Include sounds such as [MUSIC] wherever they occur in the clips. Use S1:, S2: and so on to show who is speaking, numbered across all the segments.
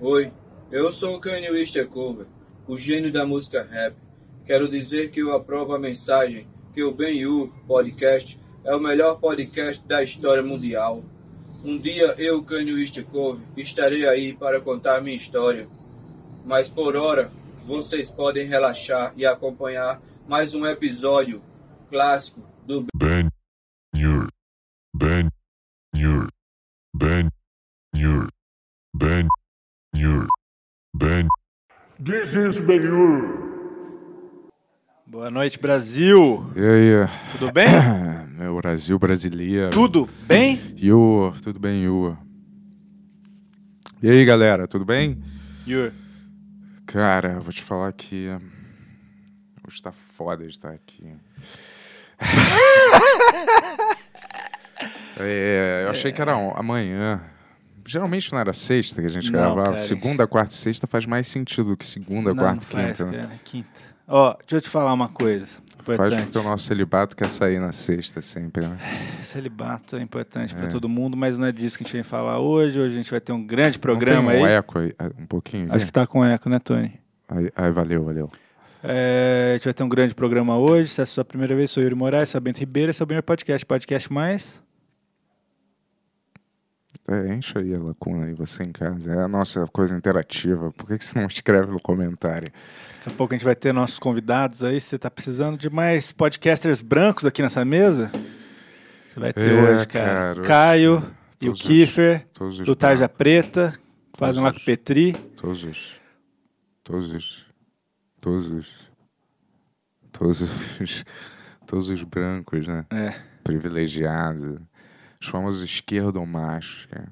S1: Oi, eu sou o Kanye West é Cover, o gênio da música rap. Quero dizer que eu aprovo a mensagem que o Ben U Podcast é o melhor podcast da história mundial. Um dia eu, Kanye West é Cover, estarei aí para contar minha história. Mas por hora, vocês podem relaxar e acompanhar mais um episódio clássico do
S2: Ben Nur. Ben Nur. Ben Nur. Ben Nur. Ben
S3: This is Benhur.
S4: Boa noite, Brasil!
S5: E aí, eh,
S4: Tudo
S5: [COUGHS]
S4: bem?
S5: meu Brasil brasileiro.
S4: Tudo bem?
S5: Iô, tudo bem, Iô? E aí, galera, tudo bem?
S4: Yur.
S5: Cara, vou te falar que. eh, Hoje tá foda de estar aqui. [LAUGHS] É, eu achei que era on- amanhã. Geralmente não era sexta que a gente
S4: Não,
S5: gravava.
S4: cara.
S5: Segunda, quarta e sexta faz mais sentido do que segunda,
S4: não, não
S5: quarta e
S4: faz,
S5: quinta. né?
S4: cara. Quinta. Ó, deixa eu te falar uma coisa.
S5: Faz
S4: Importante.
S5: porque o nosso celibato quer sair na sexta sempre, né?
S4: Celibato é importante pra todo mundo, mas não é disso que a gente vem falar hoje. Hoje a gente vai ter um grande programa
S5: não tem um
S4: aí.
S5: eco aí, um pouquinho?
S4: Acho que tá com eco, né, Tony?
S5: Aí, aí, valeu, valeu.
S4: É, a gente vai ter um grande programa hoje. Se é a sua primeira vez, sou Yuri Moraes, sou Bento Ribeiro, esse é o Benhur Podcast. Podcast mais.
S5: É, enche aí a lacuna aí, você em casa. É a nossa coisa interativa. Por que, que você não escreve no comentário?
S4: Daqui a pouco a gente vai ter nossos convidados aí. Se você tá precisando de mais podcasters brancos aqui nessa mesa, você vai ter
S5: É,
S4: hoje, cara.
S5: cara, hoje-
S4: Caio e o
S5: todos os-
S4: Kiefer.
S5: Todos os
S4: do Tarja
S5: brancos,
S4: Preta, fazem lá com o
S5: Todos.
S4: Petri.
S5: Todos os. Todos os. Todos os. Todos os. Todos os brancos, né?
S4: É.
S5: Privilegiados. Os famosos esquerdomachos, cara.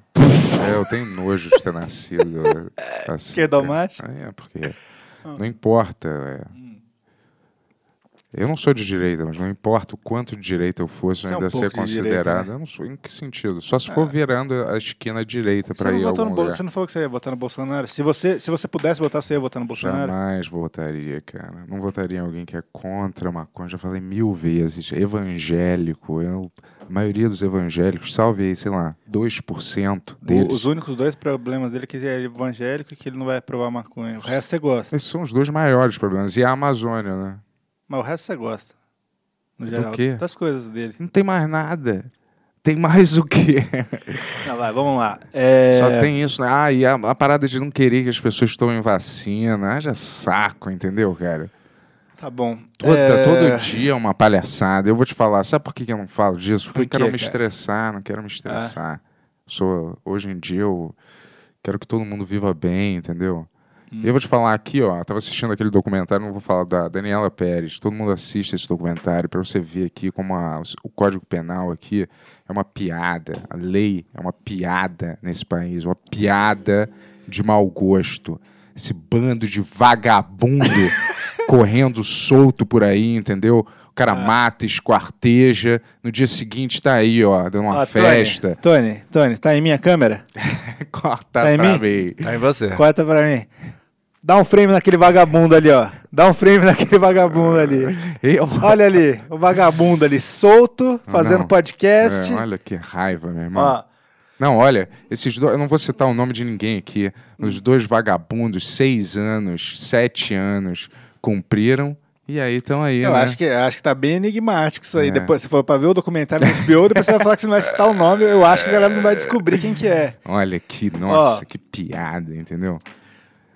S5: É, eu tenho nojo de ter nascido. Assim,
S4: Esquerdomacho?
S5: cara. É, porque.
S4: Ah.
S5: Não importa. é.
S4: Hum.
S5: Eu não sou de direita, mas não importa o quanto de direita eu fosse,
S4: Você
S5: eu
S4: é um
S5: ainda ser
S4: pouco de direita, né? É.
S5: considerado. Eu não sou. Em que sentido? Só se for virando a esquina direita
S4: Você
S5: para
S4: não,
S5: ir a
S4: votou
S5: algum
S4: no Bol-
S5: lugar.
S4: você não falou que você ia votar no Bolsonaro? Se você, se você pudesse votar, você ia votar no Bolsonaro?
S5: Jamais votaria, cara. Não votaria em alguém que é contra a maconha. Já falei mil vezes. Evangélico. Eu, a maioria dos evangélicos, salve aí, sei lá, 2%
S4: O-
S5: deles.
S4: os únicos dois problemas dele é que ele é evangélico e que ele não vai aprovar maconha. O resto você gosta.
S5: Esses são os dois maiores problemas. E a Amazônia, né?
S4: Mas o resto você gosta. No geral.
S5: quê?
S4: Das coisas
S5: [LAUGHS]
S4: dele.
S5: Não tem mais nada. Tem mais o quê?
S4: Ah, vai, vamos lá. É,
S5: Só tem isso, né? Ah, e a, a parada de não querer que as pessoas tomem vacina. Haja saco, entendeu, cara?
S4: Tá bom.
S5: Toda,
S4: É,
S5: Todo dia é uma palhaçada. Eu vou te falar, sabe por que que eu não falo disso? Porque
S4: Por
S5: eu quero
S4: quê,
S5: me
S4: cara? Ah.
S5: estressar, não quero me estressar. Sou, hoje em dia eu quero que todo mundo viva bem, entendeu? E
S4: Uhum.
S5: eu vou te falar aqui, ó, eu tava assistindo aquele documentário, não vou falar da Daniela Pérez, todo mundo assiste esse documentário para você ver aqui como a- o Código Penal aqui é uma piada, a lei é uma piada nesse país, uma piada de mau gosto. Esse bando
S4: [LAUGHS]
S5: de vagabundo correndo solto por aí, entendeu? O
S4: Ah.
S5: cara mata, esquarteja, no dia seguinte tá aí, ó, dando uma
S4: ó,
S5: festa. [LAUGHS]
S4: Tony, Tony, Tony, tá em minha câmera?
S5: Corta
S4: Tá em mim?
S5: pra mim.
S6: Aí você.
S4: Corta pra mim. Dá um frame naquele vagabundo ali, ó. Dá um frame naquele vagabundo ali.
S5: Eu...
S4: Olha ali, o vagabundo ali solto, fazendo
S5: não.
S4: podcast.
S5: É, olha que raiva, meu irmão.
S4: Ó,
S5: Não, olha, esses dois. Eu não vou citar o nome de ninguém aqui. Os dois vagabundos, seis anos, sete anos, cumpriram. E aí estão aí,
S4: eu
S5: né?
S4: acho que, acho que tá bem enigmático isso aí.
S5: É.
S4: Depois, você falou pra ver o documentário no HBO, depois você vai falar que você não vai citar o nome. Eu acho que a galera não vai descobrir quem que é.
S5: Olha que, nossa,
S4: Ó.
S5: que piada, entendeu?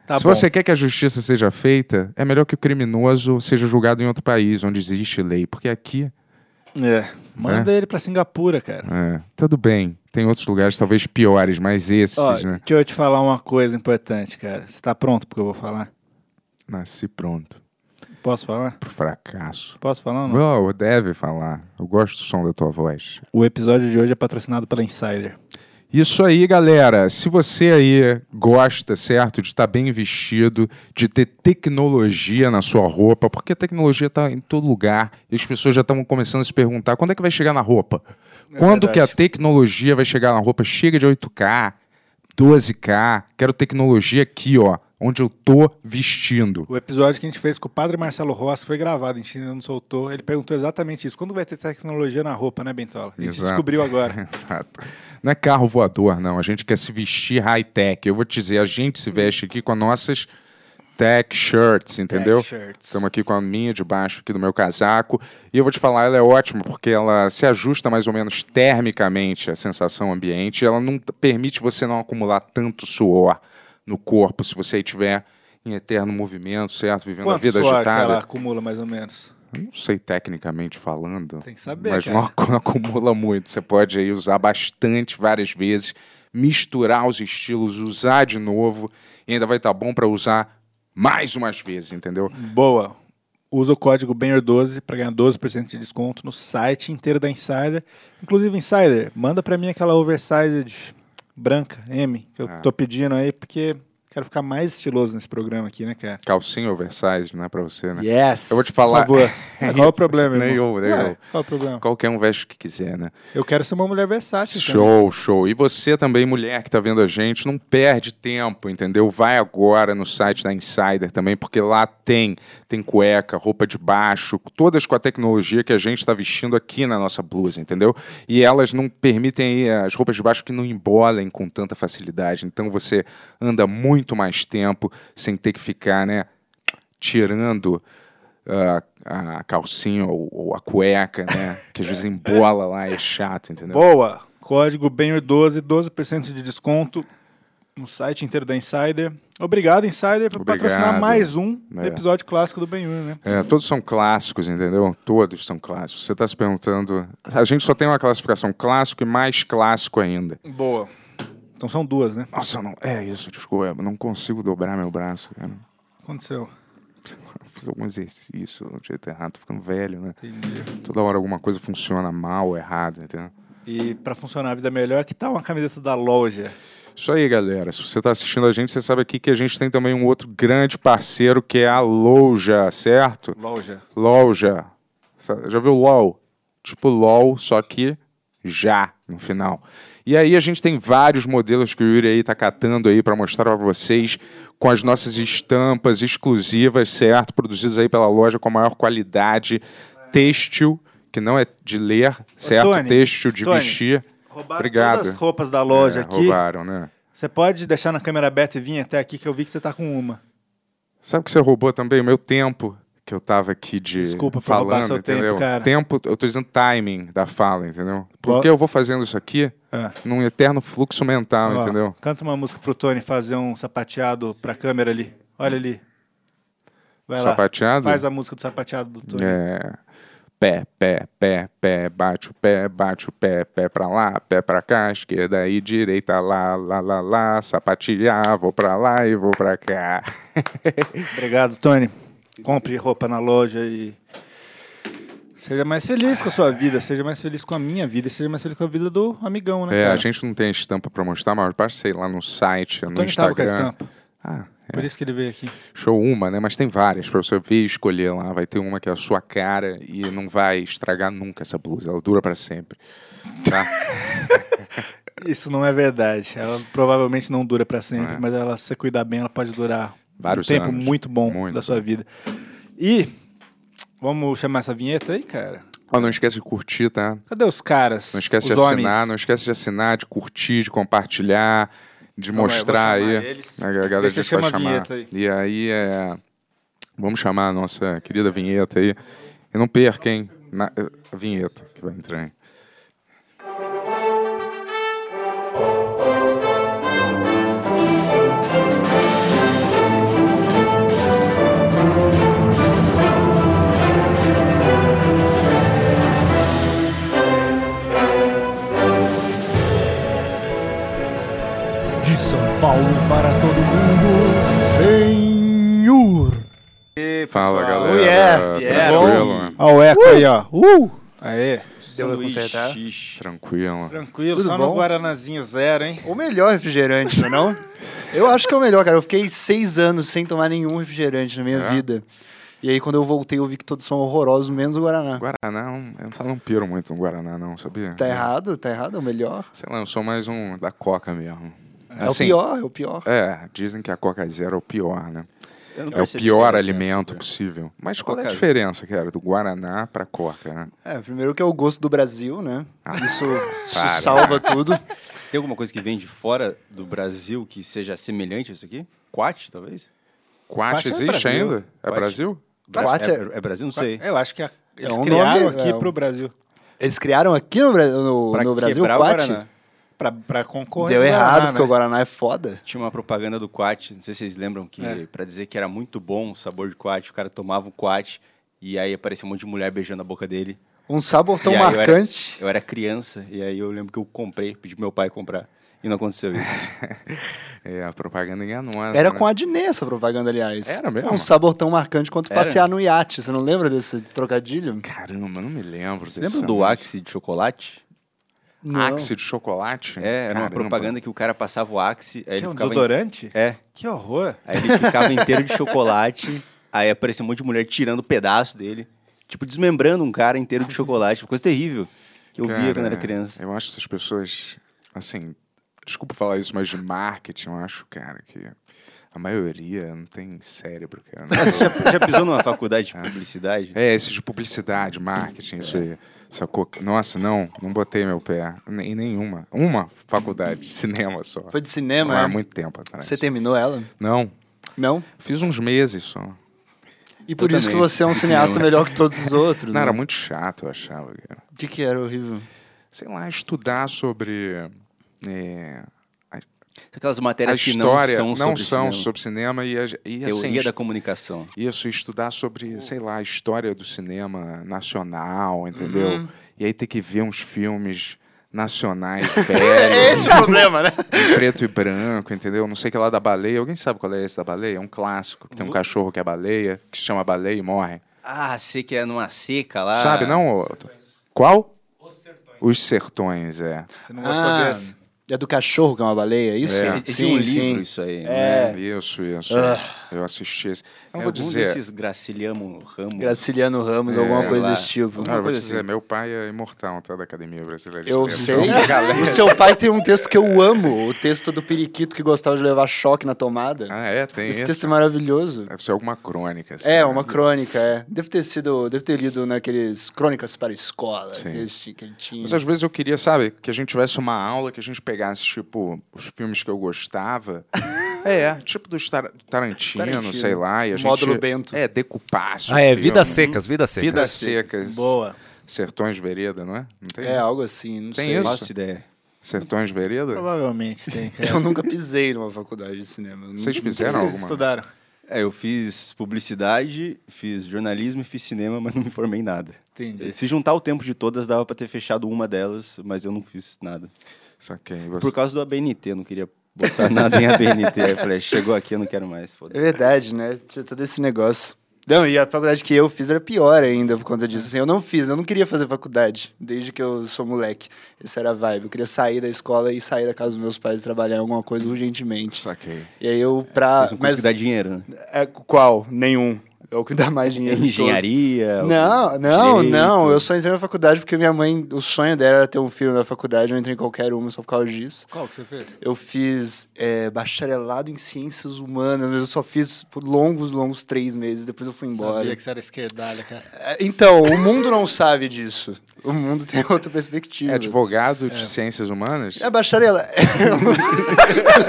S4: Tá
S5: Se
S4: bom.
S5: você quer que a justiça seja feita, é melhor que o criminoso seja julgado em outro país, onde existe lei. Porque aqui,
S4: É. Manda ele pra Singapura, cara.
S5: é, tudo bem. Tem outros lugares talvez piores, mas esses,
S4: Ó,
S5: né?
S4: deixa eu te falar uma coisa importante, cara. Você tá pronto porque eu vou falar?
S5: Nasci pronto
S4: Posso falar?
S5: pro fracasso.
S4: Posso falar ou não?
S5: Não, deve falar. Eu gosto do som da tua voz.
S4: O episódio de hoje é patrocinado pela Insider.
S5: Isso aí, galera. Se você aí gosta, certo, de estar bem vestido, de ter tecnologia na sua roupa, porque a tecnologia está em todo lugar e as pessoas já estão começando a se perguntar quando é que vai chegar na roupa? quando que a
S4: É verdade.
S5: tecnologia vai chegar na roupa? Chega de 8K, 12K, quero tecnologia aqui, ó, onde eu tô vestindo. [LAUGHS]
S4: O episódio que a gente fez com o padre Marcelo Rossi foi gravado, a gente ainda não soltou. Ele perguntou exatamente isso. Quando vai ter tecnologia na roupa, né, Bentola? A gente
S5: Exato.
S4: descobriu agora.
S5: Exato. Não é carro voador, não. A gente quer se vestir high-tech. Eu vou te dizer, a gente se veste aqui com as nossas tech shirts, [LAUGHS] entendeu?
S4: Tech shirts.
S5: Estamos aqui com a minha debaixo aqui do meu casaco. E eu vou te falar, ela é ótima porque ela se ajusta mais ou menos termicamente à sensação ambiente. Ela não t- permite você não acumular tanto suor no corpo se você estiver em eterno movimento, certo? Vivendo
S4: Quanto
S5: a vida
S4: suor que
S5: agitada.
S4: ela acumula, mais ou menos?
S5: Eu Não sei tecnicamente falando.
S4: Tem que saber,
S5: Mas
S4: cara.
S5: não acu- [LAUGHS] não acumula muito. Você pode aí usar bastante várias vezes, misturar os estilos, usar de novo e ainda vai estar bom para usar mais umas vezes, entendeu?
S4: Boa. Usa o código BENHER12 para ganhar 12% de desconto no site inteiro da Insider. Inclusive, Insider, manda para mim aquela oversized branca, M, que eu
S5: Ah.
S4: tô pedindo aí, porque quero ficar mais estiloso nesse programa aqui, né, cara?
S5: Calcinha oversize, não é para você, né?
S4: Yes!
S5: Eu vou te falar.
S4: Por favor. Qual o problema,
S5: [LAUGHS] Nem
S4: irmão?
S5: eu, nem
S4: Ué,
S5: eu.
S4: Qual o problema?
S5: Qualquer um veste o que quiser, né?
S4: Eu quero ser uma mulher versátil. também.
S5: Show, né? show. E você também, mulher que tá vendo a gente, não perde tempo, entendeu? Vai agora no site da Insider também, porque lá tem tem cueca, roupa de baixo, todas com a tecnologia que a gente está vestindo aqui na nossa blusa, entendeu? E elas não permitem aí as roupas de baixo que não embolem com tanta facilidade. Então você anda muito mais tempo sem ter que ficar, né? tirando ah, a calcinha ou, ou a cueca, né? Que às vezes embola lá, é chato, entendeu?
S4: Boa! Código BENHER12, 12% de desconto no site inteiro da Insider. Obrigado, Insider, por
S5: Obrigado.
S4: patrocinar mais um
S5: É.
S4: episódio clássico do Benhur, né?
S5: É, todos são clássicos, entendeu? Todos são clássicos. Você está se perguntando. A gente só tem uma classificação clássico e mais clássico ainda.
S4: Boa. Então são duas, né?
S5: Nossa, não. É isso, desculpa. Não consigo dobrar meu braço, cara.
S4: Aconteceu.
S5: Fiz algum exercício de jeito errado, tô ficando velho, né?
S4: Entendi.
S5: Toda hora alguma coisa funciona mal, errado, entendeu?
S4: E pra funcionar a vida melhor, que tal uma camiseta da loja?
S5: Isso aí, galera. Se você está assistindo a gente, você sabe aqui que a gente tem também um outro grande parceiro que é a Loja, certo?
S4: Loja.
S5: Loja. Sa- Já viu LOL? Tipo LOL, só que já no final. E aí a gente tem vários modelos que o Yuri aí tá catando aí para mostrar para vocês com as nossas estampas exclusivas, certo? Produzidas aí pela loja com a maior qualidade têxtil, que não é de ler, certo?
S4: Tony,
S5: têxtil de
S4: Tony,
S5: vestir.
S4: Roubaram
S5: Obrigado.
S4: todas as roupas da loja
S5: É,
S4: aqui.
S5: Roubaram, né?
S4: Você pode deixar na câmera aberta e vir até aqui, que eu vi que você tá com uma.
S5: Sabe o que você roubou também? O meu tempo que eu tava aqui de
S4: Desculpa por
S5: falando,
S4: roubar seu tempo,
S5: entendeu?
S4: cara.
S5: Tempo, eu tô dizendo timing da fala, entendeu?
S4: Bo-
S5: Porque eu vou fazendo isso aqui
S4: É.
S5: num eterno fluxo mental,
S4: Ó,
S5: entendeu?
S4: Canta uma música pro Tony fazer um sapateado pra câmera ali. Olha ali. Vai lá.
S5: Sapateado?
S4: Faz a música do sapateado do Tony.
S5: É. Pé, pé, pé, pé, bate o pé, bate o pé, pé pra lá, pé pra cá, esquerda e direita, lá, lá, lá, lá, sapatear, vou pra lá e vou pra cá. [LAUGHS]
S4: Obrigado, Tony. Compre roupa na loja e. Seja mais feliz com a sua vida, seja mais feliz com a minha vida, seja mais feliz com a vida do amigão, né?
S5: É,
S4: cara?
S5: a gente não tem estampa pra mostrar, mas passei lá no site, no
S4: Tony tava com a
S5: Instagram.
S4: estampa.
S5: Ah, é.
S4: Por isso que ele veio aqui.
S5: Show uma, né? Mas tem várias pra você ver e escolher lá. Vai ter uma que é a sua cara e não vai estragar nunca essa blusa. Ela dura pra sempre. Tá? [LAUGHS]
S4: Isso não é verdade. Ela provavelmente não dura pra sempre, mas ela, se você cuidar bem, ela pode durar
S5: Vários
S4: um tempo
S5: anos.
S4: muito bom
S5: Muito.
S4: da sua vida. E vamos chamar essa vinheta aí, cara?
S5: Ó, não esquece de curtir, tá?
S4: Cadê os caras?
S5: Não esquece
S4: os
S5: de
S4: homens?
S5: assinar, não esquece de assinar, de curtir, de compartilhar, de
S4: Calma aí,
S5: mostrar
S4: eu vou
S5: aí.
S4: chamar eles.
S5: A galera
S4: Daí
S5: a
S4: você
S5: gente vai
S4: chama a
S5: chamar.
S4: vinheta aí.
S5: E aí é. Vamos chamar a nossa querida vinheta aí. E não perca, hein? Na- A vinheta que vai entrar aí.
S6: De São Paulo para todo mundo, Benhur.
S5: Fala, galera.
S4: Oh, yeah, yeah.
S5: Tranquilo, né?
S4: Ó, o eco aí, ó. Uh! Aê.
S7: Deu pra consertar?
S5: Tranquilo.
S4: Tranquilo,
S7: Tudo
S4: só no
S7: bom?
S4: Guaranazinho zero, hein?
S7: O melhor refrigerante, não é não? [LAUGHS] Eu acho que é o melhor, cara. Eu fiquei seis anos sem tomar nenhum refrigerante na minha
S5: É?
S7: vida. E aí, quando eu voltei, eu vi que todos são horrorosos, menos o Guaraná.
S5: Guaraná, um- eu só não piro muito no Guaraná, não, sabia?
S7: Tá errado? Tá errado? É o melhor?
S5: Sei lá, eu sou mais um da Coca mesmo.
S7: É
S5: Assim,
S7: o pior, é o pior.
S5: É, dizem que a Coca Zero é o pior, né?
S7: Eu não
S5: É o
S7: percebi
S5: pior
S7: diferença,
S5: alimento
S7: super.
S5: possível. Mas qual é a
S7: Coca-
S5: diferença, cara, do Guaraná pra Coca, né?
S7: É, primeiro que é o gosto do Brasil, né?
S5: Ah,
S7: Isso, isso
S5: para.
S7: salva tudo.
S8: Tem alguma coisa que vem de fora do Brasil que seja semelhante a isso aqui? Quat, talvez?
S5: Quat
S4: Quat é
S5: existe
S4: Brasil.
S5: ainda? É
S8: Quat.
S5: Brasil? [LAUGHS]
S7: Quat
S8: é,
S7: é-
S8: é Brasil? Não sei.
S4: Eu acho que a- eles
S7: um
S4: criaram
S7: nome,
S4: aqui
S7: é um-
S4: pro Brasil.
S7: Eles criaram aqui no, Bra- no,
S8: Pra
S7: no Brasil
S8: quebrar
S7: o
S8: o
S7: Quat.
S8: Guaraná.
S4: Pra, pra concorrer.
S7: Deu
S4: com o
S7: errado,
S4: Guaraná,
S7: porque o
S4: né?
S7: Guaraná é foda.
S8: Tinha uma propaganda do Quat, não sei se vocês lembram, que
S4: É.
S8: pra dizer que era muito bom o sabor de Quat, o cara tomava um Quat e aí aparecia um monte de mulher beijando a boca dele.
S7: Um sabor tão
S8: E aí, eu era-
S7: marcante.
S8: Eu era criança e aí eu lembro que eu comprei, pedi pro meu pai comprar e não aconteceu
S4: [LAUGHS]
S8: isso.
S5: É, a propaganda enganosa.
S7: Era
S5: né?
S7: com a Diné essa propaganda, aliás.
S5: Era mesmo?
S7: Um sabor tão marcante quanto
S8: Era?
S7: passear no iate. Você não lembra desse trocadilho?
S5: Caramba, não me lembro.
S8: Você
S5: desse
S8: lembra do
S5: anúncio.
S8: Axe de chocolate?
S7: Não.
S5: Axe de chocolate?
S8: É, era uma
S5: Caramba.
S8: propaganda que o cara passava o Axe, aí
S4: Que é
S8: ele
S4: um
S8: ficava em-
S4: desodorante?
S8: É,
S4: Que horror.
S8: Aí ele ficava
S4: [LAUGHS]
S8: inteiro de chocolate. Aí aparecia um monte de mulher tirando pedaço dele. Tipo, desmembrando um cara inteiro de chocolate. Uma coisa terrível. Que eu via
S5: Cara,
S8: quando era criança.
S5: Eu acho que essas pessoas, assim, desculpa falar isso, mas de marketing, eu acho, cara, que a maioria não tem cérebro,
S8: [LAUGHS]
S5: cara.
S8: Você já, já pisou numa faculdade de publicidade?
S5: É, esses de publicidade, marketing, isso aí. Sacou? Nossa, não, não botei meu pé em nenhuma. Uma faculdade [LAUGHS] de cinema só.
S7: Foi de cinema,
S5: Há
S8: é.
S7: né?
S5: muito tempo atrás.
S7: Você terminou ela?
S5: Não,
S7: Não?
S5: fiz uns meses só.
S8: Uhum.
S7: E por isso que
S5: também.
S7: você é um cineasta
S5: Cinema.
S7: melhor que todos
S5: [LAUGHS]
S7: os outros.
S5: Não,
S7: né?
S5: era muito chato, eu achava, cara.
S7: O que, que era horrível?
S5: Sei lá, estudar sobre... é,
S8: Aquelas
S5: a
S8: matérias que não
S5: história
S8: são
S5: não
S8: sobre
S5: são
S8: cinema.
S5: sobre cinema e, a- e assim,
S8: Teoria
S5: est-
S8: da comunicação.
S5: Isso, estudar
S8: Hum.
S5: sobre, sei lá, a história do cinema nacional, entendeu?
S8: Uhum.
S5: E aí ter que ver uns filmes
S8: [LAUGHS]
S5: nacionais
S8: É
S5: velhos,
S7: o problema, né?
S5: em preto e branco, entendeu? Não sei o que lá da baleia. Alguém sabe qual é esse da baleia? É um clássico, que tem um cachorro que é baleia, que se chama baleia e morre.
S8: Hum. Ah, sei que é numa seca lá.
S5: Sabe, não? ô- Qual? Os Sertões, é.
S4: Você não gostou
S7: [LAUGHS] Ah,
S4: desse?
S7: é do cachorro que é uma baleia, é isso?
S8: É, de um livro isso aí. né?
S5: É, Isso, isso. Eu assisti esse. Eu não vou
S8: Ah. É algum
S5: dizer.
S8: desses Graciliano Ramos.
S7: Graciliano
S5: É,
S7: Ramos, alguma
S8: sei
S7: coisa
S8: lá.
S7: desse tipo.
S5: Não, eu vou
S8: coisa assim.
S5: dizer, meu pai é imortal, tá? Da Academia Brasileira de
S7: Eu
S5: Cinema.
S7: sei. O seu pai tem um texto que eu amo, o texto do periquito que gostava de levar choque na tomada.
S5: Ah, é? Tem
S7: esse
S5: esse?
S7: texto é maravilhoso.
S5: Deve ser alguma crônica. assim,
S7: É,
S5: né?
S7: uma crônica, é. Devo ter sido, devo ter lido naqueles crônicas para escola que ele, ti- que ele tinha.
S5: Mas às vezes eu queria, sabe, que a gente tivesse uma aula, que a gente pegasse, tipo, os filmes que eu
S7: [LAUGHS]
S5: gostava. é, tipo do Tar Tarantino,
S7: Tarantino.
S5: sei lá. E a gente,
S7: Módulo Bento.
S5: É, decupasse. o
S9: Ah, é
S5: filme.
S9: Vidas Secas, Vidas Secas.
S5: Vidas Secas.
S4: Boa.
S5: Sertões Vereda, não é? Não tem?
S7: É, algo assim, não
S5: Tem
S7: sei.
S5: isso?
S8: Faço ideia.
S5: Sertões Vereda?
S4: Provavelmente tem. cara.
S7: [LAUGHS] Eu nunca pisei numa faculdade de cinema. Nunca-
S5: Vocês fizeram
S4: Vocês
S5: alguma?
S4: estudaram.
S8: É, eu fiz publicidade, fiz jornalismo e fiz cinema, mas não me formei em nada.
S4: Entendi.
S8: Se juntar o tempo de todas, dava pra ter fechado uma delas, mas eu não fiz nada.
S5: Saquei. Você...
S8: Por causa do ABNT, eu não queria botar nada em ABNT. Aí eu falei, chegou aqui, eu não quero mais.
S7: É
S8: foda-se.
S7: verdade, né? Tinha todo esse negócio. Não, e a faculdade que eu fiz era pior ainda por conta
S5: É.
S7: disso. Assim, eu não fiz, eu não queria fazer faculdade desde que eu sou moleque. Essa era a vibe. Eu queria sair da escola e sair da casa dos meus pais e trabalhar em alguma coisa urgentemente.
S5: Saquei.
S7: E aí
S5: É,
S7: eu, pra.
S8: Fiz um curso
S7: Ah, mas
S8: que dá dinheiro, né?
S7: é, qual? Nenhum. É o que
S5: [LAUGHS]
S7: dá mais dinheiro. de todos.
S8: Engenharia.
S7: Não, não,
S8: É, direito.
S7: não. Eu só entrei na faculdade porque minha mãe, o sonho dela era ter um filho na faculdade. Eu entrei em qualquer uma só por causa disso.
S4: Qual que você fez?
S7: Eu fiz é, bacharelado em ciências humanas, mas eu só fiz por longos, longos três meses. Depois eu fui embora.
S4: Sabia que você era esquerdalha, cara.
S7: É, Então, o mundo não sabe disso. O mundo tem [LAUGHS] outra perspectiva.
S5: É advogado de ciências humanas?
S7: É [LAUGHS] bacharelado. Eu não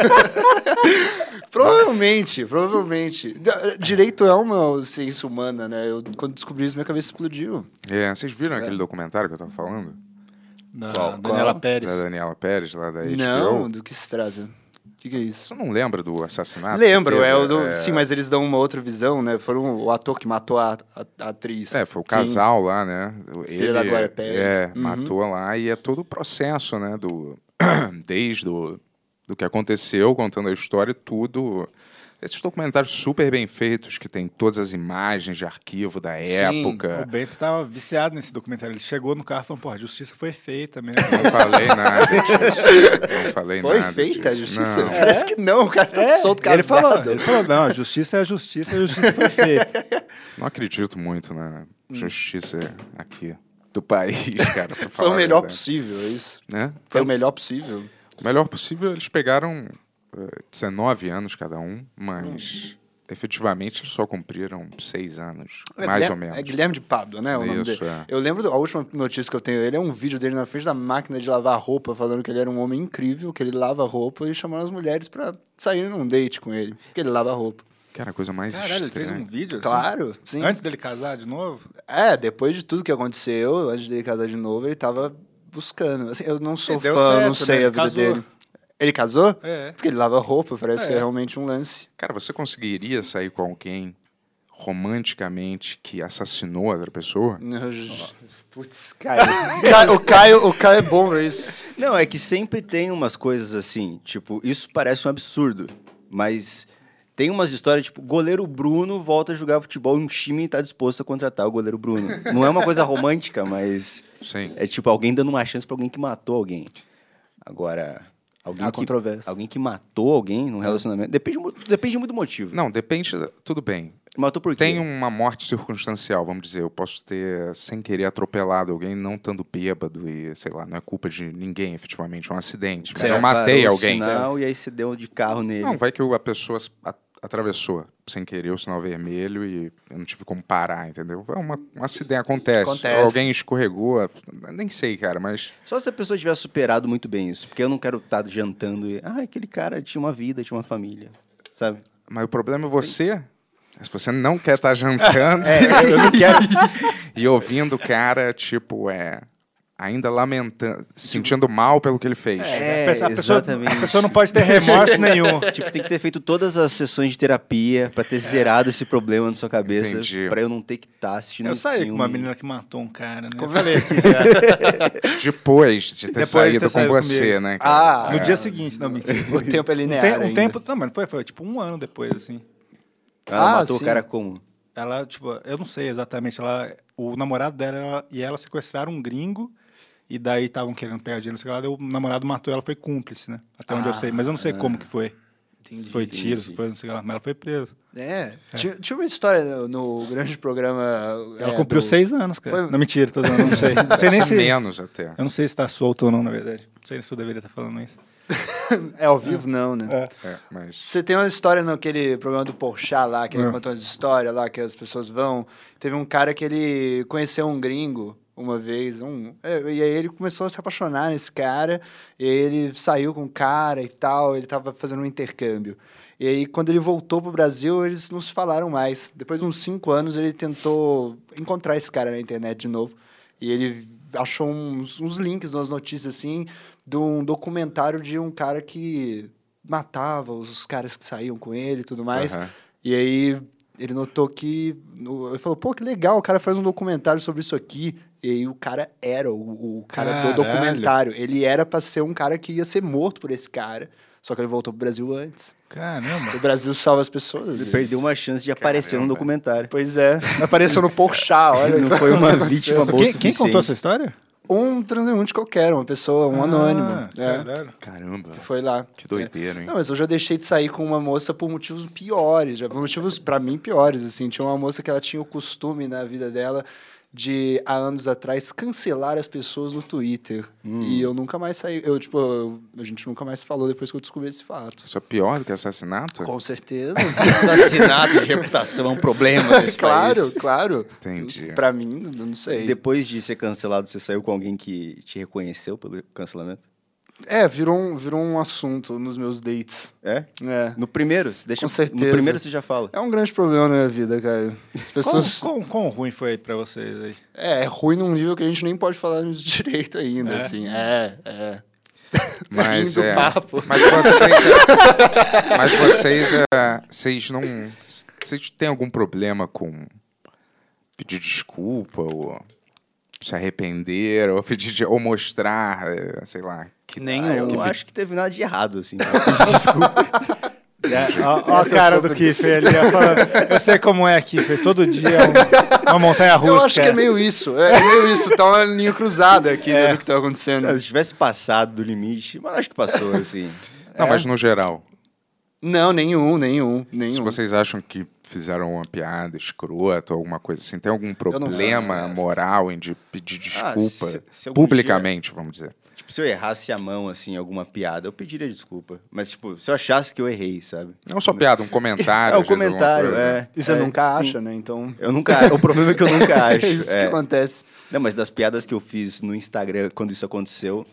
S7: sei. provavelmente, provavelmente. D- Direito é uma ciência humana, né? Eu, quando descobri isso, minha cabeça explodiu.
S5: É, vocês viram aquele documentário que eu tava falando?
S4: Não,
S7: Qual?
S4: Daniela
S7: Qual?
S4: Pérez.
S5: Da Daniela Pérez, lá da HBO?
S7: Ah, Não, do que se trata? O que, que é isso?
S5: Você não lembra do assassinato? que
S7: Lembro,
S5: teve?
S7: é, o do- sim, mas eles dão uma outra visão, né? Foram o ator que matou a, a- a atriz.
S5: É, foi o
S7: Sim.
S5: casal lá, né? O-
S7: Filha da Glória Pérez.
S5: É,
S7: Uhum.
S5: matou lá e é todo o processo, né? Do, [CLEARS THROAT] desde o, do que aconteceu, contando a história e tudo. Esses documentários super bem feitos, que tem todas as imagens de arquivo da
S7: Sim,
S4: O
S5: época.
S4: Bento tava viciado nesse documentário. Ele chegou no carro e falou, pô, a justiça foi feita
S7: [LAUGHS]
S4: mesmo.
S5: Não falei nada disso. Não falei
S7: Foi
S5: nada
S7: feita a
S5: disso.
S7: justiça?
S5: Não.
S7: Parece que não, o cara tá solto casado.
S4: ele falou, ele falou, não, a justiça é a justiça, a justiça foi feita.
S7: [LAUGHS]
S5: Não acredito muito na justiça aqui do país, [LAUGHS] cara. pra
S7: Hum. Foi
S5: falar
S7: o
S5: a
S7: melhor
S5: verdade.
S7: possível, é isso.
S5: Né?
S7: Foi o melhor possível.
S5: O melhor possível, eles pegaram eh, 19 anos cada um,
S7: Hum.
S5: mas efetivamente só cumpriram 6 anos,
S7: É
S5: mais
S7: Guilher-
S5: ou menos.
S7: É Guilherme de Pádua, né? O nome
S5: Isso,
S7: dele.
S5: é.
S7: Eu lembro, da a última notícia que eu tenho dele é um vídeo dele na frente da máquina de lavar roupa, falando que ele era um homem incrível, que ele lava roupa e chamando as mulheres pra saírem num date com ele, porque ele lava roupa.
S5: Cara, a coisa mais
S4: Caralho, ele fez
S5: estranha.
S4: um vídeo assim?
S7: Claro, sim.
S4: Antes dele casar de novo?
S7: É, depois de tudo que aconteceu, antes dele casar de novo, ele tava buscando. Assim, eu não sou
S4: E
S7: fã,
S4: deu
S7: eu não
S4: certo,
S7: sei
S4: né?
S7: a
S4: Ele
S7: vida
S4: casou.
S7: dele. Ele casou?
S4: É.
S7: Porque ele lava roupa, parece que é
S4: É.
S7: realmente um lance.
S5: Cara, você conseguiria sair com alguém romanticamente que assassinou outra pessoa?
S7: Hum. Putz, Caio. [LAUGHS] Ca- o, Caio, o Caio é bom pra isso.
S8: Não, é que sempre tem umas coisas assim, tipo, isso parece um absurdo, mas tem umas histórias, tipo, goleiro Bruno volta a jogar futebol e um time tá disposto a contratar o goleiro Bruno. Não é uma coisa romântica, mas
S5: Sim.
S8: é tipo alguém dando uma chance pra alguém que matou alguém. Agora, alguém
S7: Há
S8: que
S7: controvérsia. É.
S8: alguém que matou alguém num relacionamento, depende mu- depende muito do motivo.
S5: Não, depende. da- Tudo bem.
S8: Matou por quê?
S5: Tem uma morte circunstancial, vamos dizer. Eu posso ter, sem querer, atropelado alguém, não estando bêbado e, sei lá, não é culpa de ninguém, efetivamente, é um acidente. Mas eu
S8: Cara,
S5: matei
S8: parou o
S5: alguém.
S8: Sinal, e aí você deu de carro nele.
S5: Não, vai que eu- a pessoa s- a- atravessou sem querer o sinal vermelho e eu não tive como parar, entendeu? É uma, um acidente, acontece.
S7: Acontece.
S5: Alguém escorregou, nem sei, cara, mas
S8: Só se a pessoa tiver superado muito bem isso, porque eu não quero estar jantando e. Ah, aquele cara tinha uma vida, tinha uma família. Sabe?
S5: Mas o problema é você. Se você não quer
S4: [LAUGHS]
S5: estar jantando
S4: É,
S8: eu
S5: [LAUGHS]
S8: não quero.
S5: e ouvindo o cara, tipo, é. Ainda lamentando, sentindo mal pelo que ele fez.
S8: É,
S4: a pessoa, a pessoa-
S8: exatamente.
S4: a pessoa não pode ter remorso nenhum.
S8: Tipo, você tem que ter feito todas as sessões de terapia pra ter zerado esse problema na sua cabeça.
S5: Entendi.
S8: Pra eu não ter que estar assistindo.
S4: [LAUGHS] Eu
S8: um
S4: saí com
S8: filme.
S4: uma menina que matou um cara, né? Como eu falei aqui já.
S5: Depois de ter
S4: Depois de ter
S5: saído
S4: saído
S5: com você,
S4: comigo.
S5: né?
S7: [LAUGHS] Ah,
S4: No dia seguinte, não, mentira.
S7: o tempo é
S4: Um,
S7: linear.
S4: tem- um
S7: ainda.
S4: tempo, não, mas foi, foi tipo um ano depois, assim.
S8: Ela
S7: Ah,
S8: matou
S7: sim.
S8: o cara como?
S4: Ela, tipo, eu não sei exatamente, ela, o namorado dela ela- e ela sequestraram um gringo e daí estavam querendo pegar dinheiro, não sei o que lá, daí o namorado matou ela, foi cúmplice, né? Até onde eu sei, mas eu não sei como que foi. Se foi tiro, se foi não sei o que lá, mas ela foi presa.
S7: É. Tinha, tinha uma história no, no grande programa.
S4: Ela
S7: é,
S4: cumpriu
S7: do-
S4: seis anos, cara.
S7: Foi-
S4: Não, mentira, tô zoando,
S7: [LAUGHS]
S4: não sei. Não sei nem
S5: Parece
S4: se...
S5: menos até.
S4: Eu não sei se tá solto ou não, na verdade. Não sei se eu deveria estar falando isso.
S7: É ao vivo, não, né?
S5: É, mas
S7: Você tem uma história naquele programa do Porchat lá, que ele
S4: É.
S7: contou umas histórias lá, que as pessoas vão. Teve um cara que ele conheceu um gringo uma vez, um, é, e aí ele começou a se apaixonar nesse cara, e aí ele saiu com o cara e tal, ele tava fazendo um intercâmbio. E aí, quando ele voltou pro Brasil, eles não se falaram mais. Depois de uns cinco anos, ele tentou encontrar esse cara na internet de novo, e ele achou uns, uns links, umas notícias assim, de um documentário de um cara que matava os caras que saíam com ele e tudo mais.
S5: Aham.
S7: E aí ele notou que. no- Ele falou, pô, que legal, o cara faz um documentário sobre isso aqui. E aí o cara era o, o cara
S4: Caralho.
S7: do documentário. Ele era pra ser um cara que ia ser morto por esse cara. Só que ele voltou pro Brasil antes.
S4: Caramba.
S7: [LAUGHS] O Brasil salva as pessoas. às
S8: Ele
S7: vezes.
S8: perdeu uma chance de aparecer num
S5: Caramba.
S8: documentário.
S7: Pois é. [LAUGHS] Apareceu no Porchat, Ah, olha.
S8: Não
S7: só
S8: foi
S7: o que
S8: uma
S7: aconteceu.
S8: vítima boa o
S4: Quem, quem [LAUGHS]
S8: suficiente.
S4: contou essa história? Ah,
S7: Um transeunte qualquer, uma pessoa, um anônimo. É,
S4: Caralho.
S5: caramba,
S7: foi lá.
S5: que doideira, hein?
S7: Não, mas eu já deixei de sair com uma moça por motivos piores, já, por motivos pra mim piores, assim. Tinha uma moça que ela tinha o costume na vida dela de há anos atrás cancelar as pessoas no Twitter.
S5: Hum.
S7: E eu nunca mais saí, eu tipo, eu- a gente nunca mais falou depois que eu descobri esse fato.
S5: Isso é pior do que assassinato? [LAUGHS]
S7: Com certeza. [LAUGHS]
S8: Assassinato de reputação é um problema [LAUGHS] nesse país.
S7: claro, claro.
S5: Entendi.
S7: Pra mim, eu não sei.
S8: Depois de ser cancelado, você saiu com alguém que te reconheceu pelo cancelamento?
S7: É, virou um, virou um assunto nos meus dates.
S8: É?
S7: É.
S8: No primeiro, você deixa.
S7: Com certeza.
S8: No primeiro você já fala.
S7: É um grande problema na minha vida, cara. As
S4: Quão,
S7: pessoas.
S4: quão- quão ruim foi pra vocês aí?
S7: É, é ruim num nível que a gente nem pode falar [LAUGHS] direito ainda, assim. É, é.
S5: Mas
S4: tá
S7: Fim do
S5: é.
S8: Ah,
S7: papo.
S5: Mas vocês. mas vocês. é, Vocês não. Vocês têm algum problema com pedir desculpa ou se arrepender ou pedir de- ou mostrar, é, sei lá.
S7: Que nem
S8: Ah, eu não acho que teve nada de errado, assim.
S7: [LAUGHS]
S8: Desculpa.
S4: É, Ó, ó a cara do Kiffer ali, ó, falando, eu sei como é, Kiffer, todo dia é um- uma montanha russa.
S7: Eu acho que é meio isso. É, é meio isso. Tá uma linha cruzada aqui né, do que tá acontecendo.
S8: Se tivesse passado do limite, mas acho que passou, assim.
S5: Não, mas no geral.
S7: Não, nenhum, nenhum,
S5: Se
S7: nenhum.
S5: vocês acham que fizeram uma piada escrota ou alguma coisa assim, tem algum
S7: não faço
S5: problema
S7: dessas.
S5: moral em de pedir desculpa
S8: Ah, se- se algum
S5: publicamente, vamos dizer?
S8: Tipo, se eu errasse a mão, assim, em alguma piada, eu pediria desculpa. Mas, tipo, se eu achasse que eu errei, sabe?
S5: Não
S8: [LAUGHS]
S5: só piada, um comentário. às
S8: é o
S5: vezes, alguma
S8: comentário,
S5: coisa.
S8: é.
S7: E você
S8: É,
S7: nunca
S8: sim.
S7: acha, né? Então.
S8: Eu nunca O problema é que eu nunca acho.
S7: [LAUGHS] É isso
S8: é.
S7: que acontece.
S8: Não, mas das piadas que eu fiz no Instagram quando isso aconteceu,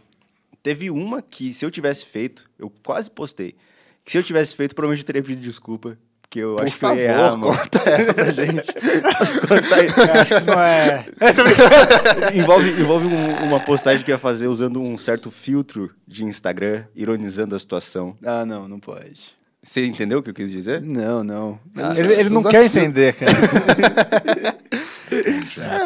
S8: teve uma que, se eu tivesse feito, eu quase postei, que se eu tivesse feito, provavelmente eu teria pedido desculpa. Porque eu
S7: Por
S8: acho
S7: favor,
S8: que eu ia errar, mano.
S7: conta essa pra
S8: [LAUGHS]
S7: gente.
S8: Posso contar aí?
S4: Não é.
S8: envolve envolve um- uma postagem que eu ia fazer usando um certo filtro de Instagram, ironizando a situação.
S7: Ah, não, não pode.
S8: Você entendeu o que eu quis dizer?
S7: Não, não.
S4: Ele, ele não
S7: Usa
S4: quer
S7: filtro.
S4: entender, cara.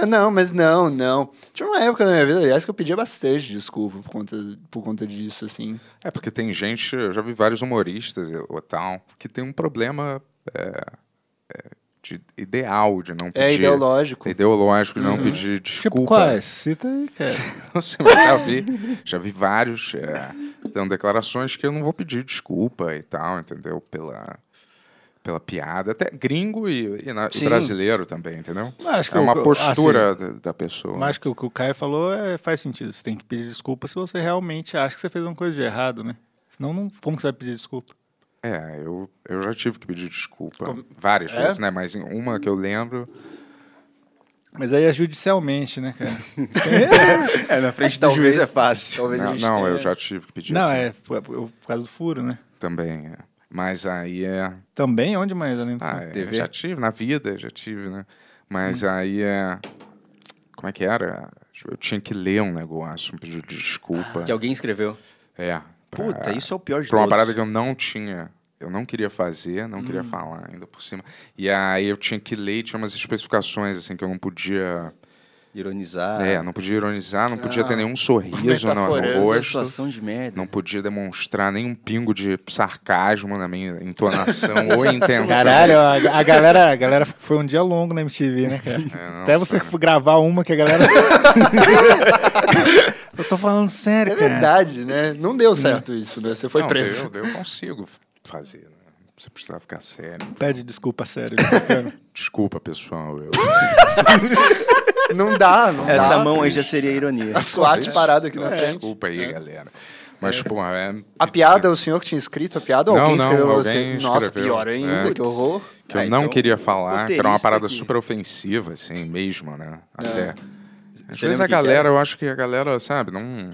S7: Ah, não, mas não, não. Tinha uma época na minha vida, aliás, que eu pedia bastante desculpa por conta, por conta disso, assim.
S5: É, porque tem gente, eu já vi vários humoristas e- ou tal, que tem um problema é, é, de ideal de não pedir.
S7: É ideológico.
S5: Ideológico de não pedir desculpa.
S4: Tipo,
S5: [LAUGHS]
S4: quais? Cita aí, cara.
S5: Não sei, mas já vi, já vi vários é, dando declarações que eu não vou pedir desculpa e tal, entendeu? Pela, pela piada. Até gringo e, e na- e
S7: Sim.
S5: brasileiro também, entendeu?
S4: Acho que
S5: é
S4: o-
S5: uma
S4: assim,
S5: postura da, da pessoa.
S4: Mas acho que o que o Caio falou é- faz sentido. Você tem que pedir desculpa se você realmente acha que você fez uma coisa de errado, né? Senão, não, como que você vai pedir desculpa?
S5: É, eu, eu já tive que pedir desculpa
S7: Como-
S5: várias
S7: É?
S5: vezes, né? Mas em uma que eu lembro.
S4: Mas aí é judicialmente, né, [LAUGHS] cara?
S8: É, na frente do
S7: Talvez-
S8: juiz é fácil.
S7: Talvez a
S5: Não,
S7: gente
S5: não,
S7: tenha-
S5: eu já tive que pedir
S4: não,
S5: assim,
S4: é por, por- por causa do furo, né?
S5: também. é. Mas aí é.
S4: Também, onde mais além do
S5: Ah,
S4: furo?
S5: é,
S8: TV?
S5: já tive, na vida, já tive, né? Mas
S7: Hum.
S5: aí é. Como é que era? Eu tinha que ler um negócio, um pedido de desculpa.
S8: Que alguém escreveu.
S5: É. pra-
S8: Puta, isso é o pior de
S5: pra uma
S8: todos.
S5: parada que eu não tinha. Eu não queria fazer, não
S7: Hum.
S5: queria falar ainda por cima. E aí eu tinha que ler, tinha umas especificações, assim, que eu não podia.
S8: Ironizar.
S5: É, não podia ironizar, não podia
S7: Tá. Ah.
S5: ter nenhum sorriso no, no
S7: Metaforando.
S5: rosto.
S8: situação de merda.
S5: Não podia demonstrar nenhum pingo de sarcasmo na minha entonação
S8: [LAUGHS]
S5: ou intenção.
S4: Caralho, a, a galera, a galera foi um dia longo na MTV, né, cara?
S5: não,
S4: Até você gravar uma que a galera. Eu tô falando sério,
S7: É
S4: cara.
S7: verdade, né? Não deu certo isso, né? Você foi
S5: Não,
S7: preso.
S5: Eu, eu consigo fazer, né? Não precisa precisar ficar sério.
S4: Pede desculpa, sério.
S5: Desculpa, pessoal. Eu...
S7: [LAUGHS]
S5: Tá?
S7: Não dá, não dá.
S8: [LAUGHS] Essa mão aí já É. seria ironia.
S7: A SWAT parada aqui na frente.
S5: Desculpa aí, galera. Mas, pô, é...
S8: Ah,
S7: A piada, o senhor que tinha escrito a piada? Ou
S5: Não,
S7: alguém
S5: não,
S7: escreveu
S5: alguém
S7: você? Nossa,
S5: escreveu.
S7: pior ainda,
S5: É.
S7: que horror.
S5: que eu
S8: Ah,
S5: não
S8: então,
S5: queria falar, que era uma
S8: roteirista
S5: parada
S8: que-
S5: super ofensiva, assim, mesmo, né? Até. Às
S8: Você lembra
S5: vezes a
S8: o que que era?
S5: galera, eu acho que a galera, sabe, não...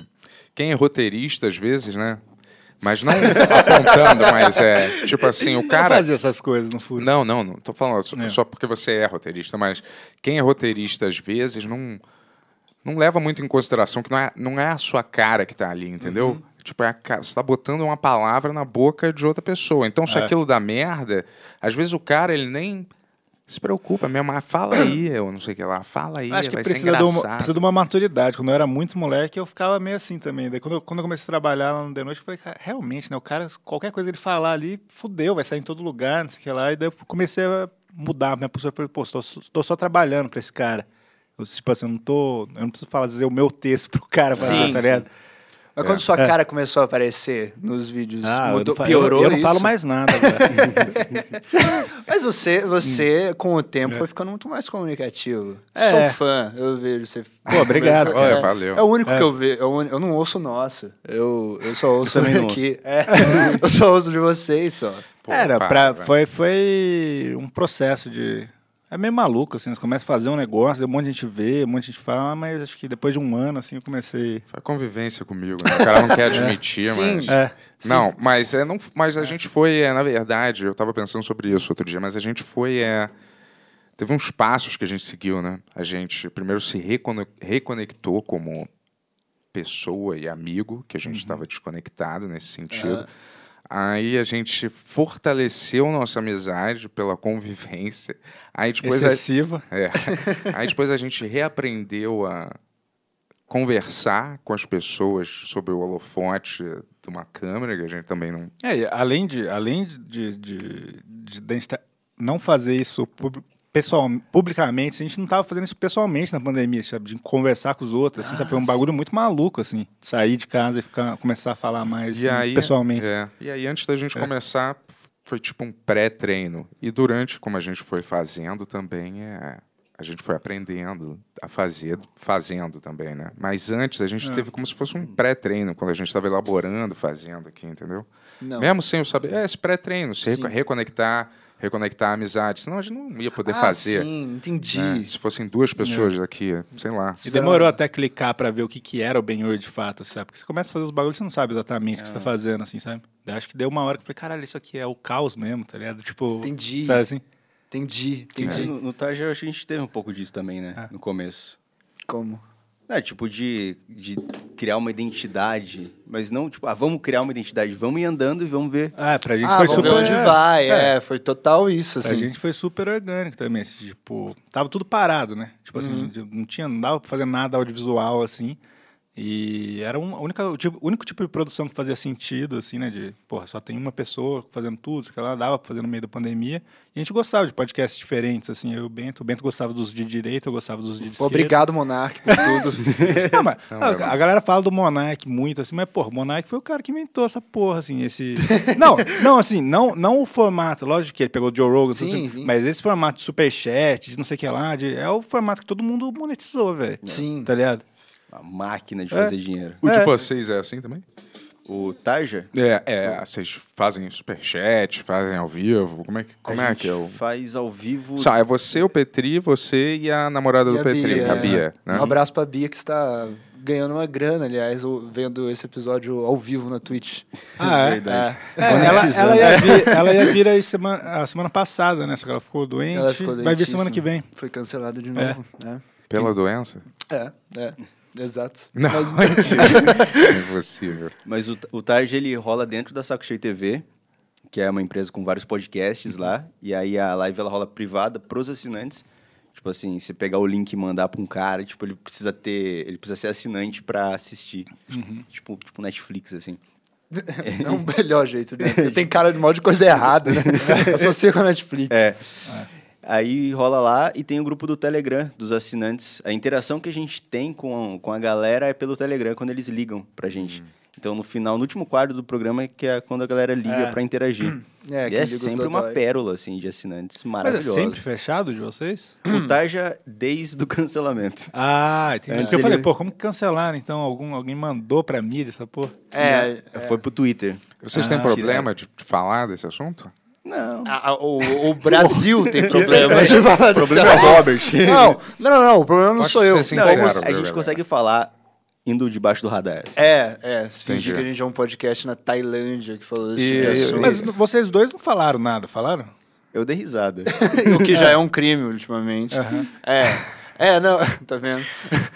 S5: Quem é roteirista, às vezes, né? Mas
S8: [LAUGHS]
S5: não apontando, mas é... Tipo assim, o
S4: Cara,
S5: cara...
S4: fazer essas coisas no furo.
S5: Não, não, não. Tô falando só,
S4: É.
S5: só porque você é roteirista, mas quem é roteirista às vezes não, não leva muito em consideração que não é, não é a sua cara que tá ali, entendeu?
S4: Uhum.
S5: Tipo, é a ca- você tá botando uma palavra na boca de outra pessoa. Então, se
S4: É.
S5: aquilo dá merda, às vezes o cara, ele nem se preocupa mesmo. Ah, fala
S4: [CLEARS THROAT]
S5: aí, eu não sei o que lá. Fala aí,
S4: Acho que
S5: vai
S4: precisa
S5: ser
S4: de,
S5: engraçado.
S4: uma, precisa de uma maturidade. Quando eu era muito moleque, eu ficava meio assim também. Daí quando eu, quando eu comecei a trabalhar lá no The Noite, eu falei, cara, realmente, né? O cara, qualquer coisa ele falar ali, fudeu, vai sair em todo lugar, não sei o que lá. E daí eu comecei a mudar. Minha pessoa falou, pô, tô, tô só trabalhando pra esse cara. Eu, tipo assim, eu não tô. Eu não preciso falar, dizer o meu texto pro cara fazer,
S7: Sim,
S4: tá ligado?
S7: Mas quando sua cara começou a aparecer nos vídeos,
S4: Ah, eu
S7: mudou,
S4: não fa- eu,
S7: piorou
S4: eu não
S7: isso?
S4: falo mais nada. velho.
S7: Mas você, você com o tempo, foi ficando muito mais comunicativo.
S4: É.
S7: Sou fã, eu vejo você.
S4: Pô, obrigado,
S7: É,
S5: cara. Olha, valeu.
S7: É o único que eu vejo. Eu, eu não ouço o nosso. Eu, eu só ouço
S8: também não
S7: aqui. É, [LAUGHS] eu só ouço de vocês só.
S5: Pô,
S4: Era,
S5: para,
S4: pra,
S5: vai.
S4: foi, foi um processo de. É meio maluco, assim, você começa a fazer um negócio, um monte de gente vê, um monte de gente fala, mas acho que depois de um ano, assim, eu comecei.
S5: Foi convivência comigo, né? O cara não
S4: [LAUGHS]
S5: quer admitir,
S7: Sim.
S5: mas...
S4: É,
S5: Não, mas, é, não, mas a gente foi, é, na verdade, eu tava pensando sobre isso outro dia, mas a gente foi. é, teve uns passos que a gente seguiu, né? A gente primeiro se recone- reconectou como pessoa e amigo, que a gente estava desconectado nesse sentido. Aí a gente fortaleceu nossa amizade pela convivência. Aí depois a,
S4: excessiva.
S5: é. [LAUGHS] Aí depois a gente reaprendeu a conversar com as pessoas sobre o holofote de uma câmera, que a gente também não.
S4: É, e além de, além de, de, de- de- da gente tá- não fazer isso pub- pessoal, publicamente, assim, a gente não tava fazendo isso pessoalmente na pandemia, sabe? De conversar com os outros, assim, sabe? Foi um bagulho muito maluco, assim, sair de casa e ficar, começar a falar mais
S5: E
S4: assim,
S5: aí,
S4: pessoalmente.
S5: é. E aí, antes da gente começar, foi tipo um pré-treino. E durante, como a gente foi fazendo também, é, a gente foi aprendendo a fazer, fazendo também, né? Mas antes a gente teve como se fosse um pré-treino, quando a gente estava elaborando, fazendo aqui, entendeu?
S7: Não.
S5: Mesmo sem eu saber. É, esse pré-treino, se reco- reconectar, reconectar a amizade. Senão a gente não ia poder
S7: ah,
S5: fazer.
S7: Sim, entendi.
S5: né? Se fossem duas pessoas daqui, sei lá.
S4: E demorou até clicar pra ver o que, que era o Benhur de fato, sabe? Porque você começa a fazer os bagulhos, você não sabe exatamente o que você tá
S7: É.
S4: fazendo, assim, sabe? Daí acho que deu uma hora que eu falei, caralho, isso aqui é o caos mesmo, tá ligado? Tipo,
S7: Entendi.
S4: sabe assim?
S7: Entendi, entendi.
S4: É.
S8: No, no Tarja, eu acho que a gente teve um pouco disso também, né? No começo.
S7: Como?
S8: É, tipo, de, de criar uma identidade, mas não, tipo, ah, vamos criar uma identidade, vamos ir andando e vamos ver.
S4: Ah, pra gente
S7: Ah,
S4: foi
S7: vamos ver
S4: super...
S7: onde vai. É, foi total isso,
S4: Pra
S7: assim.
S4: gente foi super orgânico também, assim, tipo, tava tudo parado, né? Tipo
S7: Uhum.
S4: assim, de- não tinha, não dava pra fazer nada audiovisual, assim, e era um, a única, o tipo- o único tipo de produção que fazia sentido, assim, né, de, porra, só tem uma pessoa fazendo tudo, sei lá, dava pra fazer no meio da pandemia, e a gente gostava de podcasts diferentes, assim, eu e o Bento, o Bento gostava dos de direita, eu gostava dos de esquerda.
S7: Obrigado, Monark, por
S4: [LAUGHS]
S7: tudo.
S4: Não, mas, ah,
S5: Não,
S4: a-
S5: não.
S4: a galera fala do Monark muito, assim, mas, porra, o Monark foi o cara que inventou essa porra, assim, esse... [LAUGHS] não, não, assim, não, não o formato, lógico que ele pegou o Joe Rogan,
S7: Sim,
S4: tudo,
S7: sim.
S4: mas esse formato de superchat, de não sei o que lá, de, é o formato que todo mundo monetizou, velho.
S7: Sim.
S4: Tá ligado?
S8: A máquina de
S4: É.
S8: fazer dinheiro.
S5: O
S4: É.
S5: de vocês é assim também?
S8: O Tarja,
S5: É, é. Vocês fazem superchat, fazem ao vivo. Como é que, como
S8: a
S5: é,
S8: gente
S5: que é o.
S8: faz ao vivo.
S5: Só, é você, o Petri, você e a namorada
S7: E
S5: do Petri, a Bia.
S7: é.
S5: né?
S7: Um abraço pra Bia, que está ganhando uma grana, aliás, o- vendo esse episódio ao vivo na Twitch.
S4: Ah, é?
S8: Verdade.
S4: É, ela, ela ia vir, ela ia vir aí semana, a semana passada, né? Só que ela ficou doente,
S7: Ela ficou
S4: vai vir
S7: doentíssima.
S4: semana que vem.
S7: Foi cancelado de
S4: É.
S7: novo, né?
S5: Pela doença?
S7: É, é. Exato.
S5: Não,
S7: Mas-
S5: [LAUGHS] mentira. [LAUGHS] Impossível.
S8: Mas o, o Tarja, ele rola dentro da Saco Cheio TV, que é uma empresa com vários podcasts lá. E aí a live, ela rola privada pros assinantes. Tipo assim, você pegar o link e mandar pra um cara, tipo, ele precisa ter... Ele precisa ser assinante pra assistir. Tipo, tipo Netflix, assim.
S7: [LAUGHS] É um melhor jeito,
S5: [LAUGHS]
S7: né? Porque Tem cara de mal de coisa errada, né? Associa com a Netflix.
S8: É. Aí rola lá e tem o grupo do Telegram, dos assinantes. A interação que a gente tem com a, com a galera é pelo Telegram, quando eles ligam pra gente. Então, no final, no último quadro do programa, é que é quando a galera liga pra interagir.
S7: [CLEARS THROAT] É,
S8: e
S7: que
S8: é
S7: liga os
S8: sempre uma
S7: dodói.
S8: pérola, assim, de assinantes
S4: Mas é
S8: maravilhosa.
S4: sempre fechado de vocês?
S8: [CLEARS THROAT] O Tarja desde o cancelamento.
S4: Ah, entendi. Porque eu
S7: Seria-
S4: falei, pô, como que cancelaram, então? Algum, alguém mandou pra mídia essa porra?
S7: É,
S8: Né? Foi pro Twitter.
S5: Vocês têm problema de de falar desse assunto?
S8: Não.
S7: a- a- o, o Brasil [LAUGHS] tem problema tá de falar disso.
S8: problema é o Robert.
S7: Não, não, não, o problema não
S5: Acho
S7: sou
S5: que
S7: eu.
S5: você é
S8: Não,
S5: sincero,
S8: a gente
S5: Gabriel.
S8: consegue falar indo debaixo do radar. assim.
S7: É, é.
S5: Entendi.
S7: Fingir que a gente é um podcast na Tailândia que falou desse
S5: E-
S7: tipo de assunto.
S4: Mas vocês dois não falaram nada, falaram?
S8: Eu dei risada.
S7: [LAUGHS] o que já é um crime ultimamente. É. É, não, [LAUGHS] tá vendo?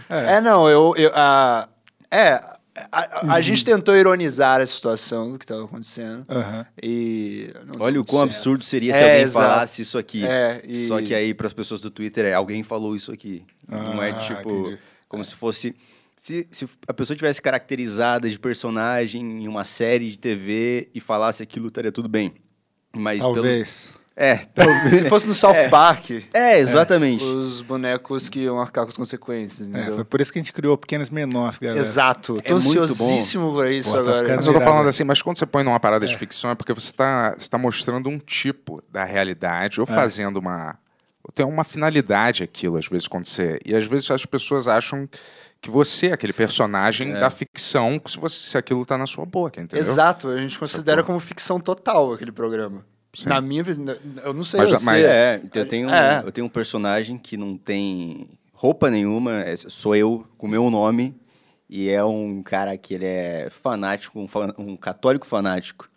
S7: É, não, eu. eu a, é, a, a- a gente tentou ironizar a situação do que tava acontecendo.
S4: Aham.
S7: E. não deu
S8: Olha o
S7: muito
S8: quão
S7: certo.
S8: absurdo seria se
S7: É,
S8: alguém
S7: exato.
S8: falasse isso aqui.
S7: É, e-
S8: Só que aí, para as pessoas do Twitter, é alguém falou isso aqui. Não
S7: Ah,
S8: é tipo. Como se fosse. Se, se a pessoa tivesse caracterizada de personagem em uma série de TV e falasse aquilo, estaria tudo bem. Mas
S4: Talvez.
S8: pelo. É, talvez.
S7: Se fosse no South Park,
S8: É, exatamente.
S7: os bonecos que iam arcar com as consequências,
S4: É,
S7: entendeu?
S4: foi por isso que a gente criou o Pequenas Menor,
S7: né?
S4: galera.
S7: Exato.
S8: É
S7: Tô
S8: muito bom.
S7: ansiosíssimo por isso
S4: Pô, tá
S7: agora.
S4: ficando-
S5: Mas eu tô
S4: Irado.
S5: falando assim, mas quando você põe numa parada de ficção é porque você tá, você tá mostrando um tipo da realidade ou fazendo uma. Tem uma finalidade aquilo, às vezes, quando você. E às vezes as pessoas acham que você é aquele personagem da ficção se, você, se aquilo tá na sua boca, entendeu?
S7: Exato, a gente considera como ficção total aquele programa. Na minha vis- na- eu não sei
S5: Mas-
S7: você.
S5: mas-
S8: É, eu tenho,
S7: É.
S8: eu tenho um personagem que não tem roupa nenhuma, é- sou eu, com meu nome, e é um cara que ele é fanático, um, fa- um católico fanático.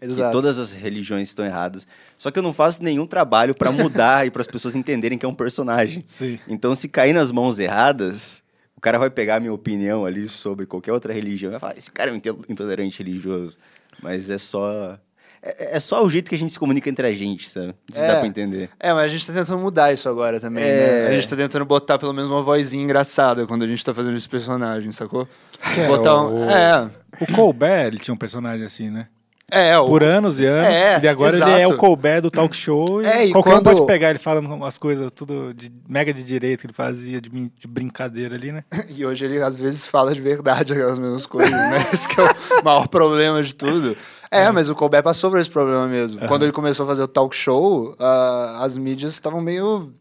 S7: Exato.
S8: Que todas as religiões estão erradas. Só que eu não faço nenhum trabalho pra mudar [LAUGHS] e para as pessoas entenderem que é um personagem.
S4: Sim.
S8: Então, se cair nas mãos erradas, o cara vai pegar a minha opinião ali sobre qualquer outra religião e vai falar: esse cara é um inte- intolerante religioso. Mas é só. É, é só o jeito que a gente se comunica entre a gente, sabe? Não sei se
S7: É.
S8: dá pra entender.
S7: É, mas a gente tá tentando mudar isso agora também, né? A gente tá tentando botar pelo menos uma vozinha engraçada quando a gente tá fazendo esse personagem, sacou?
S4: Que é
S7: botar
S4: o-
S7: um... É,
S4: O Colbert, ele tinha um personagem assim, né?
S7: é, o...
S4: Por anos e anos.
S7: É,
S4: e agora ele é
S7: exato.
S4: o Colbert do talk show. E
S7: É, e
S4: qualquer um
S7: quando-
S4: pode pegar ele falando as coisas tudo de mega de direito que ele fazia, de, brin- de brincadeira ali, né?
S7: E hoje ele às vezes fala de verdade aquelas mesmas coisas, né? [LAUGHS] Esse que é o maior problema de tudo. É, mas o Colbert passou por esse problema mesmo. Quando ele começou a fazer o talk show, ah, as mídias estavam meio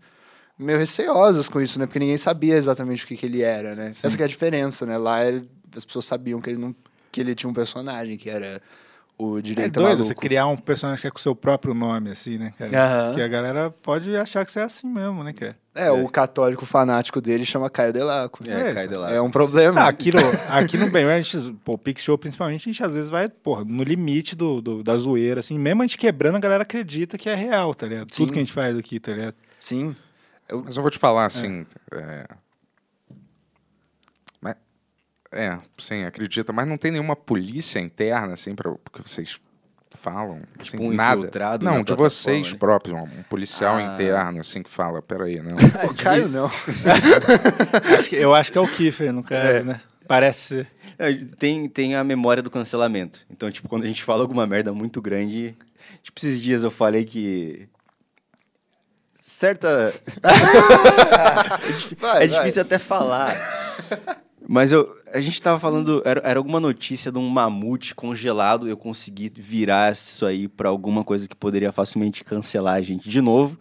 S7: meio receiosos com isso, né? Porque ninguém sabia exatamente o que, que ele era, né? Essa que é a diferença, né? Lá ele- as pessoas sabiam que ele, não, que ele tinha um personagem que era o
S4: É
S7: direito
S4: doido
S7: maluco.
S4: você criar um personagem que é com o seu próprio nome, assim, né, cara?
S7: Aham.
S4: Que a galera pode achar que você é assim mesmo, né, cara?
S7: É, o católico fanático dele chama Caio Delaco.
S8: É,
S4: É,
S8: cai de lá.
S7: É um problema.
S4: Ah, aqui no, aqui no bem, a gente, pô, o Pix Show principalmente, a gente às vezes vai, porra, no limite do, do- da zoeira, assim, mesmo a gente quebrando, a galera acredita que é real, tá ligado?
S7: Sim.
S4: Tudo que a gente faz aqui, tá ligado?
S7: Sim.
S5: Mas eu vou te falar, assim. É. Mas- É, sim, acredita. Mas não tem nenhuma polícia interna, assim, para que vocês falam? assim,
S8: Tipo um
S5: nada.
S8: infiltrado na
S5: não, de
S8: plataforma,
S5: vocês
S8: né?
S5: próprios, um, um policial
S8: Ah. É.
S5: interno, assim, que fala, peraí,
S8: [LAUGHS]
S5: não.
S7: O Caio não.
S4: Acho que- eu acho que é o Kiefer, no caso, né? Parece ser.
S8: É, Tem, tem a memória do cancelamento. Então, tipo, quando a gente fala alguma merda muito grande. Tipo, esses dias eu falei que. Certa.
S7: Vai, vai.
S8: é difícil
S7: [LAUGHS]
S8: até falar. Mas eu, a gente tava falando. Era, era alguma notícia de um mamute congelado. Eu consegui virar isso aí pra alguma coisa que poderia facilmente cancelar a gente de novo.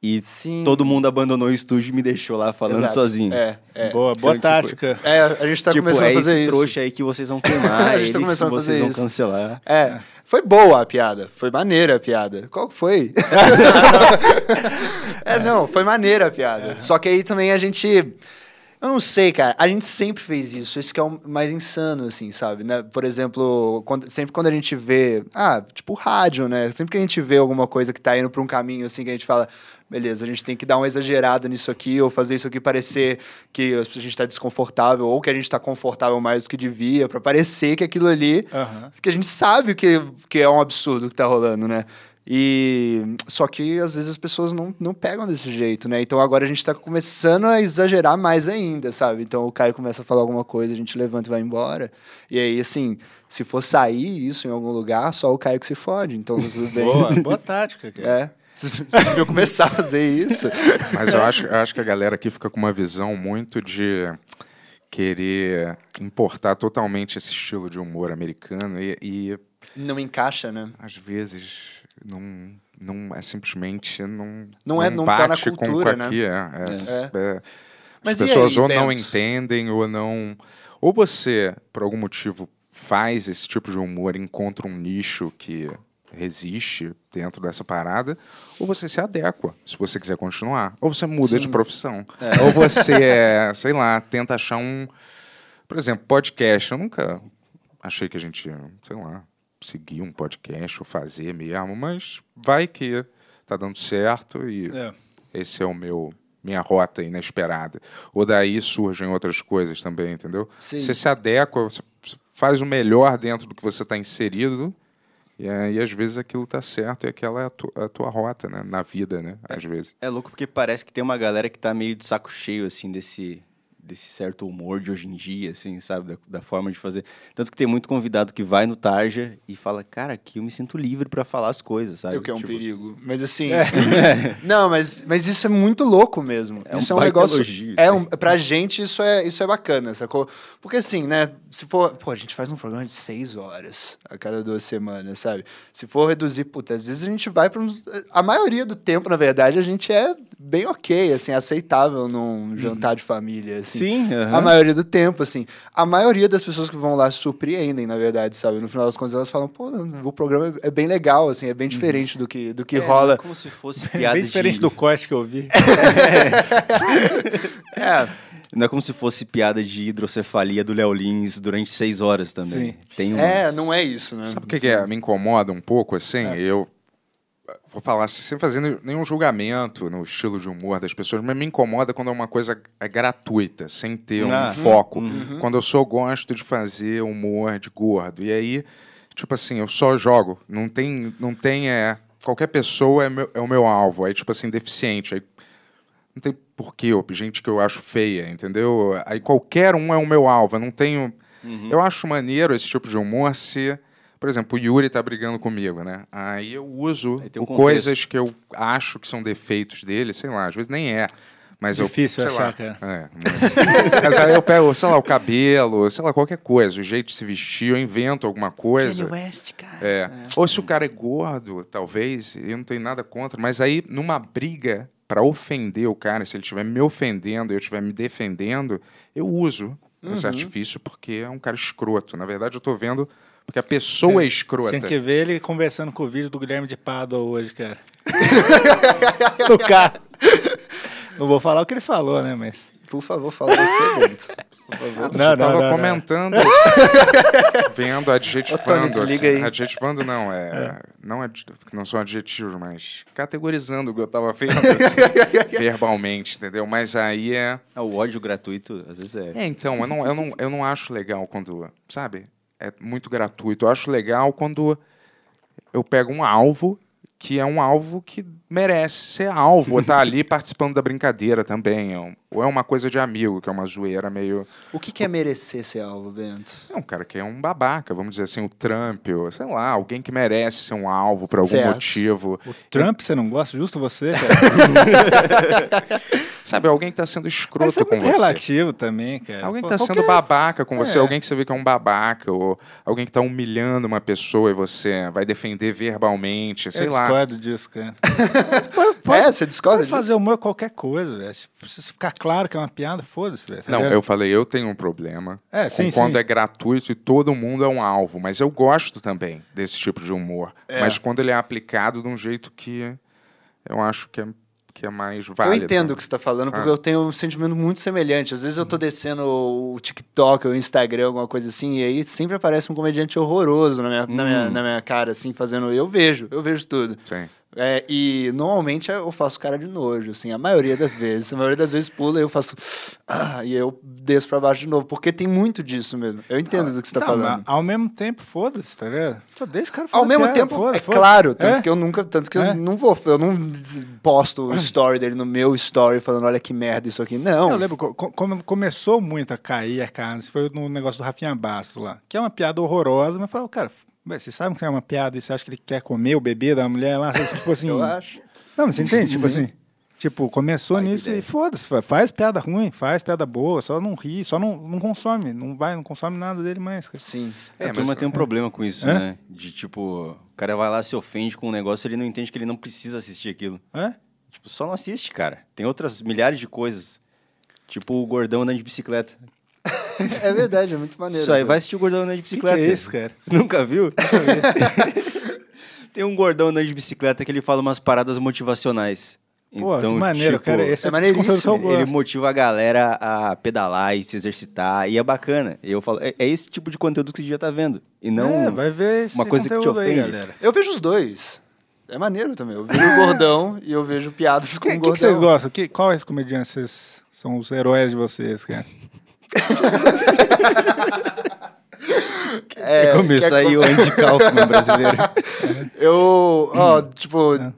S8: E
S7: Sim.
S8: todo mundo abandonou o estúdio e me deixou lá falando
S7: Exato.
S8: sozinho.
S7: É, é.
S4: Boa, boa tática.
S7: É, a gente tá
S8: tipo,
S7: começando
S8: é
S7: a fazer
S8: esse
S7: isso.
S8: trouxa aí que vocês vão queimar,
S7: [LAUGHS] A
S8: é
S7: gente
S8: eles
S7: tá
S8: que
S7: começando a
S8: vocês
S7: fazer
S8: vão
S7: isso.
S8: cancelar.
S7: É, foi boa a piada, foi maneira a piada. Qual que foi? é, não, foi maneira a piada. Só que aí também a gente. Eu não sei, cara. A gente sempre fez isso. Esse que é o mais insano, assim, sabe? Né? Por exemplo, quando- sempre quando a gente vê. Ah, tipo rádio, né? Sempre que a gente vê alguma coisa que tá indo pra um caminho, assim, que a gente fala. Beleza, a gente tem que dar uma exagerada nisso aqui, ou fazer isso aqui parecer que a gente tá desconfortável, ou que a gente tá confortável mais do que devia, pra parecer que aquilo ali
S4: Aham.
S7: que a gente sabe que, que é um absurdo que tá rolando, né? E só que às vezes as pessoas não, não pegam desse jeito, né? Então agora a gente tá começando a exagerar mais ainda, sabe? Então o Caio começa a falar alguma coisa, a gente levanta e vai embora. E aí, assim, se for sair isso em algum lugar, só o Caio que se fode, então tá tudo bem.
S4: Boa, boa tática, cara.
S7: [LAUGHS] É. Você viu começar a fazer isso?
S5: Mas eu acho, eu acho que a galera aqui fica com uma visão muito de querer importar totalmente esse estilo de humor americano e, e,
S7: Não encaixa, né?
S5: às vezes não não é simplesmente não
S7: Não é- não tá na
S5: bate com-
S7: cultura,
S5: com
S7: né?
S5: aqui, é, é, é.
S7: Mas e
S5: As pessoas
S7: aí,
S5: ou não
S7: Bento?
S5: entendem ou não ou você por algum motivo faz esse tipo de humor encontra um nicho que resiste dentro dessa parada ou você se adequa se você quiser continuar ou você muda de profissão ou você é, [LAUGHS] sei lá tenta achar um por exemplo podcast eu nunca achei que a gente sei lá seguir um podcast ou fazer mesmo mas vai que tá dando certo e
S4: É.
S5: esse é o meu minha rota inesperada. Ou daí surgem outras coisas também, entendeu?
S7: Sim.
S5: Você se adequa, você você faz o melhor dentro do que você está inserido. E aí, às vezes, aquilo tá certo e aquela é a, tu- a tua rota, né? Na vida, né? Às vezes.
S8: É louco porque parece que tem uma galera que tá meio de saco cheio, assim, desse, desse certo humor de hoje em dia, assim, sabe? Da, da forma de fazer. Tanto que tem muito convidado que vai no Tarja e fala, cara, aqui eu me sinto livre pra falar as coisas, sabe?
S7: O que é um
S8: Tipo,
S7: perigo. Mas assim. [LAUGHS] não, mas, mas isso é muito louco mesmo.
S8: É um
S7: isso é um
S8: baita
S7: negócio.
S8: elogio,
S7: é
S8: isso
S7: um, pra gente, isso é, isso é bacana, sacou? Porque assim, né? Se for. Pô, a gente faz um programa de seis horas a cada duas semanas, sabe? Se for reduzir, puta, às vezes a gente vai pra uns. A maioria do tempo, na verdade, a gente é bem ok, assim, aceitável num jantar de família, assim.
S8: Uhum. Sim, aham.
S7: A maioria do tempo, assim. A maioria das pessoas que vão lá surpreendem, na verdade, sabe? No final das contas, elas falam, pô, o programa é é bem legal, assim, é
S5: Uhum.
S7: bem diferente do que, do que
S8: É,
S7: rola.
S8: Como se fosse piada
S4: Bem diferente
S8: de...
S4: do corte que eu vi.
S8: Não é como se fosse piada de hidrocefalia do Léo Lins durante seis horas também.
S4: Sim.
S8: Tem um...
S7: É, não é isso, né?
S5: Sabe o que, que é? Me incomoda um pouco, assim? Eu vou falar assim, sem fazer nenhum julgamento no estilo de humor das pessoas, mas me incomoda quando é uma coisa é gratuita, sem ter um
S8: Ah.
S5: foco. Quando eu só gosto de fazer humor de gordo. E aí, tipo assim, eu só jogo. Não tem. Não tem é, qualquer pessoa é, meu- é o meu alvo. Aí, tipo assim, deficiente. Aí não tem porquê, ó, gente que eu acho feia, entendeu? Aí qualquer um é o meu alvo, eu não tenho...
S8: Uhum.
S5: Eu acho maneiro esse tipo de humor se... Por exemplo, o Yuri tá brigando comigo, né? Aí eu uso
S8: Aí tem um
S5: o
S8: contexto.
S5: coisas que eu acho que são defeitos dele, sei lá, às vezes nem é. Mas
S4: Difícil
S5: eu, sei lá,
S4: achar, cara.
S5: é, mas- mas aí eu pego, sei lá, o cabelo, sei lá, qualquer coisa, o jeito de se vestir, eu invento alguma coisa. É. Ou se o cara é gordo, talvez, eu não tenho nada contra, mas aí numa briga para ofender o cara, se ele estiver me ofendendo, eu estiver me defendendo, eu uso esse artifício porque é um cara escroto. Na verdade, eu tô vendo porque a pessoa é, escrota.
S4: Tem que ver ele conversando com o vídeo do Guilherme de Pádua hoje, cara. [LAUGHS] no carro. Não vou falar o que ele falou, né, mas...
S7: Por favor, fala
S5: [LAUGHS]
S7: você, Bento. Por favor.
S5: Eu só
S4: Não, não,
S5: tava
S4: não, não.
S5: comentando, vendo,
S7: Ô, Tony,
S5: adjetivando.
S7: desliga
S5: assim.
S7: aí.
S5: Adjetivando não, é, Não, ad, não são adjetivos, mas categorizando o que eu tava vendo, assim, verbalmente, entendeu? Mas aí é...
S8: Ah, o ódio gratuito, às vezes é.
S5: É, então, eu não, eu, não, eu não acho legal quando, sabe? É muito gratuito. Eu acho legal quando eu pego um alvo que é um alvo que merece ser alvo,
S4: [LAUGHS]
S5: ou tá ali participando da brincadeira também. ou- Ou é uma coisa de amigo, que é uma zoeira meio.
S7: O que, que é merecer ser alvo, Bento?
S5: É um cara que é um babaca, vamos dizer assim, o Trump, ou sei lá, alguém que merece ser um alvo por algum
S7: Certo.
S5: motivo.
S4: O Trump, você não gosta? Justo
S7: [LAUGHS]
S4: você, cara.
S5: Sabe, alguém que tá sendo escroto
S4: Mas isso é
S5: com
S4: muito
S5: você.
S4: relativo também,
S8: É.
S4: cara.
S5: Alguém que
S4: Pô,
S5: tá
S4: qualquer-
S5: sendo babaca com você,
S4: É.
S5: alguém que você vê que é um babaca, ou alguém que tá humilhando uma pessoa e você vai defender verbalmente, sei
S4: eu
S5: lá.
S4: discordo disso, cara.
S7: é, você discorda
S4: Pode
S7: disso?
S4: fazer humor qualquer coisa, velho. Tipo, Se ficar claro que é uma piada, foda-se, velho. tá
S5: Não,
S4: ligado?
S5: eu falei, eu tenho um problema
S4: É,
S5: com
S4: sim,
S5: quando
S4: sim.
S5: é gratuito e todo mundo é um alvo, mas eu gosto também desse tipo de humor. Mas quando ele é aplicado de um jeito que eu acho que é, que é mais válido.
S7: Eu entendo o que você tá falando, porque
S5: Ah. Uhum.
S7: eu tenho um sentimento muito semelhante. Às vezes eu tô descendo o TikTok ou o Instagram, alguma coisa assim, e aí sempre aparece um comediante horroroso na minha, na
S5: Hum.
S7: minha, na minha cara, assim, fazendo. Eu vejo, eu vejo tudo.
S5: Sim.
S7: É, e normalmente eu faço cara de nojo, assim, a maioria das vezes. A maioria das vezes pula e eu faço. [SNIFFS] Ah, e eu desço pra baixo de novo, porque tem muito disso mesmo. Eu entendo do que você tá
S4: Não,
S7: falando.
S4: Ah, então, mas ao mesmo tempo, foda-se, tá ligado? Só deixa o cara fazer
S7: Ao mesmo
S4: piada,
S7: tempo,
S4: foda,
S7: é
S4: foda.
S7: claro, tanto
S4: É?
S7: que eu nunca, tanto que
S4: É.
S7: eu não vou, eu não des- posto
S4: [SNIFFS]
S7: o story dele no meu story falando, olha que merda isso aqui. Não.
S4: Eu lembro, co- co- como começou muito a cair a casa, foi no negócio do Rafinha Bastos lá, que é uma piada horrorosa, mas falou, cara, velho, vocês sabem que é uma piada e você acha que ele quer comer o bebê da mulher lá? Tipo assim,
S7: [LAUGHS] Eu acho.
S4: Não, mas você entende? tipo assim. Tipo, começou
S8: Vai,
S4: nisso
S8: ideia.
S4: e foda-se, fa- faz piada ruim, faz piada boa, só não ri, só não, não consome, não vai, não consome nada dele mais. cara. [LAUGHS]
S7: Sim.
S8: É,
S5: É,
S8: a turma
S5: mas-
S8: tem um problema com isso,
S4: É?
S8: né? De tipo, o cara vai lá, se ofende com um negócio, ele não entende que ele não precisa assistir aquilo.
S4: É?
S8: Tipo, só não assiste, cara. Tem outras milhares de coisas. Tipo o gordão andando de bicicleta.
S7: É verdade, é muito maneiro.
S8: Isso aí,
S7: velho.
S8: vai assistir o gordão andando de
S4: Que que
S8: bicicleta.
S4: é isso, cara?
S8: Você nunca viu? [LAUGHS] Tem um gordão andando de bicicleta que ele fala umas paradas motivacional.
S4: Pô, que maneiro,
S8: tipo,
S4: cara. Esse
S7: é
S4: é o tipo de conteúdo que eu
S7: maneiríssimo,
S4: gosto.
S8: ele motiva a galera a pedalar e se exercitar. E é bacana. E eu falo, é, é esse tipo de conteúdo que você já tá vendo. E não.
S4: É, vai ver esse
S8: uma coisa que te
S4: conteúdo aí,
S8: ofende.
S4: galera.
S7: Eu vejo os dois. É maneiro também. Eu vejo o gordão e eu vejo
S4: [LAUGHS]
S7: piadas
S4: O que,
S7: com o
S4: que
S7: gordão.
S4: que vocês gostam? Que, qual é esse comediante? Vocês são os heróis de vocês, cara.
S7: É,
S8: Quer começar
S7: quer
S8: aí o Andy
S4: [LAUGHS]
S8: Kaufman brasileiro.
S7: Eu, ó,
S4: Hum.
S7: tipo.
S4: É.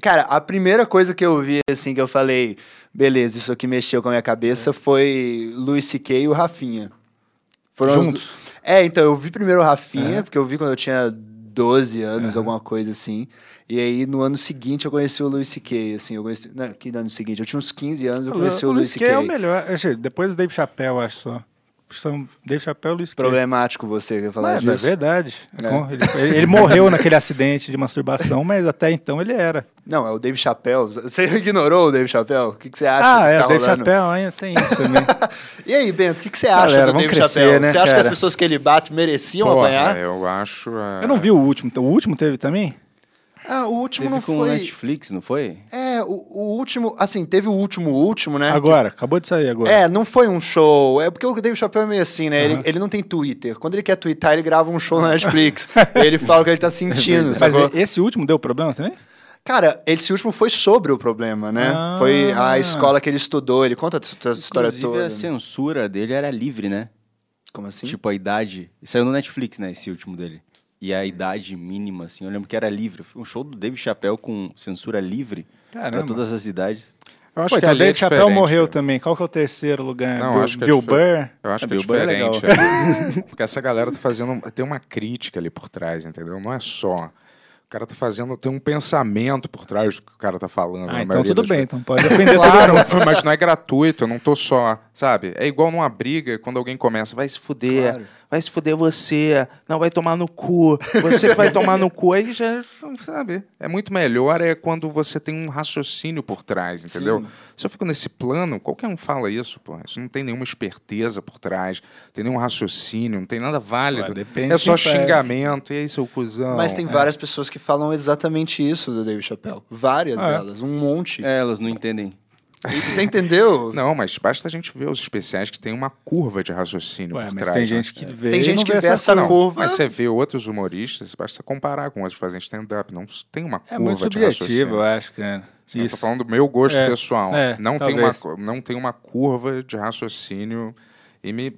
S7: Cara, a primeira coisa que eu vi, assim, que eu falei, beleza, isso aqui mexeu com a minha
S4: É.
S7: cabeça, foi Luiz C.K. e o Rafinha. os
S4: Juntos? É.
S7: do- É, então, eu vi primeiro o Rafinha, porque eu vi quando eu tinha 12 anos, alguma coisa assim. E aí, no ano seguinte, eu conheci o Luiz C.K., assim, eu conheci... Não, que ano seguinte? Eu tinha uns 15 anos, eu conheci o,
S4: Luiz
S7: Luiz
S4: Kay
S7: C.K.
S4: é o melhor. Achei, Depois do Dave Chappelle, acho só. São Dave Chappelle e Luiz Kay.
S7: Problemático você quer falar
S4: Mas é
S7: disso.
S4: verdade.
S7: É.
S4: Com- Ele, ele- ele morreu naquele acidente de masturbação, mas até então ele era.
S7: Não, é o Dave Chappelle. Você [LAUGHS] ignorou o Dave Chappelle? O que, que você acha
S4: ah,
S7: que
S4: é,
S7: tá
S4: o Dave
S7: rolando?
S4: Chappelle ainda tem isso
S7: [LAUGHS]
S4: também.
S7: E aí, Bento, o que, que você acha
S4: Galera,
S7: do
S4: vamos
S7: Dave
S4: crescer,
S7: Chappelle?
S4: né,
S7: você acha que
S4: cara?
S7: as pessoas que ele bate
S8: um
S7: mereciam
S5: Porra,
S4: um
S7: apanhar?
S5: eu acho. é,
S4: Eu não vi o último. O último teve também?
S7: Ah, o último
S8: Teve
S7: não
S8: com o
S7: foi...
S8: Netflix, não foi?
S7: É, o, o último... Assim, teve o último, o último, né?
S4: Agora, acabou de sair agora.
S7: É, não foi um show. É porque o Dave Chappelle é meio assim, né? Ele, ele não tem Twitter. Quando ele quer twittar, ele grava um show na
S4: [LAUGHS]
S7: Netflix. ele fala o que ele tá sentindo,
S4: É mas
S7: sacou?
S4: e- esse último deu problema também?
S7: Cara, esse último foi sobre o problema, né?
S4: Ah. assim,
S7: Foi a escola que ele estudou. Ele conta a história
S8: Inclusive,
S4: né?
S7: toda.
S8: a censura dele era livre, né?
S7: Como assim?
S8: Tipo, a idade. Saiu no Netflix, né? Esse último dele. E a idade mínima, assim. Eu lembro que era livre. Foi um show do Dave Chappelle com censura livre
S4: Caramba.
S8: pra todas as idades.
S5: Eu acho
S4: Pô,
S5: que
S4: então o
S5: ali é
S4: Dave Chappelle
S5: diferente,
S4: morreu
S5: cara.
S4: também. Qual que é o terceiro lugar?
S5: Não,
S4: Bill,
S5: acho que é
S4: Bill
S5: difer-
S4: Burr?
S5: Eu acho
S4: Ah,
S5: que é
S4: Bill Burr
S5: diferente.
S4: legal. [LAUGHS]
S5: é. Porque essa galera tá fazendo. Tem uma crítica ali por trás, entendeu? Não é só. O cara tá fazendo. Tem um pensamento por trás do que o cara tá falando.
S4: Ah,
S5: na
S4: então
S5: maioria
S4: tudo
S5: das
S4: bem.
S5: vezes.
S4: Então pode
S7: [LAUGHS]
S4: defender
S5: Claro, [LAUGHS]
S4: todo mundo.
S5: mas não é gratuito, eu não tô só, sabe? É igual numa briga, quando alguém começa, vai se fuder, vai se fuder você, não vai tomar no cu, você que vai tomar no cu, aí já, sabe? É muito melhor é quando você tem um raciocínio por trás, entendeu? Se eu fico nesse plano, qualquer um fala isso, pô. Isso não tem nenhuma esperteza por trás, não tem nenhum raciocínio, não tem nada válido.
S4: Ué, depende
S5: é só
S4: quem faz.
S5: xingamento, e aí, seu cuzão?
S7: Mas tem várias pessoas que falam exatamente isso do David Chappelle. Várias delas, um monte.
S8: É, elas não entendem.
S7: E Você entendeu?
S5: Não, mas basta a gente ver os especiais que tem uma curva de raciocínio
S4: Ué,
S5: por
S4: mas
S5: trás.
S4: tem
S5: né?
S4: gente que vê.
S7: Tem
S4: e
S7: gente
S4: não
S7: que
S4: vê
S7: vê essa
S5: Não,
S7: curva.
S5: Mas você vê outros humoristas, basta comparar com outros que fazem stand-up. Não s- tem uma curva
S4: É muito
S5: de
S4: subjetivo, eu
S5: raciocínio.
S4: acho, cara.
S5: Sim, Assim, Eu tô
S4: Isso.
S5: falando do meu gosto
S4: É,
S5: pessoal.
S4: é,
S5: não, tem uma,
S4: talvez.
S5: cu- não tem uma curva de raciocínio e me,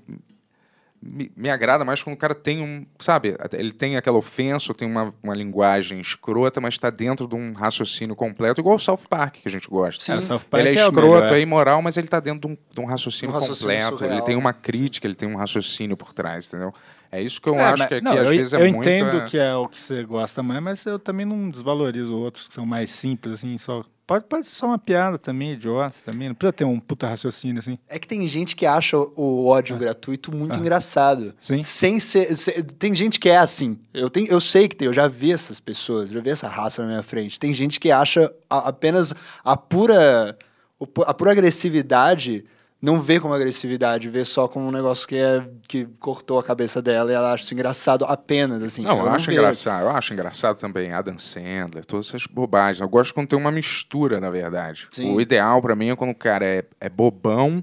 S5: me, me agrada mais quando o cara tem um... Sabe, até ele tem aquela ofensa, ou tem uma, uma linguagem escrota, mas está dentro de um raciocínio completo, igual o South Park, que a gente gosta.
S4: Cara, o South Park
S5: Ele é
S4: o
S5: escroto,
S4: melhor.
S5: é imoral, mas ele tá dentro de um, de um raciocínio,
S7: Um raciocínio
S5: completo.
S7: surreal. né?
S5: Ele tem uma crítica, ele tem um raciocínio por trás, entendeu? É isso que eu
S4: É,
S5: acho
S4: mas-
S5: que aqui
S4: não,
S5: às
S4: eu,
S5: vezes é
S4: eu
S5: muito.
S4: entendo
S5: é,
S4: que é o que você gosta mais, mas eu também não desvalorizo outros que são mais simples, assim, só. Pode, pode ser só uma piada também, idiota também. Não precisa ter um puta raciocínio, assim.
S7: É que tem gente que acha o ódio
S5: É.
S7: gratuito muito engraçado.
S4: Sim.
S7: Sem ser, se- tem gente que é assim. Eu, tenho, eu sei que tem, eu já vi essas pessoas, já vi essa raça na minha frente. Tem gente que acha a- apenas a pura, o pu- a pura agressividade, não vê como agressividade, vê só como um negócio que, é, que cortou a cabeça dela e ela acha isso engraçado apenas, assim.
S8: Então,
S5: Não, eu
S7: Ela
S5: acho
S7: vê.
S5: engraçado. Eu acho engraçado também Adam Sandler, todas essas bobagens. Eu gosto quando tem uma mistura, na verdade.
S7: Sim.
S5: O ideal pra mim é quando o cara é, é bobão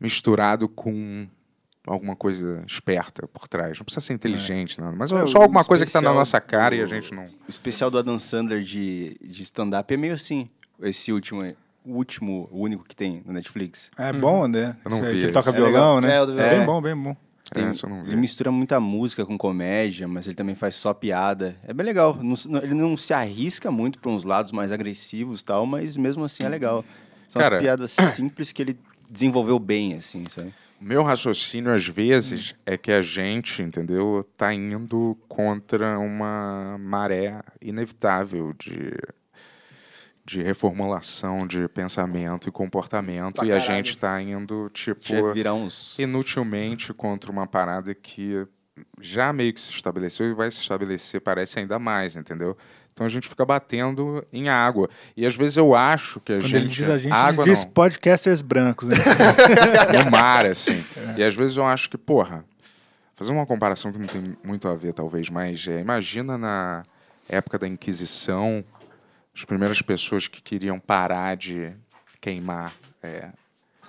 S5: misturado com alguma coisa esperta por trás. Não precisa ser inteligente, não. Mas
S8: É,
S5: só
S8: o
S5: alguma coisa que tá na
S8: especial
S5: nossa cara e a
S8: do-
S5: gente não.
S8: O especial do Adam Sandler de, de stand-up é meio assim. Esse último, aí. o último, o único que tem no Netflix.
S4: É bom, né?
S5: Uhum. Eu não
S4: Isso aí, que
S5: vi
S4: ele
S5: esse.
S4: toca
S5: É
S4: violão,
S7: legal.
S4: né?
S7: É, o do violão.
S4: Bem bom, bem bom.
S8: Tem-
S5: Essa eu não vi.
S8: Ele mistura muita música com comédia, mas ele também faz só piada. É bem legal. Não se- não- ele não se arrisca muito para uns lados mais agressivos e tal, mas mesmo assim é legal. São
S5: Cara-
S8: as piadas simples que ele desenvolveu bem, assim, sabe?
S5: O meu raciocínio, às vezes, é que a gente, entendeu, tá indo contra uma maré inevitável de, de reformulação de pensamento e comportamento. e a gente tá indo, tipo,
S8: Chega a virar uns.
S5: inutilmente contra uma parada que já meio que se estabeleceu e vai se estabelecer, parece, ainda mais, entendeu? Então a gente fica batendo em água. E às vezes eu acho que a
S4: Quando
S5: gente.
S4: ele diz a gente,
S5: água,
S4: ele diz
S5: não
S4: podcasters brancos,
S5: [LAUGHS]
S4: né?
S5: no mar, assim. E às vezes eu acho que, porra, fazer uma comparação que não tem muito a ver, talvez, mas é, imagina na época da Inquisição, as primeiras pessoas que queriam parar de queimar. é,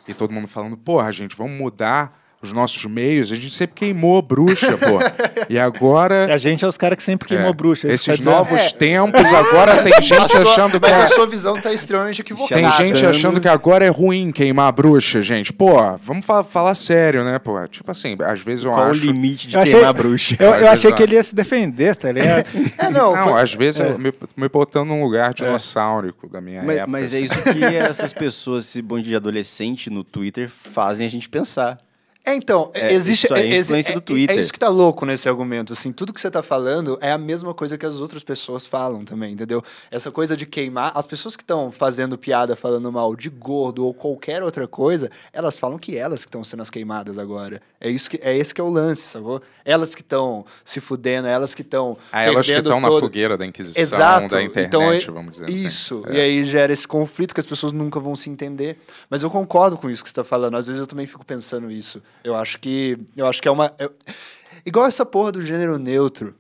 S5: e todo mundo falando, porra, gente, vamos mudar os nossos meios. A gente sempre queimou bruxa, porra. E agora.
S4: a gente é os caras que sempre queimou
S5: é,
S4: bruxa. é isso que
S5: esses
S4: tá dizendo.
S5: novos tempos,
S4: [LAUGHS]
S5: agora tem
S7: A
S5: gente
S7: sua-
S5: achando que
S7: mas
S5: é-
S7: a sua visão tá extremamente equivocada.
S5: tem gente achando que agora é ruim queimar a bruxa, gente. Pô, vamos fa- falar sério, né, pô? Tipo assim, às vezes eu
S8: Qual
S5: acho.
S8: o limite de
S4: Eu achei-
S8: queimar a bruxa?
S4: Eu,
S5: Às
S4: eu achei
S5: vezes
S4: que ele ia se defender, tá ligado?
S7: É, não,
S5: Não,
S7: foi-
S5: às vezes eu me, me botando num lugar dinossaurico da minha
S8: é. Mas,
S5: época.
S8: mas é
S5: assim.
S8: isso que essas pessoas, esse bonde de adolescente no Twitter, fazem a gente pensar.
S7: É, então,
S8: É,
S7: existe.
S8: isso aí é
S7: é,
S8: influência
S7: é-
S8: do Twitter.
S7: é isso que tá louco nesse argumento. Assim, tudo que você tá falando é a mesma coisa que as outras pessoas falam também, entendeu? Essa coisa de queimar. As pessoas que estão fazendo piada, falando mal de gordo ou qualquer outra coisa, elas falam que elas que estão sendo as queimadas agora. É isso que é esse que é o lance, sacou? Elas que estão se fudendo, elas que estão.
S5: Ah, elas que
S7: perdendo
S5: estão na
S7: todo-
S5: fogueira da Inquisição,
S7: Exato.
S5: da internet,
S7: então, é-
S5: vamos dizer assim.
S7: Isso. E aí gera esse conflito que as pessoas nunca vão se entender. Mas eu concordo com isso que você está falando. Às vezes eu também fico pensando isso. Eu acho que. Eu acho que é uma. eu- Igual essa porra do gênero neutro.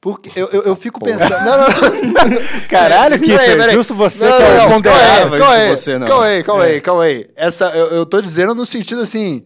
S7: Porque eu, eu, eu fico pensando. Não, não,
S4: [LAUGHS]
S7: não.
S4: Caralho, Kiko,
S7: Peraí, peraí.
S4: justo você
S7: Não,
S4: que é
S7: não,
S4: o
S7: não, calma aí,
S8: ponderável
S7: calma aí,
S8: de você, não.
S7: Calma aí, calma
S5: É.
S7: aí, calma aí. Essa, eu, eu tô dizendo no sentido assim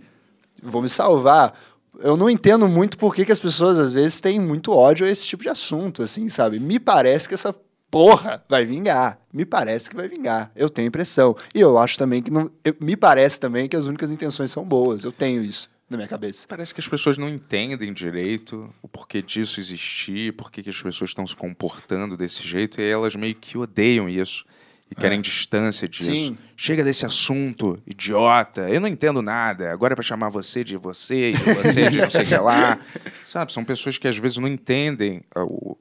S7: vou me salvar. Eu não entendo muito por que, que as pessoas às vezes têm muito ódio a esse tipo de assunto, assim, sabe? Me parece que essa porra vai vingar. Me parece que vai vingar. Eu tenho impressão. E eu acho também que não. eu- me parece também que as únicas intenções são boas. Eu tenho isso na minha cabeça.
S5: Parece que as pessoas não entendem direito o porquê disso existir, por que que as pessoas estão se comportando desse jeito, e elas meio que odeiam isso e
S4: É.
S5: querem distância disso.
S7: Sim.
S5: Chega desse assunto, idiota, eu não entendo nada, agora é pra chamar você de você, e de você de não sei o
S4: [LAUGHS]
S5: que lá. Sabe, são pessoas que às vezes não entendem ah, o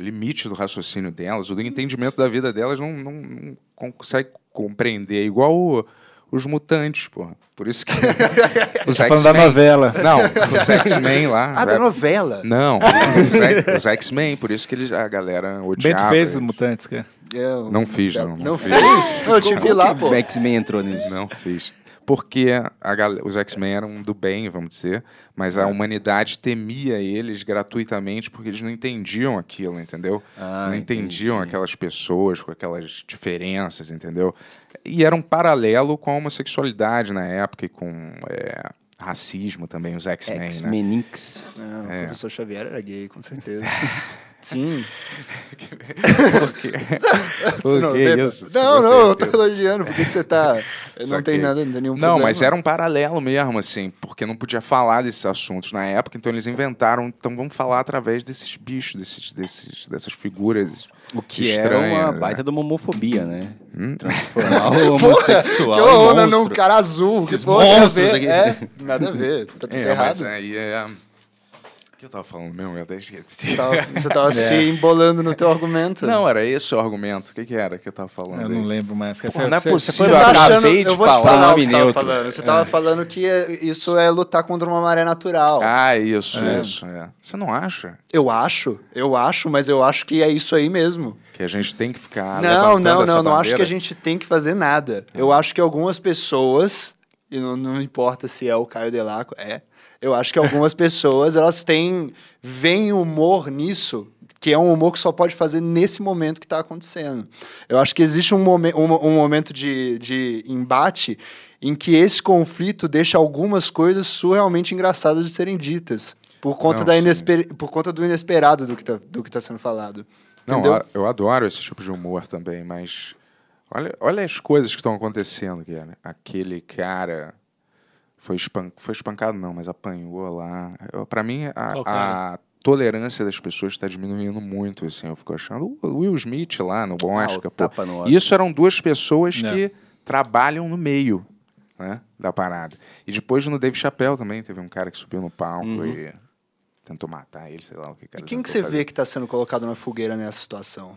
S5: limite do raciocínio delas, o do entendimento da vida delas, não, não, não consegue compreender. Igual o- os os mutantes, porra.
S4: [LAUGHS]
S5: Por isso que. [LAUGHS] os
S4: Tá Falando da
S5: X-Men.
S4: novela.
S5: Não, os X-Men lá.
S7: Ah, da novela?
S5: Não, os X- os X-Men, por isso que eles, a galera odiava.
S4: Bento fez os
S5: eles.
S4: mutantes, cara.
S7: É, Eu-
S5: Não fiz,
S7: Não,
S5: não. Não,
S7: fez? Eu te vi lá, pô.
S8: O X-Men entrou nisso.
S5: Não fiz. Porque a gal- os X-Men eram do bem, vamos dizer, mas
S8: É.
S5: a humanidade temia eles gratuitamente porque eles não entendiam aquilo, entendeu?
S8: Ah,
S5: não entendiam
S8: entendi.
S5: aquelas pessoas com aquelas diferenças, entendeu? E era um paralelo com a homossexualidade na época e com é, racismo também, os X-Men, né?
S8: X-Menix.
S7: Não,
S5: É.
S7: o professor Xavier era gay,
S5: [LAUGHS]
S7: com certeza. Sim.
S5: Porque...
S7: [LAUGHS] Você não, vê, pô? não, não, eu tô elogiando. Por que, que
S5: [LAUGHS]
S7: você tá. Não tem
S5: Saquei.
S7: nada, não tem nenhum
S5: Não,
S7: problema.
S5: mas era um paralelo mesmo, assim, porque não podia falar desses assuntos na época, então eles inventaram, então vamos falar através desses bichos, desses, desses, dessas figuras.
S8: O que
S5: estranhas,
S8: era uma
S5: né?
S8: baita de uma homofobia, né? Transformar o
S5: um
S8: homossexual
S7: Que
S8: em
S7: horror, não,
S8: monstro.
S7: um cara azul. Que
S8: Esses
S7: porra, nada a
S8: monstros
S7: ver.
S8: aqui.
S5: [LAUGHS]
S7: É, nada a ver. Tá tudo
S5: É,
S7: errado.
S5: mas aí é. O que eu tava falando mesmo? Eu até
S7: [LAUGHS]
S5: esqueci.
S7: Tava- você
S5: [LAUGHS]
S7: tava se embolando no teu argumento.
S5: É. Não, era esse o argumento. O que, que era que eu tava falando?
S4: Eu
S5: aí?
S4: não lembro mais. cara.
S5: Porra,
S4: Você-
S5: não é
S4: você-
S5: possível.
S4: você
S7: Você
S5: Eu
S7: tá
S5: acabei
S7: achando,
S5: de
S7: eu vou te
S5: falar,
S7: falar o que
S5: nome
S7: você tava
S5: neutro.
S7: falando. Você tava falando que é- isso é lutar contra uma maré natural.
S5: Ah, isso, isso. é. Você não acha
S7: Eu acho, eu acho, mas eu acho que é isso aí mesmo.
S5: que a gente tem que ficar.
S7: não,
S5: levantando
S7: não,
S5: essa
S7: não, não acho
S5: bandeira? Ah.
S7: que a gente tem que fazer nada. Eu acho que algumas pessoas, e não, não importa se é o Caio Delaco, é. Eu acho
S5: [LAUGHS]
S7: que algumas pessoas, elas têm, veem humor nisso, que é um humor que só pode fazer nesse momento que tá acontecendo. Eu acho que existe um, momen- um, um momento de, de embate em que esse conflito deixa algumas coisas surrealmente engraçadas de serem ditas. Por conta,
S5: Não,
S7: da
S5: sim.
S7: inesper, por conta do inesperado do que tá, do que tá sendo falado.
S5: Não,
S7: Entendeu?
S5: a- eu adoro esse tipo de humor também, mas olha, olha as coisas que estão acontecendo, Guilherme. Aquele cara foi, espan- foi espancado, não, mas apanhou lá. Eu- Pra mim,
S4: Qual
S5: a,
S4: cara?
S5: a tolerância das pessoas está diminuindo muito, assim. Eu fico achando. O Will Smith lá
S7: Ah,
S5: no Oscar,
S8: o
S5: pô.
S8: tapa no Oscar.
S5: Isso eram duas pessoas
S4: Não.
S5: que trabalham no meio. Né, da parada. E depois no Dave Chappelle também teve um cara que subiu no palco e tentou matar ele, sei lá o que
S7: Uhum. E
S5: cara
S7: quem que você
S5: tentou fazer.
S7: vê que está sendo colocado na fogueira nessa situação?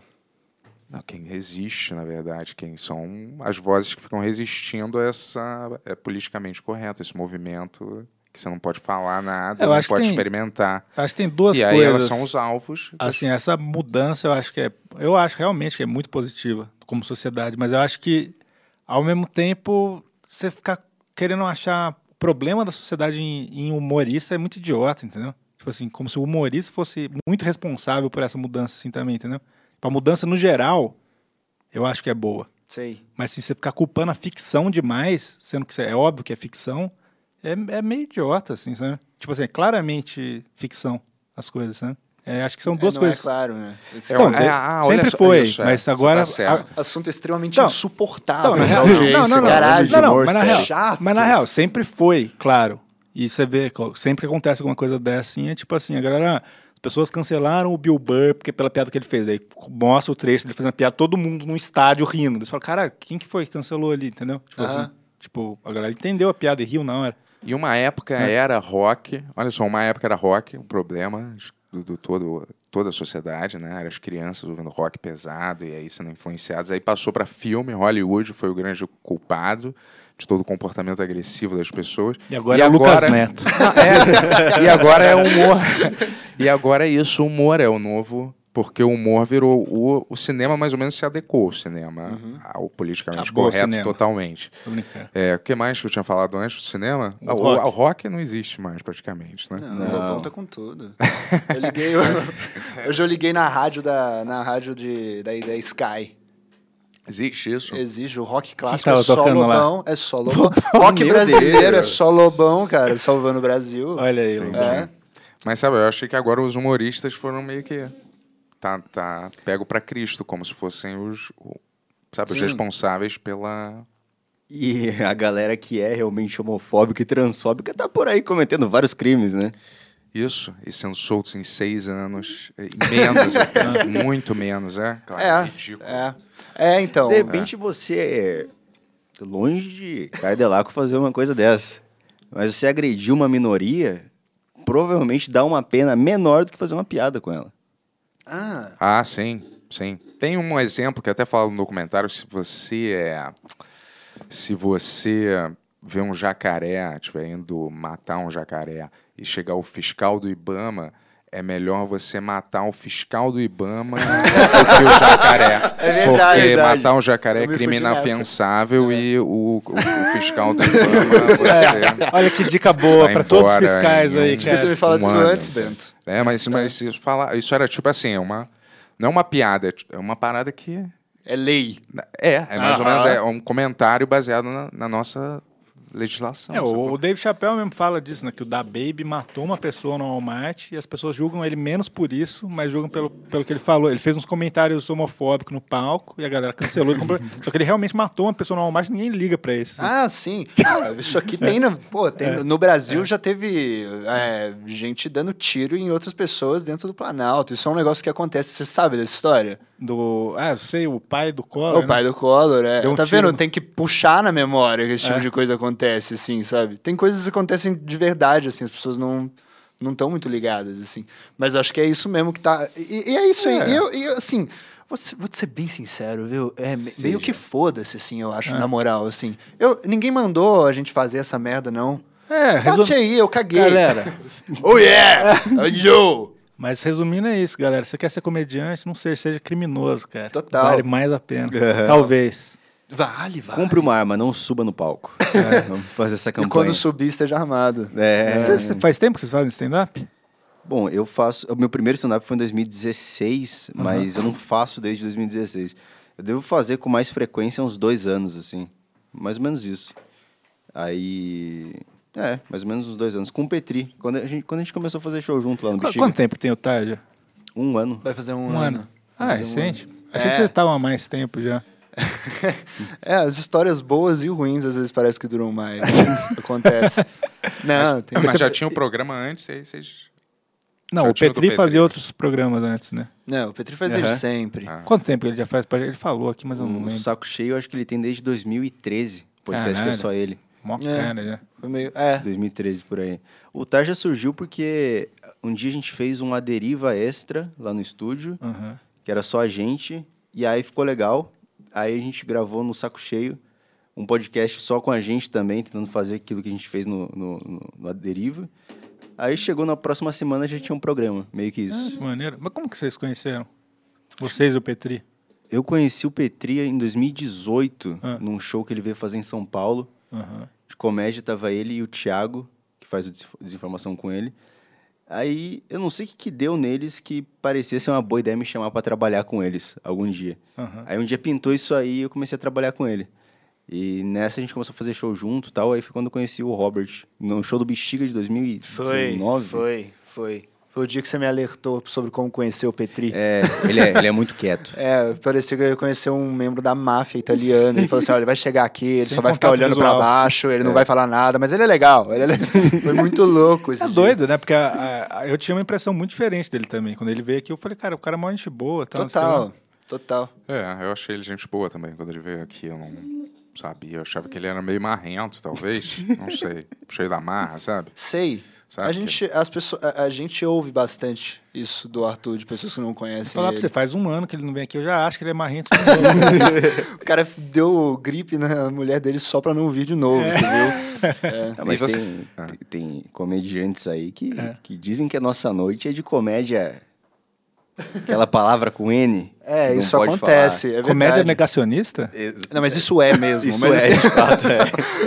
S5: Não, quem resiste, na verdade, quem são as vozes que ficam resistindo a essa é politicamente correto, esse movimento que você não pode falar nada,
S4: Eu
S5: não
S4: acho que
S5: pode
S4: tem
S5: experimentar.
S4: Acho que tem duas
S5: E aí
S4: coisas.
S5: elas são os alvos.
S4: Assim, essa mudança eu acho que é. Eu acho realmente que é muito positiva como sociedade, mas eu acho que, ao mesmo tempo, você ficar querendo achar problema da sociedade em, em humorista é muito idiota, entendeu? Tipo assim, como se o humorista fosse muito responsável por essa mudança, assim também, entendeu? Tipo, A mudança no geral, eu acho que é boa.
S7: Sei.
S4: Mas se você ficar culpando a ficção demais, sendo que isso é óbvio que é ficção, é, é meio idiota, assim, sabe? Tipo assim, é claramente ficção as coisas, sabe? É, acho que são duas
S7: não
S4: coisas.
S7: É claro, né? Esse
S5: É,
S4: Então,
S5: uma- é, ah, olha
S4: sempre
S5: só,
S4: foi,
S5: isso, é,
S4: mas
S5: você
S4: agora-
S5: Tá certo. Ah,
S7: assunto é extremamente
S4: Então-
S7: insuportável.
S4: na
S7: pra
S4: real-
S7: audiência,
S4: não, não, não.
S7: caralho,
S4: Não, não,
S7: humor é
S4: mas na real-
S7: chato.
S4: Mas na real, sempre foi, claro. E você vê, co- sempre acontece alguma coisa dessa, assim, é tipo assim, a galera, ah, as pessoas cancelaram o Bill Burr porque pela piada que ele fez. Aí mostra o trecho dele fazendo a piada, todo mundo no estádio rindo. Eles falam, cara, quem que foi que cancelou ali, entendeu? Tipo,
S7: Aham.
S4: assim, tipo, a galera entendeu a piada e riu na hora.
S5: E uma época
S4: É.
S5: era rock, olha só, uma época era rock, um problema do, do todo, toda a sociedade, né? Era as crianças ouvindo rock pesado e aí sendo influenciadas. Aí passou para filme, Hollywood foi o grande culpado de todo o comportamento agressivo das pessoas.
S4: E agora é o Lucas Neto.
S5: É, e agora é humor. E agora é isso, o humor é o novo. Porque o humor virou. O, o cinema mais ou menos se adequou ao cinema, ao politicamente
S4: Uhum. Acabou o
S5: correto
S4: cinema.
S5: totalmente.
S4: Tô brincando.
S5: É, o que mais que eu tinha falado antes do cinema?
S4: O
S5: Ah, O, o- o rock.
S4: rock.
S5: não existe mais, praticamente, né?
S7: Não, o Lobão tá com tudo. Eu liguei, eu- hoje eu liguei na rádio da, na rádio de, da, da Sky.
S5: Existe isso.
S7: Exige o rock
S4: que
S7: clássico,
S4: tava
S7: é só
S4: tocando lá?
S7: Lobão,
S4: [LAUGHS]
S7: é só Lobão. rock
S5: meu
S7: brasileiro,
S5: Deus.
S7: é só Lobão, cara, salvando o Brasil.
S4: Olha aí,
S5: Entendi.
S4: Lucas.
S7: É.
S5: Mas sabe, eu achei que agora os humoristas foram meio que. Tá, tá, pego pra Cristo, como se fossem os. o- sabe, os
S7: Sim.
S5: responsáveis pela.
S8: E a galera que é realmente homofóbica e transfóbica tá por aí cometendo vários crimes, né?
S5: Isso, e sendo soltos em seis anos. e Menos, até, muito menos, é? Claro,
S7: É,
S5: ridículo.
S7: é. É, então.
S8: De repente você é longe de Cardelaco fazer uma coisa dessa. Mas você agredir uma minoria, provavelmente dá uma pena menor do que fazer uma piada com ela.
S7: Ah,
S5: Ah, sim, sim. Tem um exemplo que até fala no documentário, se você é se você vê um jacaré, estiver indo matar um jacaré e chegar o fiscal do Ibama, é melhor você matar o fiscal do
S7: [LAUGHS]
S5: Ibama do que o jacaré.
S7: É verdade,
S5: Porque
S7: verdade.
S5: matar um jacaré
S7: Eu
S5: é
S7: me
S5: crime
S7: fudi nessa.
S5: inafiançável e o, o- o fiscal
S7: [LAUGHS]
S5: do Ibama.
S7: É.
S5: Você...
S4: Olha que dica boa
S5: Vai
S4: pra todos os
S5: embora,
S4: fiscais
S5: hein?
S4: aí,
S7: Devia ter
S4: cara.
S7: me falado
S5: um
S7: disso
S5: ano.
S7: antes, Bento.
S5: É, mas, mas isso, fala, isso era tipo assim, é uma, não é uma piada, é ti- é uma parada que.
S7: É lei.
S5: É, é mais ou
S7: Aham.
S5: menos é um comentário baseado na, na nossa
S7: Então
S5: legislação.
S4: É,
S5: sacou?
S4: o, o Dave Chappelle mesmo fala disso, né? Que o da Baby matou uma pessoa no Walmart e as pessoas julgam ele menos por isso, mas julgam pelo, pelo que ele falou. Ele fez uns comentários homofóbicos no palco e a galera cancelou. e comprou.
S7: [LAUGHS]
S4: Só que ele realmente matou uma pessoa no Walmart e ninguém liga pra isso.
S7: Ah, sim. Ah, Isso aqui tem no, pô, tem no- no Brasil já teve é, gente dando tiro em outras pessoas dentro do Planalto. Isso é um negócio que acontece, você sabe dessa história?
S4: Do, ah, eu sei, o pai do Collor.
S7: o pai
S4: né?
S7: do Collor, é.
S4: Deu um
S7: tá
S4: tiro É.
S7: vendo?
S4: no-
S7: Tem que puxar na memória que esse tipo de coisa acontece, assim, sabe? Tem coisas que acontecem de verdade, assim, as pessoas não não estão muito ligadas, assim. Mas acho que é isso mesmo que tá. E, e é isso aí. E, eu, e eu, assim, vou ser, vou te ser bem sincero, viu? É me- meio que foda-se, assim, eu
S4: É.
S7: acho, na moral, assim. Eu, ninguém mandou a gente fazer essa merda, não.
S4: É,
S7: Bate
S4: resum...
S7: aí, eu caguei.
S4: Galera,
S7: [LAUGHS]
S4: É.
S7: Oh yeah! Yo!
S4: mas resumindo é isso, galera. Você quer ser comediante, não seja, seja criminoso, cara.
S7: Total.
S4: Vale mais a pena. Talvez.
S7: Vale, vale.
S8: Compre uma arma, não suba no palco. Vamos fazer essa
S7: E
S8: campanha.
S7: quando subir, esteja armado.
S8: É.
S4: Vocês- faz tempo que vocês fazem stand-up?
S8: Bom, eu faço. O meu primeiro stand-up foi em 2016, mas eu não faço desde 2016. Eu devo fazer com mais frequência uns dois anos, assim. Mais ou menos isso. Aí. É, mais ou menos uns dois anos. Com o Petri. Quando a gente, quando a gente começou a fazer show junto lá no
S4: Qu-
S8: Bexiga.
S4: Quanto tempo tem o Tarja?
S8: Um ano.
S7: Vai fazer
S4: Um ano. Ah, recente? Achei que vocês estavam há mais tempo já.
S7: É, as histórias boas e ruins às vezes parece que duram mais. Acontece. Não, tem...
S5: Mas já tinha o programa antes, aí vocês.
S4: Não,
S5: Já
S4: o
S5: tinha o do
S4: Petri
S5: Petri.
S4: fazia outros programas antes, né?
S7: Não, o Petri faz desde sempre.
S5: Ah.
S4: Quanto tempo ele já faz? pra- Ele falou aqui, mas eu não
S8: Um
S4: lembro.
S8: saco cheio, eu acho que ele tem desde 2013. O podcast que é
S4: Caralho.
S8: só ele.
S4: Mó
S7: É.
S4: cara já.
S7: Foi meio... É,
S8: 2013 por aí. O Tarja surgiu porque um dia a gente fez uma deriva extra lá no estúdio.
S4: Aham.
S8: que era só a gente, e aí ficou legal. Aí a gente gravou no Saco Cheio um podcast só com a gente também, tentando fazer aquilo que a gente fez no, no, no- no A Deriva. Aí chegou na próxima semana já tinha um programa, meio que
S4: Ah,
S8: isso.
S4: que maneiro. Mas como que vocês conheceram? Vocês e o Petri?
S8: Eu conheci o Petri em 2018,
S4: Ah.
S8: num show que ele veio fazer em São Paulo.
S4: Aham.
S8: De comédia tava ele e o Thiago, que faz o Desinf- Desinformação com ele. Aí eu não sei o que, que deu neles que parecia ser uma boa ideia me chamar para trabalhar com eles algum dia.
S4: Aham.
S8: Aí um dia pintou isso aí e eu comecei a trabalhar com ele. E nessa a gente começou a fazer show junto e tal. Aí foi quando eu conheci o Robert, no show do Bexiga de
S7: foi,
S8: 2019.
S7: foi, foi. Foi o dia que você me alertou sobre como conhecer o Petri. É.
S8: É, ele é, ele é muito quieto.
S7: parecia que eu ia conhecer um membro da máfia italiana. Ele falou assim: olha, ele vai chegar aqui, ele
S4: Sem
S7: só vai ficar
S4: contato
S7: olhando
S4: visual.
S7: pra baixo, ele não vai falar nada, mas ele é legal. Ele é le- Foi muito louco esse
S4: É
S7: dia.
S4: doido, né? Porque a- a- a- eu tinha uma impressão muito diferente dele também. Quando ele veio aqui, eu falei, cara, o cara é mó gente boa. Tal, não sei lá.
S7: Total, total.
S5: É, eu achei ele gente boa também quando ele veio aqui. Eu não sabia. Eu achava que ele era meio marrento, talvez. não sei. [LAUGHS] Cheio da marra, sabe?
S7: Sei.
S5: Sabe
S7: a,
S5: que-
S7: gente, as pessoas, a, a gente ouve bastante isso do Arthur, de pessoas que não conhecem.
S4: Falar
S7: ele.
S4: pra você, faz um ano que ele não vem aqui, eu já acho que ele é marrento. [LAUGHS] Não,
S7: O cara deu gripe na mulher dele só pra não vir de
S4: É.
S7: novo, você viu?
S4: [LAUGHS]
S8: Ah, mas
S5: E você-
S8: tem,
S5: Ah. É.
S8: tem- tem comediantes aí que, que dizem que a nossa noite é de comédia. Aquela palavra com N.
S7: É,
S8: que não
S7: isso
S8: pode
S7: acontece. É
S4: Comédia
S7: verdade.
S4: negacionista?
S7: Não, mas isso é mesmo.
S8: Isso
S7: mas
S8: é,
S7: assim-
S8: de fato, é.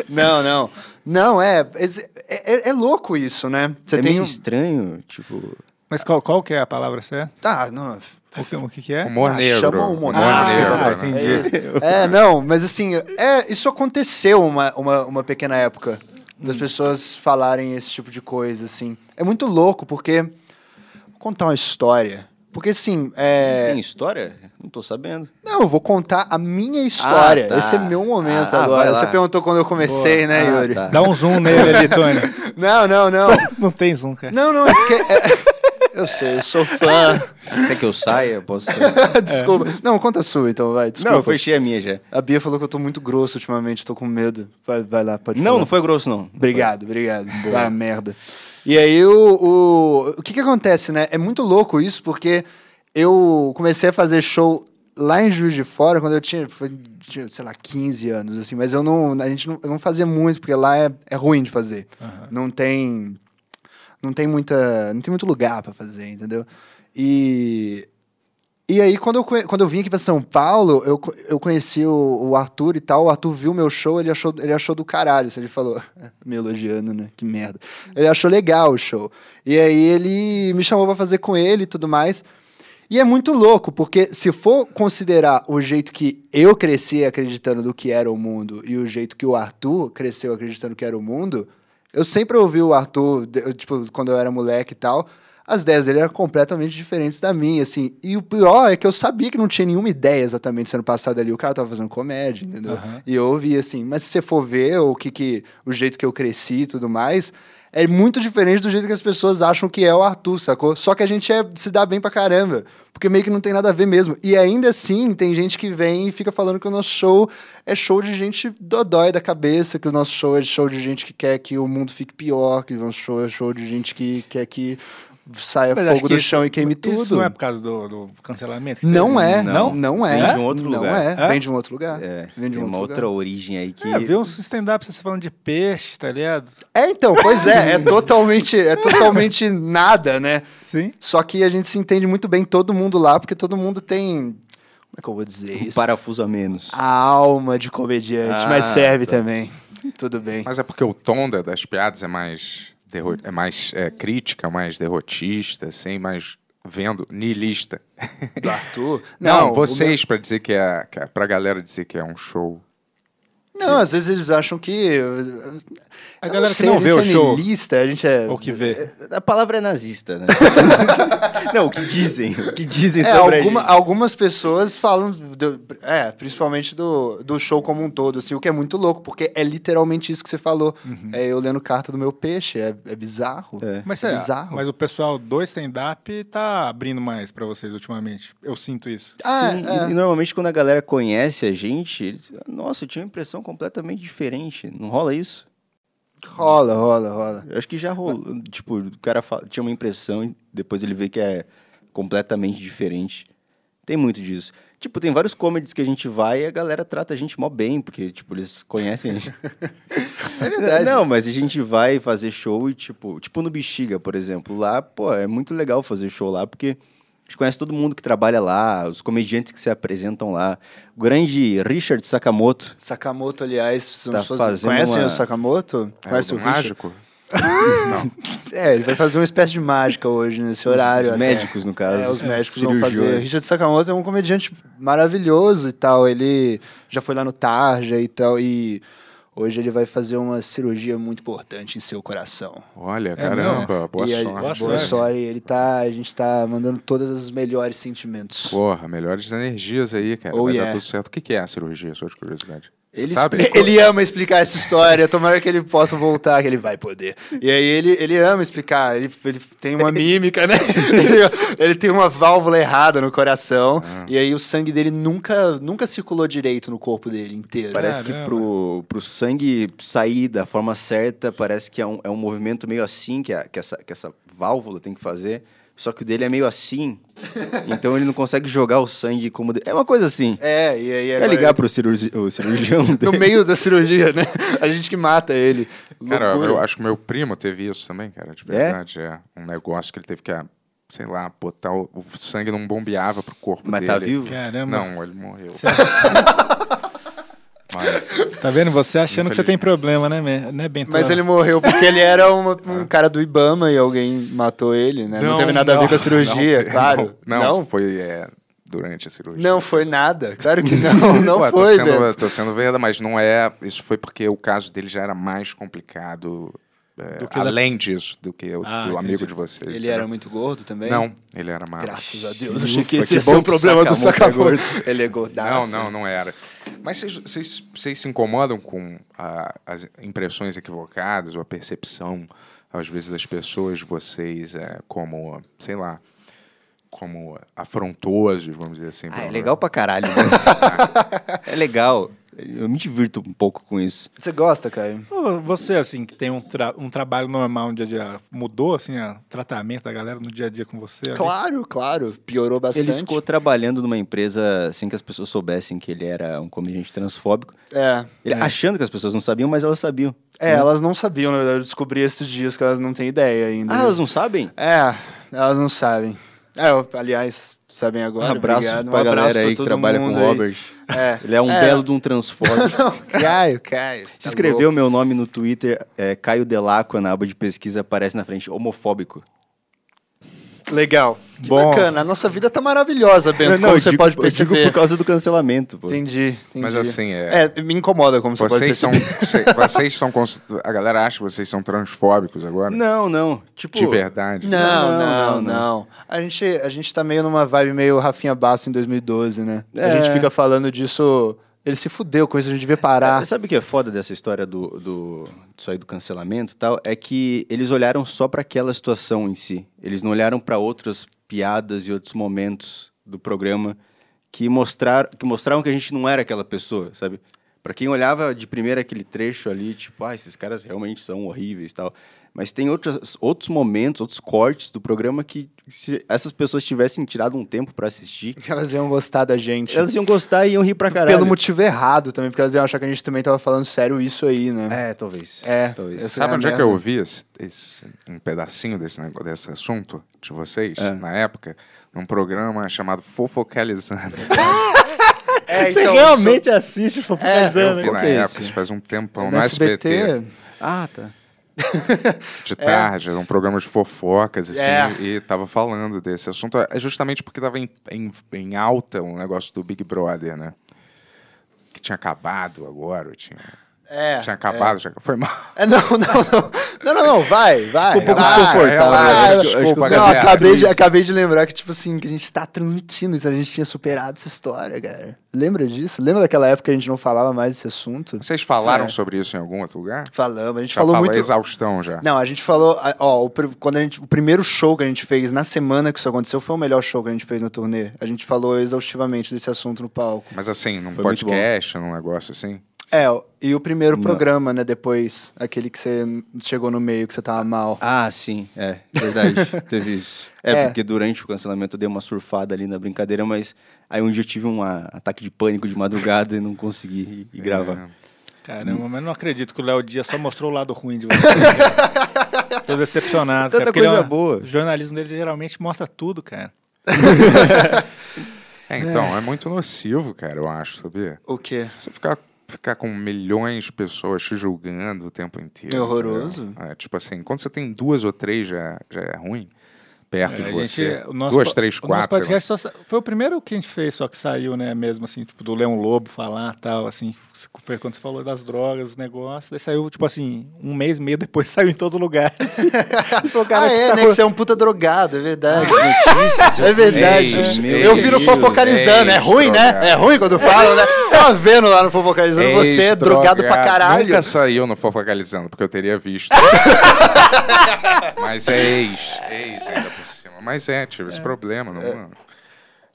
S7: Não, não. Não, é é, é- é louco isso, né? [LAUGHS] Você
S8: é
S7: tem.
S8: meio
S7: um-
S8: estranho, tipo.
S4: Mas qual, qual que é a palavra certa?
S7: Ah, não.
S4: O que, o que que é?
S5: Humor
S7: Ah,
S5: negro.
S7: chama o humor
S4: negro. Ah,
S5: né?
S4: entendi.
S7: É, não, mas assim, é, isso aconteceu uma, uma, uma pequena época das pessoas falarem esse tipo de coisa, assim. É muito louco, porque. Vou contar uma história. Porque, assim, é.
S8: Tem história? Não tô sabendo.
S7: Não, eu vou contar a minha história.
S8: Ah, tá.
S7: Esse é meu momento
S8: Ah, vai
S7: agora.
S8: lá.
S7: Você perguntou quando eu comecei, né,
S8: Ah,
S7: Yuri?
S8: tá.
S4: Dá um zoom nele ali, Tony. [LAUGHS]
S7: Não, não, [LAUGHS] não.
S4: Não tem zoom, cara.
S7: não, não, é porque. é- [LAUGHS] Eu sei, eu sou
S8: [LAUGHS]
S7: fã.
S8: É. Quer que eu
S7: [LAUGHS]
S8: saia? Posso.
S7: desculpa. Não, conta a sua, então, vai. Desculpa.
S8: Não, eu fechei a minha já.
S7: A Bia falou que eu tô muito grosso ultimamente, tô com medo. Vai, vai lá, pode
S8: Não,
S7: falar.
S8: não foi grosso, não.
S7: Obrigado, obrigado. Ah, merda. E aí, o, o, o que que acontece, né? É muito louco isso, porque eu comecei a fazer show lá em Juiz de Fora, quando eu tinha, foi, tinha, sei lá, 15 anos, assim, mas eu não, a gente não, eu não fazia muito, porque lá é, é ruim de fazer. Não tem não tem muita, não tem muito lugar pra fazer, entendeu? E e aí, quando eu, conhe- quando eu vim aqui pra São Paulo, eu, co- eu conheci o, o Arthur e tal. O Arthur viu meu show, ele achou, ele achou do caralho. assim, Ele falou, [LAUGHS] me elogiando, né? Que merda. Ele achou legal o show. E aí, ele me chamou pra fazer com ele e tudo mais. E é muito louco, porque se for considerar o jeito que eu cresci acreditando do que era o mundo e o jeito que o Arthur cresceu acreditando que era o mundo, eu sempre ouvi o Arthur, de- eu, tipo, quando eu era moleque e tal, as ideias dele eram completamente diferentes da minha, assim. E o pior é que eu sabia que não tinha nenhuma ideia exatamente sendo passada ali. O cara tava fazendo comédia, entendeu? E eu ouvia, assim. Mas se você for ver o que que... O jeito que eu cresci e tudo mais, é muito diferente do jeito que as pessoas acham que é o Arthur, sacou? Só que a gente é- se dá bem pra caramba. Porque meio que não tem nada a ver mesmo. E ainda assim, tem gente que vem e fica falando que o nosso show é show de gente dodói da cabeça, que o nosso show é show de gente que quer que o mundo fique pior, que o nosso show é show de gente que quer que saia
S4: Mas acho
S7: É fogo
S4: que
S7: do
S4: isso-
S7: chão e queime tudo.
S4: Isso não é por causa do, do cancelamento? que
S7: Não
S4: teve?
S7: é,
S4: Não?
S7: não, não é.
S8: Vem de um outro
S7: não
S8: lugar.
S7: É.
S4: É?
S7: Vem de um outro lugar.
S8: É,
S7: Vem de
S8: tem
S7: um
S8: uma
S7: outro
S8: outra
S7: lugar.
S8: origem aí que.
S4: É, vê uns stand-up vocês falando de peixe, tá ligado?
S7: É, então, pois é, é totalmente, é totalmente nada, né?
S4: Sim.
S7: Só que a gente se entende muito bem todo mundo lá, porque todo mundo tem. Como é que eu vou dizer
S8: um
S7: isso? Ah,
S8: parafuso a menos.
S7: A alma de comediante,
S8: Ah,
S7: mas serve também. [LAUGHS] Tudo bem.
S5: Mas é porque o tom da- das piadas é mais, derro- é mais é, crítica, mais derrotista, assim, mais vendo, niilista.
S7: Do Arthur.
S5: Não,
S7: o
S5: vocês, pra dizer que é, que é. pra galera dizer que é um show.
S7: meu- Não, às vezes eles acham que.
S4: A
S7: Eu
S4: galera que
S7: sei,
S4: não
S7: a
S4: vê o
S7: gente é
S4: show.
S7: niilista, a gente é.
S4: Ou que vê.
S8: A palavra é nazista, né? [LAUGHS] não, o que dizem. O que dizem
S7: É,
S8: sobre
S7: alguma-
S8: a gente.
S7: algumas pessoas falam, do- é, principalmente do, do show como um todo, assim, o que é muito louco, porque é literalmente isso que você falou. É eu lendo carta do meu peixe, é, é bizarro.
S8: Uhum. É.
S4: Mas,
S7: é
S4: é,
S7: bizarro.
S4: mas o pessoal do stand-up tá abrindo mais pra vocês ultimamente. Eu sinto
S7: [LAUGHS]
S4: isso.
S7: Ah,
S8: Sim,
S7: é.
S8: e, e normalmente quando a galera conhece a gente, eles, nossa, eu tinha uma impressão completamente diferente. Não rola isso?
S7: Rola, rola, rola.
S8: Eu acho que já rolou. Tipo, o cara fala- tinha uma impressão e depois ele vê que é completamente diferente. Tem muito disso. Tipo, tem vários comedies que a gente vai e a galera trata a gente mó bem, porque, tipo, eles conhecem a gente.
S7: [LAUGHS] É verdade.
S8: Não, mas a gente vai fazer show e, tipo, tipo no Bexiga, por exemplo. Lá, pô, é muito legal fazer show lá, porque a gente conhece todo mundo que trabalha lá, os comediantes que se apresentam lá. O grande Richard Sakamoto.
S7: Sakamoto, aliás, são
S8: Tá
S7: pessoas-
S8: fazendo
S7: conhecem
S8: uma- um
S7: o Sakamoto?
S5: É,
S7: Conhece
S5: do
S7: o Richard?
S5: mágico.
S7: É, ele vai fazer uma espécie de mágica hoje, nesse horário.
S8: os
S7: até.
S8: médicos, no caso.
S7: É, os médicos vão
S8: cirurgiões.
S7: fazer. Richard Sakamoto é um comediante maravilhoso e tal. Ele já foi lá no Tarja e tal. E hoje ele vai fazer uma cirurgia muito importante em seu coração.
S5: Olha, caramba, boa
S7: né? E a-
S5: sorte.
S4: Boa
S7: Boa
S4: sorte.
S7: sorte. Ele tá, a gente tá mandando todos os melhores sentimentos.
S5: Porra, melhores energias aí, cara.
S7: Oh,
S5: Vai
S7: yeah.
S5: dar tudo certo. O que que é a cirurgia, só de curiosidade? Você
S8: Eles-
S5: sabe?
S7: Ele ama explicar essa história, tomara que ele possa voltar, que ele vai poder. E aí ele, ele ama explicar, ele, ele tem uma mímica, né? [LAUGHS] ele, ele tem uma válvula errada no coração,
S5: Ah.
S7: e aí o sangue dele nunca, nunca circulou direito no corpo dele inteiro.
S8: Parece que
S4: Caramba.
S8: pro, pro sangue sair da forma certa, parece que é um, é um movimento meio assim que, a- que, essa, que essa válvula tem que fazer. Só que o dele é
S7: [LAUGHS]
S8: meio assim. então ele não consegue jogar o sangue como. de- É uma coisa assim.
S7: É, e aí
S8: Quer
S7: agora
S8: ligar pro cirurgi... o cirurgião
S7: [LAUGHS] No
S8: dele?
S7: meio da cirurgia, né? A gente que mata ele.
S5: Cara, eu,
S7: Loucura.
S5: eu acho que meu primo teve isso também, cara, de verdade. É, um negócio que ele teve que, ah, sei lá, botar o, o sangue não bombeava pro corpo
S8: Mas
S5: dele.
S8: tá vivo?
S4: Caramba.
S5: Não, ele morreu.
S4: Você-
S5: Mas,
S4: Tá vendo? Você achando que você tem problema, né, me- né Bento?
S5: tá-
S7: Mas ele morreu porque ele
S5: [LAUGHS]
S7: era uma- um cara do Ibama e alguém matou ele, né? [LAUGHS] Não, teve nada a ver com a cirurgia,
S5: não,
S7: claro.
S5: Não,
S7: não?
S5: foi é, durante a cirurgia.
S7: Não foi nada, claro que
S8: [LAUGHS]
S7: não, não
S5: Ué,
S7: foi,
S5: tô
S7: Beto.
S8: assim,
S5: sendo, tô sendo verdade, mas não é. Isso foi porque o caso dele já era mais complicado, é,
S4: Do que da-
S5: além disso, do que o,
S4: Ah,
S5: do amigo
S4: entendi. um
S5: de vocês.
S7: Ele
S5: entendeu?
S8: né?
S7: era muito gordo também?
S5: Não, ele era magro.
S7: Graças a Deus, achei que
S8: Ufa,
S7: esse
S8: que
S7: ia ser
S8: bom
S7: o
S8: que
S7: problema do
S8: Sakamoto é
S7: Sakamoto. Ele é
S5: Não,
S7: gordaço.
S5: não, não era. Mas vocês- vocês vocês se incomodam com a- as impressões equivocadas ou a percepção, às vezes, das pessoas de vocês é, como, sei lá, como afrontosos, vamos dizer assim.
S8: Ah,
S5: pelo
S8: é
S5: menos.
S8: legal pra caralho. né? [LAUGHS] é legal. Eu me divirto um pouco com isso.
S7: Você gosta, Caio?
S4: Ô, Você, assim, que tem um, tra- um trabalho normal no dia a dia, mudou, assim, o tratamento da galera no dia a dia com você? ali?
S7: Claro, claro. Piorou bastante.
S8: Ele ficou trabalhando numa empresa sem que as pessoas soubessem que ele era um comediante transfóbico.
S7: É.
S8: Ele achando que as pessoas não sabiam, mas elas sabiam.
S7: É, elas não sabiam, na verdade. Eu descobri esses dias que elas não têm ideia ainda.
S8: Ah, elas não sabem?
S7: É, elas não sabem. É, eu- aliás, sabem agora.
S8: um abraço
S7: obrigado. um
S8: pra
S7: abraço
S8: galera aí que
S7: todo
S8: trabalha com
S7: mundo
S8: o
S7: aí.
S8: Robert.
S7: É.
S8: Ele é um
S7: É. Tá
S8: belo de um transfóbico.
S7: [LAUGHS] Não, Caio, Caio. tá
S8: Se escreveu meu nome no Twitter, é, Caio Delacqua, na aba de pesquisa, aparece na frente, homofóbico.
S7: Legal. Que
S4: Bom.
S7: bacana. A nossa vida tá maravilhosa, Bento,
S8: Eu-
S7: como
S8: eu
S7: você
S8: digo-
S7: pode
S8: Eu
S7: perceber.
S8: digo por causa do cancelamento, pô.
S7: Entendi, entendi.
S5: Mas assim, é-
S7: É, me incomoda como você pode
S5: Vocês são,
S7: perceber.
S5: cê- vocês são. cons- A galera acha que vocês são transfóbicos agora?
S8: Não, não. Tipo,
S5: De verdade.
S7: Não, não, não,
S8: Não, não,
S7: A gente, a gente tá meio numa vibe meio Rafinha Basso em 2012, né? A
S8: É.
S7: gente fica falando disso. Ele se fudeu com isso, a gente devia parar.
S8: é, sabe o que é foda dessa história do, do disso aí do cancelamento e tal? É que eles olharam só pra aquela situação em si. Eles não olharam pra outras piadas e outros momentos do programa que mostraram que mostraram que a gente não era aquela pessoa, sabe? Pra quem olhava de primeira aquele trecho ali, tipo, ah, esses caras realmente são horríveis e tal. Mas tem outras, outros momentos, outros cortes do programa que se essas pessoas tivessem tirado um tempo pra assistir,
S7: Elas iam gostar da gente.
S8: elas iam gostar e iam rir pra caralho.
S7: Pelo motivo errado também, porque elas iam achar que a gente também tava falando sério isso aí, né?
S8: É, talvez.
S7: É,
S8: talvez.
S7: essa
S5: Sabe
S7: a
S5: onde é que
S7: merda.
S5: eu ouvi esse, esse- um pedacinho desse, nego- desse assunto de vocês, na época? Num programa chamado Fofocalizando.
S7: É,
S4: Você
S8: então,
S4: realmente assiste Fofocalizando,
S5: eu vi
S4: né?
S5: na
S8: que é
S5: época,
S8: isso?
S5: isso faz um tempão,
S7: É No SBT,
S8: Ah, tá.
S5: de tarde, era um programa de fofocas, assim,
S7: É.
S5: e tava falando desse assunto. É justamente porque tava em, em- em alta um negócio do Big Brother, né? Que tinha acabado agora, tinha,
S7: É.
S5: tinha acabado, já- foi mal. [LAUGHS]
S7: É, não, não, não. Não, não, não, vai, vai.
S5: Ficou um pouco
S7: vai,
S5: desconfortável,
S7: vai,
S5: né?
S7: vai.
S5: Desculpa,
S7: não,
S5: galera.
S7: acabei de, acabei de lembrar que, tipo assim, que a gente tá transmitindo isso, a gente tinha superado essa história, cara. Lembra disso? Lembra daquela época que a gente não falava mais desse assunto?
S5: Vocês falaram sobre isso em algum outro lugar?
S7: Falamos, É. a gente
S5: Já
S7: falou
S5: fala
S7: muito.
S5: exaustão já.
S7: Não, a gente falou. a- Ó, o, pr- quando a gente, o primeiro show que a gente fez na semana que isso aconteceu foi o melhor show que a gente fez na turnê. A gente falou exaustivamente desse assunto no palco.
S5: Mas assim, num
S8: Foi muito bom.
S5: podcast, num negócio assim.
S7: É, ó, e o primeiro
S8: Não.
S7: programa, né? Depois, aquele que você n- chegou no meio, que você tava mal.
S8: Ah, sim, é
S7: [LAUGHS]
S8: verdade, teve isso. É,
S7: É.
S8: porque durante o cancelamento eu dei uma surfada ali na brincadeira, mas aí um dia eu tive um ah, ataque de pânico de madrugada e não consegui ir, ir gravar.
S4: Caramba, mas não acredito que o Léo Dias só mostrou o lado ruim de você. cara. Tô decepcionado.
S8: Tanta
S4: cara, porque ele é
S8: coisa
S4: um-
S8: boa.
S4: O jornalismo dele geralmente mostra tudo, cara.
S5: É, então, é. muito nocivo, cara, eu acho, sabia?
S7: O quê?
S5: Você ficar, ficar com milhões de pessoas te julgando o tempo inteiro.
S7: É horroroso.
S5: entendeu? É, tipo assim, quando você tem duas ou três já, já é ruim, perto
S4: É,
S5: de
S4: a
S5: você.
S4: gente- o nosso
S5: duas,
S4: po-
S5: três,
S4: o
S5: quatro.
S4: nosso
S5: sei lá.
S4: podcast é só sa- foi o primeiro que a gente fez, só que saiu, né, mesmo assim, tipo, do Leão Lobo falar tal, assim, foi quando você falou das drogas, os negócios, daí saiu, tipo assim, um mês e meio depois [LAUGHS] saiu em todo lugar. assim. Falou, cara,
S7: ah,
S4: que
S7: é,
S4: tá
S7: né?
S4: ro-
S7: Que você é um puta drogado, é verdade.
S8: Notícias,
S7: [LAUGHS] É verdade.
S5: Ei,
S8: meu
S7: eu viro
S8: Deus.
S7: fofocalizando. É
S5: Ei,
S7: ruim,
S5: drogado.
S7: né? É ruim quando falo, né? [LAUGHS] Tava vendo lá no fofocalizando. Você é drogado pra
S5: Ex-drogado.
S7: caralho.
S5: Nunca saiu no Fofocalizando, porque eu teria
S7: [LAUGHS]
S5: visto. Mas é ex, ex ainda por cima. Mas é, tive esse problema. Não,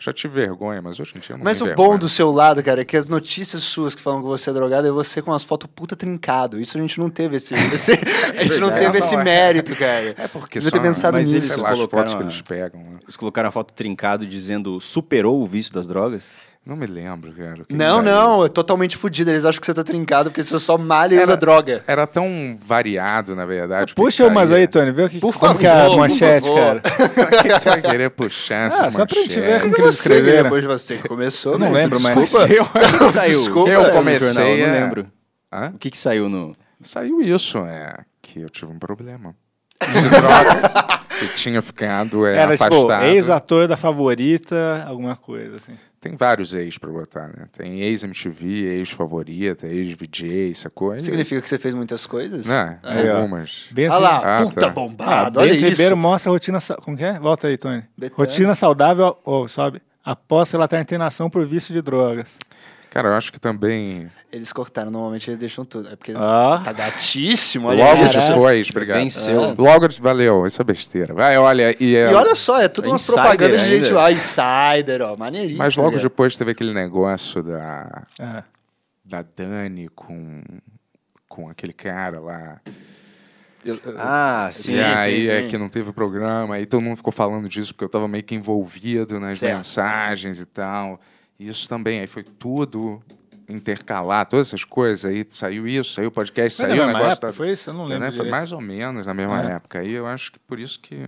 S5: Já tive vergonha, mas hoje em dia eu não
S7: Mas
S5: me
S7: o bom
S5: envergonho.
S7: do seu lado, cara, é que as notícias suas que falam que você é drogado é você com as fotos puta trincado. Isso a gente não teve [LAUGHS] esse. esse- a gente não
S8: Verdade.
S7: teve esse
S5: Não, é.
S7: mérito, cara.
S5: É porque
S7: Devia
S5: só,
S7: ter pensado
S5: mas
S7: nisso.
S5: Eles, sei lá, as
S8: Colocaram
S5: fotos que
S8: a-
S5: eles pegam. né?
S8: Eles colocaram a foto trincado dizendo superou o vício das drogas?
S5: Não me lembro, cara. o que saiu.
S7: Não, não, é totalmente fudido. Eles acham que você tá trincado porque você só malha e usa
S5: Era-
S7: droga.
S5: Era tão variado, na verdade. o que
S4: É, Puxa
S5: saía.
S4: umas aí, Tony, vê o que,
S7: Por
S4: como que é a
S7: favor, por
S4: manchete,
S7: favor.
S4: cara.
S5: Você vai [LAUGHS] querer puxar essas
S4: Ah, só pra gente ver
S5: manchetes.
S4: como que eles
S7: Você, que
S4: escreveram.
S7: assim, depois de você que começou,
S4: Eu não
S7: né?
S4: lembro, mas-
S7: [LAUGHS] Desculpa.
S5: Saiu-
S7: Desculpa.
S5: Eu
S8: Saiu no
S5: comecei
S8: jornal, eu
S5: a-
S8: não lembro.
S5: Hã?
S8: O que que saiu no...
S5: Saiu isso, é que eu tive um problema. De [LAUGHS] droga. Eu tinha ficado é,
S4: Era, tipo,
S5: afastado.
S4: ex-ator da favorita, alguma coisa, assim.
S5: Tem vários ex pra botar, né? Tem ex-MTV, ex-favorita, ex-VJ, sacou? Aí-
S7: Significa que você fez muitas coisas?
S5: Né?
S4: Aí, ó.
S5: Algumas.
S4: Bento,
S7: Olha lá,
S5: Ah,
S7: puta
S5: tá.
S7: bombado, olha
S4: assim, Bento
S7: isso.
S4: Ribeiro mostra a rotina... sa- Como que é? Volta aí, Tony.
S7: Betânia.
S4: Rotina saudável, ou sobe, após relatar internação por vício de drogas.
S5: Cara, eu acho que também.
S7: Eles cortaram, normalmente eles deixam tudo. É porque
S4: Ah.
S7: tá gatíssimo, olha
S5: Logo
S7: aí.
S4: caralho.
S5: depois, obrigado.
S8: Venceu.
S5: Logo, valeu, isso é besteira. Vai, olha, e, é,
S7: E olha só, é tudo umas
S8: Insider
S7: propagandas de
S8: ainda.
S7: gente, ó, insider, ó, maneiríssimo.
S5: Mas logo
S7: cara.
S5: Tá. depois teve aquele negócio da,
S4: Ah.
S5: da Dani com, com aquele cara lá.
S7: Eu- eu-
S8: Ah, sim.
S5: e
S7: sim,
S5: aí
S7: sim.
S5: é que não teve programa, aí todo mundo ficou falando disso porque eu tava meio que envolvido nas
S8: Certo.
S5: mensagens e tal. Isso também, aí foi tudo intercalar, todas essas coisas, aí saiu isso, saiu o podcast,
S4: Foi na
S5: saiu o
S4: mesma
S5: negócio
S4: época,
S5: da-
S4: Foi isso? Eu não lembro.
S5: né? Foi
S4: direito.
S5: mais ou menos na mesma
S4: É.
S5: época. Aí eu acho que por isso que,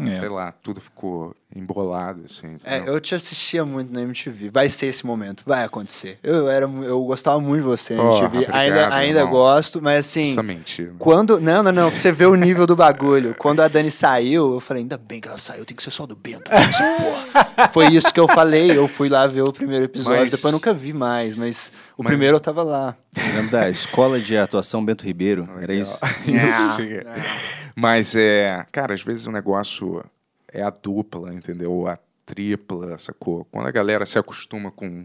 S4: É.
S5: sei lá, tudo ficou embolado, assim.
S7: É,
S5: entendeu?
S7: eu te assistia muito na MTV. Vai ser esse momento, vai acontecer. Eu, era, mu- eu gostava muito de você na
S5: Porra,
S7: MTV.
S5: obrigado,
S7: ainda ainda
S5: irmão.
S7: gosto, mas assim.
S5: Isso é mentira.
S7: Quando. Não, não, não. Pra você ver o nível do bagulho. Quando a Dani saiu, eu falei, ainda bem que ela saiu, tem que ser só do Bento. tem que ser, porra. Foi isso que eu falei. Eu fui lá ver o primeiro episódio,
S5: Mas-
S7: depois eu nunca vi mais, mas o
S5: Mas-
S7: primeiro eu tava lá.
S8: Lembra da escola de atuação Bento Ribeiro? Era isso?
S5: [LAUGHS] Isso,
S8: É,
S5: tinha. Mas é, cara, às vezes o negócio é a dupla, entendeu? A tripla, sacou? Quando a galera se acostuma com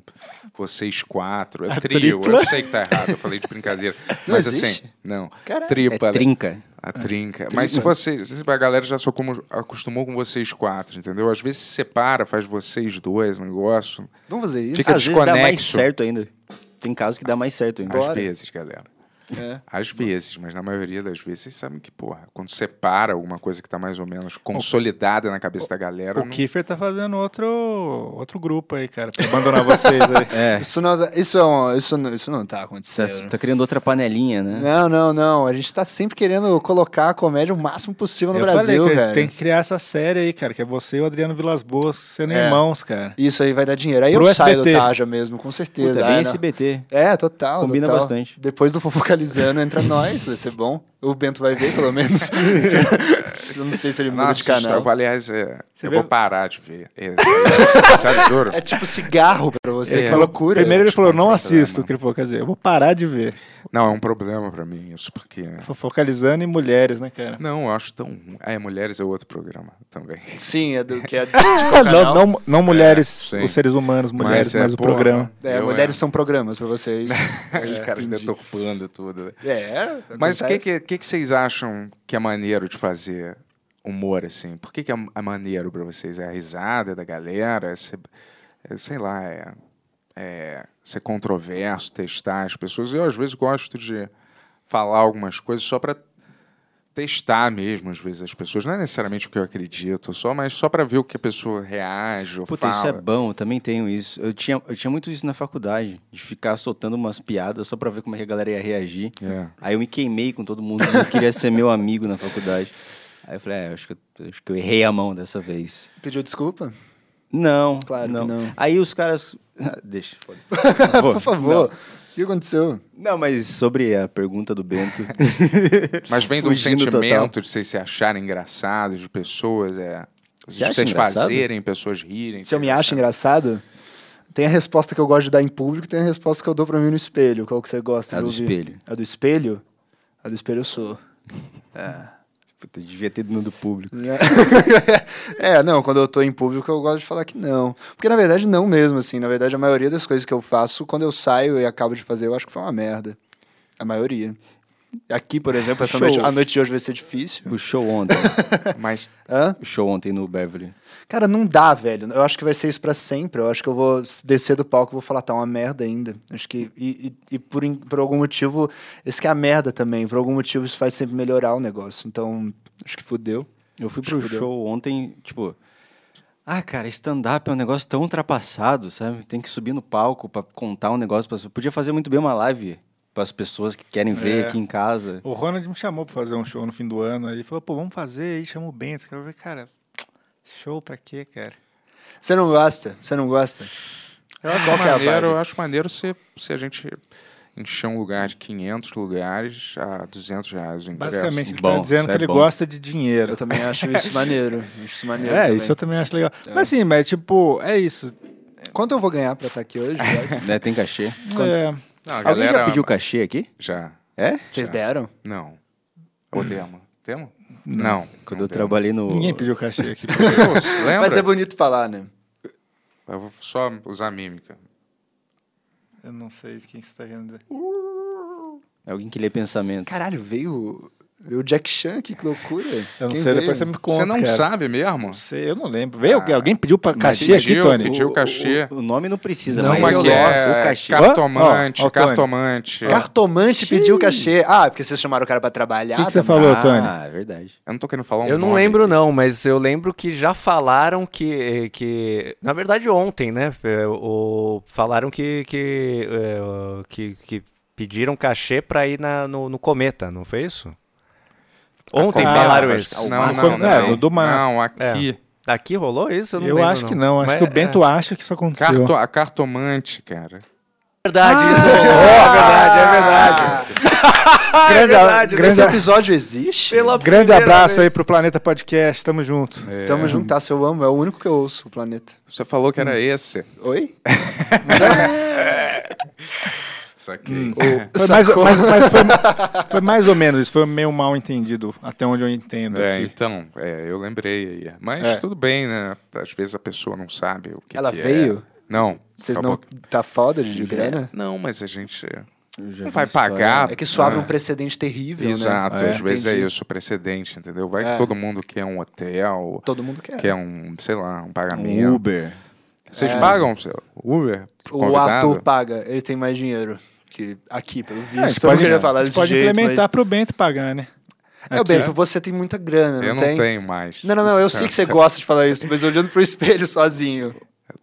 S5: vocês quatro, é
S4: A
S5: trio.
S4: tripla?
S5: Eu sei que tá errado, eu falei de brincadeira.
S7: Não
S5: Mas
S7: existe?
S5: assim, não.
S7: Caralho.
S5: Tripa.
S8: É trinca.
S5: A trinca. Mas se vocês. se A galera já só como- acostumou com vocês quatro, entendeu? Às vezes se separa, faz vocês dois um negócio.
S7: Vamos fazer isso?
S5: Fica
S8: Às vezes dá mais
S5: desconexo.
S8: certo ainda. Tem casos que dá mais certo ainda.
S5: Às vezes, galera.
S7: É.
S5: Às vezes, mas na maioria das vezes vocês sabem que, porra, quando separa alguma coisa que tá mais ou menos consolidada na cabeça da galera.
S4: O
S5: não-
S4: Kiefer tá fazendo outro, outro grupo aí, cara, pra abandonar vocês
S7: [LAUGHS]
S4: aí.
S8: É.
S7: Isso não, isso, é um- isso, não- isso não tá
S8: Tá,
S7: acontecendo.
S8: tá criando outra panelinha, né?
S7: Não, não, não. A gente tá sempre querendo colocar a comédia o máximo possível no
S4: eu
S7: Brasil,
S4: falei que
S7: cara.
S4: tem que criar essa série aí, cara, que é você e o Adriano Vilas Boas sendo
S7: É.
S4: irmãos, cara.
S7: Isso aí vai dar dinheiro. Aí
S4: Pro
S7: eu saio
S4: SBT.
S7: do Taja mesmo, com certeza.
S8: Puta, é
S7: Ah,
S8: bem
S7: não.
S8: SBT.
S7: É, total.
S8: Combina
S7: total.
S8: bastante.
S7: Depois do Fofocalizando
S8: [LAUGHS]
S7: entra nós, vai ser bom. O Bento vai ver, pelo menos. Se- eu não sei se ele muda
S5: Nossa,
S7: de
S5: isso, eu
S7: canal.
S5: vou, aliás, é, eu
S4: vê-
S5: vou parar de ver. É, é, Sério,
S7: [LAUGHS]
S5: juro.
S7: É tipo cigarro pra você,
S5: É.
S7: que loucura. né,
S4: Primeiro ele
S5: Tipo,
S4: falou, não
S5: um
S4: assisto,
S5: programa.
S4: que ele falou, quer dizer, eu vou parar de ver.
S5: Não, é um problema pra mim isso, porque.
S4: Tô focalizando em mulheres, né, cara?
S5: Não, eu acho tão ruim. Ah, É, Mulheres é outro programa também.
S7: Sim, é do que
S8: [LAUGHS]
S7: é de qual
S4: Ah, Não,
S7: canal.
S4: não, não mulheres,
S5: sim.
S4: os seres humanos, mulheres, mas,
S5: é,
S4: o
S5: porra,
S4: programa.
S7: É,
S5: eu
S7: mulheres
S5: é-
S7: são programas
S5: [LAUGHS]
S7: pra vocês. É,
S5: Os caras
S7: entendi.
S5: deturpando tudo. né?
S7: É.
S5: Mas o que,
S7: acontece.
S5: que, que, que vocês acham que é maneiro de fazer humor assim? Por que, que é, é maneiro pra vocês? É a risada da galera? É ser, é, sei lá, é, é ser controverso, testar as pessoas? Eu, às vezes, gosto de falar algumas coisas só pra testar mesmo, às vezes, as pessoas. Não é necessariamente o que eu acredito, só, mas só pra ver o que a pessoa reage ou
S8: Puta, isso é
S5: fala.
S8: bom, eu também tenho isso. Eu tinha, eu tinha muito isso na faculdade, de ficar soltando umas piadas só pra ver como é que a galera ia reagir.
S5: É.
S8: Aí eu me queimei com todo mundo, não queria ser meu amigo na faculdade. Aí eu falei, é, acho que eu, acho que eu errei a mão dessa vez.
S7: Pediu desculpa?
S8: Não,
S7: Claro que
S8: não.
S7: não.
S8: Aí os caras... [LAUGHS] Deixa, foda-se.
S7: [LAUGHS] Por favor. O que aconteceu?
S8: Não, mas sobre a pergunta
S7: [LAUGHS]
S8: do Bento...
S5: Mas vem de um
S8: Fugindo total.
S5: sentimento de vocês se acharem engraçados, de pessoas, é.
S8: Você
S5: de
S8: acha
S5: vocês
S8: engraçado?
S5: fazerem pessoas rirem.
S7: Se eu me
S5: vocês
S7: acho engraçado, tem a resposta que eu gosto de dar em público e tem a resposta que eu dou pra mim no espelho. Qual que você gosta
S8: A
S7: de
S8: do
S7: ouvir?
S8: espelho.
S7: A do espelho? A do espelho eu sou.
S8: Puta, devia ter ido no do público.
S7: é, [LAUGHS] não, quando eu tô em público eu gosto de falar que não. Porque na verdade não mesmo, assim. Na verdade a maioria das coisas que eu faço, quando eu saio e acabo de fazer, eu acho que foi uma merda. A maioria. Aqui, por exemplo, essa
S8: Show.
S7: noite, a noite de hoje vai ser difícil.
S8: O
S7: [LAUGHS]
S8: show ontem.
S5: Mas
S7: Hã?
S8: o show ontem no Beverly.
S7: Cara, não dá, velho. Eu acho que vai ser isso pra sempre. Eu acho que eu vou s- descer do palco e vou falar, tá uma merda ainda. Acho que. E, e- e por, in- por algum motivo, esse que é a merda também. Por algum motivo, isso faz sempre melhorar o negócio. Então, acho que fudeu.
S8: Eu fui
S7: Acho
S8: pro
S7: que fudeu.
S8: show ontem, tipo. Ah, cara, stand-up é um negócio tão ultrapassado, sabe? Tem que subir no palco pra contar um negócio. Pra... Podia fazer muito bem uma live pras pessoas que querem ver
S4: É.
S8: aqui em casa.
S4: O Ronald me chamou pra fazer um show no fim do ano, aí ele falou, pô, vamos fazer, aí chamou o Bento, cara, eu falei, cara, show pra quê, cara?
S7: Você não gosta? Você não gosta?
S5: eu acho
S7: Qual que é a
S5: maneiro,
S7: vibe?
S5: eu acho maneiro se, se a gente encher um lugar de 500 lugares a 200 reais o ingresso.
S4: Basicamente, ele tá
S8: Bom,
S4: dizendo
S8: isso
S4: que
S8: é
S4: ele
S8: bom.
S4: gosta de dinheiro.
S7: Eu também
S4: [LAUGHS]
S7: acho isso maneiro. Acho isso maneiro.
S4: É,
S7: também.
S4: isso eu também acho legal. Mas assim, mas tipo, é isso.
S7: Quanto eu vou ganhar pra
S4: [LAUGHS]
S7: estar aqui hoje? velho?
S8: né? Tem cachê.
S4: É,
S5: Não, a
S8: Alguém
S5: galera-
S8: já pediu cachê aqui?
S5: Já.
S8: É?
S7: Vocês deram?
S5: Não. Ou demo? Demo? Não.
S8: Quando
S5: não demo.
S8: eu trabalhei no.
S4: ninguém pediu cachê aqui.
S5: Pô, Lembra?
S7: [LAUGHS] Mas é bonito falar, né?
S5: Eu vou só usar a mímica.
S4: eu não sei quem você tá querendo dizer.
S8: Alguém que É lê pensamento.
S7: Caralho, veio. Viu o Jack Chan, que loucura.
S4: Eu não
S7: Quem
S4: sei,
S7: veio?
S4: depois você me conta.
S5: Você não
S4: cara.
S5: sabe mesmo?
S4: Não sei, eu não lembro. Veio alguém,
S5: Ah.
S4: alguém pediu pra
S5: Mas
S4: cachê aqui,
S5: pediu,
S4: Tony?
S5: pediu. Tinha o cachê.
S8: O, o nome não precisa,
S5: Não,
S8: mas
S5: mas
S8: o-
S5: é
S8: o cachê.
S5: cartomante,
S4: Ó, ó, Tony.
S5: cartomante.
S7: Cartomante pediu cachê. Ah, porque vocês chamaram o cara pra trabalhar.
S4: O que, que você
S7: também.
S4: falou, Tony?
S8: Ah, é verdade.
S5: Eu não tô querendo falar um
S9: Eu não
S5: nome
S9: lembro,
S5: aqui.
S9: não, mas eu lembro que já falaram que. eh, que na verdade, ontem, né? é, O, falaram que que, é, o- que. que pediram cachê pra ir na, no, no Cometa, não foi isso? Ontem
S5: Ah,
S9: falaram
S5: mas-
S9: isso.
S5: Não,
S4: Márcio-
S5: não,
S4: É,
S5: não.
S4: o do Márcio. É.
S5: Não, aqui.
S9: Aqui rolou isso? Eu não
S4: Eu
S9: lembro,
S4: acho que não, acho
S9: Mas-
S4: que o Bento acha que isso aconteceu.
S5: Carto, a cartomante, cara.
S9: É verdade, isso rolou.
S4: É verdade, é verdade. Ah! [LAUGHS] grande a- grande
S7: Esse
S4: a-
S7: episódio existe?
S9: Pela
S4: grande
S9: primeira
S4: abraço aí
S9: vez.
S4: pro Planeta Podcast, tamo junto.
S7: Tamo juntas, eu amo. É o único que eu ouço, o planeta.
S5: Você falou que
S7: Hum.
S5: era esse.
S7: Oi? Hum.
S5: Saquei.
S4: [LAUGHS]
S7: [LAUGHS]
S4: Foi mais, um mas- mas foi, foi mais ou menos isso, foi meio mal entendido, até onde eu entendo
S5: É,
S4: aqui.
S5: então, é, eu lembrei aí. Mas tudo bem, né? Às vezes a pessoa não sabe o que
S7: É. Ela
S5: que é.
S7: veio?
S5: Não.
S7: Vocês não
S5: acabou
S7: tá foda de, de
S5: que-
S7: grana?
S5: Não, mas a gente
S8: Eu já
S5: não
S8: vi
S5: vai
S8: história.
S5: pagar.
S7: É que isso abre
S5: Ah,
S7: um precedente terrível,
S5: Exato,
S7: né?
S5: às vezes
S7: Entendi.
S5: é isso, o precedente, entendeu? Vai
S7: É.
S5: que todo mundo quer um hotel,
S7: Todo mundo quer.
S5: quer um, sei lá, um
S8: Um
S5: pagamento.
S8: Uber.
S5: Vocês pagam sei lá, Uber? pro
S7: É. O
S5: convidado?
S7: ator paga, ele tem mais dinheiro. Que aqui, pelo visto.
S4: a
S7: eu
S4: gente
S7: não
S4: pode,
S7: queria
S4: a
S7: falar
S4: gente
S7: desse
S4: pode
S7: jeito,
S4: implementar
S7: mas...
S4: pro Bento pagar, né?
S7: É, o
S4: Aqui.
S7: Bento, você tem muita grana, não
S5: Eu não
S7: tem?
S5: tenho mais.
S7: Não, não, não, eu sei que você gosta de falar isso, mas olhando pro espelho sozinho.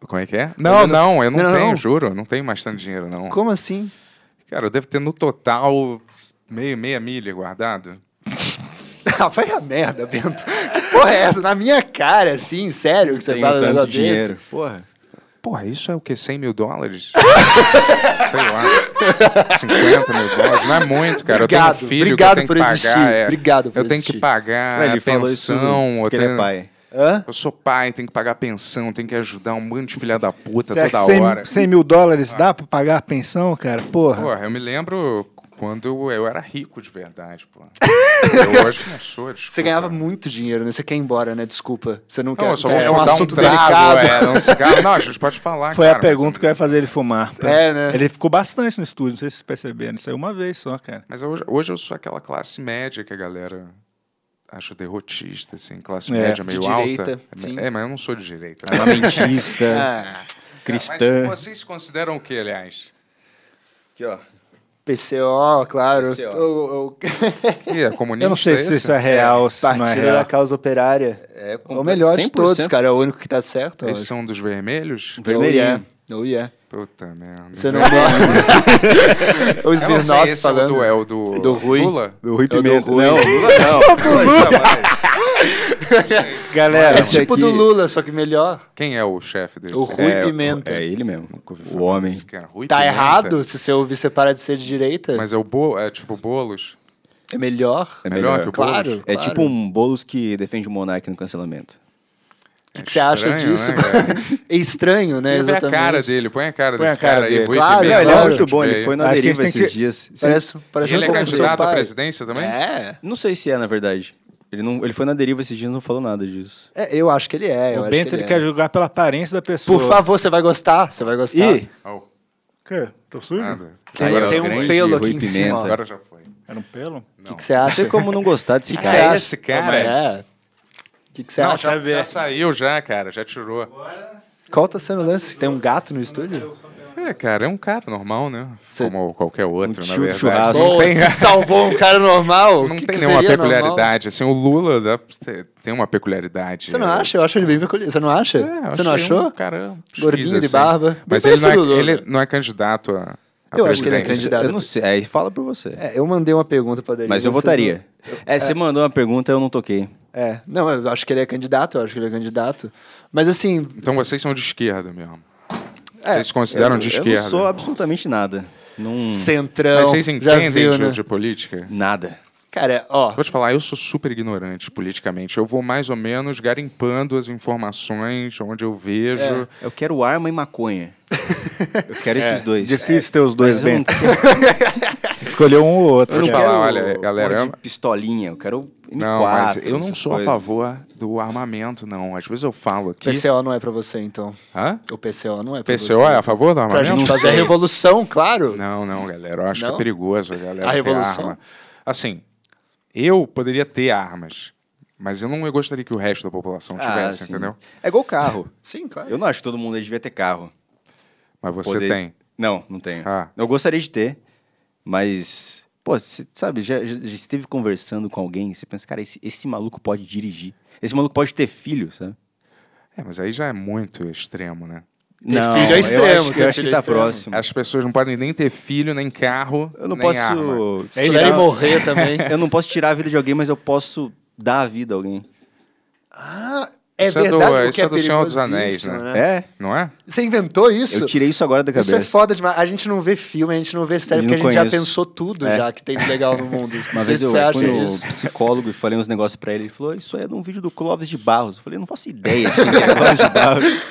S5: Como é que é? Não,
S7: vendo-
S5: não, eu não,
S7: Não, não,
S5: tenho,
S7: não.
S5: juro. Eu não tenho bastante dinheiro, não.
S7: Como assim?
S5: Cara, eu devo ter no total meio, meia milha guardado.
S7: [LAUGHS] Ah, vai a merda, Bento. Que porra é essa? Na minha cara, assim, sério, que você
S8: Tenho
S7: fala um
S8: tanto
S7: negócio
S8: dinheiro.
S7: desse?
S8: Porra.
S5: Porra, isso é o quê? 100 mil dólares? Sei lá. 50 mil dólares? Não é muito, cara. eu
S7: Obrigado,
S5: tenho um filho
S7: obrigado
S5: que eu tenho
S7: por
S5: que pagar.
S7: existir,
S5: é.
S7: obrigado por
S5: Eu tenho
S7: existir.
S5: que pagar
S8: Ué, ele falou isso
S5: Ah, pensão. Eu,
S8: porque ele é
S5: tenho-
S8: pai.
S7: Hã?
S5: eu sou pai, tenho que pagar pensão, tenho que ajudar um monte de filha da puta
S4: Você acha
S5: toda
S4: que 100,
S5: hora.
S4: 100 mil dólares dá pra pagar a pensão, cara? Porra.
S5: É. Porra, eu me lembro quando eu era rico de verdade, pô. Eu hoje não sou, desculpa.
S7: Você ganhava muito dinheiro, né? Você quer ir embora, né? Desculpa. Você não quer.
S5: Não, eu só
S7: você
S5: vou
S7: é um
S5: dar
S7: assunto
S5: um trago,
S7: delicado.
S5: é, um cigarro. Não, a gente pode falar,
S4: Foi
S5: cara,
S4: a
S5: tá mas-
S4: pergunta que vai fazer ele fumar.
S7: [LAUGHS] É, né?
S4: Ele ficou bastante no estúdio, não sei se vocês perceberam. Ele saiu uma vez só, cara.
S5: Mas hoje, hoje eu sou aquela classe média que a galera acha derrotista, assim, classe
S4: É, de
S5: média meio
S7: direita,
S5: alta.
S7: sim.
S5: É, mas eu não sou de direita.
S8: Lamentista,
S7: Ah,
S8: cristã.
S5: [LAUGHS] Mas vocês consideram o que, aliás?
S8: Aqui, ó.
S7: PCO, claro.
S8: PCO.
S7: O- o-
S5: Que é comunista
S4: Eu não sei se
S5: esse?
S4: isso é real, se não é
S7: Partido da
S4: real.
S7: causa operária.
S8: É
S7: É o melhor de
S8: 100%.
S7: todos, cara. É o único que tá certo.
S5: Eles são é um dos vermelhos?
S7: Vermelhinho. Oh, yeah. Oh, yeah.
S5: Puta merda.
S7: Você não gosta. [LAUGHS]
S5: Eu
S7: o
S5: não sei,
S7: Smirnoff
S5: esse é o do,
S7: falando.
S5: é o do,
S7: Do Rui.
S5: Lula?
S8: Do Rui
S7: É o do
S8: Pimenta.
S7: Rui.
S8: Não, Lula não.
S4: Galera,
S7: É
S8: esse
S7: tipo
S8: aqui-
S7: do Lula, só que melhor.
S5: Quem é o chefe desse?
S7: O Rui
S8: É,
S7: Pimenta.
S8: É ele mesmo.
S5: Nunca ouvi
S8: O
S5: falar
S8: homem.
S5: desse cara. Rui
S7: Tá
S5: Pimenta?
S7: errado se você ouvir, você para de ser de direita.
S5: Mas é, o Bo... é tipo Boulos?
S7: É melhor.
S8: É
S5: Melhor que o Boulos?
S7: Claro.
S8: É tipo um Boulos que defende o Monark no cancelamento.
S7: O que, que você acha
S5: Estranho,
S7: disso?
S5: Né, cara?
S7: [LAUGHS] é estranho, né?
S5: Põe a
S7: Exatamente.
S5: cara dele, põe a cara
S4: Põe a
S5: desse
S4: cara
S5: cara aí.
S4: dele.
S5: Rui
S7: Claro,
S5: Pimenta.
S7: não,
S8: ele é
S7: lógico,
S8: muito bom, ele foi na
S4: Acho que a gente
S8: deriva
S4: tem
S8: esses
S4: que-
S8: dias.
S7: Parece, parece
S5: Ele
S7: um
S5: é
S7: pouco do seu
S5: candidato à
S7: pai.
S5: presidência também?
S7: É.
S8: Não sei se é, na verdade. Ele, não, ele foi na deriva esses dias e não falou nada disso.
S7: É, eu acho que ele é. eu
S4: o
S7: acho
S4: Bento
S7: que
S4: ele
S7: ele é.
S4: quer julgar pela aparência da pessoa.
S7: Por favor, você vai gostar. Você vai gostar.
S4: E.
S8: Tá?
S5: Oh,
S4: Que? Tô sujo?
S5: nada.
S7: Tem,
S8: Agora,
S7: tem
S8: o
S7: um
S8: grande
S7: pelo aqui
S8: Rui
S7: em cima. ó.
S8: Pimenta.
S7: O
S5: Agora já foi.
S4: Era um pelo?
S7: que, que você acha?
S8: Tem como não gostar desse
S5: você
S8: cara?
S5: acha? esse cara?
S7: É. O que, que você
S5: Não,
S7: acha?
S5: já, já saiu já, cara. Já tirou.
S7: Qual tá sendo o lance? Tem um gato no estúdio?
S5: É, cara, é um cara normal, né?
S7: Cê-
S5: Como qualquer outro,
S8: Um
S5: na
S8: tio do
S5: verdade.
S8: churrasco.
S5: Não
S7: Pô,
S5: tem,
S7: se salvou um cara normal.
S5: não
S7: que
S5: tem
S7: que
S5: nenhuma
S7: seria normal?
S5: peculiaridade. Assim, o Lula dá- tem uma peculiaridade.
S7: Você não acha? Eu acho ele bem peculiar. Você não acha?
S5: É, eu
S7: você não
S5: achei
S7: achou?
S5: Um cara X,
S7: Gordinho de
S5: assim.
S7: barba. Bem
S5: Mas ele não,
S7: parecido do
S5: é,
S7: Lula.
S5: ele não é candidato a, a
S7: Eu acho que ele é
S5: presidência.
S7: candidato.
S8: Eu não sei. Aí fala pra você.
S7: É, eu mandei uma pergunta pra Deriva.
S8: Mas eu
S7: você
S8: votaria. É, você mandou uma pergunta, eu não toquei.
S7: não- É, não, eu acho que ele é candidato, eu acho que ele é candidato. Mas assim,
S5: Então vocês são de esquerda mesmo.
S7: É,
S5: vocês se consideram
S8: eu,
S5: de
S8: Eu
S5: esquerda.
S8: não sou absolutamente nada. Não...
S7: centrão.
S5: Mas vocês entendem
S7: já viu,
S5: de,
S7: né?
S5: de política?
S8: Nada.
S7: Cara, ó,
S5: Vou te falar, eu sou super ignorante politicamente. Eu vou mais ou menos garimpando as informações onde eu vejo.
S8: Eu quero arma e maconha. Eu quero esses dois.
S4: Difícil ter os dois,
S8: Mas eu não-
S4: Bento. Escolheu um ou outro.
S8: Eu não
S5: te
S4: cara.
S5: falar,
S8: quero
S5: olha, é, galera,
S8: porra
S5: eu-
S8: de pistolinha, eu quero M4.
S5: Não, mas eu não
S8: essas
S5: sou
S8: coisas.
S5: a favor do armamento, não. Às vezes eu falo aqui.
S7: PCO não é pra você, então.
S5: Hã?
S7: O PCO não é pra você.
S5: PCO é a favor do
S7: Pra
S5: armamento?
S7: gente fazer a revolução, claro.
S5: Não, não, galera. Eu acho que
S7: Não?
S5: é perigoso, galera.
S7: A
S5: ter
S7: revolução?
S5: arma. Assim, Eu poderia ter armas, mas eu não gostaria que o resto da população tivesse,
S8: Ah, sim.
S5: entendeu?
S8: É igual carro.
S7: Sim, claro.
S8: Eu não acho que todo mundo aí devia ter carro.
S5: Mas você
S8: Poder-
S5: tem.
S8: Não, não tenho.
S5: Ah.
S8: Eu gostaria de ter, mas. Pô, você sabe, já, já- já esteve conversando com alguém, você pensa, cara, esse, esse maluco pode dirigir. Esse maluco pode ter filho, sabe?
S5: É, mas aí já é muito extremo, né?
S7: Ter filho é extremo,
S8: eu acho que,
S7: ter
S8: eu acho
S7: filho
S8: que
S7: é
S8: tá
S7: extremo.
S8: próximo.
S5: As pessoas não podem nem ter filho, nem carro,
S8: Eu não
S5: nem arma.
S8: posso.
S7: Se quiserem
S8: tirar-
S7: É morrer também.
S8: [LAUGHS] Eu não posso tirar a vida de alguém, mas eu posso dar a vida a alguém.
S7: Ah, é
S5: Isso é do-
S7: verdade o
S5: isso
S7: que é,
S5: é do Senhor dos
S7: perigosíssimo,
S5: Anéis, né?
S7: né?
S8: É?
S5: Não é?
S7: Você inventou isso?
S8: Eu tirei isso agora da
S7: Isso
S8: cabeça.
S7: é foda demais. A gente não vê filme, a gente não vê série,
S8: Eu
S7: porque a
S8: não
S7: gente já
S8: conheço.
S7: pensou tudo
S8: É.
S7: já que tem de legal no
S8: [LAUGHS]
S7: mundo.
S8: Uma
S7: Você-
S8: vez eu
S7: você acha
S8: fui no
S7: disso?
S8: psicólogo e falei uns negócios pra ele. Ele falou, isso aí é de um vídeo do Clóvis de Barros. Eu falei, eu não faço ideia de quem
S4: [LAUGHS]
S8: que é Clóvis de Barros.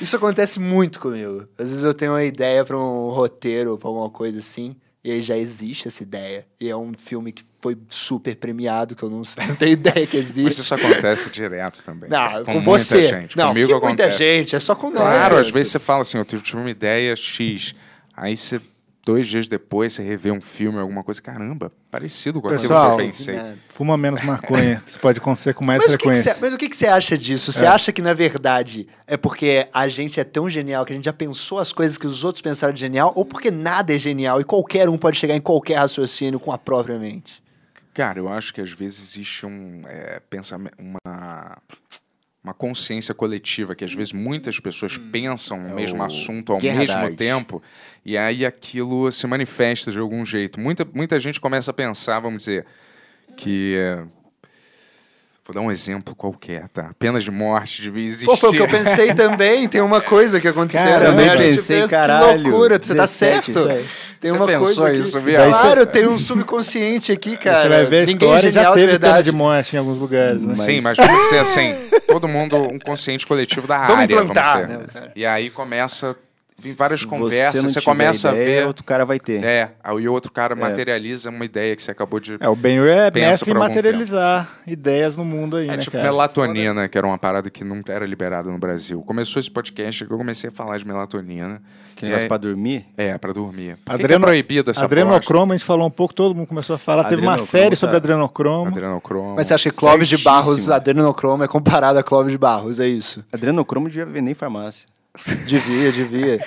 S7: Isso acontece muito comigo. Às vezes eu tenho uma ideia pra um roteiro, pra alguma coisa assim, e aí já existe essa ideia. E é um filme que foi super premiado, que eu não, [LAUGHS] não tenho ideia que
S5: Mas
S7: existe.
S5: isso acontece direto também.
S7: Não, com,
S5: muita
S7: você.
S5: gente.
S7: Não,
S5: Comigo
S7: que
S5: acontece.
S7: muita gente, é só com nós.
S5: Claro, às
S7: né?
S5: vezes você fala assim, eu tive uma ideia X, aí você, dois dias depois, você revê um filme, alguma coisa, caramba, parecido com aquilo
S4: Pessoal,
S5: que eu pensei.
S7: Né?
S4: Fuma menos maconha. Isso pode acontecer com mais
S7: Mas o, que que
S4: frequência. É.
S7: você, mas o que que você acha disso? Você acha que, na verdade, é porque a gente é tão genial que a gente já pensou as coisas que os outros pensaram de genial, ou porque nada é genial e qualquer um pode chegar em qualquer raciocínio com a própria mente?
S5: Cara, eu acho que às vezes existe um é, pensamento, uma, uma consciência coletiva, que às vezes muitas pessoas pensam no mesmo assunto ao
S8: Guerra
S5: mesmo
S8: das.
S5: tempo, e aí aquilo se manifesta de algum jeito. Muita, muita gente começa a pensar, vamos dizer, que. é, Vou dar um exemplo qualquer, tá? Pena de morte devia existir.
S7: Pô, foi o que eu pensei também. Tem uma coisa que aconteceu.
S8: Cara, eu
S7: né?
S8: nem
S7: A gente
S8: pensei,
S7: pensa,
S8: caralho.
S7: Que loucura, você tá
S8: 17,
S7: certo.
S8: isso aí.
S7: Tem
S5: Você
S7: uma
S5: pensou
S7: coisa. que-
S5: isso, viado?
S7: Claro, tem um subconsciente aqui, cara.
S4: Você vai ver a
S7: Ninguém
S4: história
S7: é
S4: já
S7: genial de
S4: teve pena
S7: verdade.
S4: de morte em alguns lugares, né?
S5: Sim, mas vamos dizer assim, todo mundo um consciente coletivo da
S7: Vamos
S5: área,
S7: plantar,
S5: vamos
S7: né,
S5: dizer.
S7: cara?
S5: E aí começa, em
S8: Se
S5: várias
S8: você
S5: conversas,
S8: não
S5: você
S8: tiver
S5: começa
S8: ideia,
S5: a ver...
S8: Outro cara vai ter.
S5: É, aí o outro cara materializa uma ideia que você acabou de...
S4: É, o Ben é
S5: Pensa
S4: mestre em
S5: por algum
S4: materializar ideias no mundo aí,
S5: É
S4: né,
S5: tipo
S4: cara?
S5: melatonina, que era uma parada que não era liberada no Brasil. Começou esse podcast que eu comecei a falar de melatonina.
S8: Que negócio
S5: é,
S8: pra dormir.
S5: é, pra dormir. Por que que é
S4: Adreno-
S5: proibido essa bosta?
S4: Adrenocromo, a gente falou um pouco, todo mundo começou a falar. Teve uma
S8: Adrenocromo,
S4: série sobre
S8: tá.
S4: adrenocromo.
S5: Adrenocromo.
S7: Mas você acha que Clóvis de Barros,
S5: Certíssimo.
S7: adrenocromo, é comparado a Clóvis de Barros, é isso?
S8: Adrenocromo devia vender em farmácia.
S7: Devia, devia.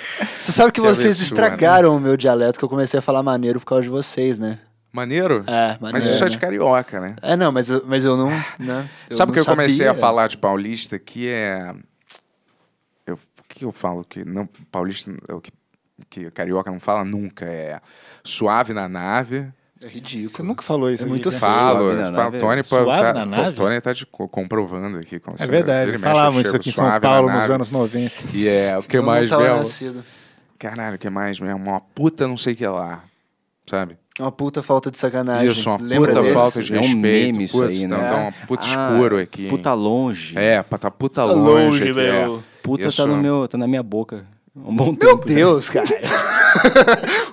S7: Você sabe que
S5: Que
S7: vocês
S5: abençoa,
S7: estragaram o meu dialeto, que eu comecei a falar maneiro por causa de vocês, né?
S5: Maneiro?
S7: É, maneiro.
S5: Mas isso é de
S7: né?
S5: carioca, né?
S7: É, não, mas, eu- mas eu não. Né?
S5: Sabe o
S7: não
S5: que eu comecei a
S7: sabia.
S5: falar de paulista? Que é. Eu, o que eu falo que. Não, paulista. é O que, que carioca não fala nunca. É suave na nave.
S7: É
S4: Você
S7: ridículo.
S4: nunca falou isso.
S7: É
S4: aqui,
S7: muito
S4: né?
S7: fácil.
S5: Falo.
S8: na
S5: falo-
S8: nave?
S5: Tony, pô,
S4: Suave
S5: tá,
S4: na
S5: pô,
S4: nave?
S5: Tony tá de co- comprovando aqui. com
S4: É
S5: você. Ele
S4: verdade,
S5: mexe, eu
S4: falavam isso
S5: chego
S4: aqui em
S5: suave
S4: São
S5: na
S4: Paulo nos
S5: nave.
S4: anos né? 90.
S5: E é.
S8: Ah,
S5: O que
S7: Eu não
S5: mais,
S7: tava
S5: Bel?
S7: nascido.
S5: Caralho, o que mais, meu? Uma puta não sei o que lá. Sabe?
S7: É Uma puta falta de sacanagem.
S5: Isso, uma
S7: Lembra
S5: puta
S7: desse?
S5: falta de
S8: É um
S5: respeito.
S8: meme isso
S5: Putz,
S8: aí, né?
S5: tá- tá uma puta
S8: Ah,
S5: escuro aqui. hein?
S8: Puta longe.
S5: É, pa- tá puta
S7: Tá
S5: longe. aqui,
S7: meu.
S5: é.
S8: Puta
S5: Isso.
S8: tá, no meu, tá na minha boca. Um bom
S7: Meu
S5: né?
S8: tempo.
S5: [LAUGHS]
S7: Deus, cara. [LAUGHS]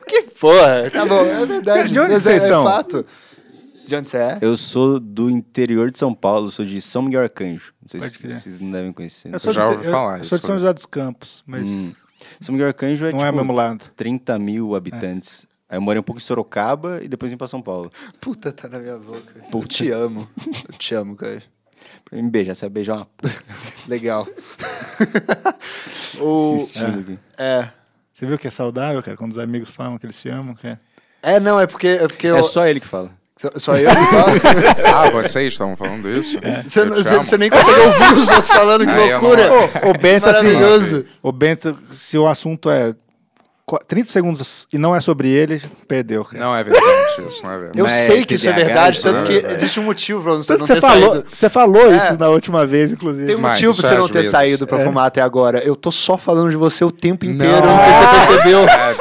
S7: que porra. Tá bom, é verdade.
S4: De onde
S7: Mas
S4: vocês
S7: é,
S4: são?
S7: É fato. De onde você é?
S8: Eu sou do interior de São Paulo, sou de São Miguel Arcanjo. Não sei
S4: Pode
S8: se
S4: crer.
S8: vocês não devem conhecer.
S4: Eu sou
S5: já
S4: de-
S5: ouvi falar
S4: Eu sou
S5: isso.
S4: de São José dos Campos, mas
S8: Hum. São Miguel Arcanjo é
S4: não
S8: tipo
S4: é mesmo É. lado.
S8: 30 mil habitantes. Aí eu morei um pouco em Sorocaba e depois vim pra São Paulo.
S7: Puta tá na minha boca. Eu te amo. Eu te amo, cara.
S8: Pra me beijar, você vai beijar uma puta
S5: [LAUGHS]
S7: Legal. o...
S8: assistindo aqui.
S7: É.
S4: Você viu que é saudável, cara, quando os amigos falam que eles se amam, cara?
S7: É, não, é porque, é porque eu...
S8: É só ele que fala.
S7: Só,
S5: [LAUGHS]
S7: só eu que falo?
S5: Ah, vocês estavam falando isso?
S8: É.
S7: Você
S5: Eu te amo.
S7: você nem consegue ouvir os outros falando, que
S5: Aí eu não-
S7: loucura!
S4: O Bento, assim,
S7: Maravilhoso!
S4: o Bento, se o assunto é qu- 30 segundos e não é sobre ele, perdeu, cara.
S5: Não é verdade isso, não é verdade.
S7: Eu
S8: Mas é
S7: sei que isso é
S8: TDAH,
S7: verdade,
S8: isso
S7: tanto
S8: é
S7: que
S5: né?
S8: verdade.
S7: existe um motivo pra você
S4: Tanto
S7: não
S4: que
S7: ter
S4: você falou,
S7: saído.
S4: você falou
S7: É.
S4: isso na última vez, inclusive.
S7: Tem um
S5: Mas
S7: motivo pra
S5: isso
S7: você
S5: é
S7: não
S5: às
S7: ter
S5: vezes.
S7: saído pra fumar até agora. Eu tô só falando de você o tempo inteiro,
S5: Não.
S7: não, sei se você percebeu.
S5: É,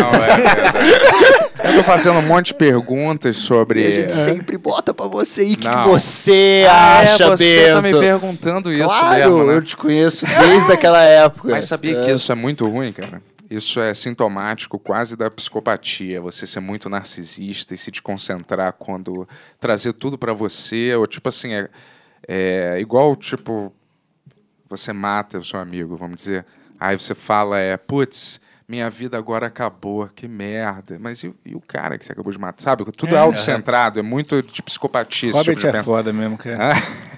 S5: não, é
S8: [LAUGHS]
S5: verdade. Eu tô fazendo um monte de perguntas sobre.
S7: E a gente sempre bota pra você aí o que, que
S5: Não.
S7: você
S5: É. Ah, é,
S7: acha,
S5: você tá me
S7: Bento.
S5: perguntando isso
S7: claro,
S5: mesmo, né?
S7: eu te conheço desde aquela época.
S5: Mas sabia
S7: É.
S5: que isso é muito ruim, cara? Isso é sintomático quase da psicopatia, você ser muito narcisista e se desconcentrar quando trazer tudo pra você, ou tipo assim, é, é igual, tipo, você mata o seu amigo, vamos dizer. Aí você fala, é, putz, minha vida agora acabou, que merda. Mas e, o- e o cara que você acabou de matar? Sabe? Tudo é autocentrado, é muito de psicopatia. esse
S4: Robert
S5: tipo de
S4: é
S5: pensa-
S4: foda mesmo, cara.
S5: [LAUGHS]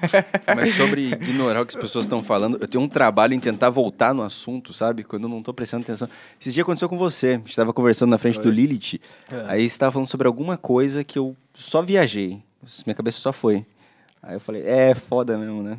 S8: Mas sobre ignorar o que as pessoas estão falando, eu tenho um trabalho em tentar voltar no assunto, sabe? Quando eu não tô prestando atenção. Esse dia aconteceu com você. A gente tava conversando na frente do Lilith.
S7: É.
S8: Aí você tava falando sobre alguma coisa que eu só viajei. Minha cabeça só foi. Aí eu falei, é foda mesmo, né?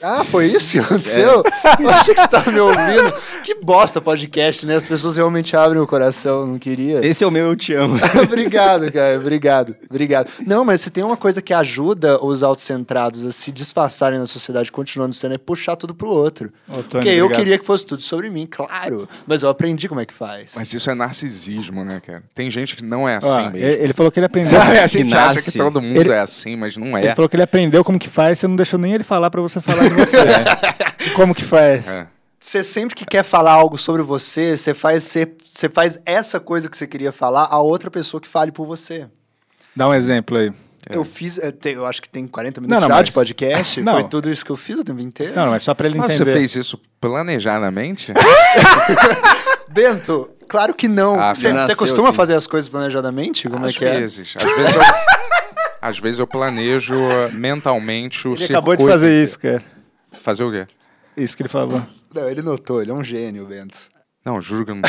S7: Ah, foi isso
S4: É.
S7: que aconteceu? Eu achei que você tava me ouvindo. Que bosta podcast, né? As pessoas realmente abrem o coração, não queria.
S8: Esse é o meu, eu te amo.
S7: [LAUGHS] obrigado, cara. Obrigado. Obrigado. Não, mas se tem uma coisa que ajuda os autocentrados a se disfarçarem na sociedade, continuando sendo, é puxar tudo pro outro.
S5: É.
S4: Ô, Tony,
S7: Porque eu
S4: obrigado.
S7: queria que fosse tudo sobre mim, claro. Mas eu aprendi como é que faz.
S5: Mas isso é narcisismo, né, cara? Tem gente que não é assim
S4: Ó, ele,
S5: mesmo.
S4: ele falou
S5: [LAUGHS]
S4: que ele aprendeu.
S5: Sabe, a gente
S8: que
S5: acha
S8: nasce.
S5: que todo mundo
S4: Ele-
S5: é assim, mas não é.
S4: Ele falou que ele aprendeu como que faz, você não deixou nem ele falar pra você falar de você. né?
S5: [LAUGHS]
S4: como que faz?
S5: É.
S7: Você sempre que quer falar algo sobre você, você faz, você, você faz essa coisa que você queria falar a outra pessoa que fale por você.
S4: Dá um exemplo aí.
S5: É.
S7: Eu fiz, eu, te- eu acho que tem 40
S4: Não,
S7: minutos
S4: não,
S7: já
S4: mas-
S7: de podcast.
S4: Não.
S7: Foi tudo isso que eu fiz o tempo inteiro.
S4: Não, não, é só pra ele
S5: Mas
S4: entender.
S5: você fez isso planejadamente?
S7: Bento, claro que não.
S5: Ah,
S7: você,
S8: nasceu
S7: você costuma
S8: assim.
S7: fazer as coisas planejadamente? Como
S5: Às
S7: é que é?
S5: vezes. Às vezes eu, às vezes eu planejo eh, mentalmente o
S4: Ele acabou de
S5: circuito.
S4: fazer isso, cara.
S5: Fazer o quê?
S4: Isso que ele falou.
S7: Não, ele notou, ele é um gênio, Bento.
S5: Não, juro que eu não tô.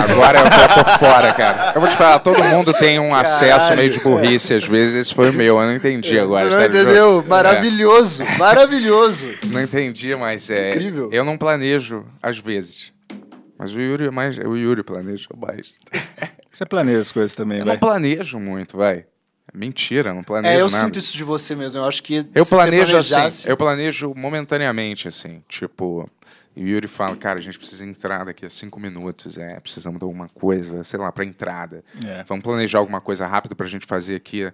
S5: Agora eu tô, tô fora, cara. Eu vou te falar, todo mundo tem um acesso meio de burrice, às vezes. Esse foi o meu, eu não entendi agora.
S7: Você não
S5: sabe?
S7: entendeu?
S5: É,
S7: Maravilhoso, maravilhoso.
S5: não entendi, mas é.
S7: Incrível.
S5: Eu não planejo, às vezes. Mas o Yuri, é mais, o Yuri planeja mais.
S4: Você planeja as coisas também,
S5: Eu
S4: vai.
S5: não planejo muito, vai. É Mentira, eu não planejo
S7: É, eu
S5: nada.
S7: sinto isso de você mesmo. Eu acho que
S5: Eu
S7: se você
S5: planejo assim,
S7: planejasse-
S5: eu planejo momentaneamente, assim, tipo, e o Yuri fala, cara, a gente precisa entrar daqui a cinco minutos, é, precisamos de alguma coisa, sei lá, pra entrada.
S4: É.
S5: Vamos planejar alguma coisa rápida pra gente fazer aqui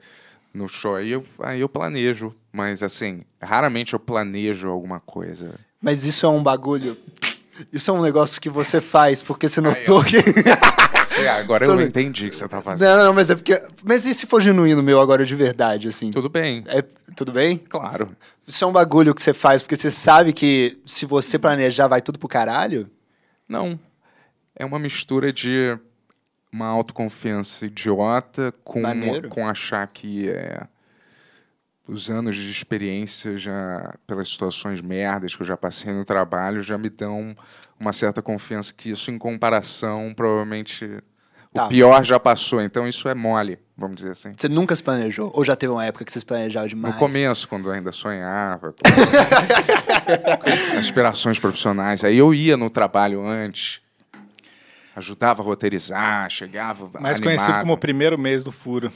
S5: no show, aí eu, aí eu planejo, mas assim, raramente eu planejo alguma coisa.
S7: Mas isso é um bagulho. Isso é um negócio que você faz porque você notou que.
S5: Sei, lá, agora
S7: Só
S5: eu
S7: me-
S5: entendi o que você tá fazendo.
S7: [LAUGHS] não, não, não, mas é porque. Mas e se for genuíno meu agora de verdade, assim?
S5: Tudo bem,
S7: É, tudo bem?
S5: claro.
S7: Isso é um bagulho que você faz porque você sabe que se você planejar vai tudo pro caralho?
S5: Não. É uma mistura de uma autoconfiança idiota com,
S7: Maneiro.
S5: com achar que é, os anos de experiência já pelas situações merdas que eu já passei no trabalho já me dão uma certa confiança que isso em comparação provavelmente
S7: Tá.
S5: o pior já passou. Então isso é mole, vamos dizer assim.
S7: Você nunca se planejou? Ou já teve uma época que você se planejava demais?
S5: No começo, quando eu ainda sonhava, com [LAUGHS] aspirações profissionais, aí eu ia no trabalho antes, ajudava a roteirizar, chegava
S4: Mais
S5: animado.
S4: conhecido como o primeiro mês do furo.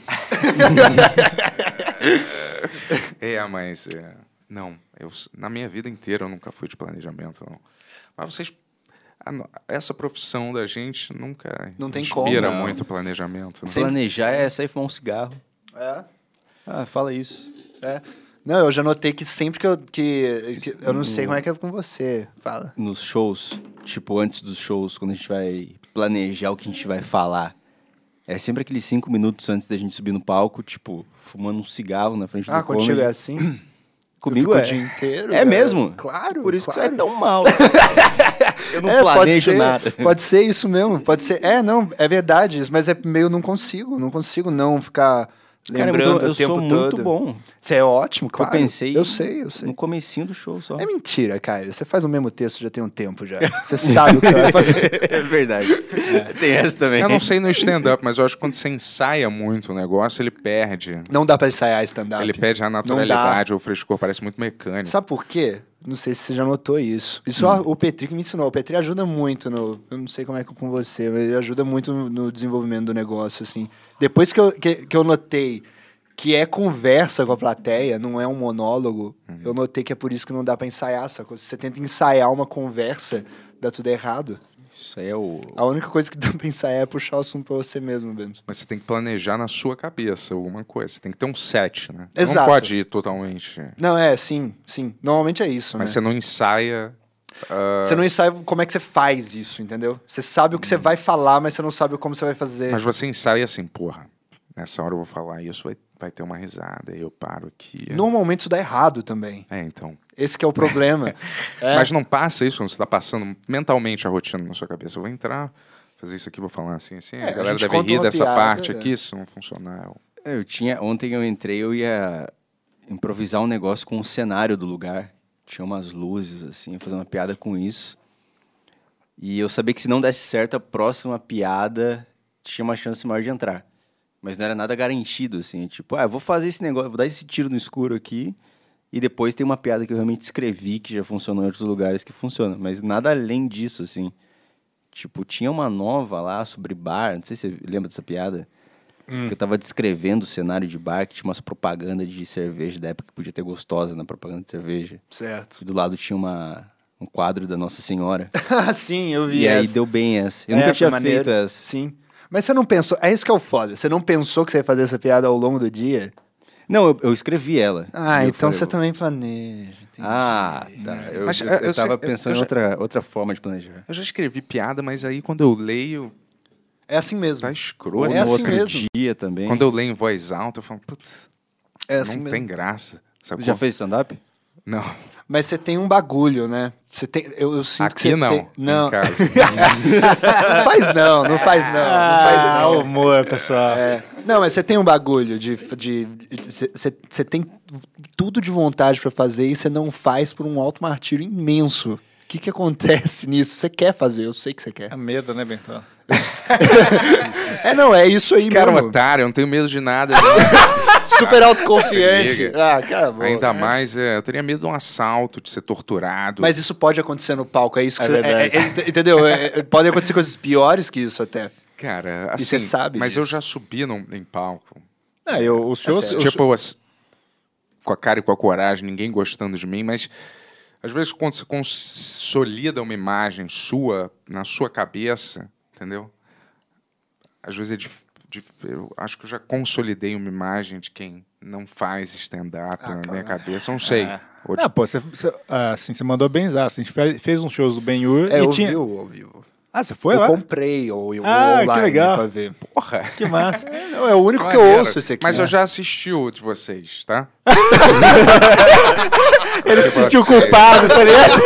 S5: É, mas... é, não, eu, s- na minha vida inteira eu nunca fui de planejamento, não. Mas vocês... a no- essa profissão da gente nunca
S7: Não tem como,
S5: inspira
S7: não.
S5: muito planejamento. Né?
S8: Planejar é sair fumar um cigarro.
S7: É.
S8: Ah, fala isso.
S7: É. Não, eu já notei que sempre que eu. Que, que- eu não sei como é que é com você. Fala.
S8: Nos shows, tipo, antes dos shows, quando a gente vai planejar o que a gente vai falar. É sempre aqueles cinco minutos antes da gente subir no palco, tipo, fumando um cigarro na frente
S7: Ah,
S8: do
S7: contigo é
S8: comedy. [CLEARS THROAT]
S7: assim?
S8: Comigo
S7: eu fico o
S8: é.
S7: dia inteiro.
S8: É mesmo?
S7: Claro.
S8: Por isso
S7: claro.
S8: que você é tão
S7: [LAUGHS]
S8: mal. Eu não
S7: É, pode
S8: planejo
S7: ser,
S8: nada.
S7: [LAUGHS] Pode ser isso mesmo. Pode ser. É, não, é verdade. isso, Mas é meio não consigo. Não consigo não ficar
S8: Cara, eu,
S7: lembrando
S8: tô- eu
S7: o tempo
S8: sou
S7: todo.
S8: muito bom.
S7: Você é ótimo, claro.
S8: eu pensei.
S7: Eu sei, eu sei.
S8: No comecinho do show só.
S7: É mentira, Caio. Você faz o mesmo texto já tem um tempo já. Você sabe o que vai fazer.
S8: [LAUGHS]
S7: É.
S8: É verdade. Tem essa também.
S5: Eu
S7: [LAUGHS]
S5: não sei no stand-up, mas eu acho que quando você ensaia muito o negócio, ele perde.
S7: Não dá pra ensaiar stand-up.
S5: Ele perde a naturalidade ou o frescor, parece muito mecânico.
S7: Sabe por quê? Não sei se você já notou isso. Isso a- o Petri que me ensinou. O Petri ajuda muito no. Eu não sei como é que é com você, mas ele ajuda muito no, no desenvolvimento do negócio, assim. Depois que eu, que, que eu notei que é conversa com a plateia, não é um monólogo, eu notei que é por isso que não dá pra ensaiar essa coisa. Você tenta ensaiar uma conversa, dá tudo errado.
S8: Isso aí é o.
S7: A única coisa que dá pra ensaiar é puxar o assunto pra você mesmo, Bento.
S5: Mas você tem que planejar na sua cabeça alguma coisa. Você tem que ter um set, né? Você Não
S7: Exato.
S5: pode ir totalmente.
S7: Não, é, sim, sim. Normalmente é isso,
S5: Mas
S7: né?
S5: você não ensaia.
S7: Você não ensaia como é que você faz isso, entendeu? Você sabe o que você vai falar, mas você não sabe como você vai fazer.
S5: Mas você ensaia assim, porra. Nessa hora eu vou falar isso, vai, vai ter uma risada. Aí eu paro aqui.
S7: Normalmente isso dá errado também.
S5: É, então.
S7: Esse que é o problema. É.
S5: Mas não passa isso quando você tá passando mentalmente a rotina na sua cabeça. Eu vou entrar, fazer isso aqui, vou falar assim, assim.
S7: É,
S5: a
S7: a
S5: galera
S7: gente
S5: deve
S7: conta
S5: rir
S7: uma
S5: dessa
S7: piada,
S5: parte
S7: né?
S5: aqui, se não funcionar. eu-
S8: É, Eu tinha, ontem eu entrei, eu ia improvisar um negócio com o cenário do lugar. Tinha umas luzes, assim, fazer uma piada com isso. E eu sabia que se não desse certo, a próxima piada tinha uma chance maior de entrar. Mas não era nada garantido, assim. Tipo, ah, eu vou fazer esse negócio, vou dar esse tiro no escuro aqui. E depois tem uma piada que eu realmente escrevi, que já funcionou em outros lugares, que funciona. Mas nada além disso, assim. Tipo, tinha uma nova lá sobre bar, não sei se você lembra dessa piada. Que eu tava descrevendo o cenário de bar, que tinha umas propagandas de cerveja da época que podia ter gostosa na propaganda de cerveja.
S7: Certo. [LAUGHS]
S8: E do lado tinha uma, um quadro da Nossa Senhora.
S7: Ah, sim, eu vi
S8: E aí
S7: essa.
S8: deu bem essa. Eu
S7: É,
S8: nunca
S7: foi
S8: tinha
S7: maneiro.
S8: feito essa.
S7: Sim. Mas você não pensou. É isso que é o foda. Você não pensou que você ia fazer essa piada ao longo do dia?
S8: Não, eu, eu escrevi ela.
S7: Ah,
S8: E eu
S7: então
S8: falei,
S7: você também planeja. entendi.
S8: Ah, tá. Eu,
S5: Mas,
S8: eu,
S5: é,
S8: eu
S5: eu sei-
S8: tava
S5: eu-
S8: pensando
S5: eu
S8: em
S5: já-
S8: outra, outra forma de planejar.
S5: Eu já escrevi piada, mas aí quando eu leio,
S7: É assim mesmo.
S5: tá escroto.
S7: É
S8: no
S7: assim
S8: outro
S7: mesmo.
S8: dia também.
S5: Quando eu leio em voz alta, eu falo, putz,
S7: É assim
S5: não
S7: mesmo.
S5: tem graça. Sacou?
S8: Você já fez stand-up?
S5: Não,
S7: Mas você tem um bagulho, né? Você tem. Eu, eu sinto que
S5: aqui
S7: você
S5: não.
S7: tem-
S5: Em
S7: Não.
S5: casa.
S7: [LAUGHS] Não faz não, não faz não, não faz
S4: Ah,
S7: não.
S4: humor, pessoal.
S7: É. Não, mas você tem um bagulho de. de- de- Você você tem tudo de vontade pra fazer e você não faz por um alto martírio imenso. O que, que acontece nisso? Você quer fazer, eu sei que
S4: [LAUGHS]
S7: você quer.
S4: É medo, né, Bentão?
S7: É, não, é isso aí
S5: Cara, um
S7: mesmo.
S5: otário, eu não tenho medo de
S7: [LAUGHS]
S5: nada. né?
S7: Super autoconfiante.
S5: Amiga.
S7: Ah, cara, boa.
S5: Ainda mais, é, eu teria medo de um assalto, de ser torturado.
S7: Mas isso pode acontecer no palco, é isso que
S4: É
S7: você.
S4: verdade.
S7: ent- entendeu? É, é, podem acontecer coisas piores que isso até.
S5: Cara,
S7: E
S5: assim,
S7: você sabe
S5: mas eu
S7: disso.
S5: já subi num, em palco.
S4: Ah, eu, os shows.
S7: sério.
S4: os-
S5: Tipo, as- com a cara e com a coragem, ninguém gostando de mim, mas às vezes quando você consolida uma imagem sua, na sua cabeça, entendeu? Às vezes é dif- dif- Eu acho que eu já consolidei uma imagem de quem não faz stand-up
S7: Ah,
S5: na
S7: tá.
S5: minha cabeça. Não sei.
S7: É.
S5: Ou de-
S4: Ah, pô, você, você- ah, assim, você mandou benzaço. A gente fe- fez uns shows do Ben-Hur
S7: É,
S4: e
S7: eu
S4: tinha...
S7: vi o ao vivo.
S4: Ah, você foi
S7: eu
S4: lá?
S7: comprei ou eu
S4: Ah, que
S7: online
S4: legal.
S7: pra ver.
S5: Porra!
S4: Que
S7: [LAUGHS]
S4: massa.
S7: Não, é o único que eu
S5: maneiro.
S7: ouço esse aqui.
S5: Ah,
S7: né?
S5: Mas eu já assisti o de vocês, tá?
S4: Ele
S5: se
S4: se
S5: sentiu
S4: sentiu
S5: Você-
S4: culpado, tá ligado?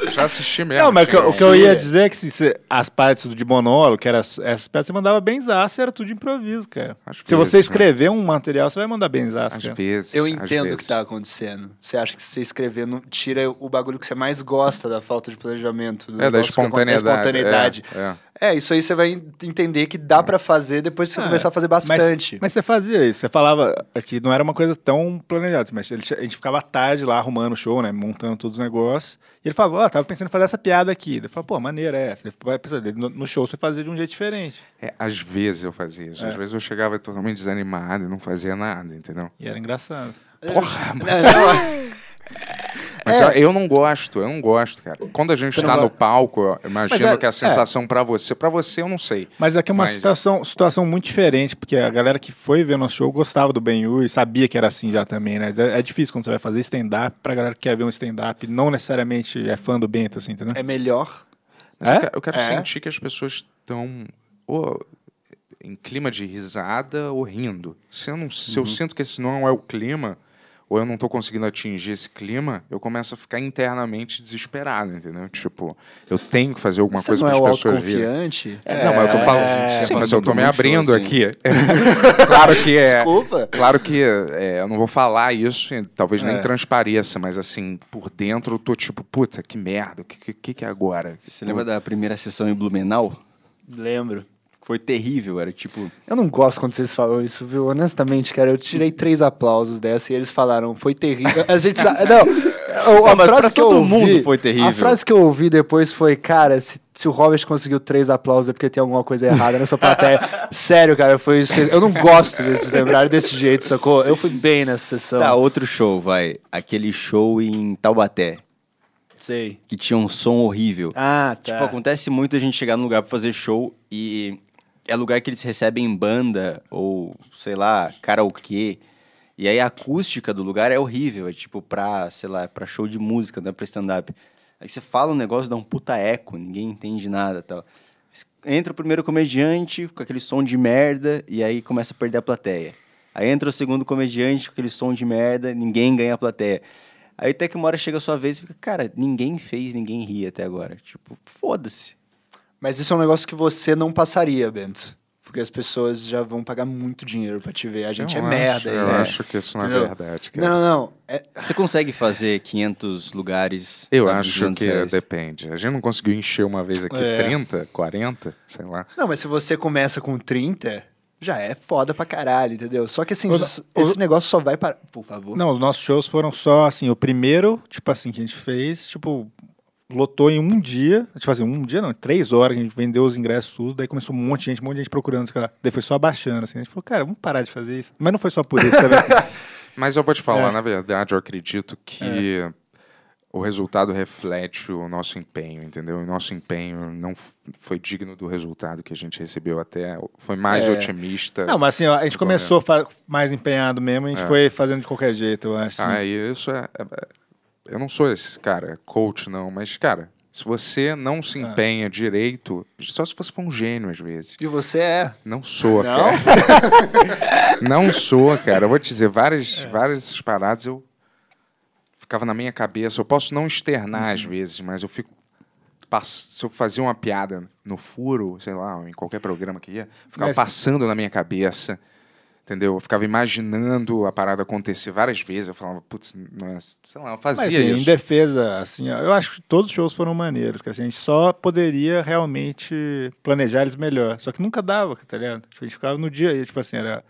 S5: Eu já assisti mesmo.
S4: Não, mas o que, eu- o que eu
S5: Sim.
S4: ia dizer é que se você- as partes do- de monólogo, que era as- essas partes, você mandava benzaço e era tudo de improviso, cara.
S5: Acho
S4: se
S5: que
S4: você
S5: isso,
S4: escrever um material, você vai mandar benzaço,
S5: Às
S4: cara.
S5: vezes.
S7: Eu
S5: às
S7: entendo o que
S5: vezes.
S7: tá acontecendo. Você acha que você escrever não tira o bagulho que você mais gosta da falta de planejamento. do
S5: É, da
S7: um negócio que acontece,
S5: espontaneidade.
S7: espontaneidade.
S5: É,
S7: É, isso aí você vai en- entender que dá pra fazer depois que você
S4: Ah,
S7: começar a fazer
S4: Mas-
S7: bastante.
S4: Mas, você fazia isso, você falava que não era uma coisa tão planejada, mas ele- a gente ficava à tarde lá arrumando o show, né, montando todos os negócios, e ele falava, ó, tava pensando em fazer essa piada aqui. Eu falava, pô, maneira é essa. Ele vai pensar, no, no show você fazia de um jeito diferente.
S5: É, às vezes eu fazia isso.
S7: É.
S5: Às vezes eu chegava totalmente desanimado e não fazia nada, entendeu?
S4: E era engraçado.
S7: É.
S5: Mas
S4: É.
S5: eu, eu não gosto, eu não gosto, cara. Quando a gente
S7: Você não
S5: tá no
S7: gosta?
S5: palco, eu imagino
S4: Mas é-
S5: que a sensação pra você. Pra você, eu não sei.
S4: Mas aqui é uma
S5: Mas-
S4: situação, situação muito diferente, porque a galera que foi ver o nosso show gostava do ben e sabia que era assim já também, né? É, é difícil quando você vai fazer stand-up, pra galera que quer ver um stand-up, não necessariamente é fã do Bento, assim, entendeu?
S7: É melhor.
S5: Mas
S4: É?
S5: eu quero, eu quero
S7: É.
S5: sentir que as pessoas estão ou em clima de risada ou rindo. Se eu, não, se
S8: Uhum.
S5: eu sinto que esse não é o clima, ou eu não estou conseguindo atingir esse clima, eu começo a ficar internamente desesperado, entendeu? Tipo, eu tenho que fazer alguma
S7: você
S5: coisa
S7: não
S5: para
S7: é
S5: as
S7: o
S5: pessoas virem.
S7: autoconfiante?
S5: É, não, mas eu tô
S8: mas
S5: falando.
S8: a gente
S7: é
S5: Sim,
S8: já
S5: mas
S8: passou
S5: eu tô
S8: por
S5: me
S8: muito show
S5: abrindo
S8: assim.
S5: aqui. [LAUGHS] claro que é.
S7: Desculpa.
S5: Claro que é, eu não vou falar isso, e talvez
S8: É.
S5: nem transpareça, mas assim, por dentro eu tô tipo, puta, que merda, o que, que- que, que é agora?
S8: Você lembra da primeira sessão em Blumenau?
S7: Lembro.
S8: Foi terrível, era tipo...
S7: Eu não gosto quando vocês falam isso, viu? Honestamente, cara, eu tirei três aplausos dessa e eles falaram, foi terrível. A gente sa- [LAUGHS] Não, a- a,
S8: Não, mas
S7: frase
S8: pra
S7: que eu
S8: todo
S7: ouvi,
S8: mundo foi terrível.
S7: A frase que eu ouvi depois foi, cara, se, se o Robert conseguiu três aplausos é porque tem alguma coisa errada nessa plateia.
S8: [LAUGHS]
S7: Sério, cara, foi isso. que- Eu não gosto de vocês lembrarem desse jeito, sacou? Eu fui bem nessa sessão.
S8: Tá, outro show, vai. Aquele show em Taubaté,
S7: Sei.
S8: que tinha um som horrível.
S7: Ah, tá.
S8: Tipo, acontece muito a gente chegar num lugar pra fazer show e é lugar que eles recebem em banda ou, sei lá, karaokê. E aí a acústica do lugar é horrível, é tipo pra, sei lá, pra show de música, não é pra stand-up. Aí você fala um negócio, dá um puta eco, ninguém entende nada e tal. Entra o primeiro comediante com aquele som de merda e aí começa a perder a plateia. Aí entra o segundo comediante com aquele som de merda, ninguém ganha a plateia. Aí até que uma hora chega a sua vez e fica, cara, ninguém fez, ninguém ri até agora. Tipo, foda-se.
S7: Mas isso é um negócio que você não passaria, Bento. Porque as pessoas já vão pagar muito dinheiro pra te ver. A gente
S5: eu
S7: é
S5: acho,
S7: merda.
S5: Eu
S7: né?
S5: acho que isso não é
S7: Entendeu?
S5: verdade. cara.
S7: Não, não. É,
S8: Você consegue fazer 500 lugares?
S5: Eu
S8: a
S5: acho
S8: 200
S5: que é
S8: reais?
S5: depende. A gente não conseguiu encher uma vez aqui
S4: É.
S5: 30, 40, sei lá.
S7: Não, mas se você começa com 30, já é foda pra caralho, entendeu? Só que assim,
S4: Ô,
S7: s-
S4: ô,
S7: esse negócio só vai para. Por favor.
S4: Não, os nossos shows foram só assim, o primeiro, tipo assim, que a gente fez, tipo, lotou em um dia, tipo assim, um dia não, três horas, que a gente vendeu os ingressos tudo, daí começou um monte de gente, um monte de gente procurando, sei lá, daí foi só abaixando, assim, a gente falou, cara, vamos parar de fazer isso. Mas não foi só por isso, tá sabe?
S5: [LAUGHS] Mas eu vou te falar,
S4: É.
S5: na verdade, eu acredito que o resultado reflete o nosso empenho, entendeu? E O nosso empenho não f- foi digno do resultado que a gente recebeu até. Foi mais
S4: É.
S5: otimista.
S4: não, mas assim, ó, a gente
S5: Tô
S4: começou fa- mais empenhado mesmo, a gente
S5: É.
S4: foi fazendo de qualquer jeito, eu acho. assim.
S5: Ah, e isso é, é- é- Eu não sou esse cara, coach, não, mas, cara, se você não se empenha direito, só se você for um gênio às vezes.
S7: E você é.
S5: Não sou,
S7: Não?
S4: [LAUGHS]
S5: cara. não sou, cara. Eu vou te dizer,
S4: É.
S5: várias, várias dessas paradas eu ficava na minha cabeça. Eu posso não externar às
S4: Uhum.
S5: vezes, mas eu fico. pass- Se eu fazia uma piada no furo, sei lá, ou em qualquer programa que ia, ficava
S4: Mas-
S5: passando na minha cabeça. Entendeu? Eu ficava imaginando a parada acontecer várias vezes. Eu falava, putz, não é- sei lá, eu fazia
S4: Mas assim, em
S5: isso.
S4: defesa, assim, ó, eu acho que todos os shows foram maneiros, que assim, a gente só poderia realmente planejar eles melhor. Só que nunca dava, tá ligado? Tipo, a gente ficava no dia aí, tipo assim, era.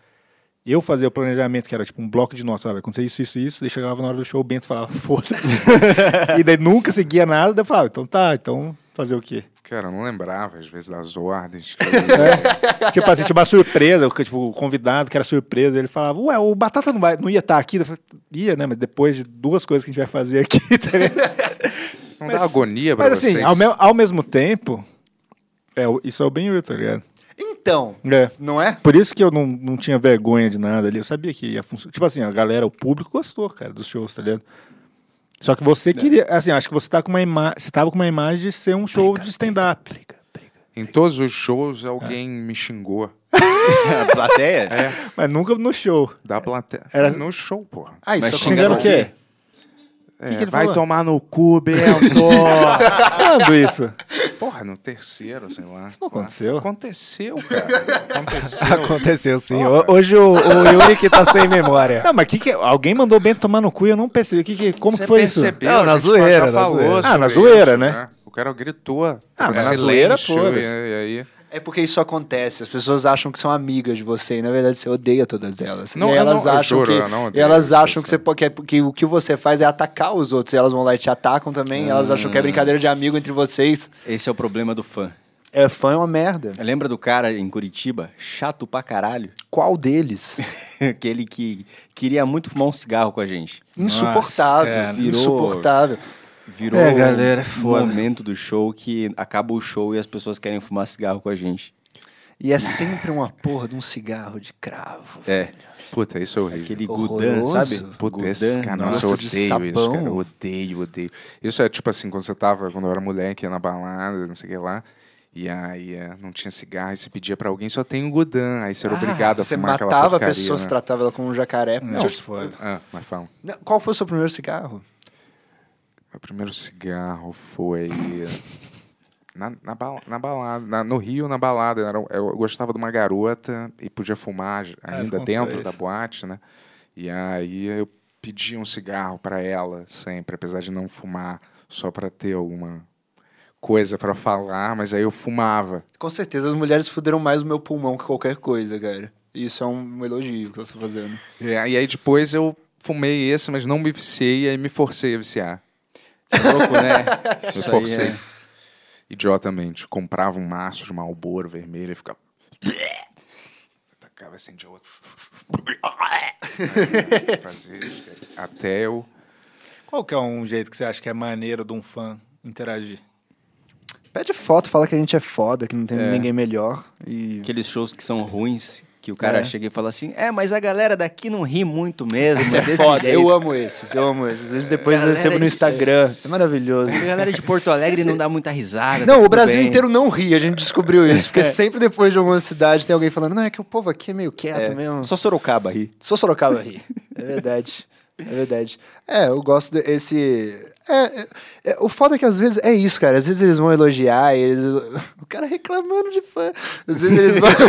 S4: Eu fazia o planejamento, que era tipo um bloco de notas, sabe? Acontecer isso, isso, isso, daí chegava na hora do show, o Bento falava, [LAUGHS]
S5: [LAUGHS]
S4: foda-se. e daí nunca seguia nada, daí eu falava, então tá, então fazer o quê?
S5: Cara, eu não lembrava às vezes das ordens.
S4: [LAUGHS]
S5: que eu-
S4: tipo assim, tinha uma surpresa, o que, tipo, o convidado que era surpresa, ele falava, ué, o Batata não, vai, não ia estar aqui? Eu falei, ia, né? Mas depois de duas coisas que a gente vai fazer aqui, [LAUGHS] tá ligado?
S5: Não
S4: Mas-
S5: dá agonia pra
S4: Mas assim,
S5: vocês?
S4: ao, me- ao mesmo tempo, é, o- isso é o Ben Ur, tá ligado?
S7: Então,
S4: É.
S7: não é?
S4: Por isso que eu não, não tinha vergonha de nada ali. Eu sabia que ia funcionar. Tipo assim, a galera, o público gostou, cara, dos shows, tá ligado? Só que
S5: É.
S4: você queria. Assim, acho que você tá com uma imagem. Você tava com uma imagem de ser um show de stand-up.
S5: Em todos os shows alguém me xingou.
S8: [LAUGHS] A plateia?
S5: É.
S4: Mas nunca no show.
S5: Da plateia.
S4: É. Era-
S5: No show, porra.
S7: Ah, isso
S8: Mas
S4: Xingando
S7: aconteceu.
S4: o quê?
S5: É,
S4: que que ele
S5: vai
S4: falou?
S5: tomar no
S4: [LAUGHS]
S5: cu, Bento!
S4: Quando isso?
S5: porra, no terceiro, sei lá. Isso
S4: não aconteceu.
S5: Aconteceu, cara. Aconteceu.
S9: [LAUGHS] Aconteceu sim. Ho- Hoje o, o Yuri que tá sem memória.
S4: Não, mas que que, alguém mandou o Bento tomar no cu e eu não percebi. Que que, como que
S5: Você
S4: foi isso?
S5: percebeu,
S9: Não,
S5: a
S9: na
S5: gente
S9: zoeira,
S5: já
S9: na
S5: falou
S9: zoeira.
S5: sobre
S4: Ah, na zoeira,
S5: isso,
S4: né? Ah,
S5: O cara gritou.
S4: mas
S5: Era
S4: na zoeira,
S5: silêncio,
S4: foda-se.
S5: E, e aí...
S7: É porque isso acontece. As pessoas acham que são amigas de você e na verdade você odeia todas elas.
S5: Não,
S7: e
S5: eu
S7: elas
S5: não- eu
S7: acham
S5: juro,
S7: que
S5: eu não odeio as
S7: elas acham que você
S5: pessoas.
S7: po- que, é- que o que você faz é atacar os outros. E elas vão lá e te atacam também. e Elas
S5: Hum.
S7: acham que é brincadeira de amigo entre vocês.
S8: Esse é o problema do fã.
S7: É fã é uma merda.
S8: Lembra do cara em Curitiba? Chato pra caralho. [LAUGHS]
S5: [LAUGHS]
S7: Qual deles?
S8: Aquele que queria muito fumar um cigarro com a gente.
S7: Insuportável.
S5: é,
S4: cara.
S8: Virou-
S7: insuportável.
S8: Virou
S4: É, galera, é
S8: um
S4: foda.
S8: momento do show que acaba o show e as pessoas querem fumar cigarro com a gente.
S7: E é sempre uma porra de um cigarro de cravo.
S8: É.
S5: Puta, isso é horrível.
S8: Aquele Gudan,
S7: Horroroso.
S8: sabe?
S5: Puta, esse
S8: Gudan,
S5: cara, nossa, eu
S7: gosto de
S5: odeio isso, cara.
S7: sabão.
S5: Eu odeio, odeio. Isso é tipo assim, quando você tava, quando eu era moleque, ia na balada, não sei o que lá, e aí é, não tinha cigarro, e você pedia pra alguém, só tem o Gudan. Aí você era obrigado a
S7: Ah, Você
S5: fumar aquela
S7: matava a
S5: porcaria,
S7: pessoa,
S5: né?
S7: se tratava ela como um jacaré.
S4: Não,
S7: Deixa eu-
S4: foda.
S5: Ah, mas fala.
S7: Não, Qual foi o seu primeiro cigarro?
S5: Meu primeiro cigarro foi. Na, na, bala- na balada, na- no Rio, na balada. Era, eu gostava de uma garota e podia fumar j-
S4: Ah,
S5: ainda
S4: você contou
S5: dentro da
S4: isso.
S5: boate, né? E aí eu pedia um cigarro para ela sempre, apesar de não fumar, só para ter alguma coisa para falar, mas aí eu fumava.
S7: Com certeza as mulheres fuderam mais o meu pulmão que qualquer coisa, cara. Isso é um elogio que eu tô fazendo.
S5: E aí e aí depois eu fumei esse, mas não me viciei, e aí me forcei a viciar.
S8: É louco, né?
S5: Me
S8: Isso aí
S5: forcei.
S8: é-
S5: Idiotamente. Comprava um maço de Malboro vermelho e ficava. Tacava assim de outro. Fazia isso, cara. Até eu.
S4: Qual que é um jeito que você acha que é maneiro de um fã interagir?
S7: Pede foto, fala que a gente é foda, que não tem ninguém melhor. E.
S8: Aqueles shows que são ruins, que o cara
S7: É.
S8: chega e fala assim: É, mas a galera daqui não ri muito mesmo. é desse jeito.
S7: Eu amo esses, eu amo esses. Eles depois eu
S8: Galera,
S7: recebo no
S8: é-
S7: Instagram. É maravilhoso.
S8: A galera de Porto Alegre não dá muita risada. tá
S7: Não, o
S8: tudo
S7: Brasil
S8: bem.
S7: inteiro não ri, a gente descobriu
S8: [LAUGHS]
S7: isso. Porque sempre depois de alguma cidade tem alguém
S8: É.
S7: falando, não, é que o povo aqui é meio quieto mesmo.
S8: Só Sorocaba ri.
S7: Só Sorocaba ri. É verdade. É verdade. É, eu gosto desse. É, é- é- o foda é que às vezes é isso, cara. Às vezes eles vão elogiar, eles... [LAUGHS] o cara reclamando de fã. Às vezes eles vão. Às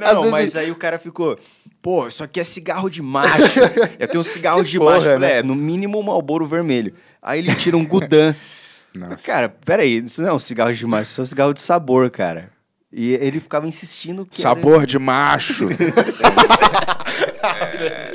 S8: [LAUGHS] Não,
S7: vezes-
S8: mas aí o cara ficou. Pô, isso aqui é cigarro de macho. Eu tenho um cigarro de
S7: Porra,
S8: macho. Eu falei,
S7: né?
S8: É, no mínimo um malboro vermelho. Aí ele tira um gudan.
S5: Nossa.
S8: Cara, peraí, isso não é um cigarro de macho, isso é um cigarro de sabor, cara. E ele ficava insistindo que. era-
S5: Sabor de macho. [LAUGHS] É.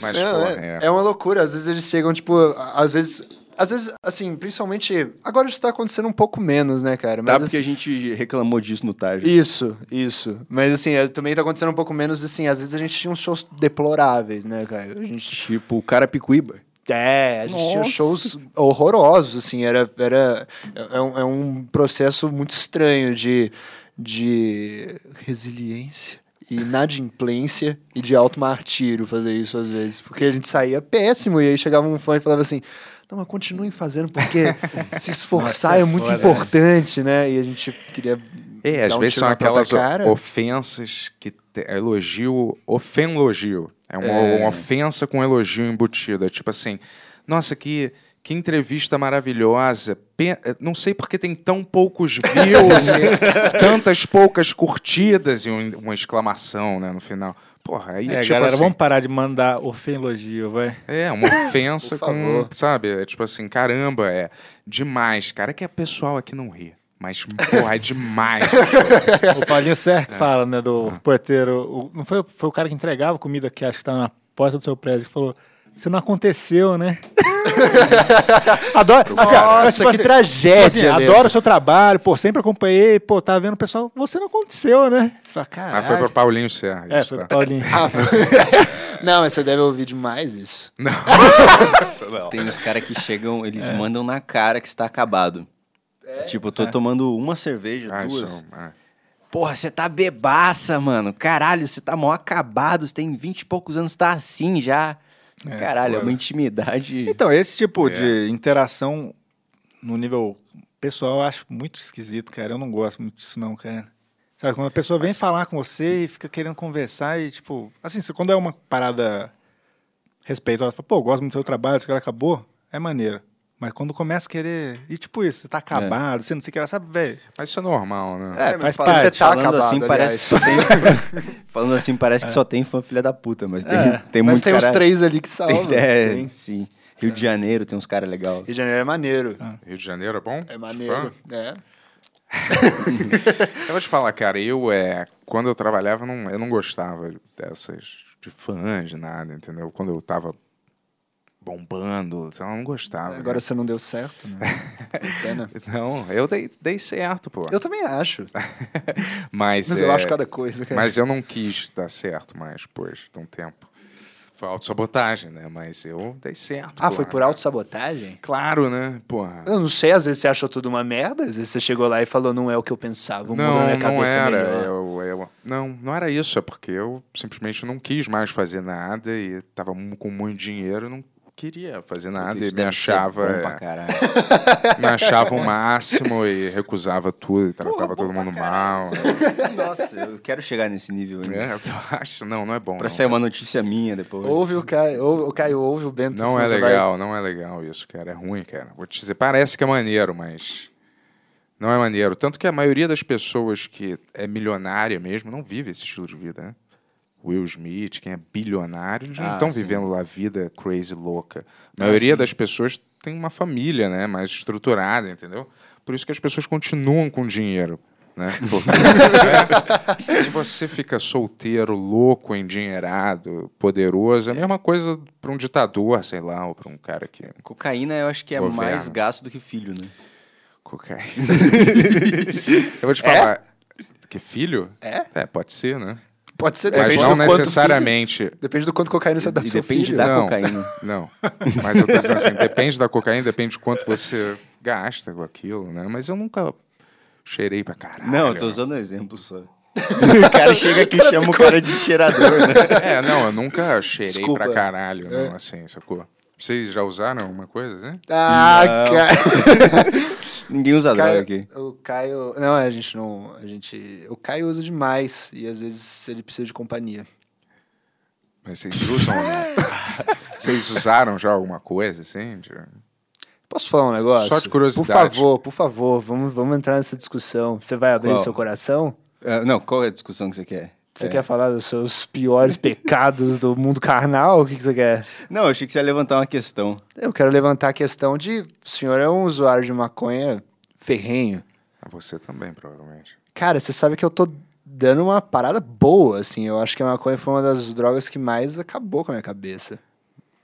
S5: Mas,
S7: Não,
S8: tipo,
S5: porra,
S7: é,
S5: é.
S7: é uma loucura. Às vezes eles chegam, tipo, a- às vezes. Às vezes, assim, principalmente. Agora isso tá acontecendo um pouco menos, né, cara?
S8: Tá,
S7: Mas,
S8: porque a gente reclamou disso no Tarja.
S7: Isso, isso. Mas assim, é- também tá acontecendo um pouco menos, assim, às vezes a gente tinha uns shows deploráveis, né, cara? A gente.
S8: Tipo, o cara picuíba.
S7: É, a gente tinha
S8: Nossa.
S7: shows horrorosos, assim, era. era é, um, é um processo muito estranho de, de resiliência. E inadimplência e de alto martírio fazer isso às vezes, porque a gente saía péssimo e aí chegava um fã e falava assim: Não, mas continuem fazendo, porque se esforçar é muito importante, né? E a gente queria.
S5: É, às
S7: dar um
S5: vezes
S7: tiro
S5: são
S7: na própria
S5: aquelas o-
S7: cara.
S5: ofensas que te- é elogio, ofenlogio. É uma, uma ofensa com elogio embutido. É tipo assim, nossa, que, que entrevista maravilhosa. Pe- eh, Não sei porque tem tão poucos views, e tantas poucas curtidas e um- uma exclamação né, no final. Porra, aí
S4: É,
S5: tipo
S4: galera,
S5: assim,
S4: vamos parar de mandar ofenlogio, vai.
S5: é, uma ofensa
S7: Por
S5: com,
S7: favor.
S5: sabe? É tipo assim, caramba, é demais. Cara, que é pessoal aqui não ri. Mas, porra, é demais.
S4: O Paulinho Serra que fala, né, do porteiro. o- não foi, foi o cara que entregava comida que acho que tá na porta do seu prédio, que falou. Isso não aconteceu, né? adoro. assim, ó,
S7: Nossa,
S4: tipo
S7: que
S4: assim,
S7: tragédia,
S4: tipo assim,
S7: Leandro.
S5: [LAUGHS]
S4: adoro o seu trabalho, pô, sempre acompanhei, pô, tá vendo o pessoal, você não aconteceu, né? Você fala,
S5: Ah, foi
S4: caralho.
S5: pro Paulinho Serra.
S4: é,
S5: isso,
S4: foi
S5: tá.
S4: pro Paulinho.
S7: Não, mas você deve ouvir demais isso.
S8: Tem uns caras que chegam,
S5: É.
S8: eles mandam na cara que está acabado.
S7: É?
S8: Tipo, eu tô tomando uma cerveja,
S5: Ah, isso
S8: duas.
S5: é um- ah.
S8: Porra, você tá bebaça, mano. Caralho, você tá mal acabado. Você tem 20 e poucos anos, tá assim já. Caralho, é uma intimidade.
S4: Então, esse tipo de interação no nível pessoal eu acho muito esquisito, cara. Eu não gosto muito disso, não, cara. Sabe, quando a pessoa vem falar com você e fica querendo conversar e, tipo, assim, se- quando é uma parada respeitosa, fala, pô, eu gosto muito do seu trabalho, esse cara acabou, é maneiro. Mas quando começa a querer. E tipo isso, você tá acabado, você não sei o que lá, sabe, velho?
S5: Mas isso é normal, né?
S8: É,
S4: faz
S7: fala,
S4: parte.
S7: Você tá
S8: falando
S7: acabado,
S8: assim, parece que
S7: aliás.
S8: só
S7: [LAUGHS]
S8: tem. falando assim, parece que só tem fã filha da puta, mas tem,
S5: É.
S8: tem
S7: Mas
S8: muito
S7: tem
S8: cara...
S7: uns três ali que
S5: [LAUGHS]
S7: salvam.
S8: [LAUGHS] Tem, é,
S7: Tem.
S8: sim. Rio de Janeiro tem uns caras legais.
S7: Rio de Janeiro é maneiro.
S5: Rio de Janeiro é bom?
S7: É
S5: De
S7: maneiro. É.
S5: fã? Eu vou te falar, cara, eu, é, quando eu trabalhava, não, eu não gostava dessas, de fãs, de nada, entendeu? Quando eu tava bombando, sei lá, eu não gostava.
S7: Agora você não deu certo,
S5: [LAUGHS]
S7: né? Pena.
S5: né? [LAUGHS] Não, eu dei, dei certo, pô.
S7: Eu também acho.
S5: Mas,
S7: Mas eu
S5: é,
S7: acho cada coisa, cara.
S5: Mas eu não quis dar certo mais, pois, de um tempo. Foi autossabotagem, né? Mas eu dei certo.
S7: Ah,
S5: pô.
S7: foi por autossabotagem?
S5: Claro, né? Porra.
S7: Eu não sei, às vezes você achou tudo uma merda, às vezes você chegou lá e falou, não é o que eu pensava, vou mudar minha
S5: não
S8: é
S7: cabeça
S5: era. é,
S7: melhor.
S5: Eu, eu- não, não era isso. É porque eu simplesmente não quis mais fazer nada e tava mu- com muito dinheiro, não queria fazer nada
S8: Isso
S5: e me
S8: deve ser
S5: achava, é.
S8: Bom pra caralho.
S7: [LAUGHS]
S5: me achava o máximo e recusava tudo e tratava todo mundo mal.
S8: Nossa, eu quero chegar nesse nível ainda.
S5: É, eu [LAUGHS] acho, não, não é bom.
S8: Pra
S5: não.
S8: sair uma notícia minha depois.
S7: Ouve o Caio, ouve, o Caio, ouve o Bento.
S5: Não
S8: assim,
S5: é
S7: senão você
S5: legal, não é legal isso, cara. É ruim, cara. Vou te dizer, parece que é maneiro, mas não é maneiro. Tanto que a maioria das pessoas que é milionária mesmo não vive esse estilo de vida, né? Will Smith, quem é bilionário, eles não
S8: Ah,
S5: estão
S8: sim. Ah,
S5: vivendo lá a vida crazy louca. A maioria das pessoas tem uma família, né? Mais estruturada, entendeu? Por isso que as pessoas continuam com dinheiro.
S8: [LAUGHS]
S5: Né? Porque, né? Se você fica solteiro, louco, endinheirado, poderoso, é a mesma coisa para um ditador, sei lá, ou para um cara que
S8: Cocaína eu acho que é
S5: Governo.
S8: mais gasto do que filho, né?
S5: cocaína. [LAUGHS] Eu vou te falar. Que filho? É? pode ser, né?
S7: vai- Pode ser,
S5: Mas
S7: depende
S5: não
S7: do quanto
S5: necessariamente.
S7: filho- [LAUGHS] depende do quanto cocaína você dá pro
S5: [LAUGHS]
S8: e
S7: seu
S8: depende
S7: filho.
S8: da
S5: Não.
S8: cocaína.
S5: Não. Mas eu tô dizendo assim, depende da cocaína, depende de quanto você gasta com aquilo, né? Mas eu nunca cheirei pra caralho.
S8: [LAUGHS] Não, eu tô usando um exemplo [LAUGHS] só. o cara chega aqui e chama o cara de cheirador, né?
S5: É, não, eu nunca cheirei
S7: Desculpa.
S5: pra caralho,
S8: É.
S5: não, assim, sacou? Vocês já usaram alguma coisa, né?
S7: Ah, cara.
S8: [LAUGHS] Ninguém usa droga aqui.
S7: Caio, o Caio. Não, é, a gente não. A gente, o Caio usa demais. E às vezes ele precisa de companhia.
S5: Mas vocês usam ou
S7: [LAUGHS]
S5: não? vocês usaram já alguma coisa, assim? de-
S7: Posso falar um negócio?
S5: Só de curiosidade.
S7: Por favor, por favor, vamos, vamos entrar nessa discussão. Você vai abrir
S8: Qual?
S7: seu coração?
S8: Ah, não, qual é a discussão que você quer?
S7: Você
S8: É.
S7: quer falar dos seus piores [LAUGHS] pecados do mundo carnal? O que, que você quer?
S8: Não, eu achei que você ia levantar uma questão.
S7: Eu quero levantar a questão de... O senhor é um usuário de maconha ferrenho.
S5: Ah, Você também, provavelmente.
S7: Cara, você sabe que eu tô dando uma parada boa, assim. Eu acho que a maconha foi uma das drogas que mais acabou com a minha cabeça.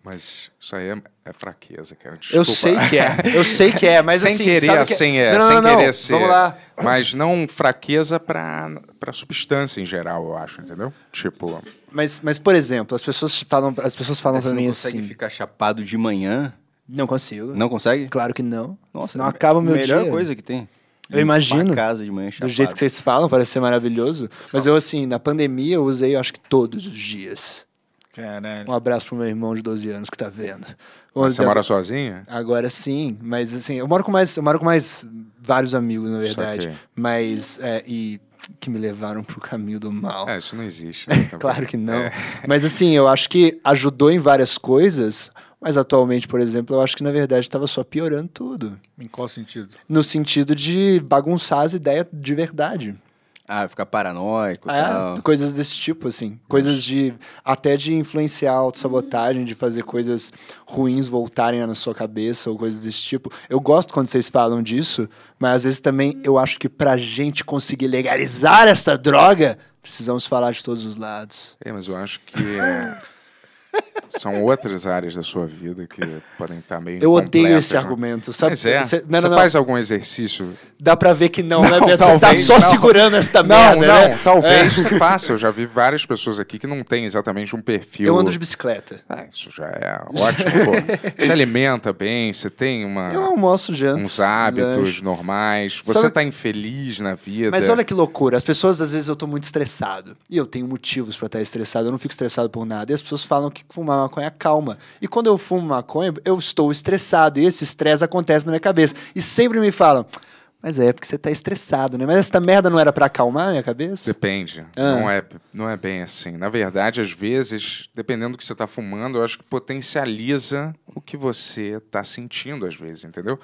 S5: Mas isso aí é, é fraqueza, cara.
S7: Eu
S5: Desculpa.
S7: sei que é, eu sei que é,
S5: [LAUGHS]
S7: mas
S5: sem
S7: assim...
S5: querer,
S7: sabe que...
S5: assim, é,
S7: Não, não,
S5: sem
S7: não, não.
S5: querer ser.
S7: Vamos lá.
S5: [LAUGHS] Mas não fraqueza pra, pra substância em geral, eu acho, entendeu? Tipo,
S7: Mas, mas, por exemplo, as pessoas falam, as pessoas falam pra
S8: É, você não
S7: mim
S8: consegue
S7: assim...
S8: ficar chapado de manhã?
S7: Não consigo.
S8: Não consegue?
S7: Claro que não.
S8: Nossa,
S7: não
S8: é
S7: acaba o meu
S8: melhor
S7: dia.
S8: coisa que tem.
S7: Eu imagino.
S8: Uma casa de manhã
S7: Do
S8: chapado.
S7: jeito que vocês falam, parece ser maravilhoso. Mas eu, assim, na pandemia eu usei, eu acho que todos os dias.
S4: Caralho.
S7: Um abraço pro meu irmão de 12 anos que tá vendo. Vamos
S5: você
S7: dar-
S5: mora sozinha?
S7: Agora sim, mas assim, eu moro com mais, eu moro com mais vários amigos, na
S5: Isso
S7: verdade.
S5: aqui.
S7: Mas, é, e que me levaram pro caminho do mal.
S5: É, isso não existe.
S7: [LAUGHS]
S5: né, também.
S7: Claro que não. Mas assim, eu acho que ajudou em várias coisas, mas atualmente, por exemplo, eu acho que na verdade tava só piorando tudo.
S4: Em qual sentido?
S7: No sentido de bagunçar as ideias de verdade.
S8: Ah, ficar paranoico e
S7: É,
S8: tal.
S7: coisas desse tipo, assim. Coisas de. Até de influenciar a autossabotagem, de fazer coisas ruins voltarem na sua cabeça ou coisas desse tipo. Eu gosto quando vocês falam disso, mas às vezes também eu acho que pra gente conseguir legalizar essa droga, precisamos falar de todos os lados.
S5: É, mas eu acho que é, são outras áreas da sua vida que podem estar meio
S7: Eu odeio
S5: incompletas,
S7: esse
S5: né?
S7: argumento. Sabe?
S5: Mas é.
S7: Cê-
S5: você
S7: não, não, não.
S5: faz algum exercício?
S7: Dá pra ver que não,
S5: [LAUGHS]
S7: né,
S5: Não,
S7: Beto? Você tá
S5: talvez,
S7: só
S5: não.
S7: segurando
S5: [LAUGHS]
S7: esta
S5: Não,
S7: merda,
S5: não,
S7: né?
S5: talvez faça. Eu já vi várias pessoas aqui que não têm exatamente um perfil.
S7: Eu ando de bicicleta.
S5: Ah, isso já é ótimo,
S7: [LAUGHS]
S5: pô. Se alimenta bem, você tem uma,
S7: Eu almoço, janto.
S5: uns hábitos
S7: lanche.
S5: normais, você
S7: Sabe-
S5: tá infeliz na vida.
S7: Mas olha que loucura. As pessoas, às vezes, eu tô muito estressado. E eu tenho motivos pra estar estressado. Eu não fico estressado por nada. E as pessoas falam que fumar maconha calma. E quando eu fumo maconha, eu estou estressado. E esse estresse acontece na minha cabeça. E sempre me falam, mas é porque você tá estressado, né? Mas essa merda não era pra acalmar a minha cabeça?
S5: Depende.
S7: Ah.
S5: Não, é, não é bem assim. Na verdade, às vezes, dependendo do que você está fumando, eu acho que potencializa o que você está sentindo, às vezes, entendeu?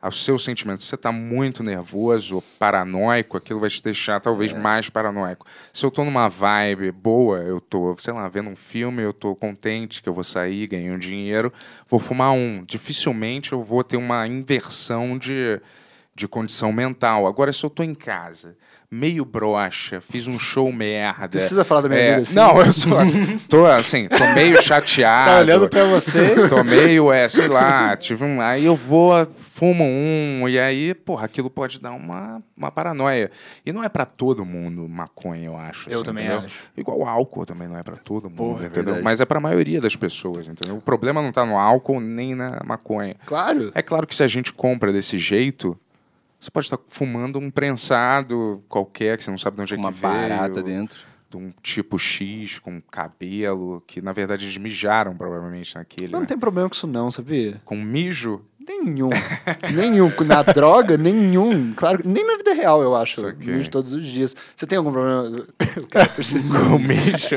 S5: Aos seus sentimentos. Se você está muito nervoso, paranoico, aquilo vai te deixar talvez
S7: É.
S5: mais paranoico. Se eu tô numa vibe boa, eu tô, sei lá, vendo um filme, eu tô contente que eu vou sair, ganhei um dinheiro, vou fumar um. Dificilmente eu vou ter uma inversão de, de condição mental. Agora, se eu tô em casa, meio broxa, fiz um show merda.
S7: Precisa falar da minha vida assim?
S5: É. Não, eu só tô assim, tô meio chateado.
S4: Tá olhando pra você.
S5: Tô meio, é, sei lá, tive um. Aí eu vou, fumo um, e aí, porra, aquilo pode dar uma, uma paranoia. E não é pra todo mundo maconha, eu acho.
S7: [LAUGHS] Eu
S5: assim,
S7: também
S5: entendeu?
S7: acho.
S5: Igual álcool também não é pra todo mundo,
S8: Porra, é
S5: entendeu?
S8: verdade.
S5: Mas é pra maioria das pessoas, entendeu? O problema não tá no álcool nem na maconha.
S7: Claro.
S5: É claro que se a gente compra desse jeito, você pode estar fumando um prensado qualquer, que você não sabe de onde
S8: Uma
S5: é que veio.
S8: barata dentro.
S5: De um tipo X com cabelo, que na verdade eles mijaram provavelmente naquele.
S7: Mas não
S5: né?
S7: tem problema com isso não, sabia?
S5: Com mijo, [LAUGHS]
S7: Nenhum. nenhum. Na droga, nenhum. Claro, que- nem na vida real, eu acho.
S5: Isso
S7: Eu
S5: aqui. é.
S7: vejo todos os dias. Você tem algum problema? [LAUGHS]
S5: [LAUGHS]
S7: O cara percebeu.
S5: com [LAUGHS] mijo.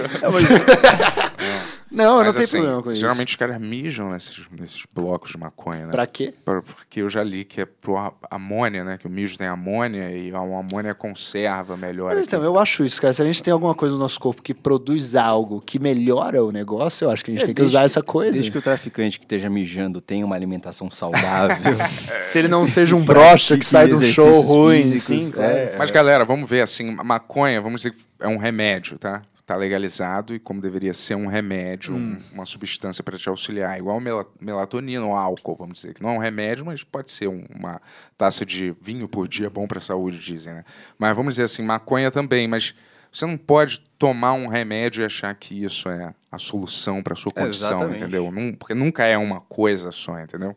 S7: Não, eu não
S5: Mas,
S7: tenho
S5: assim,
S7: problema com isso.
S5: Geralmente os caras mijam nesses, nesses blocos de maconha, né?
S7: Pra quê?
S5: Pra- Porque eu já li que é pro a- amônia, né? Que o mijo tem amônia e a amônia conserva melhor.
S7: Mas
S5: aquilo.
S7: então, eu acho isso, cara. Se a gente tem alguma coisa no nosso corpo que produz algo que melhora o negócio, eu acho que a gente
S8: É,
S7: tem que
S8: desde
S7: usar
S8: que-
S7: essa coisa.
S8: Desde que o traficante que esteja mijando tenha uma alimentação saudável.
S7: [LAUGHS] Se ele
S5: É,
S7: não seja um brocha que sai de um
S8: exercícios
S7: show ruim,
S8: físicos,
S7: sim, claro.
S8: é.
S5: Mas galera, vamos ver assim, a maconha, vamos dizer, que é um remédio, tá? Tá legalizado e como deveria ser um remédio, um- uma substância para te auxiliar, igual mela- melatonina ou álcool, vamos dizer, que não é um remédio, mas pode ser um- uma taça de vinho por dia bom para a saúde, dizem, né? Mas vamos dizer assim, maconha também, mas você não pode tomar um remédio e achar que isso é a solução para sua condição,
S8: Exatamente.
S5: entendeu? Nun- Porque nunca é uma coisa só, entendeu?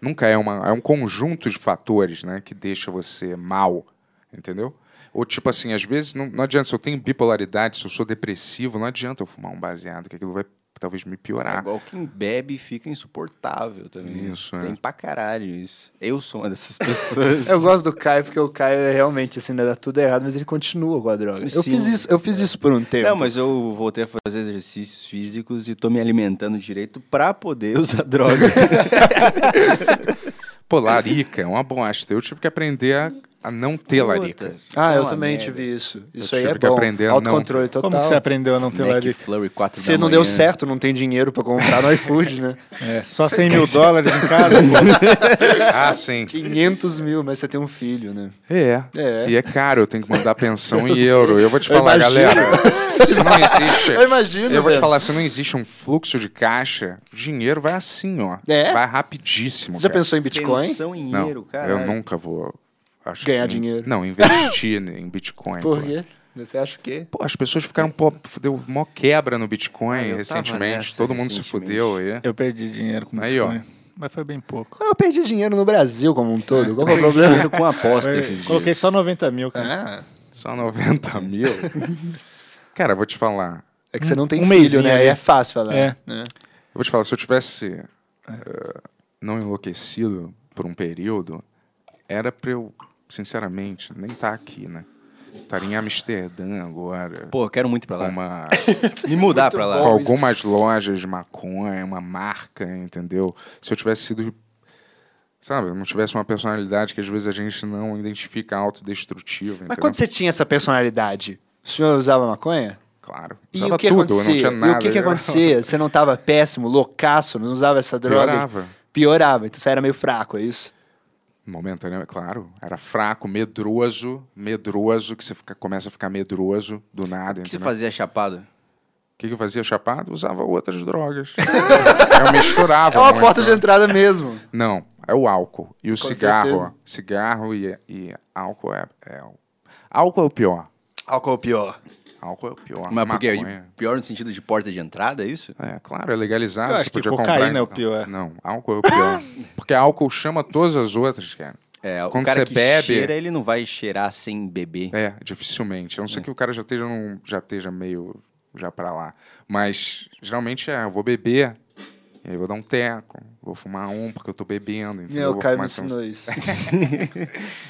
S5: Nunca é uma. É um conjunto de fatores, né? Que deixa você mal, entendeu? Ou tipo assim, às vezes não, não adianta, se eu tenho bipolaridade, se eu sou depressivo, não adianta eu fumar um baseado, que aquilo vai talvez me piorar.
S8: É Igual quem bebe fica insuportável também.
S5: Isso, é.
S8: Tem pra caralho isso. Eu sou uma dessas pessoas.
S7: Eu gosto do Caio, porque o Caio é realmente, assim, né, dá tudo errado, mas ele continua com a droga. Eu
S8: Sim.
S7: fiz isso, eu fiz isso por um tempo.
S8: Não, mas eu voltei a fazer exercícios físicos e tô me alimentando direito pra poder usar [LAUGHS] droga.
S5: Pô, larica é uma bosta. Eu tive que aprender a, a não ter larica.
S7: Ah, eu
S8: Só
S7: também
S8: é uma merda.
S7: tive isso. Isso
S5: Eu
S7: aí é
S5: tive que
S7: bom.
S5: aprender a não-
S7: Autocontrole total.
S4: Como que você aprendeu a não ter
S8: Mac
S4: larica?
S8: Flurry 4
S7: Você
S8: da
S7: não deu
S8: manhã.
S7: certo, não tem dinheiro pra comprar no iFood, né?
S4: É, só 100 mil dólares em casa?
S5: Ah, sim.
S7: 500 mil, mas você tem um filho, né?
S5: É.
S7: É.
S5: E é caro, eu tenho que mandar pensão
S7: [LAUGHS] Eu
S5: em
S7: sei.
S5: euro. Eu vou te
S7: Eu
S5: falar,
S7: imagino.
S5: galera. Se
S7: [LAUGHS]
S5: não existe.
S7: Eu imagino,
S5: Eu vou
S7: velho.
S5: te falar, se não existe um fluxo de caixa, o dinheiro vai assim, ó.
S7: É?
S5: Vai rapidíssimo.
S7: Você já
S5: cara.
S7: pensou em Bitcoin?
S8: Pensão em
S5: Não,
S8: dinheiro, cara.
S5: eu nunca vou. acho
S7: Ganhar
S5: que-
S7: dinheiro.
S5: Não, investir [LAUGHS] em Bitcoin. pô.
S7: Por quê? Você acha que?
S5: Pô, as pessoas ficaram. Pô, deu mó quebra no Bitcoin
S8: Ah, eu tava
S5: recentemente.
S8: nessa
S5: Todo mundo se
S8: recentemente.
S5: fudeu aí.
S4: Eu perdi dinheiro com
S5: Aí, ó.
S4: Bitcoin. Mas foi bem pouco.
S7: Eu perdi dinheiro no Brasil como um todo. Qual que é o
S8: Tô
S7: problema?
S8: dinheiro com aposta esses dias.
S4: Coloquei só 90 mil, cara.
S7: Ah,
S5: Só
S8: [LAUGHS]
S5: 90 mil? Cara, eu vou te falar.
S7: é que você não tem
S4: Um
S7: filho,
S4: mesinho
S7: né?
S4: ali.
S7: Aí é fácil falar.
S4: É.
S7: né?
S5: Eu vou te falar, se eu tivesse
S7: É.
S5: eh, não enlouquecido por um período, era pra eu, sinceramente, nem estar aqui, né? Estaria em Amsterdã agora.
S8: Pô, eu quero muito ir pra
S5: com
S8: lá.
S5: uma,
S8: [LAUGHS] Me mudar pra lá.
S5: com
S7: bom.
S5: algumas lojas de maconha, uma marca, entendeu? Se eu tivesse sido. Sabe, eu não tivesse uma personalidade que às vezes a gente não identifica autodestrutiva.
S7: Mas
S5: entendeu?
S7: quando você tinha essa personalidade, o senhor usava maconha?
S5: Claro.
S7: E
S5: Usava
S7: o que
S5: tudo, eu
S7: acontecia?
S5: Não tinha nada, né?
S7: e o que, que
S5: eu- [LAUGHS]
S7: acontecia? Você não tava péssimo, loucaço, não usava essa droga?
S5: Piorava.
S7: Piorava, então você era meio fraco, é isso?
S5: Momentâneo, é claro. Era fraco, medroso, medroso, que você fica- começa a ficar medroso do nada.
S8: O que você
S5: entendeu?
S8: fazia chapado?
S5: O que, que eu fazia chapado? Usava outras
S7: [LAUGHS]
S5: drogas. eu misturava.
S7: É uma
S5: muito.
S7: porta de entrada
S5: [LAUGHS]
S7: mesmo.
S5: Não, é o álcool. E o cigarro.
S7: certeza.
S5: ó. Cigarro e, e álcool é, é o- Álcool é o pior.
S7: Álcool pior.
S5: Álcool é o pior.
S8: Mas porque
S5: Maconha.
S8: pior no sentido de porta de entrada, é isso?
S5: É, claro, é legalizado.
S4: Eu
S5: você
S4: acho que
S5: podia
S4: cocaína
S5: comprar,
S4: é o
S5: então.
S4: pior.
S5: Não, álcool é o pior. Porque álcool chama todas as outras, cara.
S8: É,
S5: Quando
S8: o cara
S5: você
S8: que
S5: bebe-
S8: cheira, ele não vai cheirar sem beber.
S5: É, dificilmente. A não ser que o cara já esteja, num- já esteja meio já pra lá. Mas geralmente é, eu vou beber, e aí eu vou dar um teco, vou fumar um porque eu tô bebendo. entendeu?
S7: É, o
S5: vou
S7: Caio me
S5: fumar então. esse-
S7: ensinou
S5: [LAUGHS]
S7: isso.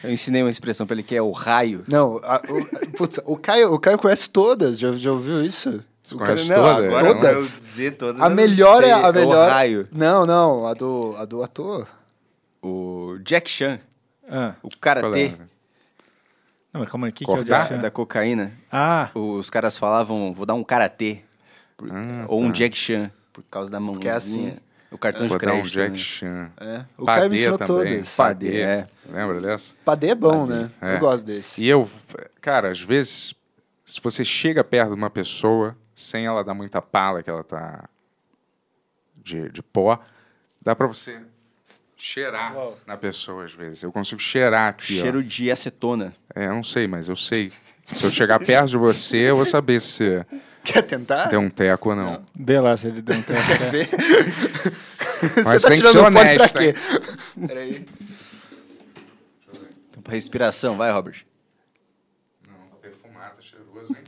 S8: Eu ensinei uma expressão pra ele que é o raio.
S7: Não, a- o, puta, o, Caio, o Caio conhece todas, já, já ouviu isso? O Caio-
S5: conhece todas?
S8: agora é um
S7: Todas?
S8: eu dizer todas.
S7: A
S8: eu não
S7: melhor é
S8: sei.
S7: a melhor.
S8: o raio.
S7: Não, não, a do, a do ator.
S8: O Jack Chan,
S4: Ah,
S8: o
S5: Qual
S8: karatê
S5: é?
S4: não, mas calma aí, o que, que é o
S5: Cortar?
S4: Jack Chan?
S8: da cocaína,
S4: Ah,
S8: os caras falavam, vou dar um karatê. por-
S5: Ah,
S8: ou um
S5: tá.
S8: Jack Chan, por causa da mãozinha.
S7: assim.
S8: O cartão
S5: Vou
S8: de
S5: dar um
S8: crédito.
S5: Jack
S8: né?
S5: Chan.
S7: É. O
S5: Padê
S7: Caio me ensinou
S5: também.
S7: todas.
S5: Padê,
S8: é.
S5: Lembra dessa?
S7: Padê é bom, né?
S5: é.
S7: Eu gosto desse.
S5: E eu, cara, às vezes, se você chega perto de uma pessoa sem ela dar muita pala que ela tá de, de pó, dá pra você cheirar na pessoa às vezes. Eu consigo cheirar aqui, ó.
S8: Cheiro de acetona.
S5: É, eu não sei, mas eu sei. Se eu chegar perto de você, eu vou saber se você
S7: Quer tentar?
S5: deu um teco ou não.
S4: vê lá se ele deu um tempo. né?
S5: Então, Mas
S7: [LAUGHS] Você tá
S5: tem que
S7: tirando
S5: ser
S7: o fone pra
S5: honesto.
S7: quê? [LAUGHS]
S5: hein?
S7: Peraí.
S8: Então, pra Respiração, vai, Robert.
S5: Não, tá perfumado, tá cheiroso, hein?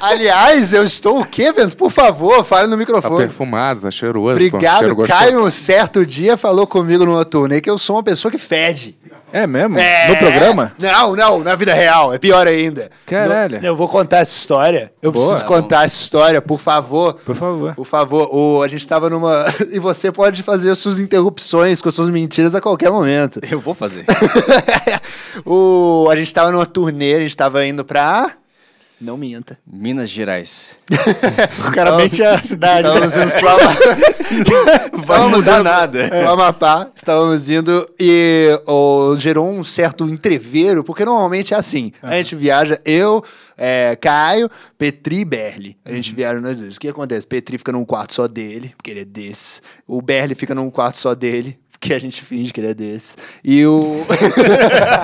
S7: Aliás, eu estou o quê, Bento? Por favor, fale no
S5: Tá
S7: microfone.
S5: perfumado, tá cheiroso. pô, um cheiro
S7: Ah, Obrigado,
S5: gostoso.
S7: Caio. Um certo dia falou comigo numa turnê que eu sou uma pessoa que fede.
S4: É mesmo?
S7: É.
S4: No programa?
S7: Não, não, na vida real. É pior ainda.
S4: Caralho.
S7: No- eu vou contar essa história. Eu
S4: Boa.
S7: preciso contar essa história, por favor.
S4: Por favor.
S7: Por favor, o, a gente tava numa. [LAUGHS] E você pode fazer suas interrupções com suas mentiras a qualquer momento. [LAUGHS]
S8: Eu vou fazer.
S7: o, a gente tava numa turnê, a gente tava indo pra. Não minta.
S8: [LAUGHS] Minas Gerais.
S4: O cara mente a cidade. né?
S7: Estávamos indo pro Amapá.
S8: [LAUGHS] Vai
S7: Estávamos
S8: mudar
S7: indo É.
S8: nada.
S7: Pro Amapá, estávamos indo e ô, gerou um certo entreveiro, porque normalmente é assim. A gente viaja, eu, é, Caio, Petri e Berli. A gente viaja nós dois. O que acontece? Petri fica num quarto só dele, porque ele é desse. O Berli fica num quarto só dele, porque a gente finge que ele é desse. E o... [LAUGHS]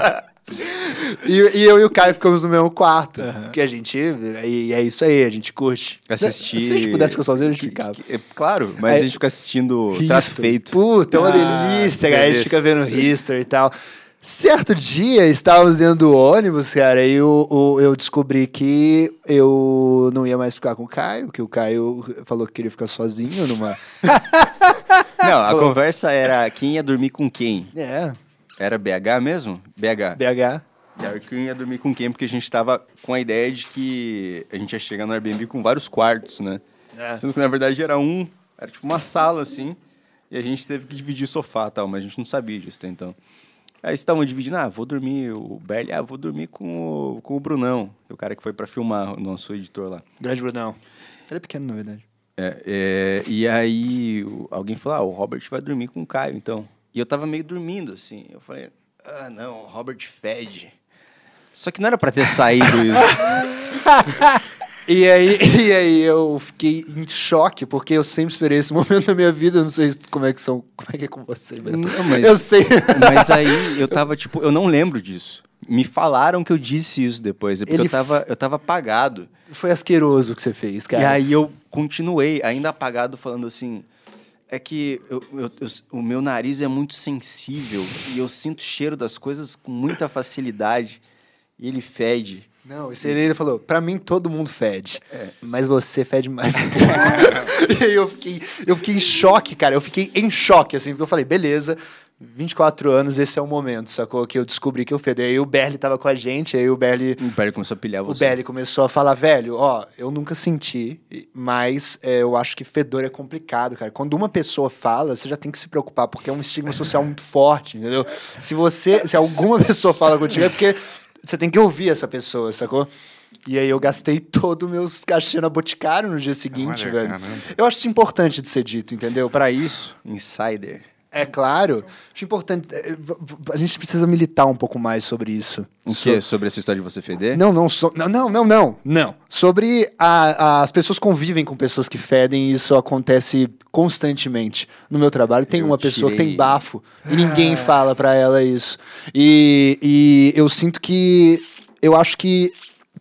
S7: E, e eu e o Caio ficamos no mesmo quarto. Porque a gente. E é isso aí, a gente curte.
S8: Assistir.
S7: Se a gente pudesse ficar sozinho, a gente
S8: Que-
S7: ficava.
S8: que- é claro, mas
S7: Aí-
S8: a gente fica assistindo
S7: History.
S8: Trato Feito.
S7: Puta, é uma
S8: Ah,
S7: delícia, cara. A gente
S8: beleza.
S7: fica vendo history e tal. Certo dia, estávamos dentro do ônibus, cara, e o, o- eu descobri que eu não ia mais ficar com o Caio, que o Caio falou que queria ficar sozinho
S8: [LAUGHS]
S7: numa.
S8: Não, a conversa era quem ia dormir com quem.
S7: É,
S8: Era BH mesmo? BH.
S7: BH.
S8: Era quem ia dormir com quem, porque a gente tava com a ideia de que a gente ia chegar no Airbnb com vários quartos, né?
S7: É.
S8: Sendo que na verdade era um, era tipo uma sala assim, e a gente teve que dividir o sofá e tal, mas a gente não sabia disso até então. Aí estavam dividindo, ah, vou dormir, o Berli, ah, vou dormir com o, com o Brunão, que é o cara que foi pra filmar, o nosso editor lá.
S7: Grande Brunão. Ele é pequeno, na verdade.
S8: É, é, e aí o- alguém falou: ah, o Robert vai dormir com o Caio, então. E eu tava meio dormindo, assim. Eu falei, ah, não, o Robert fede. Só que não era pra ter saído
S7: [LAUGHS]
S8: isso.
S7: E
S8: [LAUGHS]
S7: aí, e aí eu fiquei em choque, porque eu sempre esperei esse momento da minha vida. Eu não sei como é que são. Como é que é com você, Beto?
S8: Não, mas-
S7: Eu sei.
S8: Mas aí eu tava, tipo, eu não lembro disso. Me falaram que eu disse isso depois, é porque
S7: Ele
S8: eu tava, eu tava apagado.
S7: Foi asqueroso o que você fez, cara.
S8: E aí eu continuei, ainda apagado, falando assim. É que eu- eu- eu- o meu nariz é muito sensível e eu sinto o cheiro das coisas com muita facilidade. E ele fede.
S7: Não, isso ele ainda falou, pra mim todo mundo fede. mas você fede mais um pouco. e aí eu fiquei, eu fiquei em choque, cara. Eu fiquei em choque, assim, porque eu falei, beleza, 24 anos, esse é o momento, sacou? Que eu descobri que eu fedo. E aí o Berli tava com a gente, aí o Berli.
S8: O Berli começou a pilhar
S7: O
S8: você.
S7: Berli começou a falar, velho, ó, eu nunca senti, mas é, eu acho que fedor é complicado, cara. Quando uma pessoa fala, você já tem que se preocupar, porque é um estigma social muito forte, entendeu? Se você, se alguma pessoa fala contigo, é porque você tem que ouvir essa pessoa, sacou? E aí eu gastei todo o meu cachê na Boticário no dia seguinte,
S5: Olha,
S7: velho.
S5: caramba.
S7: Eu acho isso importante de ser dito, entendeu?
S8: Pra isso, insider.
S7: É claro, acho importante, é, v- v- a gente precisa militar um pouco mais sobre isso.
S8: O quê? Sobre essa história de você feder?
S7: Não, não, so- não, não, não, não, não. Sobre a- a- as pessoas convivem com pessoas que fedem e isso acontece constantemente. No meu trabalho tem
S8: Eu
S7: uma pessoa que tem
S8: tirei-
S7: bafo e ninguém fala pra ela isso. E, e eu sinto que eu acho que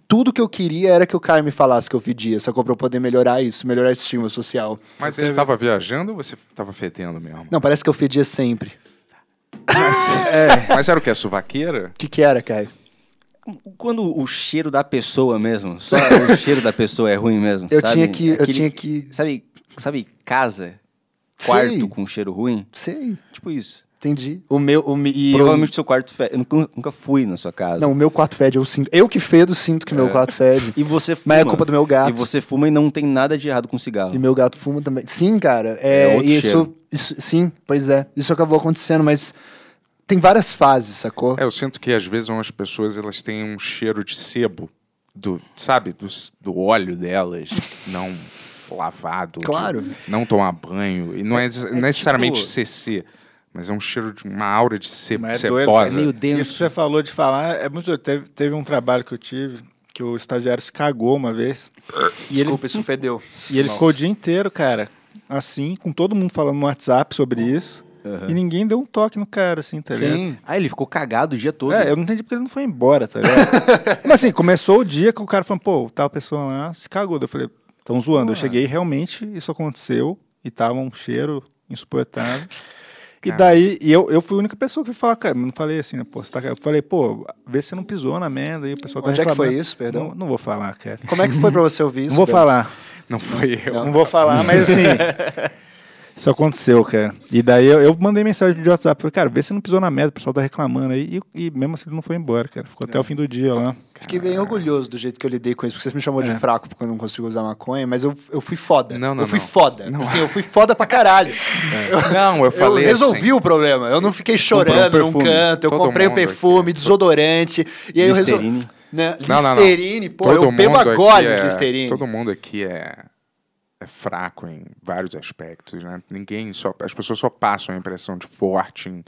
S7: tudo que eu queria era que o Caio me falasse que eu fedia, sacou? Pra eu poder melhorar isso, melhorar esse estigma social.
S5: Mas ele tava viajando ou você tava fedendo mesmo?
S7: Não, parece que eu fedia sempre.
S4: É.
S5: Mas era o que? Suvaqueira?
S7: O que que era, Caio?
S8: Quando o cheiro da pessoa mesmo, [LAUGHS] só o cheiro da pessoa é ruim mesmo,
S7: Eu
S8: sabe?
S7: tinha que- eu tinha que-
S8: Sabe, sabe casa? Quarto
S7: Sei.
S8: com cheiro ruim?
S7: Sei,
S8: Tipo isso.
S7: entendi. O meu... O, me- e eu-
S8: Provavelmente seu quarto fede. Eu nunca, nunca fui na sua casa.
S7: Não, o meu quarto fede, eu sinto... Eu que fedo, sinto que
S8: É.
S7: meu quarto fede.
S8: E você fuma.
S7: Mas é culpa do meu gato.
S8: E você fuma e não tem nada de errado com cigarro.
S7: E meu gato fuma também. Sim, cara. É,
S8: É outro
S7: e isso,
S8: cheiro.
S7: isso- Sim, pois é. Isso acabou acontecendo, mas tem várias fases, sacou?
S5: É, eu sinto que às vezes umas pessoas elas têm um cheiro de sebo, do, sabe, do, s- do óleo delas, não lavado, de
S7: Claro.
S5: não tomar banho, e não é, des- necessariamente CC, mas é um cheiro de uma aura de sebo,
S4: tipo Mas é doido,
S5: sebosa.
S4: é meio
S8: denso.
S4: Isso que você falou de falar é muito. doido. Teve, teve um trabalho que eu tive que o estagiário se cagou uma vez. E ele,
S7: isso fedeu.
S4: e ele ficou o dia inteiro, cara, assim, com todo mundo falando no WhatsApp sobre isso. E ninguém deu um toque no cara, assim, tá ligado?
S8: Ah, ele ficou cagado o dia todo.
S4: É, eu não entendi porque ele não foi embora, tá
S7: [LAUGHS]
S4: ligado? Mas assim, começou o dia que o cara falou, pô, tal pessoa lá se cagou. Daí Eu falei, tão zoando.
S7: Ah.
S4: Eu cheguei, realmente, isso aconteceu. E tava um cheiro insuportável. E daí, e eu, eu fui a única pessoa que fui falar, cara, mas não falei assim, né, pô, você tá cagado. Eu falei, pô, vê se você não pisou na merda aí, o pessoal tá
S7: Onde é que
S4: reclamando.
S7: foi isso, perdão?
S4: Não, não vou falar, cara.
S7: Como é que foi pra você ouvir isso?
S4: não [LAUGHS] vou
S7: Beto?
S4: falar,
S5: Não foi eu.
S4: não vou falar, mas assim... [LAUGHS] Isso aconteceu, cara. E daí eu, eu mandei mensagem de WhatsApp. Falei, cara, vê se não pisou na merda, o pessoal tá reclamando aí. E, e mesmo assim ele não foi embora, cara. Ficou até o fim do dia lá.
S7: Fiquei bem orgulhoso do jeito que eu lidei com isso, porque você me chamou de fraco porque eu não consigo usar maconha, mas eu, eu fui foda.
S5: Não, não,
S7: eu fui
S5: não.
S7: foda.
S5: Não. é.
S7: Assim, eu fui foda pra caralho.
S5: Não, eu
S7: Eu
S5: falei
S7: resolvi
S5: assim,
S7: o problema. Eu não fiquei
S5: Comprou um
S7: chorando num
S5: perfume.
S7: canto. Eu
S5: Todo
S7: comprei o
S5: mundo aqui.
S7: perfume, desodorante. E aí eu resolvi.
S8: Listerine.
S7: Né?
S5: Não, não, não.
S7: Listerine, pô, eu bebo
S5: mundo aqui
S7: agora
S5: é-
S7: Listerine.
S5: Todo mundo aqui é, é fraco em vários aspectos, né? Ninguém só, as pessoas só passam a impressão de forte em,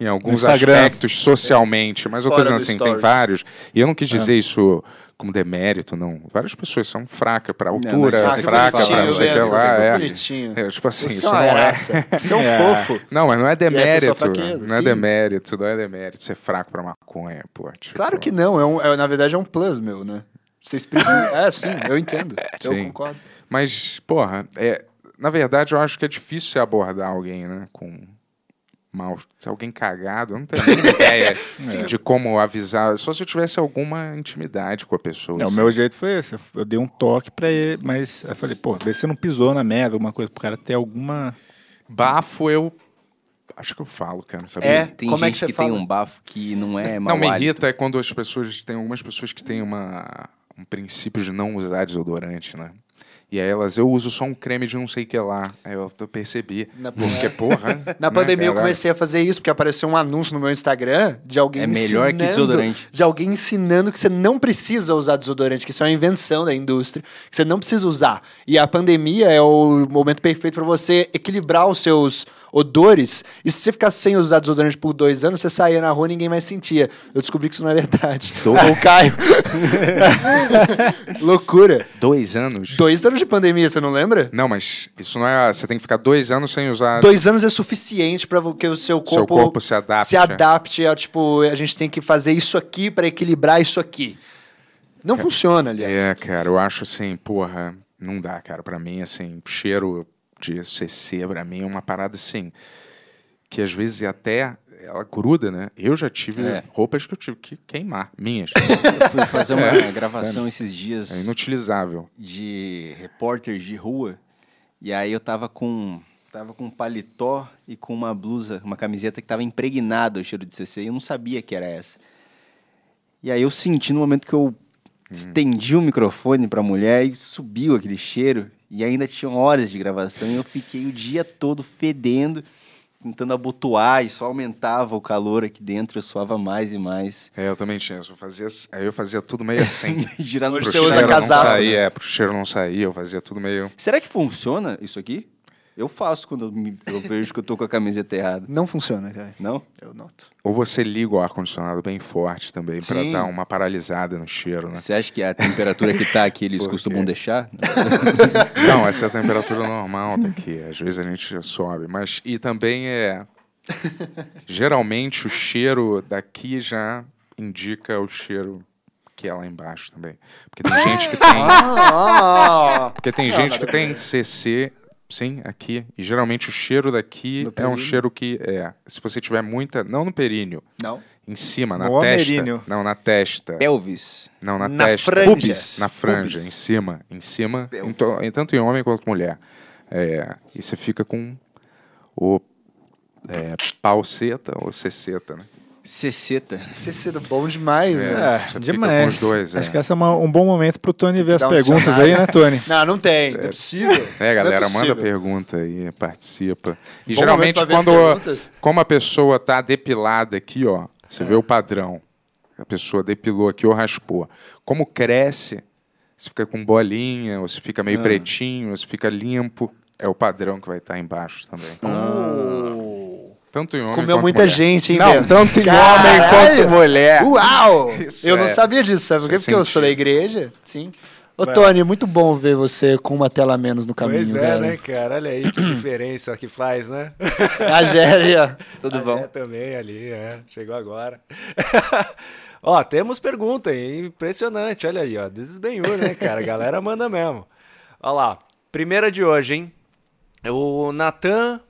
S5: em alguns
S4: Instagram.
S5: aspectos socialmente, mas eu tô
S7: Fora
S5: dizendo
S7: do
S5: assim, tem
S7: stories. É.
S5: vários. E eu não quis dizer isso como demérito, não. Várias pessoas são fracas pra altura,
S8: mas- Ah, que
S5: fraca
S8: bonitinho,
S5: pra não sei o que
S8: Leandro,
S5: lá. É.
S7: bonitinho.
S5: É, tipo assim,
S7: Você
S5: isso
S7: é
S5: não
S7: uma
S5: é.
S7: graça. [LAUGHS] Você é um fofo.
S5: Não, mas não é
S7: é a sua
S5: demérito.
S7: fraqueza,
S5: não é
S7: sim.
S5: demérito, não é demérito ser fraco pra maconha, pô. tipo,
S7: Claro que não, é um, é- na verdade é um plus meu, né? Vocês precisam. É, sim, eu entendo. Eu
S5: Sim.
S7: concordo.
S5: Mas, porra, é, na verdade eu acho que é difícil você abordar alguém, né? Com, mal. Se alguém cagado, eu não tenho
S4: [LAUGHS]
S5: nenhuma
S4: É.
S5: ideia assim, de como avisar. Só se eu tivesse alguma intimidade com a pessoa.
S4: É, o
S5: assim.
S4: meu jeito foi esse. Eu dei um toque pra ele, mas eu falei, pô, vê se você não pisou na merda, alguma coisa, pro cara ter alguma.
S5: Bafo, eu. Acho que eu falo, cara. Sabe?
S7: É,
S8: Tem
S7: como é
S8: gente
S7: que você
S8: que
S7: fala?
S8: tem um bafo que não é mau
S5: Não, me
S8: hálito.
S5: irrita é quando as pessoas. Tem algumas pessoas que têm uma, um princípio de não usar desodorante, né? E aí elas, eu uso só um creme de não sei o que lá. Aí eu, eu percebi.
S7: Na-
S5: porque, porra.
S7: [LAUGHS] Na
S5: né,
S7: pandemia eu
S5: cara?
S7: comecei a fazer isso, porque apareceu um anúncio no meu Instagram de alguém
S8: É melhor que
S7: ensinando-
S8: desodorante.
S7: De alguém ensinando que você não precisa usar desodorante, que isso é uma invenção da indústria, que você não precisa usar. E a pandemia é o momento perfeito para você equilibrar os seus odores. E se você ficasse sem usar desodorante por dois anos, você saía na rua e ninguém mais sentia. Eu descobri que isso não é
S8: [LAUGHS]
S7: verdade. [LAUGHS] Ou Caio. Loucura.
S5: Dois anos?
S7: Dois anos de pandemia, você não lembra?
S5: Não, mas isso não é. Você tem que ficar dois anos sem usar.
S7: Dois anos é suficiente para que o seu corpo,
S5: Seu corpo se adapte. é.
S7: se adapte ao tipo, a gente tem que fazer isso aqui para equilibrar isso aqui. Não funciona, aliás.
S5: É, cara, eu acho assim, porra, não dá, cara. Pra mim, assim, cheiro de CC, pra mim, é uma parada assim. Que às vezes até ela gruda, né? Eu já tive
S8: É.
S5: roupas que eu tive que queimar,
S7: [LAUGHS]
S5: minhas.
S8: Eu fui
S5: [LAUGHS]
S8: fazer uma gravação esses dias.
S5: é inutilizável.
S8: de repórter de rua. E aí eu tava com tava com um paletó e com uma blusa, uma camiseta que tava impregnada o cheiro de CC, e eu não sabia que era essa. E aí eu senti no momento que
S7: Hum.
S8: eu estendi o microfone pra mulher e subiu aquele cheiro, e ainda tinham horas de gravação, e eu fiquei o dia todo fedendo, tentando abotoar, e só aumentava o calor aqui dentro, eu suava mais e mais. [LAUGHS]
S5: É, eu também tinha. Eu fazia, aí eu fazia tudo meio
S7: [LAUGHS]
S5: assim.
S8: Girando
S7: Hoje
S8: pro
S7: você usa né?
S8: cheiro,
S5: não
S7: casaco,
S5: sair, é, pro cheiro não sair, eu fazia tudo meio.
S8: Será que funciona isso aqui? Eu faço quando eu, me- eu vejo que eu tô com a camiseta errada.
S7: Não funciona, cara.
S8: Não?
S7: Eu noto.
S5: Ou você liga o ar-condicionado bem forte também, pra
S8: Sim.
S5: dar uma paralisada no cheiro, né?
S8: Você acha que a temperatura que tá aqui eles
S5: Por
S8: costumam
S5: quê?
S8: deixar?
S5: Não, essa é a temperatura normal daqui. Às vezes a gente sobe. Mas, e também é. Geralmente o cheiro daqui já indica o cheiro que é lá embaixo também. Porque tem gente que tem.
S7: Ah, ah,
S5: Porque tem gente que tem CC. Sim, aqui. E geralmente o cheiro daqui
S7: No
S5: é um
S7: períneo?
S5: cheiro que é. Se você tiver muita. Não no períneo.
S7: Não.
S5: Em cima, na
S4: No
S5: testa.
S4: ameríneo.
S5: Não, na testa.
S8: Pelvis.
S5: Não, na,
S7: Na
S5: testa.
S7: franja. Pubis.
S5: Na franja,
S7: Pubis.
S5: em cima. Em cima, em
S8: Pelvis.
S5: to- em tanto em homem quanto mulher. É, e você fica com o é, pauceta ou ceceta, né?
S8: Ceceta.
S7: Você sendo bom demais, né?
S5: você fica
S4: É, demais.
S5: com os dois,
S4: Acho
S5: é.
S4: que essa é uma- um bom momento pro Tony ver as
S7: dar um
S4: perguntas aí, né,
S7: [LAUGHS]
S4: Tony?
S7: Não, não tem. Não é possível.
S5: É,
S7: não
S5: galera,
S7: é
S5: manda
S7: possível.
S5: pergunta aí, participa. E
S7: Bom
S5: geralmente,
S7: momento pra ver
S5: quando,
S7: as perguntas.
S5: como a pessoa tá depilada aqui, ó, você vê o padrão. A pessoa depilou aqui ou raspou. Como cresce, se fica com bolinha, ou se fica
S7: Ah.
S5: meio pretinho, ou se fica limpo, é o padrão que vai estar embaixo também. Tanto em homem
S7: Ah. Comeu
S5: quanto
S7: muita
S5: mulher.
S7: gente, hein,
S5: Não,
S7: Bento?
S5: tanto em homem
S7: Caralho!
S5: quanto mulher.
S7: Uau!
S5: Isso
S7: eu não
S5: é.
S7: sabia disso, sabe por quê?
S5: Isso é
S7: Porque eu
S5: sentido.
S7: sou da igreja. Sim. Ô, Tony, muito bom ver você com uma tela a menos no caminho,
S9: Pois é,
S7: cara.
S9: né, cara? Olha aí que diferença que
S5: [CLEARS THROAT]
S9: faz, né? [LAUGHS]
S7: A Géria, tudo
S9: Ah,
S7: bom?
S9: É, também ali, é. Chegou agora. [LAUGHS] ó, temos pergunta, hein? Impressionante, olha aí, ó. This is ben né, cara? A galera manda mesmo. Ó lá, primeira de hoje, hein? O Natan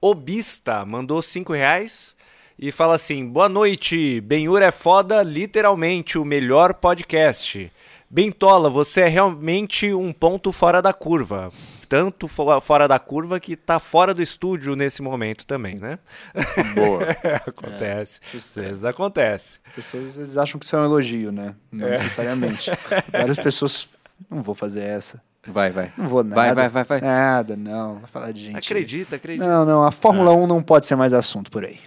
S9: Obista mandou cinco reais e fala assim: Boa noite, Benhur é foda, literalmente o melhor podcast. Bentola, você é realmente um ponto fora da curva. Tanto fo- fora da curva que tá fora do estúdio nesse momento também, né?
S5: Boa.
S9: É,
S7: É,
S9: acontece. Às vezes acontece.
S7: Pessoas às vezes acham que isso é um elogio, né? Não necessariamente. Várias pessoas. Não vou fazer essa.
S8: Vai, vai.
S7: Não vou
S8: Vai,
S7: nada.
S8: vai, vai, vai.
S7: Nada, não. Vai falar de gente.
S9: Acredita, acredita.
S7: Não, não. A Fórmula
S8: É.
S7: 1 não pode ser mais assunto por
S9: [LAUGHS]
S7: aí.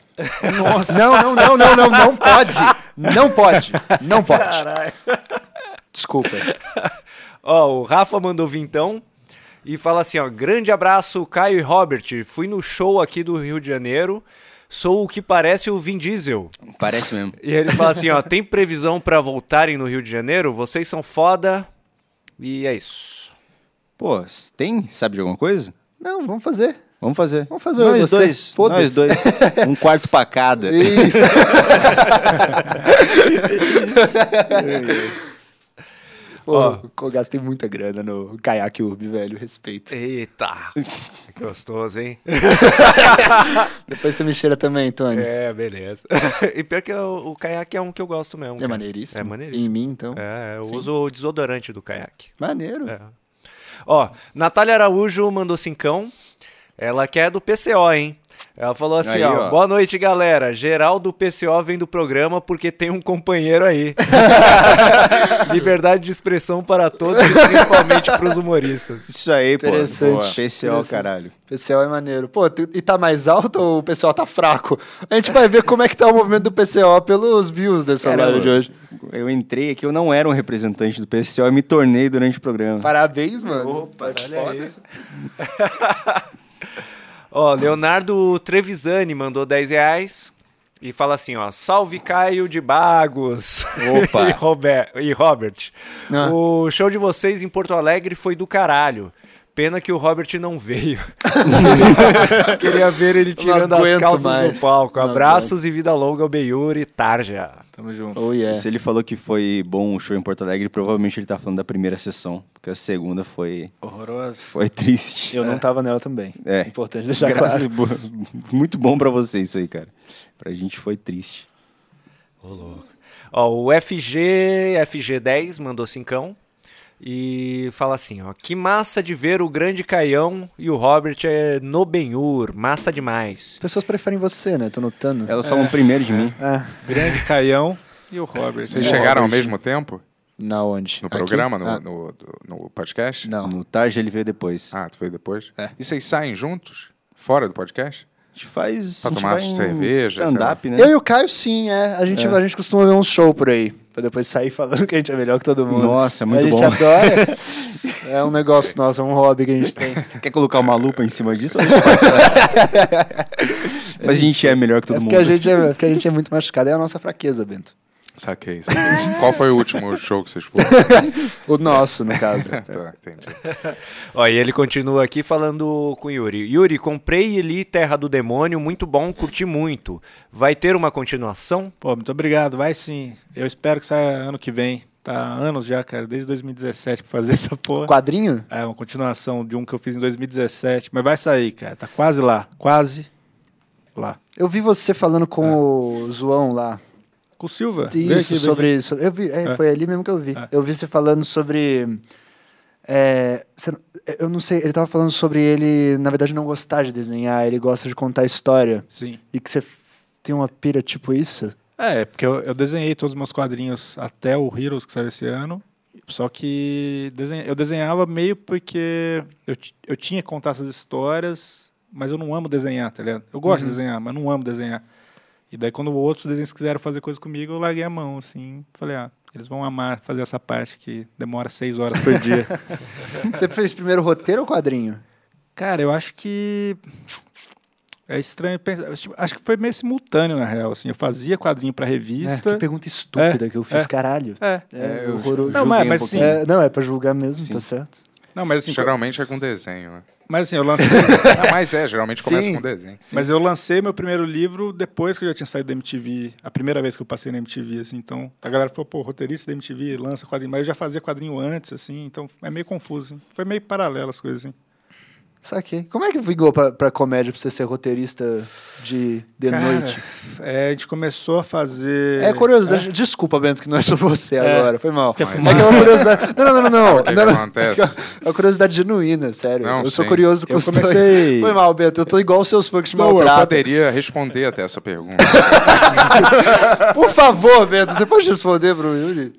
S7: Nossa. Não, não, não, não, não. Não pode. Não pode. Não pode.
S9: Caralho.
S7: Desculpa.
S9: Ó, o Rafa mandou vintão e fala assim, ó, grande abraço, Caio e Robert. Fui no show aqui do Rio de Janeiro. Sou o que parece o Vin Diesel.
S8: Parece mesmo.
S9: E ele fala assim, ó, tem previsão pra voltarem no Rio de Janeiro? Vocês são foda. E é isso.
S8: Pô, tem? Sabe de alguma coisa?
S7: Não, vamos fazer.
S8: Vamos fazer.
S7: Vamos fazer eu e
S8: Nós
S7: você.
S8: dois.
S7: Foda-se.
S8: Nós dois. Um quarto pra cada.
S9: [LAUGHS]
S7: Isso. Pô, eu gastei muita grana no caiaque urb, velho. Respeito.
S9: Eita. Gostoso, hein?
S7: Depois você me cheira também, Tony. É,
S9: É, beleza. e pior que o, o caiaque é um que eu gosto mesmo. cara.
S7: maneiríssimo.
S9: É maneiríssimo.
S7: Em mim, então.
S9: É, eu uso o desodorante do caiaque.
S7: Maneiro.
S9: É. Ó, Natália Araújo mandou cincão. Ela que é do PCO, hein? Ela falou assim,
S8: Aí,
S9: ó,
S8: ó.
S9: Boa noite, galera. Geral do PCO vem do programa porque tem um
S8: [LAUGHS]
S9: companheiro aí. Liberdade de expressão para todos, e principalmente para os humoristas.
S8: Isso aí, pô.
S7: Interessante.
S8: Boa. PCO,
S7: Interessante.
S8: caralho.
S7: O PCO é maneiro. Pô, tu- e tá mais alto ou o PCO tá fraco? A gente vai ver como é que tá o movimento do PCO pelos views dessa live de hoje.
S8: Eu entrei aqui, eu não era um representante do PCO, eu me tornei durante o programa.
S7: Parabéns, mano.
S8: Opa,
S7: Tá
S9: olha
S7: foda.
S9: aí. Ó, Leonardo Trevisani mandou 10 reais e fala assim, ó, salve Caio de Bagos
S8: Opa.
S9: [LAUGHS] e, Robert, e Robert.
S7: Ah.
S9: O show de vocês em Porto Alegre foi do caralho. Pena que o Robert não veio. [LAUGHS] Queria ver ele tirando as
S7: aguento
S9: calças
S7: mais.
S9: do palco.
S7: Não
S9: Abraços e vida longa ao Beiuri e Tarja.
S4: Tamo junto.
S7: Oh, yeah.
S8: Se ele falou que foi bom o show em Porto Alegre, provavelmente ele tá falando da primeira sessão, porque a segunda foi,
S4: Horroroso.
S8: foi triste.
S7: Eu não tava nela também.
S8: É.
S7: Importante deixar
S8: Graças-
S7: claro.
S8: bo- [LAUGHS] Muito bom pra você isso aí, cara. Pra gente foi triste.
S9: Ó, o FG, FG10 mandou cincão e fala assim, ó, que massa de ver o grande Caião e o Robert é no Benhur, massa demais.
S7: As pessoas preferem você, né? Tô notando.
S8: Elas falam um primeiro de mim.
S4: Grande Caião e o Robert. né?
S5: Vocês chegaram ao mesmo tempo?
S7: Na onde?
S5: No
S7: Aqui?
S5: programa? No,
S7: Ah,
S5: no, no- no podcast?
S7: Não.
S8: No Taj ele veio depois.
S5: Ah, tu veio depois?
S7: É.
S5: E vocês saem juntos? Fora do podcast?
S8: A gente faz.
S5: Pra
S8: a gente
S5: tomar
S8: vai em
S5: cerveja, sei lá.
S8: Stand-up, né?
S7: Eu e o Caio, sim, é. A gente, a gente costuma ver um show por aí. Pra depois sair [LAUGHS] falando que a gente é melhor que todo mundo.
S8: Nossa,
S7: a
S8: muito
S7: gente
S8: bom.
S7: adora. [LAUGHS] É um negócio nosso, é um hobby que a gente [LAUGHS] tem.
S8: Quer colocar uma lupa em cima disso? ou deixa passar? Mas a gente é melhor que todo
S7: é,
S8: mundo.
S7: porque a gente é, é porque a gente é muito machucado. É a nossa fraqueza, Bento.
S5: Saquei, saquei. [LAUGHS] Qual foi o último show que vocês [LAUGHS] foram?
S7: O nosso,
S4: [LAUGHS]
S7: no caso.
S5: tá, entendi.
S9: Ó, e ele continua aqui falando com o Yuri. Yuri, comprei e li Terra do Demônio, muito bom, curti muito. Vai ter uma continuação?
S4: Pô, muito obrigado. Vai sim. Eu espero que saia ano que vem. Tá há anos já, cara. Desde 2017 pra fazer [LAUGHS] essa porra.
S7: Quadrinho?
S4: É uma continuação de um que eu fiz em 2017. Mas vai sair, cara. Tá quase lá. Quase lá.
S7: Eu vi você falando com o João lá.
S4: Com o Silva. Veio É. aqui,
S7: Isso,
S4: veio
S7: sobre isso. Eu vi, é,
S4: É.
S7: Foi ali mesmo que eu vi.
S4: É.
S7: Eu vi você falando sobre. é, você não- eu não sei, ele tava falando sobre ele, na verdade, não gostar de desenhar, ele gosta de contar história.
S4: aqui. Sim.
S7: E que você f- tem uma pira tipo isso?
S4: É, porque eu, eu desenhei todos os meus quadrinhos até o Heroes que saiu esse ano. Só que desenha- eu desenhava meio porque eu, ti- eu tinha que contar essas histórias, mas eu não amo desenhar, tá ligado? Eu
S7: Uhum.
S4: gosto de desenhar, mas não amo desenhar. E daí, quando outros desenhos quiseram fazer coisa comigo, eu larguei a mão, assim. Falei, ah, eles vão amar fazer essa parte que demora seis horas por dia.
S7: [LAUGHS]
S4: [LAUGHS]
S7: Você fez primeiro roteiro ou quadrinho?
S4: Cara, eu acho que. É estranho pensar. Tipo, Acho que foi meio simultâneo, na real. Assim, eu fazia quadrinho pra
S7: É,
S4: revista.
S7: que pergunta estúpida que eu fiz,
S4: é.
S7: caralho.
S4: É.
S7: É,
S8: eu
S7: horroroso.
S4: Não, mas- mas sim.
S7: É, não, é pra julgar mesmo, tá certo?
S4: Não, mas assim,
S5: Geralmente é com desenho, [LAUGHS] né?
S4: mas, assim eu lancei.
S5: Ah, mas é, geralmente começa
S7: [LAUGHS] Sim.
S5: com desenho.
S4: Mas eu lancei meu primeiro livro depois que eu já tinha saído da MTV, a primeira vez que eu passei na MTV, assim, então a galera falou, pô, roteirista da MTV, lança quadrinho, mas eu já fazia quadrinho antes, assim, então é meio confuso, hein? foi meio paralelo as coisas, assim.
S7: Saquei. Como é que vingou pra, pra comédia pra você ser roteirista de, de
S4: Cara,
S7: noite?
S4: é, a gente começou a fazer...
S7: É curiosidade. Desculpa, Bento, que não é sobre você agora. Foi mal.
S4: quer
S7: Mas
S4: fumar?
S7: é que é uma curiosidade. Não, não, não, não.
S5: O que, que
S7: não, não.
S5: acontece?
S7: É uma curiosidade genuína, sério.
S5: Não,
S7: eu sou
S5: sim.
S7: curioso com
S4: Eu
S7: os
S4: comecei-
S7: dois. Foi mal, Bento. Eu tô igual os seus fãs que te
S5: Não, eu
S7: maltratam.
S5: poderia responder até essa [LAUGHS] pergunta.
S7: Por favor, Bento, você pode responder pro Yuri?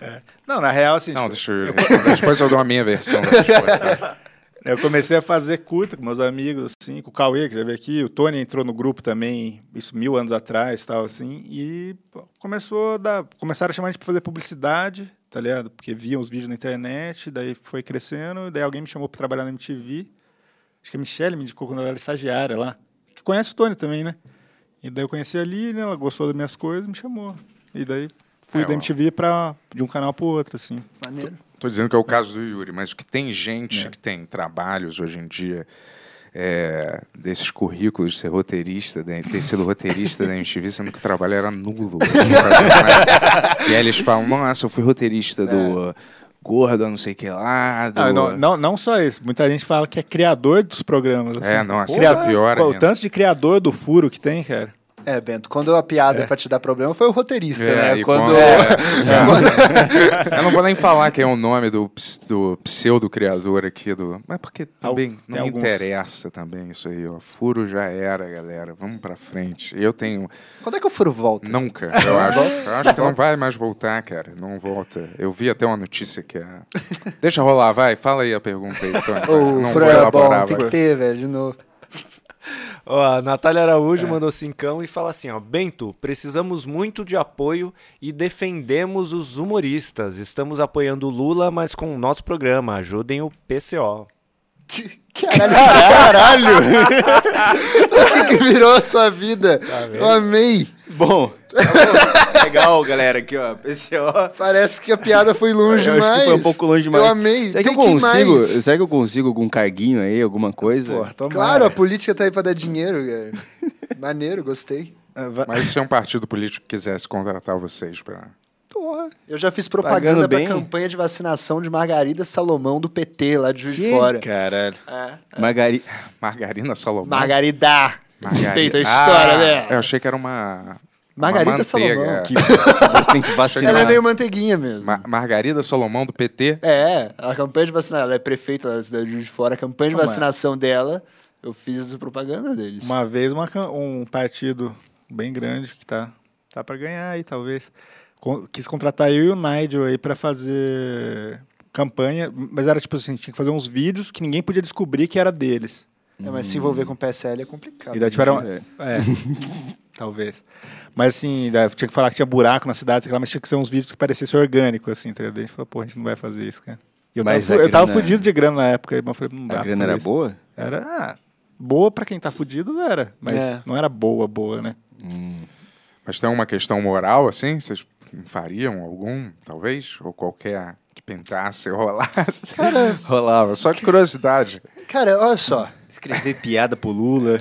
S4: Não, na real, assim,
S5: Não,
S4: tipo,
S5: deixa eu responder. Depois eu dou a minha versão [LAUGHS] da resposta.
S4: eu comecei a fazer curta com meus amigos, assim, com o Cauê, que já veio aqui, o Tony entrou no grupo também, isso mil anos atrás, tal, assim, e pô, começou a dar, começaram a chamar a gente pra fazer publicidade, tá ligado? Porque viam os vídeos na internet, daí foi crescendo, daí alguém me chamou pra trabalhar na MTV, acho que a Michelle me indicou quando ela era estagiária lá, que conhece o Tony também, né? E daí eu conheci ali, né, ela gostou das minhas coisas, me chamou. E daí fui
S5: É,
S4: da
S5: ó.
S4: MTV pra, de um canal pro outro, assim.
S7: Maneiro.
S5: Tô dizendo que é o caso do Yuri, mas o que tem gente
S4: É.
S5: que tem trabalhos hoje em dia é, desses currículos de ser roteirista, de ter sido roteirista da MTV, sendo que o trabalho era nulo. Eles não faziam nada. e aí eles falam, nossa, eu fui roteirista do uh, acordo, a não sei o que lá. do-
S4: É. Ah, não, não, não só isso. Muita gente fala que é criador dos programas. Assim.
S5: É, não, assim
S4: Cria-
S5: é pior
S4: Pô, O
S5: ainda.
S4: tanto de criador do furo que tem, cara.
S7: É, Bento, quando a piada é, pra te dar problema foi o roteirista,
S5: É,
S7: né?
S5: e
S7: Quando.
S5: quando- é, exato. Eu não vou nem falar quem é o nome do, ps- do pseudo-criador aqui do. Mas porque também
S4: tem
S5: não me
S4: alguns.
S5: interessa também isso aí, ó. Furo já era, galera. Vamos pra frente. Eu tenho.
S7: Quando é que o furo volta?
S5: Nunca,
S7: [LAUGHS]
S5: eu acho. Eu acho que não vai mais voltar, cara. Não volta. Eu vi até uma notícia que
S7: [LAUGHS]
S5: a. Deixa rolar, vai. Fala aí a pergunta aí, Tony.
S7: Ô,
S5: não
S7: o
S5: vou
S7: furo era
S5: elaborar,
S7: bom, tem que
S5: vai.
S7: ter, velho, de novo.
S9: Ó, a Natália Araújo mandou cincão e fala assim, ó, Bento, precisamos muito de apoio e defendemos os humoristas. Estamos apoiando o Lula, mas com o nosso programa. Ajudem o PCO.
S7: Caralho! Caralho! o que, que virou a sua vida? Eu amei! [LAUGHS]
S8: Bom, legal, galera, aqui, ó. PCO.
S7: Parece É, que a piada foi longe
S8: Eu
S7: demais.
S8: acho que foi um pouco longe demais.
S7: Eu amei.
S8: Será que, eu
S7: Tem
S8: consigo,
S7: mais.
S8: será que eu consigo algum carguinho aí, alguma coisa?
S4: Porra, tomara.
S7: Claro, a política tá aí pra dar dinheiro, cara. [LAUGHS] Maneiro, gostei.
S4: É, va-
S5: Mas se um partido político quisesse contratar vocês pra.
S7: Eu já fiz
S8: Pagando
S7: propaganda pra
S8: bem.
S7: campanha de vacinação de Margarida Salomão do PT lá de Juiz de
S8: Que
S7: Fora.
S4: Caralho.
S7: É.
S8: Margari...
S5: Margarina Salomão.
S7: Margarida! Respeita a
S5: Margarida.
S7: história,
S5: Ah,
S7: né?
S5: Eu achei que era uma.
S7: Margarida
S5: uma manteiga. é.
S7: Salomão,
S8: Que você tem que vacinar.
S7: Ela é meio manteiguinha mesmo.
S5: Ma- Margarida Salomão do PT.
S7: É, a campanha de vacinação. Ela é prefeita da cidade de Juiz de Fora. A campanha de
S4: Não, mas-
S7: vacinação dela, eu fiz a propaganda deles.
S4: Uma vez uma cam- um partido bem grande que tá, tá para ganhar aí, talvez. con- Quis contratar eu e o Nigel aí para fazer campanha, mas era tipo assim, tinha que fazer uns vídeos que ninguém podia descobrir que era deles.
S7: É, mas se envolver com PSL é complicado.
S4: E daí tipo, era
S8: Então,
S4: uma- É, [LAUGHS] talvez. Mas assim, daí tinha que falar que tinha buraco na cidade, sei lá, mas tinha que ser uns vídeos que parecessem orgânicos, assim, entendeu? Daí a gente falou, pô, a gente não vai fazer isso, cara. E eu,
S8: Mas
S4: tava,
S8: a
S4: fu- eu tava
S8: grana-
S4: fudido de grana na época, mas eu falei, não dá
S8: A
S4: pra
S8: grana
S4: fazer
S8: era
S4: isso.
S8: boa?
S4: Era ah, boa pra quem tá fudido, era. Mas
S7: É.
S4: não era boa, boa, né?
S5: Mas tem uma questão moral, assim? Vocês fariam algum, talvez? Ou qualquer que pintasse, [LAUGHS] rolasse? Rolava. Só que curiosidade.
S7: Cara, olha só.
S8: Escrever piada pro [LAUGHS] Lula.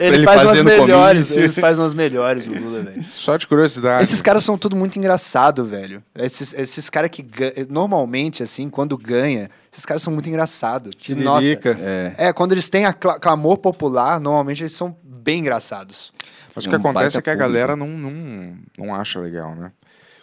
S7: Ele,
S8: ele
S7: faz umas
S8: fazendo
S7: melhores.
S8: comício.
S7: Eles fazem umas melhores, o Lula,
S5: [LAUGHS]
S7: velho.
S5: Só de curiosidade.
S7: Esses caras são tudo muito engraçado, velho. Esses, esses caras que gan- normalmente, assim, quando ganha, esses caras são muito engraçados. Se nota.
S4: Tiririca.
S8: É.
S7: É, quando eles têm acla- clamor popular, normalmente eles são bem engraçados.
S5: Mas o
S8: É
S5: que
S8: um
S5: acontece
S8: baita
S5: é que a
S8: público.
S5: galera não, não, não acha legal, né?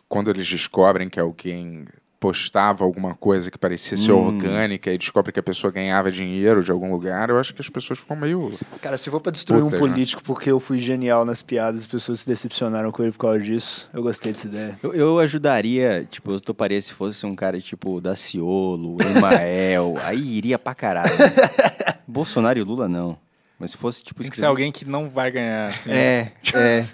S5: Quando eles descobrem que alguém postava alguma coisa que parecia ser
S8: Hum.
S5: orgânica e descobre que a pessoa ganhava dinheiro de algum lugar, eu acho que as pessoas ficam meio...
S7: Cara, se for pra destruir
S5: Puta,
S7: um
S5: né?
S7: político porque eu fui genial nas piadas, as pessoas se decepcionaram com ele por causa disso, eu gostei dessa
S5: [LAUGHS]
S7: ideia.
S8: Eu, eu ajudaria, tipo, eu toparia se fosse um cara tipo Daciolo, [LAUGHS] Emael, aí iria pra caralho. Bolsonaro e Lula não. Mas se fosse tipo
S4: Tem que ser alguém que não vai ganhar, assim.
S8: É, é.
S7: né?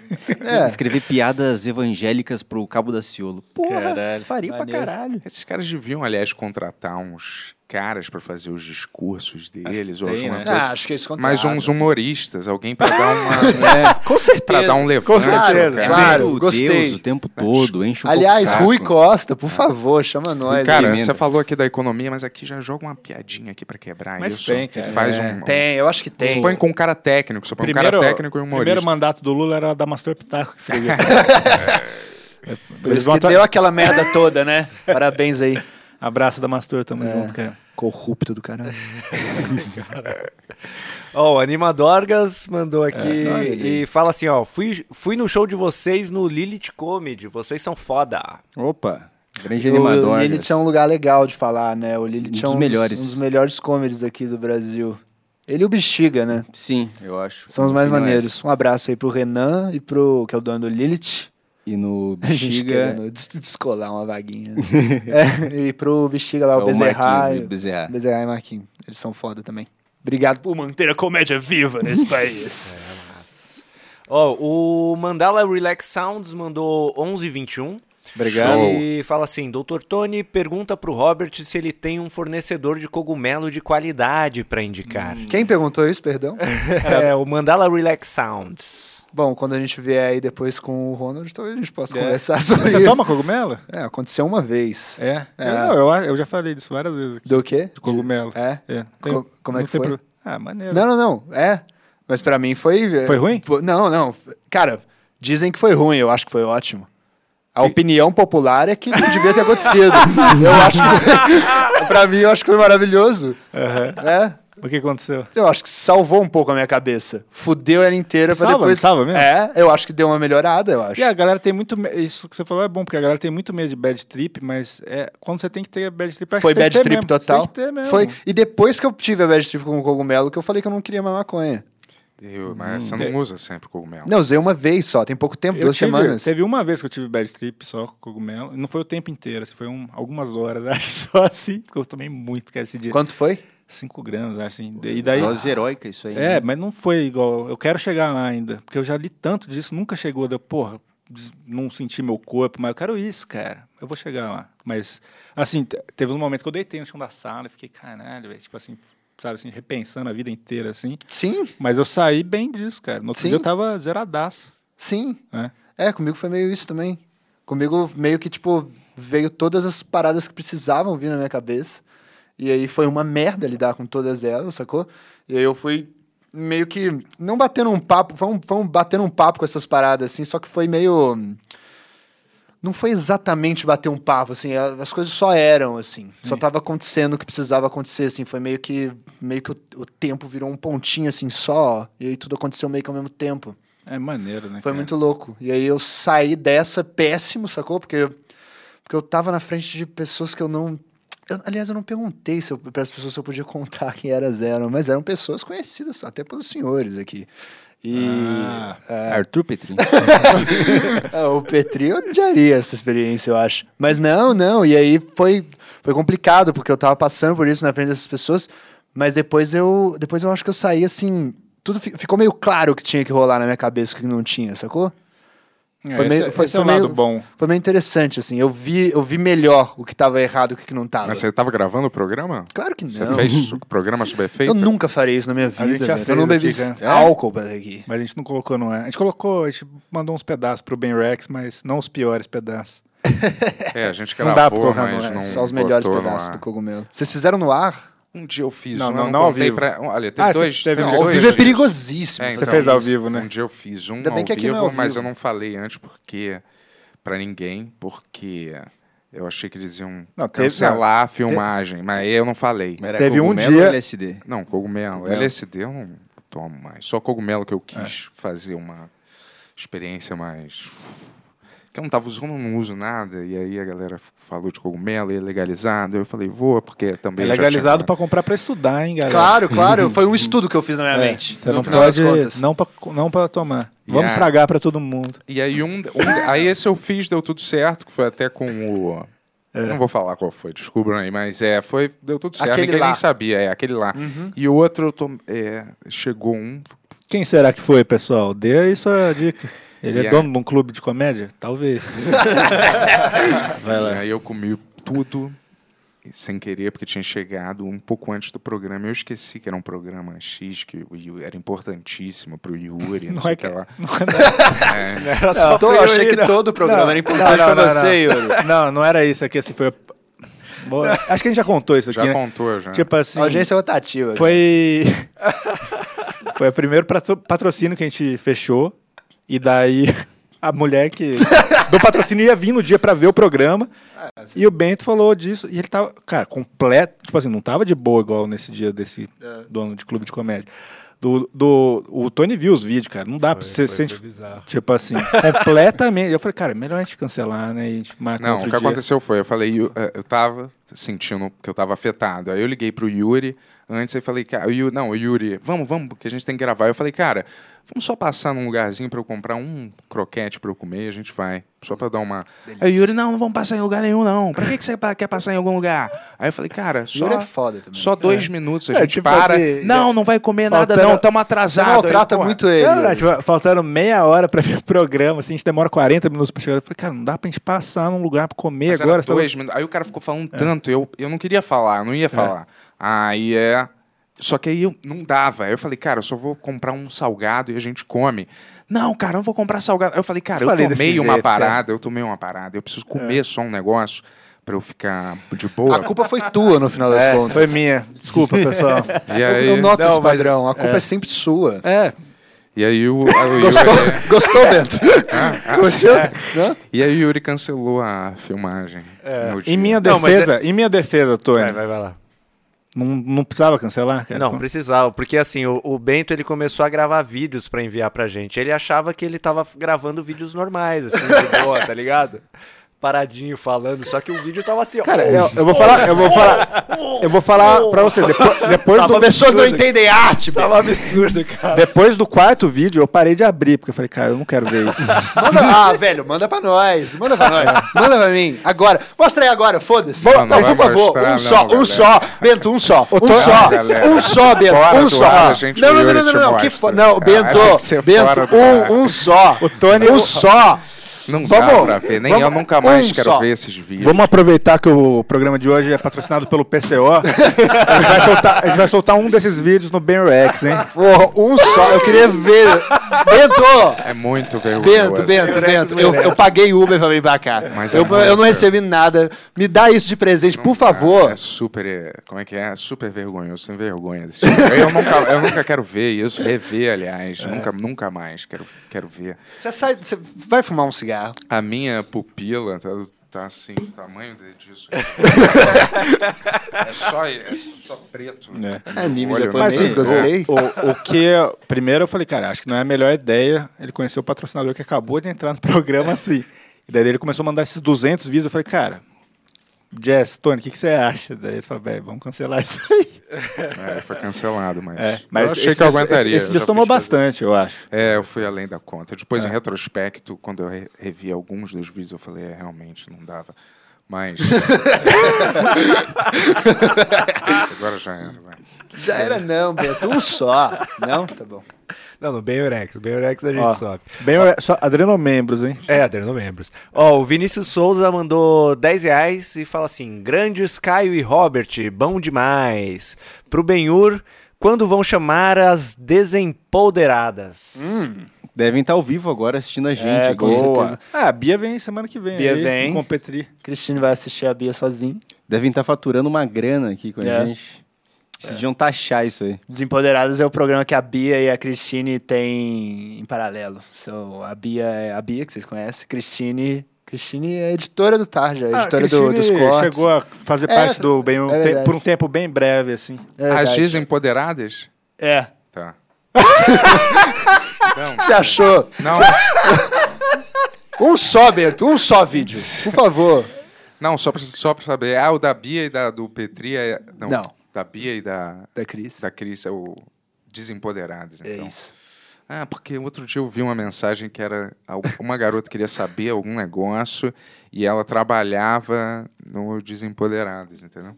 S7: [LAUGHS] É.
S8: Escrever piadas evangélicas pro Cabo Daciolo. Porra,
S4: é
S8: faria pra caralho.
S5: Esses caras deviam, aliás, contratar uns caras pra fazer os discursos deles ou
S4: tem,
S5: alguma
S4: né?
S8: É,
S5: coisa.
S7: Ah, acho que eles contratam.
S5: Mas uns humoristas, alguém pra dar
S4: [LAUGHS]
S5: uma...
S7: Com
S5: pra
S7: certeza.
S5: dar um levante.
S7: certeza.
S5: cara.
S7: Claro,
S8: Meu
S7: gostei.
S8: Deus, o tempo todo, enche o
S7: Aliás,
S8: saco.
S7: Rui Costa, por favor, chama nós.
S5: É. Cara,
S8: emenda.
S5: você falou aqui da economia, mas aqui já joga uma piadinha aqui pra quebrar
S4: Mas
S5: isso.
S4: tem,
S5: que
S4: cara.
S5: faz
S4: É.
S5: um,
S7: Tem, eu acho que
S5: Você
S7: tem.
S5: põe com um cara técnico, você põe um cara técnico e um humorista.
S4: primeiro mandato do Lula era da Mastor Pitaco que
S5: [LAUGHS]
S4: escrevia.
S7: Por
S4: Eles
S7: isso
S4: vão
S7: que
S4: atra-
S7: deu
S5: [LAUGHS]
S7: aquela merda toda, né? Parabéns aí.
S4: Abraço da Mastor,
S8: É.
S4: tamo junto, cara.
S7: Corrupto do [LAUGHS] caralho.
S9: Ó, o Animadorgas mandou aqui
S7: olha ele.
S9: e fala assim, ó, fui, fui no show de vocês no Lilith Comedy, vocês são foda.
S8: Opa, grande
S7: O
S8: animador. né?
S7: Lilith é um lugar legal de falar, né? O Lilith
S8: Um
S7: é
S8: dos
S7: um
S8: melhores.
S7: Dos, um dos melhores comedies aqui do Brasil. Ele e o Bexiga, né?
S8: Sim, eu acho.
S7: São os mais
S8: Opiniões.
S7: maneiros. Um abraço aí pro Renan e pro. que é o dono do Lilith.
S8: E no
S7: [LAUGHS] A gente
S8: Bexiga...
S7: querendo des- descolar uma vaguinha. né? É, e pro Bexiga lá, o,
S8: é
S7: Bezerra.
S8: Marquinhos, Bezerra.
S7: Bezerra e Marquinhos. Eles são foda também. Obrigado por manter a comédia viva nesse país.
S9: Ó, o Mandala Relax Sounds mandou 1121.
S4: Obrigado.
S9: E fala assim, Dr. Tony pergunta pro Robert se ele tem um fornecedor de cogumelo de qualidade pra indicar.
S7: Quem perguntou isso, perdão?
S9: Hum, [LAUGHS] É, o Mandala Relax Sounds.
S7: Bom, quando a gente vier aí depois com o Ronald, talvez a gente possa
S4: É.
S7: conversar sobre
S4: Você
S7: isso.
S4: toma cogumelo?
S7: É, aconteceu uma vez.
S4: É.
S7: É.
S4: Eu, não, eu, a- eu já falei disso várias vezes aqui.
S7: Do quê?
S4: De cogumelo.
S7: É?
S4: Tem-
S7: Co- como é
S4: não
S7: que
S4: tem
S7: foi?
S4: Ah, maneiro.
S7: Não, não, não. É. Mas pra mim foi. é,
S4: Foi ruim?
S7: Pô, Não, não. Cara, dizem que foi ruim. Eu acho que foi ótimo. A opinião popular é que não devia ter acontecido.
S4: [LAUGHS]
S7: eu acho que. [LAUGHS] pra mim, eu acho que foi maravilhoso. né?
S4: O que aconteceu?
S7: Eu acho que salvou um pouco a minha cabeça. Fudeu ela inteira pra
S4: Salva,
S7: depois.
S4: salva mesmo?
S7: É, eu acho que deu uma melhorada, eu acho.
S4: E a galera tem muito. me- Isso que você falou é bom, porque a galera tem muito medo de bad trip, mas é quando você tem que ter bad trip, acho
S7: Foi
S4: que tem
S7: bad
S4: que ter
S7: trip
S4: mesmo.
S7: total.
S4: Tem que ter mesmo.
S7: Foi. E depois que eu tive a bad trip com o cogumelo, que eu falei que eu não queria mais maconha.
S5: Eu,
S4: Hum,
S5: mas você não usa sempre cogumelo.
S7: Não, usei uma vez só, tem pouco tempo,
S4: Eu
S7: duas
S4: tive-
S7: semanas.
S4: Teve uma vez que eu tive bad trip só com cogumelo. e Não foi o tempo inteiro, assim, foi um- algumas horas, [LAUGHS] acho, só assim. Porque eu tomei muito, cara, esse dia.
S7: Quanto foi?
S4: 5 gramas, acho, assim. E daí.
S8: Dose heróica isso aí.
S4: É,
S8: né?
S4: mas não foi igual. Eu quero chegar lá ainda. Porque eu já li tanto disso, nunca chegou. da porra, des- não senti meu corpo, mas eu quero isso, cara. Eu vou chegar lá. Mas, assim, te- teve um momento que eu deitei no chão da sala e fiquei, caralho, velho. Tipo assim, sabe assim, repensando a vida inteira, assim.
S7: Sim,
S4: Mas eu saí bem disso, cara. No outro
S7: Sim.
S4: dia eu tava zeradaço.
S7: sim.
S4: né?
S7: É, comigo foi meio isso também. Comigo meio que, tipo, veio todas as paradas que precisavam vir na minha cabeça. E aí foi uma merda lidar com todas elas, sacou? E aí eu fui meio que. Não batendo um papo, vamos, vamos batendo um papo com essas paradas, assim, só que foi meio. Não foi exatamente bater um papo, assim, a- as coisas só eram, assim. Só tava acontecendo o que precisava acontecer, assim. Foi meio que. Meio que o, o tempo virou um pontinho, assim, só. E aí tudo aconteceu meio que ao mesmo tempo.
S4: É maneiro, né?
S7: Foi
S4: cara?
S7: muito louco. E aí eu saí dessa péssimo, sacou? Porque, porque eu tava na frente de pessoas que eu não. eu- aliás, eu não perguntei se eu, pras pessoas se eu podia [LAUGHS] contar quem eras eram, mas eram pessoas conhecidas até pelos senhores aqui. E
S4: Ah,
S7: É. [LAUGHS]
S8: Arthur Petrin.
S7: ah, [LAUGHS] o Petri odiaria essa experiência, eu acho. Mas não, não. E aí foi, foi complicado, porque eu tava passando por isso na frente dessas pessoas. Mas depois eu, depois eu acho que eu saí assim. Tudo fi- ficou meio claro o que tinha que rolar na minha cabeça, o que não tinha, sacou?
S4: é,
S7: Foi meio-
S4: esse,
S7: foi-
S4: esse é o
S7: foi meio-
S4: lado bom.
S7: Foi meio interessante, assim. Eu vi, eu vi melhor o que tava errado e o que que não tava.
S5: Mas você tava gravando o programa?
S7: Claro que não.
S5: Você fez su- programa sob efeito?
S7: Eu nunca farei isso na minha vida,
S4: gente já
S7: velho. Eu
S4: fez
S7: não bebi
S4: aqui, né? cara.
S7: s- álcool pra aqui.
S4: Mas a gente não colocou no ar. A gente colocou, a gente mandou uns pedaços pro Ben Rex, mas não os piores pedaços.
S5: É, a gente
S4: Não dá né? pra
S5: gravou,
S4: colocar no
S5: mas
S4: ar.
S5: não
S7: Só os melhores
S5: botou no
S7: pedaços
S5: ar.
S7: do cogumelo. Vocês fizeram no ar?
S5: Um dia eu fiz
S4: Não,
S5: um, eu
S4: não,
S5: não,
S4: não ao
S5: contei
S4: vivo.
S5: pra... Olha, teve
S4: Ah, você
S5: dois...
S4: teve
S5: teve um
S4: ao
S7: Ao
S5: dois
S7: vivo é
S5: dias.
S7: perigosíssimo.
S5: É,
S4: Você
S5: então,
S4: fez ao
S5: isso.
S4: vivo, né?
S5: Um dia eu fiz um
S7: Ainda bem
S5: ao
S7: que aqui
S5: vivo,
S7: não é ao
S5: mas eu
S7: vivo.
S5: não falei antes porque para ninguém, porque eu achei que eles iam
S4: Não, teve-
S5: cancelar a filmagem, mas aí eu não falei.
S8: Era
S4: Teve um
S8: cogumelo
S4: dia-
S8: ou LSD.
S5: Não, cogumelo. LSD eu não tomo mais. Só cogumelo que eu
S4: É.
S5: quis fazer uma experiência mais. Que eu não tava usando, eu não uso nada. E aí a galera falou de cogumelo e é legalizado. Eu falei, vou, porque também.
S4: É
S5: eu já
S4: legalizado
S5: tinha...
S4: pra comprar pra estudar, hein, galera?
S7: Claro, claro.
S4: [LAUGHS]
S7: Foi um estudo que eu fiz na minha
S4: né? É,
S7: mente.
S4: Você
S7: no
S4: não
S7: final
S4: pode,
S7: das contas.
S4: não pra, não pra tomar.
S5: Yeah.
S4: Vamos estragar pra todo mundo.
S5: E aí um, um- aí esse eu fiz, deu tudo certo, que foi até com o.
S4: É.
S5: Não vou falar qual foi, descubram aí, mas é, foi, deu tudo certo.
S7: Aquele
S5: Aquele ninguém
S7: lá.
S5: nem sabia, é, aquele lá.
S4: Uhum.
S5: E o outro, eu tom- é, chegou um,
S4: Quem será que foi, pessoal? Dê aí sua dica. Ele é
S5: Yeah.
S4: dono de um clube de comédia? Talvez. Vai
S5: E
S7: é.
S4: lá.
S5: aí eu comi tudo e sem querer, porque tinha chegado um pouco antes do programa. Eu esqueci que era um programa X, que o Yuri- era importantíssimo pro Yuri, não,
S4: Não
S5: sei
S4: é
S5: o que
S4: que-
S5: lá.
S9: Era só
S7: Eu tô-
S9: pra
S7: eu
S9: eu
S7: achei
S9: ir,
S7: que
S9: não.
S7: todo o programa
S4: Não,
S7: era importante
S4: não, não,
S7: pra
S4: não,
S7: você, Yuri.
S4: Não, não era isso aqui, assim, foi. Boa. Acho que a gente já contou isso aqui,
S5: Já
S4: né?
S5: contou, já.
S4: Tipo assim.
S7: Audiência é rotativa.
S4: Foi. [LAUGHS] foi o primeiro patro- patrocínio que a gente fechou. E daí a mulher que. do patrocínio ia vir no dia pra ver o programa. e o Bento falou disso. E ele tava, cara, completo. Tipo assim, não tava de boa igual nesse dia desse dono de clube de comédia. Do, do, o Tony viu os vídeos, cara. Não dá pra você.
S9: foi,
S4: você-
S9: foi bizarro.
S4: Tipo assim, completamente. Eu falei, cara, é melhor a gente cancelar, né? E a gente marca
S5: Não, o
S4: outro
S5: que
S4: dia.
S5: aconteceu foi, eu falei, eu, eh, eu tava sentindo que eu tava afetado. Aí eu liguei pro Yuri antes e falei, cara, o Yu- não, o Yuri, vamos, vamos, porque a gente tem que gravar. Eu falei, cara, vamos só passar num lugarzinho pra eu comprar um croquete pra eu comer, a gente vai. Só pra dar uma. Aí o Yuri, não, não vamos passar em lugar nenhum, não. Pra que, que você pa- quer passar em algum lugar? Aí eu falei, cara, só.
S7: Yuri é foda também.
S5: Só dois minutos, a
S4: É,
S5: gente
S4: tipo
S5: para.
S4: assim,
S5: não, não vai comer nada,
S4: faltando-
S5: não, estamos
S7: Você
S5: atrasados.
S7: maltrata
S5: Aí, pô,
S7: muito ele.
S4: Cara,
S7: Yuri.
S4: tipo, faltaram meia hora pra ver o programa, assim, a gente demora 40 minutos pra chegar. Eu falei, cara, não dá pra gente passar num lugar pra comer
S5: Mas era
S4: agora. você tá
S5: dois minutos. Aí o cara ficou falando
S7: É.
S5: tanto, eu, eu não queria falar, eu não ia falar. Aí é. Só que aí eu, não dava. Aí eu falei, cara, eu só vou comprar um salgado e a gente come. Não, cara, eu não vou comprar salgado. Aí eu falei, cara, eu,
S4: Falei desse
S5: tomei uma
S7: é.
S4: jeito, cara.
S5: parada, eu tomei uma parada, eu preciso comer só um negócio pra eu ficar de boa.
S7: A culpa foi tua no final das
S4: É,
S7: contas.
S4: foi minha. Desculpa, pessoal.
S5: E
S7: Eu,
S5: aí,
S7: eu noto
S4: Não,
S7: esse
S4: mas-
S7: padrão. A culpa é sempre é sua.
S4: [LAUGHS] é.
S5: E aí o, a- o Yuri.
S7: Gostou, gostou Bento?
S5: Ah, ah,
S7: Gostou? Não?
S5: E aí o Yuri cancelou a filmagem.
S7: É.
S5: no dia.
S4: Em minha
S9: Não, mas é-
S4: defesa, em minha defesa, Tony,
S9: Vai, vai, vai lá.
S4: Não, não precisava cancelar, cara?
S9: Não, precisava, porque assim, o, o Bento ele começou a gravar vídeos pra enviar pra gente. Ele achava que ele tava gravando vídeos normais, assim, de boa, tá ligado? [LAUGHS] Paradinho falando, só que o vídeo tava assim, ó.
S4: Cara, é eu, eu vou falar, eu vou falar, eu vou falar Ah, pra vocês, depois, depois
S9: Tava
S4: do...
S7: As pessoas não
S9: absurdo.
S7: entendem arte, Bento.
S9: Tava absurdo, cara.
S4: Depois do quarto vídeo, eu parei de abrir, porque eu falei, cara, eu não quero [LAUGHS] ver isso.
S7: Manda, ah, velho, manda pra nós. Manda pra nós. [LAUGHS] manda pra mim. Agora. Mostra aí agora, foda-se.
S5: Não,
S7: Não,
S5: não vai
S7: por favor,
S5: mostrar,
S7: um
S5: não,
S7: só,
S5: galera.
S7: um só. Bento, um só.
S4: Ô,
S7: Um
S4: Tony-
S7: só.
S5: Ah, galera.
S7: Um só, Bento.
S5: Fora
S7: Um
S5: do
S7: só.
S5: ar,
S7: Ah,
S5: gente,
S7: Não,
S5: o
S7: não, não,
S5: Yuri
S7: não,
S5: te
S7: não, não. Que
S5: mostra.
S7: fo... Não,
S5: Ah, tem
S7: Bento,
S5: que ser fora
S7: Bento,
S5: do ar.
S7: um, um só.
S4: O Tony-
S7: Um só.
S5: Não dá
S7: Vamos-
S5: pra ver, nem
S7: vamos-
S5: eu nunca mais
S7: um
S5: quero
S7: só.
S5: ver esses vídeos.
S4: Vamos aproveitar que o programa de hoje é patrocinado pelo PCO. A gente vai soltar, a gente vai soltar um desses vídeos no BenRex, hein?
S7: Porra, um só. Eu queria ver. Bento!
S5: É muito vergonhoso.
S7: Bento, Bento,
S9: Merece,
S7: Bento, eu,
S9: merece.
S7: eu paguei Uber pra vir pra cá.
S5: Mas é
S7: eu,
S5: muito.
S7: eu não recebi nada. Me dá isso de presente, por favor.
S5: É super. é, Como é que é? Super vergonhoso, sem vergonha. desse tipo. Eu nunca, eu nunca quero ver isso, rever, aliás.
S4: É.
S5: Nunca, nunca mais quero, quero ver.
S7: Você sai, você vai fumar um cigarro.
S5: A minha pupila tá, tá assim, o tamanho de- disso. é, só, é só preto. né?
S4: É.
S7: Anime
S5: Olha,
S7: japonês,
S5: mas assim,
S7: gostei.
S4: O, o que. Primeiro eu falei, cara, acho que não é a melhor ideia ele conhecer o patrocinador que acabou de entrar no programa assim. E daí ele começou a mandar esses 200 vídeos. Eu falei, cara, Jess, Tony, o que, que você acha? Daí eles falaram, velho, vamos cancelar isso aí.
S5: É, foi cancelado, mas.
S4: É, mas
S5: eu achei
S4: esse,
S5: que eu
S4: esse-
S5: aguentaria.
S4: Esse, esse
S5: eu
S4: vídeo
S5: já
S4: tomou
S5: fiz coisa-
S4: bastante, eu acho.
S5: É, eu fui além da conta.
S7: É.
S5: Depois, em retrospecto, quando eu re- revi alguns dos vídeos, eu falei, é, realmente não dava.
S7: [LAUGHS]
S5: Mas. Agora já era, vai.
S7: Já era não, Beto. Um só. Não? Tá bom.
S9: Não, no Benurex, Benurex a gente
S4: Ó,
S9: sobe.
S4: Bem, só adrenomembros, hein?
S9: É, Adriano Membros. Ó, o Vinícius Souza mandou 10 reais e fala assim: Grandes Caio e Robert, bom demais. Pro Benhur, quando vão chamar as desempoderadas?
S4: Hum,
S8: Devem estar ao vivo agora assistindo
S7: É,
S8: a gente. aqui.
S4: Ah, a Bia vem semana que vem.
S7: Bia
S4: aí,
S7: vem.
S4: Com o Petri.
S7: Cristine vai assistir a Bia sozinho.
S8: Devem estar faturando uma grana aqui com a
S7: É.
S8: gente. Decidiam taxar isso
S7: [LAUGHS]
S8: aí.
S7: Desempoderadas é o programa que a Bia e a Cristine têm em paralelo. So, a Bia é a Bia, que vocês conhecem. Cristine. Cristine é editora do Tarja,
S4: Ah,
S7: editora do,
S4: Cristine
S7: dos cortes.
S4: chegou a fazer
S7: É,
S4: parte do bem
S7: é
S4: um te-
S7: verdade.
S4: por um tempo bem breve, assim.
S7: É
S5: As
S7: verdade.
S5: desempoderadas?
S7: É.
S4: Ah.
S5: Tá.
S7: Você achou?
S5: Não, não,
S7: Um só, Beto, um só vídeo. Por favor.
S5: não, só pra, só pra saber. Ah, o da Bia e da do Petri é. Não.
S7: Não.
S5: Da Bia e da,
S7: Da Cris.
S5: da Cris é o Desempoderadas.
S7: É
S5: Então.
S7: isso.
S5: Ah, porque outro dia eu vi uma mensagem que era al- uma garota queria saber algum negócio e ela trabalhava no Desempoderados, entendeu?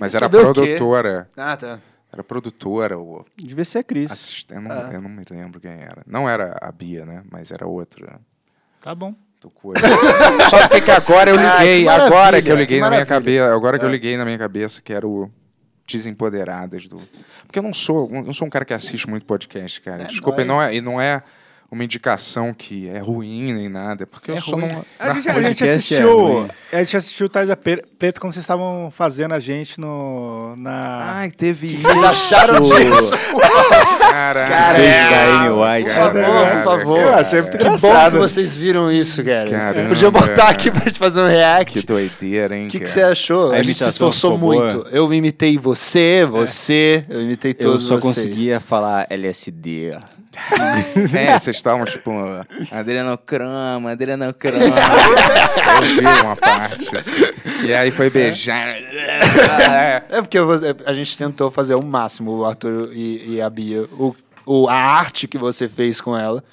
S5: Mas era
S7: saber o quê?
S5: produtora.
S7: Ah, tá.
S5: Era produtora ou
S8: Devia ser a Cris.
S5: assistente. Eu, não-
S7: Ah.
S5: eu não me lembro quem era. Não era a Bia, né? Mas era outra.
S4: Tá bom.
S5: do coisa. [LAUGHS] Só porque que agora eu
S7: Ah,
S5: liguei,
S7: que
S5: agora que eu
S7: maravilha,
S5: liguei
S7: que
S5: na minha
S7: maravilha. É.
S5: cabeça, agora que eu liguei na minha cabeça que era o desempoderadas do. Porque eu não sou, eu não sou um cara que assiste muito podcast, cara. Desculpa, e não é, e não é uma indicação que é ruim nem nada, é porque eu só não
S4: A gente, a gente
S8: podcast é
S4: assistiu.
S8: ruim.
S4: a gente assistiu Tarja Pe- Preta quando vocês estavam fazendo a gente no. Na.
S5: Ai, teve isso.
S7: Vocês acharam disso?
S5: Cara,
S8: Beijo da Amy White.
S7: Por favor, por favor.
S4: Eu achei muito
S7: Que bom que
S4: engraçado.
S7: vocês viram isso, cara.
S5: Caramba.
S7: Você podia botar aqui pra gente fazer um
S5: Que
S7: react.
S5: doideira, hein?
S7: O que, que
S5: cara?
S7: você achou?
S8: A
S7: A, gente se
S8: imitação
S7: esforçou
S8: ficou boa?
S7: muito. Eu imitei você, você, eu imitei
S8: Eu
S7: todos
S8: só
S7: vocês.
S8: conseguia falar LSD.
S5: É, vocês estavam tipo adrenocroma, adrenocroma. Eu vi uma parte. assim. E aí foi beijar.
S7: É porque eu- a gente tentou fazer o máximo, o Arthur e, e a Bia, o, o- a arte que você fez com ela,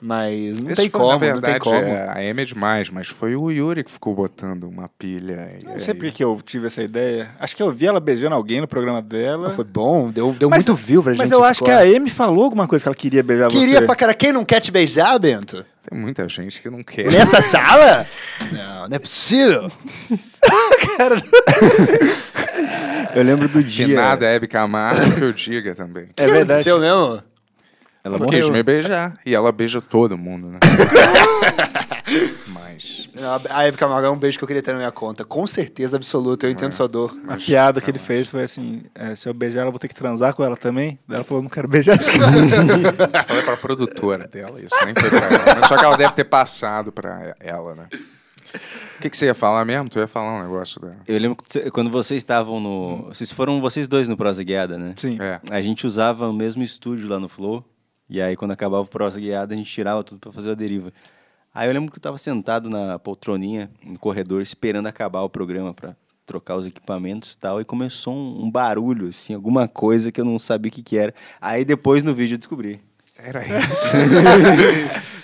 S7: mas não
S5: Isso
S7: tem
S5: foi,
S7: como,
S5: na verdade,
S7: não tem como.
S5: é, a Amy é demais, mas foi o Yuri que ficou botando uma pilha. e
S4: Não sei
S5: aí-
S4: por que eu tive essa ideia. Acho que eu vi ela beijando alguém no programa dela.
S7: Foi bom, deu, deu
S4: Mas-
S7: muito view pra gente.
S4: Mas eu acho que
S7: escola.
S4: a Amy falou alguma coisa que ela queria beijar
S7: Queria
S4: você.
S7: pra cara, quem não quer te beijar, Bento?
S5: Tem muita gente que não quer.
S7: Nessa sala? Não, não é possível.
S8: Eu lembro do dia.
S5: Que nada, Hebe Camargo, que eu diga também.
S7: É que
S4: verdade.
S7: aconteceu mesmo?
S8: Ela
S5: Ela quis
S8: morreu.
S5: me beijar. E ela beija todo mundo, né? Mas.
S7: Não, A Eve Camargo é um beijo que eu queria ter na minha conta. Com certeza absoluta, eu entendo sua dor.
S4: A piada que ele fez foi assim: é, se eu beijar ela, eu vou ter que transar com ela também. Daí ela falou: não quero beijar [LAUGHS] essa cara.
S5: Eu falei pra produtora dela isso, nem foi pra ela. Mas só que ela deve ter passado pra ela, né? O que, que você ia falar mesmo? Tu ia falar um negócio da.
S8: Eu lembro que cê- quando vocês estavam no. Vocês foram vocês dois no Prosa Guiada, né?
S4: Sim.
S5: É.
S8: A gente usava o mesmo estúdio lá no Flow. E aí, quando acabava o Prosa Guiada, a gente tirava tudo pra fazer a deriva. Aí eu lembro que eu tava sentado na poltroninha, no corredor, esperando acabar o programa pra trocar os equipamentos e tal. E começou um, um barulho, assim, alguma coisa que eu não sabia o que, que era. Aí depois no vídeo eu descobri.
S5: Era isso.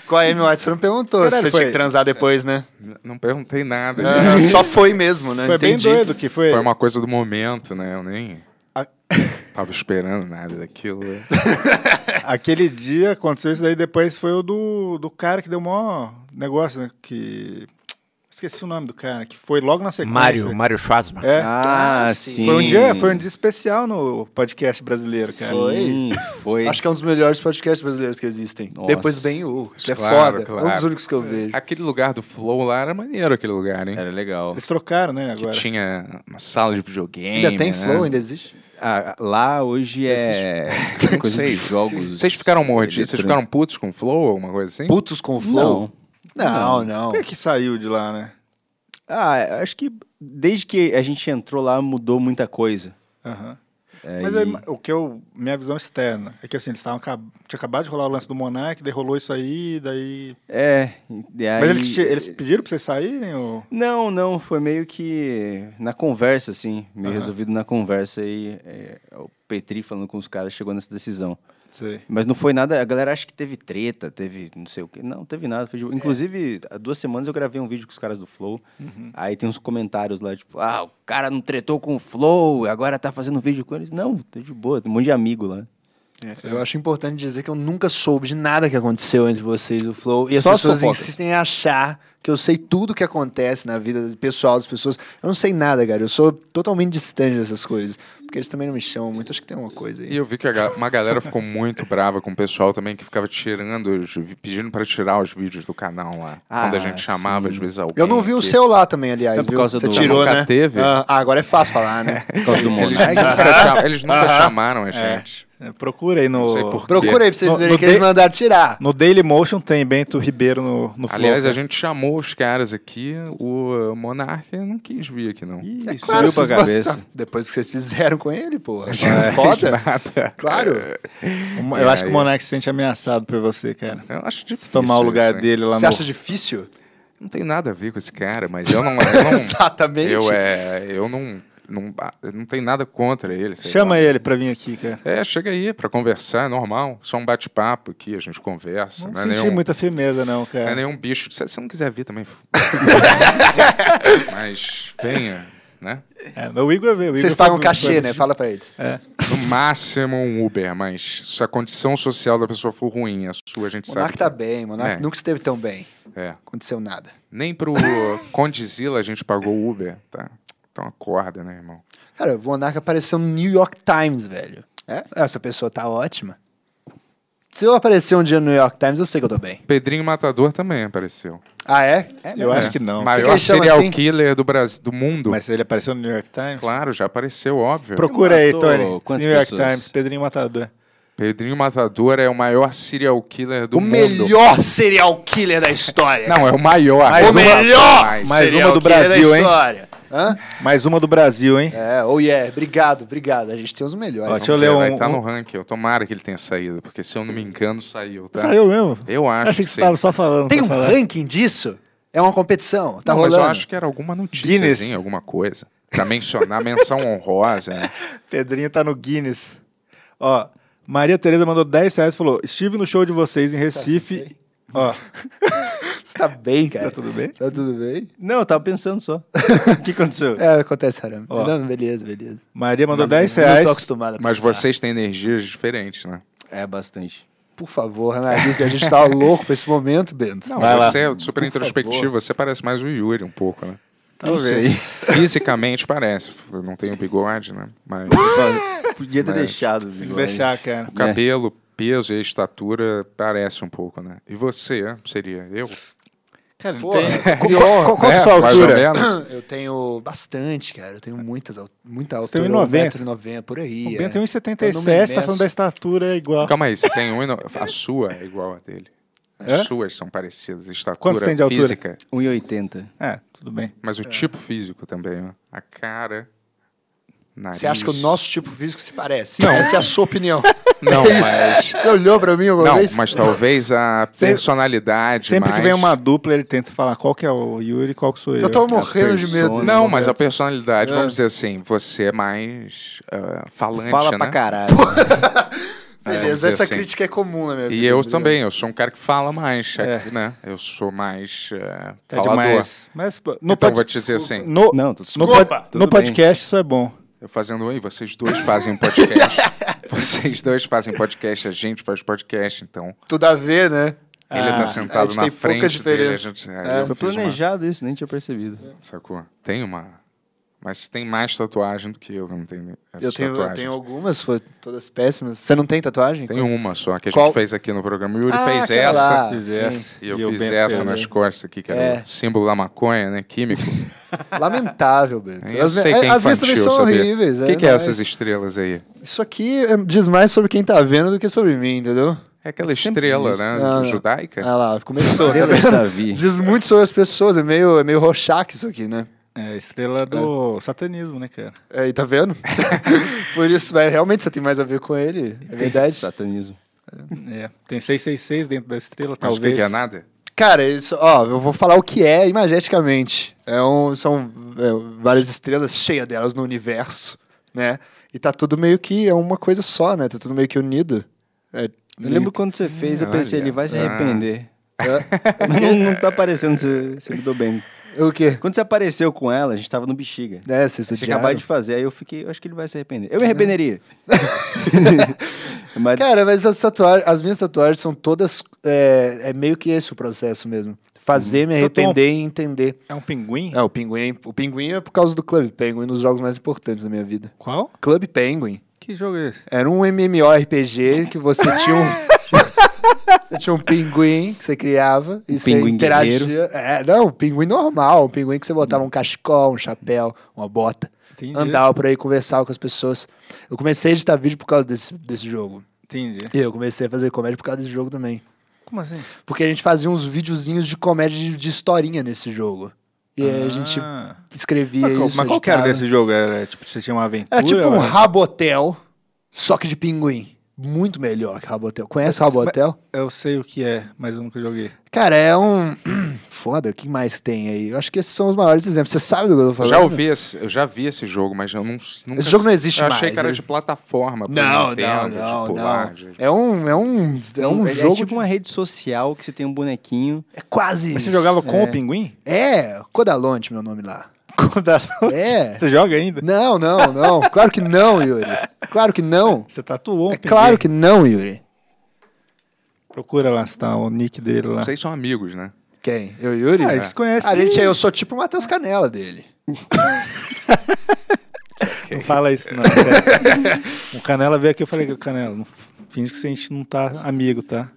S7: Com a Amy White, você não perguntou se você
S4: foi-
S7: tinha que transar depois, né?
S5: N- Não perguntei nada.
S7: Ah, só foi mesmo, né?
S4: Foi bem
S7: Entendi.
S4: doido que foi.
S5: Foi uma coisa do momento, né? Eu nem
S4: A-
S5: tava esperando nada daquilo. né?
S4: Aquele dia aconteceu isso daí, depois foi o do, do cara que deu o maior negócio, né? Que. Esqueci o nome do cara, que foi logo na sequência.
S9: Mário, Mário Schwarzman.
S4: É.
S8: Ah, sim.
S4: Foi um, dia, foi um dia especial no podcast brasileiro, cara.
S8: Sim, foi.
S7: Acho que é um dos melhores podcasts brasileiros que existem.
S8: Nossa.
S7: Depois do Ben U. Isso é
S5: Claro,
S7: foda. É um dos
S5: claro.
S7: únicos que eu vejo.
S5: Aquele lugar do Flow lá era maneiro, aquele lugar, hein?
S8: Era legal.
S4: Eles trocaram, né, agora.
S5: Que tinha uma sala de videogame.
S7: Ainda
S5: né?
S7: tem flow, ainda existe?
S8: Ah, lá hoje é [LAUGHS]
S5: Não
S8: coisa
S5: sei.
S8: de jogos.
S5: Vocês ficaram mordidos? Vocês ficaram
S8: eletrônicos.
S5: putos com Flow ou alguma coisa assim?
S7: Putos com flow? Não, não.
S4: Por é que, que saiu de lá, né?
S8: Ah, acho que desde que a gente entrou lá mudou muita coisa.
S4: Aham.
S8: É,
S4: Mas
S8: e-
S4: eu ima- o que eu. Minha visão externa é que assim, eles estavam. acab- Tinha acabado de rolar o lance do Monark, daí rolou isso aí, daí.
S8: é, e aí...
S4: Mas eles, te- eles pediram pra vocês saírem? Ou...
S8: Não, não, foi meio que na conversa, assim, meio resolvido na conversa e é, o Petri falando com os caras chegou nessa decisão.
S4: Não sei.
S8: Mas não foi nada, a galera acha que teve treta, teve não sei o quê. Não, teve nada. Foi de... boa. Inclusive, há duas semanas eu gravei um vídeo com os caras do Flow. Aí tem uns comentários lá, tipo, ah, o cara não tretou com o Flow, agora tá fazendo vídeo com eles. Não, tá de boa, tem um monte de amigo lá.
S7: É, eu acho importante dizer que eu nunca soube de nada que aconteceu entre vocês do Flow. E as
S8: Só as
S7: pessoas
S8: fofocas.
S7: insistem em achar que eu sei tudo que acontece na vida pessoal das pessoas. Eu não sei nada, cara. Eu sou totalmente distante dessas coisas. Porque eles também não me chamam muito. Acho que tem uma coisa aí.
S5: E eu vi que a ga- uma galera ficou muito brava com o pessoal também que ficava tirando, os vi- pedindo pra tirar os vídeos do canal lá.
S8: Ah,
S5: quando a gente chamava,
S8: sim.
S5: às vezes, alguém.
S7: Eu não vi o
S5: que-
S7: seu lá também, aliás.
S8: É por
S7: viu?
S8: causa
S7: Você
S8: do-
S7: tirou,
S5: Nunca
S7: né?
S5: teve?
S7: Ah, agora é fácil falar, né?
S8: Por causa do mundo.
S5: Eles nunca, cham- eles nunca chamaram a
S4: É,
S5: gente.
S4: é, procura aí no.
S5: Não sei por quê.
S7: Procura aí pra vocês
S4: No-
S7: verem
S4: no
S7: que eles
S4: de-
S7: mandaram tirar.
S4: No Daily Motion tem Bento Ribeiro no, no
S5: Aliás,
S4: Flow,
S5: a gente chamou os caras aqui, o eh, Monark não quis vir aqui, não.
S8: Ih, subiu
S7: É Claro,
S8: pra
S7: vocês
S8: cabeça.
S7: passaram- Depois que vocês fizeram com ele, porra. Foda.
S5: Nada.
S7: Claro.
S4: Eu acho que o Monark se sente ameaçado por você, cara.
S5: Eu acho difícil.
S4: Tomar o lugar
S5: isso, hein?
S4: dele lá
S7: Você
S4: no.
S7: acha difícil?
S5: Não tem nada a ver com esse cara, mas eu não. Eu não
S7: [LAUGHS] Exatamente.
S5: É eu, é, eu não, não. ah, eu Não tenho nada contra ele. sei
S4: Chama
S5: lá.
S4: ele pra vir aqui, cara.
S5: É, chega aí pra conversar, é normal. Só um bate-papo aqui, a gente conversa.
S4: Não
S5: Não, é
S4: senti
S5: nenhum,
S4: muita firmeza, não,
S5: não
S4: cara.
S5: é nenhum bicho. Se você não quiser vir
S4: [LAUGHS]
S5: também. f- Mas venha, né?
S4: É, mas o Igor veio. o Igor
S7: Vocês
S4: foi
S7: pagam
S4: do-
S7: cachê,
S4: foi-
S7: né? Fala pra eles.
S5: No máximo um Uber, mas se a condição social da pessoa for ruim, a sua a gente
S7: Monark
S5: sabe.
S7: tá bem, Monark
S5: É.
S7: nunca esteve tão bem.
S5: É.
S7: Aconteceu nada.
S5: Nem pro Condizila a gente pagou o Uber, tá? Então acorda, né, irmão?
S7: Cara, o Monark apareceu no New York Times, velho.
S8: É?
S7: Essa pessoa tá ótima. Se eu aparecer um dia no New York Times, eu sei que eu tô bem.
S5: Pedrinho Matador também apareceu.
S7: Ah, é?
S4: Eu acho que não.
S5: Maior
S7: Que que ele chama
S5: serial
S7: assim?
S5: killer do Brasil, do mundo.
S4: Mas ele apareceu no New York Times?
S5: Claro, já apareceu, óbvio.
S4: Procura aí,
S8: Matou
S4: Tony.
S8: quantas
S4: New York
S8: pessoas?
S4: Times, Pedrinho Matador.
S5: Pedrinho Matador é o maior serial killer do
S7: o
S5: mundo.
S7: melhor serial killer da história.
S5: Não, é o maior.
S7: o melhor
S5: Mais.
S4: mais
S7: serial
S4: uma do
S7: killer
S4: Brasil,
S7: da
S4: hein?
S7: história. Hã?
S4: Mais uma do Brasil, hein?
S7: É, oh yeah, obrigado, obrigado. A gente tem os melhores.
S4: Ó,
S7: né?
S4: deixa eu ler um.
S5: Vai estar no
S4: um-
S5: ranking. Eu tomara que ele tenha saído, porque se eu não me engano, saiu, tá?
S4: Saiu mesmo?
S5: Eu acho
S4: Achei
S5: que
S4: que você
S5: sim.
S4: tava só falando.
S7: Tem
S4: só
S7: um
S4: falando.
S7: ranking disso? É uma competição, tá
S5: Não, mas
S7: rolando.
S5: eu acho que era alguma
S4: Guinness.
S5: notícia, alguma coisa. Pra mencionar, [LAUGHS] menção honrosa, né?
S4: Pedrinho tá no Guinness. Ó, Maria Tereza mandou 10 reais e falou: Estive no show de vocês em Recife. Ó,
S7: Você tá bem, cara.
S4: [LAUGHS] tá tudo bem?
S7: Tá tudo bem?
S8: Não, eu tava pensando só. o que aconteceu?
S7: É, acontece, Haram.
S4: Ó.
S7: Não, beleza, beleza.
S4: Maria mandou 10
S7: Não
S4: reais.
S7: tô acostumado
S4: Tá
S7: a
S5: Mas
S7: pensar.
S5: vocês têm energias diferentes, né?
S8: É bastante.
S7: Por favor, analise.
S4: [LAUGHS]
S7: A gente tá louco pra esse momento, Bento.
S5: Não,
S4: Vai lá.
S5: você é super introspectivo, você parece mais o Yuri um pouco, né? [LAUGHS]
S4: Talvez.
S5: Fisicamente parece, eu não tenho bigode, né? Mas
S8: Podia ter
S5: Mas-
S8: deixado.
S4: Tem que
S8: viu,
S4: deixar, cara.
S5: o cabelo peso e a estatura parece um pouco, né? E você seria eu?
S4: Cara, não
S7: Pô,
S4: tem.
S7: que
S4: Qual, qual, qual que é a sua
S5: né? Mais ou
S4: altura?
S5: menos.
S7: [COUGHS] Eu tenho bastante, cara. Eu tenho muitas, al- muita
S4: tem
S7: altura.
S4: 1,90.
S7: 1,90m por
S4: O
S7: aí.
S4: Ben tem
S7: é.
S4: 1,77, tá
S7: imenso.
S4: falando da estatura igual.
S5: Calma aí, você tem um. e no- A sua é igual a dele. As
S4: É?
S5: suas são parecidas.
S4: Quantos
S5: Estatura
S4: tem de altura?
S5: física.
S8: 1,80.
S4: É, tudo bem.
S5: Mas o tipo físico também, ó. A cara. Nariz.
S7: Você acha que o nosso tipo físico se parece? Não. Essa é a sua opinião.
S5: [LAUGHS] Não,
S7: É isso.
S5: mas.
S7: Você olhou pra mim alguma
S5: Não,
S7: vez?
S5: mas é, talvez a
S4: Sempre-
S5: personalidade.
S4: Sempre que
S5: mais-
S4: vem uma dupla, ele tenta falar qual que é o Yuri e qual que sou eu.
S7: Eu tava morrendo de
S8: persona.
S7: medo.
S5: Não,
S7: nesse
S5: mas a
S7: momento.
S5: personalidade,
S7: É.
S5: vamos dizer assim, você é mais ah, falante,
S8: Fala
S5: né?
S8: pra caralho.
S5: vamos
S7: Beleza,
S5: dizer
S7: essa
S5: assim.
S7: crítica é comum na minha vida.
S5: E eu
S7: obrigado.
S5: também, eu sou um cara que fala mais,
S4: É.
S5: né? Eu sou mais ah,
S4: É
S5: falador.
S4: demais. Mas, pô, no,
S5: então,
S4: pod-
S5: vou te dizer assim,
S4: no,
S8: Não, tu-
S4: no,
S8: desculpa,
S4: pod-
S8: tudo
S4: no
S8: bem.
S4: podcast isso é bom.
S5: eu fazendo oi, vocês dois fazem
S7: [LAUGHS]
S5: podcast. vocês dois fazem podcast, a gente faz podcast, então.
S7: Tudo a ver, né?
S5: ele
S4: Ah,
S5: tá
S7: a
S5: sentado
S7: gente
S5: na
S7: tem pouca
S5: frente dele, a
S7: diferença.
S5: gente... aí
S7: É.
S5: eu
S8: Foi
S5: fiz uma-
S8: planejado isso, nem tinha percebido.
S5: Sacou? Tem uma... Mas tem mais tatuagem do que eu, eu não tenho essas
S7: Eu tenho, eu
S5: tatuagens.
S7: tenho algumas, foram todas péssimas. Você não tem tatuagem?
S5: Tem um. uma só que a gente
S7: Qual-
S5: fez aqui no programa. O Yuri
S7: Ah,
S5: fez
S7: aquela
S5: essa.
S7: lá. Ah,
S4: Fiz
S7: sim.
S4: essa.
S5: E eu
S4: o
S5: fiz
S4: Ben
S5: essa
S4: fez.
S5: nas costas aqui, que era
S7: É.
S5: o símbolo da maconha, né?
S7: [LAUGHS]
S5: Químico.
S7: Lamentável, Beto.
S5: Eu
S7: Às,
S5: sei
S7: ve-
S5: que é
S7: às vezes também
S5: infantil,
S7: são
S5: sabia?
S7: horríveis.
S5: O que, que é
S7: não
S5: essas estrelas aí?
S7: Isso aqui é- diz mais sobre quem tá vendo do que sobre mim, entendeu?
S5: É aquela
S7: Sempre
S5: estrela,
S7: diz.
S5: né?
S7: Ah,
S5: Judaica.
S7: Ah lá, começou. tá
S8: Estrela de
S7: vendo?
S8: Davi.
S7: Diz muito sobre as pessoas, é meio, é meio Rorschach isso aqui, né?
S4: É, estrela do satanismo, né, cara?
S7: Aí,
S5: [LAUGHS]
S7: tá vendo? Por isso, mas realmente você tem mais a ver com ele, [LAUGHS] é verdade.
S8: Satanismo.
S4: É. Tem 666 dentro da estrela,
S5: Mas o
S4: talvez.
S5: que, que é nada?
S7: Cara, isso, ó, eu vou falar o que é imageticamente. É um, são é, várias estrelas cheias delas no universo, né? E tá tudo meio que é uma coisa só, né? Tá tudo meio que unido. É,
S8: Eu
S7: meio-
S8: lembro quando você fez, eu pensei, ele vai se
S5: Ah.
S8: arrepender.
S7: É,
S8: Mas não, não tá parecendo que você, você mudou bem.
S7: o quê?
S8: Quando você apareceu com ela, a gente tava no bexiga.
S7: É, vocês
S8: Você acabou
S7: odiaram.
S8: de fazer, aí eu fiquei, eu acho que ele vai se arrepender. Eu me arrependeria. Mas
S7: Cara, mas as tatuagens, as minhas tatuagens são todas. É, é meio que esse o processo mesmo. Fazer, me
S4: Então,
S7: arrepender e entender.
S4: É um pinguim?
S7: Uhum. É, o pinguim. O pinguim é por causa do Club Penguin, nos jogos mais importantes da minha vida.
S4: Qual?
S7: Club Penguin.
S4: Que jogo é esse?
S7: Era um MMORPG que você
S4: [LAUGHS]
S7: tinha um. você tinha um pinguim que você criava
S4: Um
S7: e você
S8: pinguim
S7: interagia.
S8: guerreiro.
S7: É, não, um pinguim normal, um pinguim que você botava um cachecol, um chapéu, uma bota.
S4: Entendi.
S7: Andava por aí, conversava com as pessoas. Eu comecei a editar vídeo por causa desse, desse jogo.
S4: Entendi.
S7: E eu comecei a fazer comédia por causa desse jogo também.
S4: Como assim?
S7: Porque a gente fazia uns videozinhos de comédia de, de historinha nesse jogo. E aí a gente
S4: Ah.
S7: escrevia
S4: Mas, qual-
S7: é isso.
S4: mas qual que era
S7: editava.
S4: desse jogo? Era, tipo, você tinha uma aventura?
S7: Era tipo um
S4: ué?
S7: Rabotel, só que de pinguim. Muito melhor que Rabotel. Conhece Rabotel?
S4: Eu sei o que é, mas eu nunca joguei.
S7: Cara, é um. [CLEARS THROAT] Foda, o que mais tem aí? Eu acho que esses são os maiores exemplos. Você sabe do que eu tô
S5: Eu
S7: falando?
S5: já ouvi esse, eu já vi esse jogo, mas eu não. Nunca,
S7: Esse jogo não existe
S5: eu achei
S7: mais,
S5: que era
S7: ele-
S5: de plataforma. pra
S7: Não, não,
S5: Nintendo,
S7: não,
S5: de pular,
S7: não.
S5: de-
S7: É um, é um, é um
S8: é
S7: jogo. É,
S8: tipo uma rede social que você tem um bonequinho.
S7: é quase.
S4: Mas você jogava com o
S7: [LAUGHS]
S4: pinguim?
S7: É, Codalonte, meu nome lá.
S4: Quando a...
S7: [LAUGHS] É.
S4: Você joga ainda?
S7: Não, não, não. Claro que não, Yuri. Claro que não.
S4: Você tatuou um
S7: É
S4: pinguim.
S7: claro que não, Yuri.
S4: Procura lá, se tá o nick dele lá.
S5: Vocês são amigos, né?
S7: Quem? Eu e Yuri?
S4: Ah, eles conhecem.
S7: Ah, gente, eu sou tipo o Matheus Canela dele.
S4: Não fala isso,
S7: [LAUGHS]
S4: não. sério. o Canela veio aqui, eu falei, Canela, não finge que a gente não tá amigo, tá?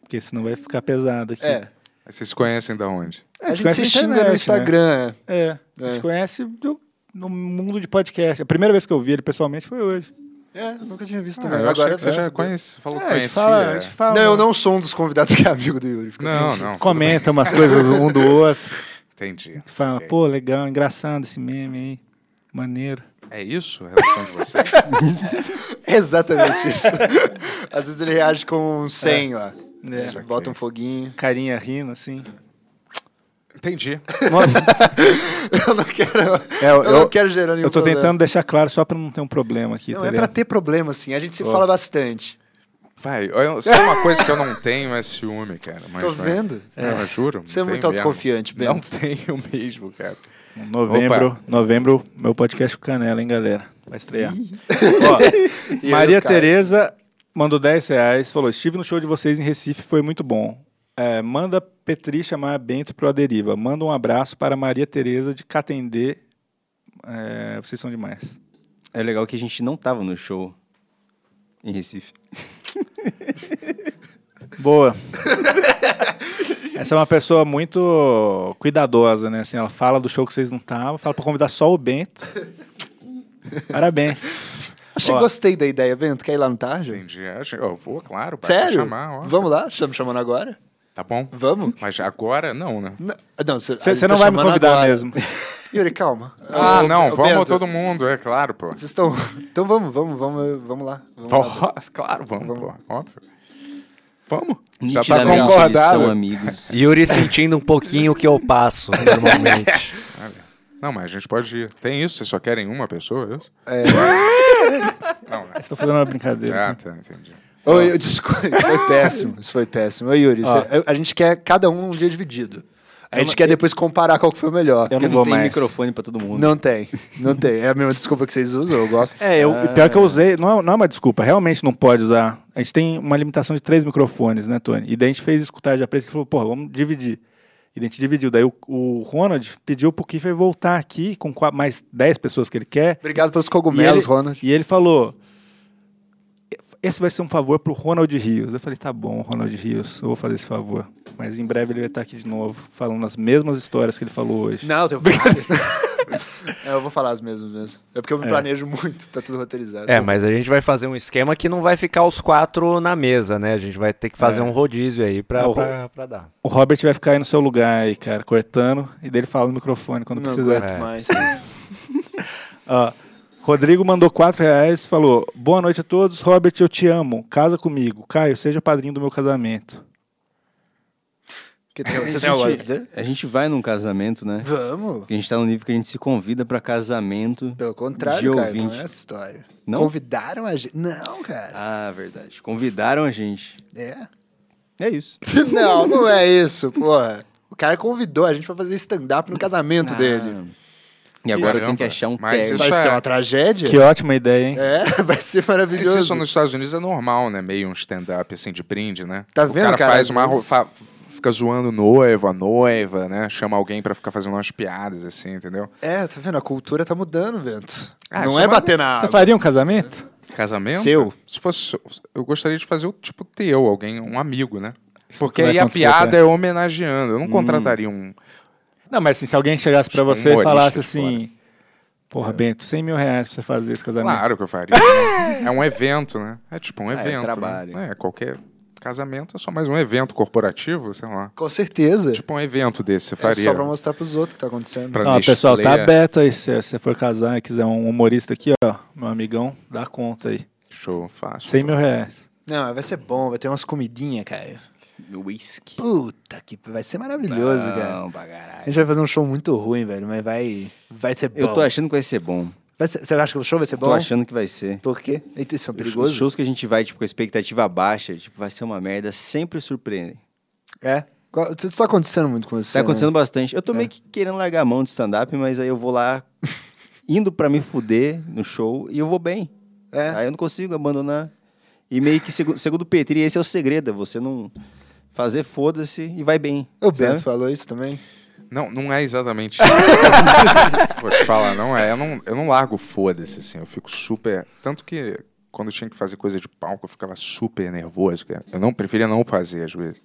S4: Porque senão vai ficar pesado aqui.
S7: É.
S5: Mas Vocês se conhecem da onde?
S7: A gente
S4: conhece
S7: se
S4: na
S7: xinga
S4: internet,
S7: no
S4: né?
S7: Instagram. é.
S4: É, a gente
S7: É.
S4: conhece do- no mundo de podcast. A primeira vez que eu vi ele pessoalmente foi hoje.
S7: É, eu nunca tinha visto
S5: Ah,
S7: também.
S5: eu achei
S7: Agora
S5: que você já
S7: é.
S5: conhece, falou que
S4: É, a gente
S5: conhecia.
S4: fala, a gente fala-
S7: Não, eu não sou um dos convidados que é amigo do Yuri. fica
S5: Não,
S7: tranquilo.
S5: não.
S4: Comenta umas coisas um do outro.
S5: Entendi.
S4: Fala, pô, legal, engraçado esse meme aí. Maneiro.
S5: É isso a relação de
S7: [LAUGHS]
S5: vocês?
S7: É [LAUGHS]
S5: [LAUGHS]
S7: Exatamente isso. Às vezes ele reage com
S5: É.
S7: um 100 lá. Ele Bota um foguinho. [LAUGHS]
S4: Carinha rindo, assim.
S5: Entendi.
S7: Eu não quero.
S4: É,
S7: eu,
S4: eu-
S7: não quero gerar nenhum
S4: Eu tô
S7: problema.
S4: tentando deixar claro só pra não ter um problema aqui,
S7: Não,
S4: tá
S7: é pra
S4: ligado?
S7: ter problema, assim. A gente se fala bastante.
S5: Vai, eu, se tem uma coisa que eu não tenho é ciúme, cara. Mas,
S7: Tô
S5: vai.
S7: vendo.
S5: Não, eu juro.
S7: Você é
S5: não
S7: muito
S5: tenho mesmo.
S7: autoconfiante, Bento.
S5: Não tenho mesmo, cara.
S4: Novembro,
S5: Opa.
S4: novembro, meu podcast com Canela, hein, galera? Vai estrear.
S7: [LAUGHS] E
S4: Ó,
S7: eu,
S4: Maria
S7: cara,
S4: Tereza mandou 10 reais, falou, estive no show de vocês em Recife, foi muito bom. É, manda Petri chamar Bento pro A Deriva. Manda um abraço para Maria Tereza de Catendê. É, vocês são demais.
S8: É legal que a gente não tava no show em Recife.
S7: [LAUGHS]
S4: Boa. Essa é uma pessoa muito cuidadosa, né? Assim, ela fala do show que vocês não estavam, fala pra convidar só o
S7: [LAUGHS]
S4: Bento. Parabéns.
S7: Achei
S4: Ó.
S7: gostei da ideia, Bento. Quer ir lá no Tarja?
S5: Entendi. Eu achei- Eu vou, claro. basta
S7: Sério?
S5: chamar, ó.
S7: Vamos lá? Estamos chamando agora?
S5: Tá bom.
S7: Vamos?
S5: Mas agora, não, né?
S7: N- Não, você tá
S4: Você não vai me convidar mesmo.
S7: Yuri, calma.
S5: Ah,
S7: Ô,
S5: não.
S7: ô,
S5: Vamos
S7: Bento,
S5: todo mundo, é claro, pô.
S7: Vocês estão. [LAUGHS] Então vamos, vamos, vamos, vamos lá. Vamos lá.
S5: Pô, claro, vamos, [LAUGHS] pô. Óbvio. Vamos. Já tá
S8: Nitidamente eles são
S5: concordado.
S8: amigos.
S9: Yuri sentindo um pouquinho o que eu passo normalmente.
S8: é-
S5: Não, mas a gente pode ir. Tem isso? Vocês só querem uma pessoa? Isso?
S7: É,
S5: É. Não, né?
S4: Estou fazendo uma brincadeira.
S5: Ah, tá, entendi.
S7: Oi, eu- desculpa, isso foi péssimo. Isso foi péssimo. Ô, Yuri, você- eu- a gente quer cada um um dia dividido. A gente quer depois comparar qual que foi o melhor.
S4: Eu
S8: Porque
S4: não
S8: não
S4: vou
S8: tem
S4: mais.
S8: microfone pra todo mundo.
S7: Não tem, não tem. É a mesma desculpa que vocês usam, eu gosto.
S4: É, eu, e pior que eu usei, não é, não é uma desculpa, realmente não pode usar. A gente tem uma limitação de três microfones, né, Tony? E daí a gente fez escutar já preto e falou, pô, vamos dividir. E daí a gente dividiu. Daí o, o Ronald pediu pro Kiefer voltar aqui com qua- mais 10 pessoas que ele quer.
S7: Obrigado pelos
S4: E ele,
S7: cogumelos, Ronald.
S4: e ele falou: Esse vai ser um favor pro Ronald Rios. Eu falei: Tá bom, Ronald Rios, eu vou fazer esse favor. Mas em breve ele vai estar aqui de novo, falando as mesmas histórias que ele falou hoje.
S7: Não, tem várias. é, eu vou falar as mesmas mesmo. É porque eu me planejo muito, tá tudo roteirizado.
S9: É, mas a gente vai fazer um esquema que não vai ficar os quatro na mesa, né? A gente vai ter que fazer
S4: É.
S9: um rodízio aí pra,
S4: Não,
S9: pra, pra dar.
S4: O Robert vai ficar aí no seu lugar aí, cara, cortando, e daí ele fala no microfone quando
S7: não
S4: precisar.
S7: aguento
S9: É.
S7: mais.
S4: Ó, Rodrigo mandou 4 reais e falou: Boa noite a todos, Robert, eu te amo. Casa comigo. Caio, seja padrinho do meu casamento.
S7: Que tem-
S8: A
S7: Você
S8: gente-
S7: tem algo a dizer?
S8: A gente vai num casamento, né?
S7: Vamos.
S8: Porque a gente tá num nível que a gente se convida pra casamento.
S7: Pelo
S8: de
S7: contrário, cara, não
S8: ouvinte.
S7: é essa história.
S8: Não?
S7: Convidaram a gente. Não, cara.
S8: Ah, verdade. Convidaram a gente.
S7: É.
S8: É isso.
S7: [LAUGHS] Não, não é isso, porra. O cara convidou a gente pra fazer stand-up no
S5: Ah.
S7: casamento dele.
S8: E agora tem
S5: Caramba.
S8: que achar um
S5: Mas
S8: terno.
S5: isso
S7: Vai ser
S5: é-
S7: uma tragédia?
S4: Que ótima ideia, hein?
S7: É, [LAUGHS] vai ser
S5: Mas
S7: maravilhoso.
S5: isso nos Estados Unidos é normal, né? Meio um stand-up, assim, de brinde, né?
S7: Tá
S5: O
S7: vendo,
S5: cara,
S7: cara?
S5: faz
S7: Às
S5: uma... ro-
S7: vezes-
S5: fa- Fica zoando noiva, noiva, né? Chama alguém pra ficar fazendo umas piadas, assim, entendeu?
S7: É, tá vendo? A cultura tá mudando, Vento.
S5: Ah,
S7: não
S5: isso
S7: é
S5: é uma-
S7: bater na
S4: Você
S7: água.
S4: faria um casamento?
S5: Casamento?
S7: Seu?
S5: Se fosse... seu- Eu gostaria de fazer o tipo teu, alguém, um amigo, né?
S4: Isso
S5: Porque
S4: não vai
S5: aí a
S4: acontecer,
S5: piada
S4: cara.
S5: é homenageando. Eu não contrataria um...
S4: Não, mas assim, se alguém chegasse pra
S5: Acho que é um
S4: você e
S5: humorista
S4: falasse
S5: de
S4: assim: Porra, Bento, 100 mil reais pra você fazer esse casamento.
S5: Claro que eu faria. né? é um evento, né? É tipo um
S8: Ah, é
S5: evento. né?
S8: trabalho.
S5: É, qualquer casamento é só mais um evento corporativo, sei lá.
S7: Com certeza.
S5: Tipo um evento desse, você
S7: é
S5: faria.
S7: só pra mostrar pros outros o que tá acontecendo.
S5: Pra
S4: Ó,
S5: Nestlé.
S4: pessoal, tá aberto aí. Se você for casar e quiser um humorista aqui, ó, meu amigão, dá conta aí.
S5: Show, fácil.
S4: 100 mil reais.
S7: Não, mas vai ser bom, vai ter umas comidinhas, cara.
S8: Whisky.
S7: Puta que. Vai ser maravilhoso, cara.
S8: Não, pra caralho.
S7: A gente vai fazer um show muito ruim, velho, mas vai, vai ser bom.
S8: Eu tô achando que vai ser bom.
S7: Vai ser- Você acha que o show vai ser bom?
S8: Tô achando que vai ser.
S7: Por quê? Eita, isso é
S8: Os-
S7: perigoso?
S8: Os shows que a gente vai, tipo, com a expectativa baixa, tipo, vai ser uma merda, sempre surpreendem.
S7: É. Qual- Isso tá acontecendo muito com você.
S8: Tá
S7: né?
S8: acontecendo bastante. Eu tô meio que querendo largar a mão de stand-up, mas aí eu vou lá indo pra me fuder no show e eu vou bem.
S7: É.
S8: Aí eu não consigo abandonar. E meio que, segu- segundo o Petri, esse é o segredo, é você não fazer foda-se e vai bem.
S7: O
S8: sabe?
S7: Bento falou isso também.
S5: Não, não é exatamente isso. Vou te falar, não é. Eu não, eu não largo foda-se, assim. Eu fico super. Tanto que quando eu tinha que fazer coisa de palco, eu ficava super nervoso. cara. Eu não preferia não fazer, às vezes.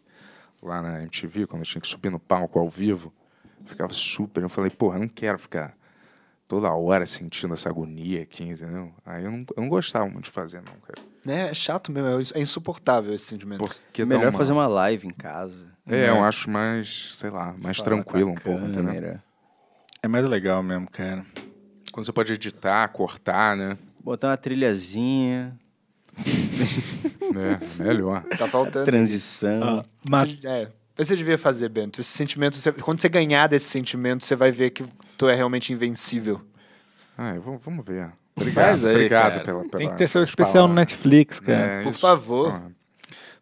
S5: Lá na MTV, quando eu tinha que subir no palco ao vivo, eu ficava super. Eu falei, porra, eu não quero ficar toda hora sentindo essa agonia aqui, entendeu? Aí eu não, eu não gostava muito de fazer, não, cara.
S7: Né? É chato mesmo, é ins- é insuportável esse sentimento.
S5: Porque dá
S8: Melhor fazer um né? uma live em casa.
S5: É, eu acho mais, sei lá, mais tranquilo um pouco, entendeu?
S8: Câmera.
S4: É mais legal mesmo, cara.
S5: Quando você pode editar, cortar, né?
S8: Botar uma trilhazinha,
S5: É, melhor.
S7: Tá faltando.
S8: transição.
S4: Ó, ma-
S7: Você, é, mas você devia fazer, Bento. Esse sentimento, você- quando você ganhar desse sentimento, você vai ver que tu é realmente invencível.
S5: Ah, eu vou- vamos ver. Obrigado,
S4: Faz aí,
S5: obrigado
S4: cara.
S5: pela, pela
S4: Tem que ter seu
S5: essas
S4: especial no
S5: palavras.
S4: Netflix, cara.
S5: É,
S7: Por
S5: isso.
S7: favor.
S5: Ah,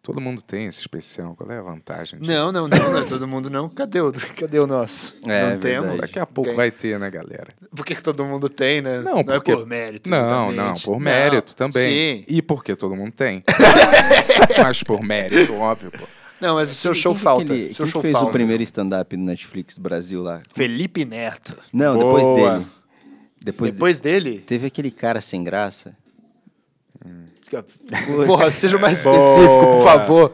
S5: todo mundo tem esse especial. Qual é a vantagem? disso?
S7: Não, não, não, não é todo mundo não. Cadê o, [LAUGHS] cadê o nosso?
S8: É,
S7: não
S8: verdade.
S7: temos.
S5: Daqui a pouco
S7: Quem?
S5: vai ter, né, galera?
S7: Por que, que todo mundo tem, né?
S5: Não, porque-
S7: é por mérito.
S5: Não, não,
S7: exatamente.
S5: por mérito também.
S7: Sim.
S5: E porque todo mundo
S7: [LAUGHS]
S5: tem. Mas por mérito, óbvio, pô.
S7: Não, mas o seu show
S8: É Quem que
S7: falta.
S8: Ele,
S7: seu
S8: quem
S7: show
S8: fez
S7: falta.
S8: o primeiro stand-up no Netflix do Brasil lá?
S7: Felipe Neto.
S8: Não,
S4: Boa.
S8: depois dele. Depois,
S7: Depois dele,
S8: Teve aquele cara sem graça.
S7: Porra, seja mais específico, por favor.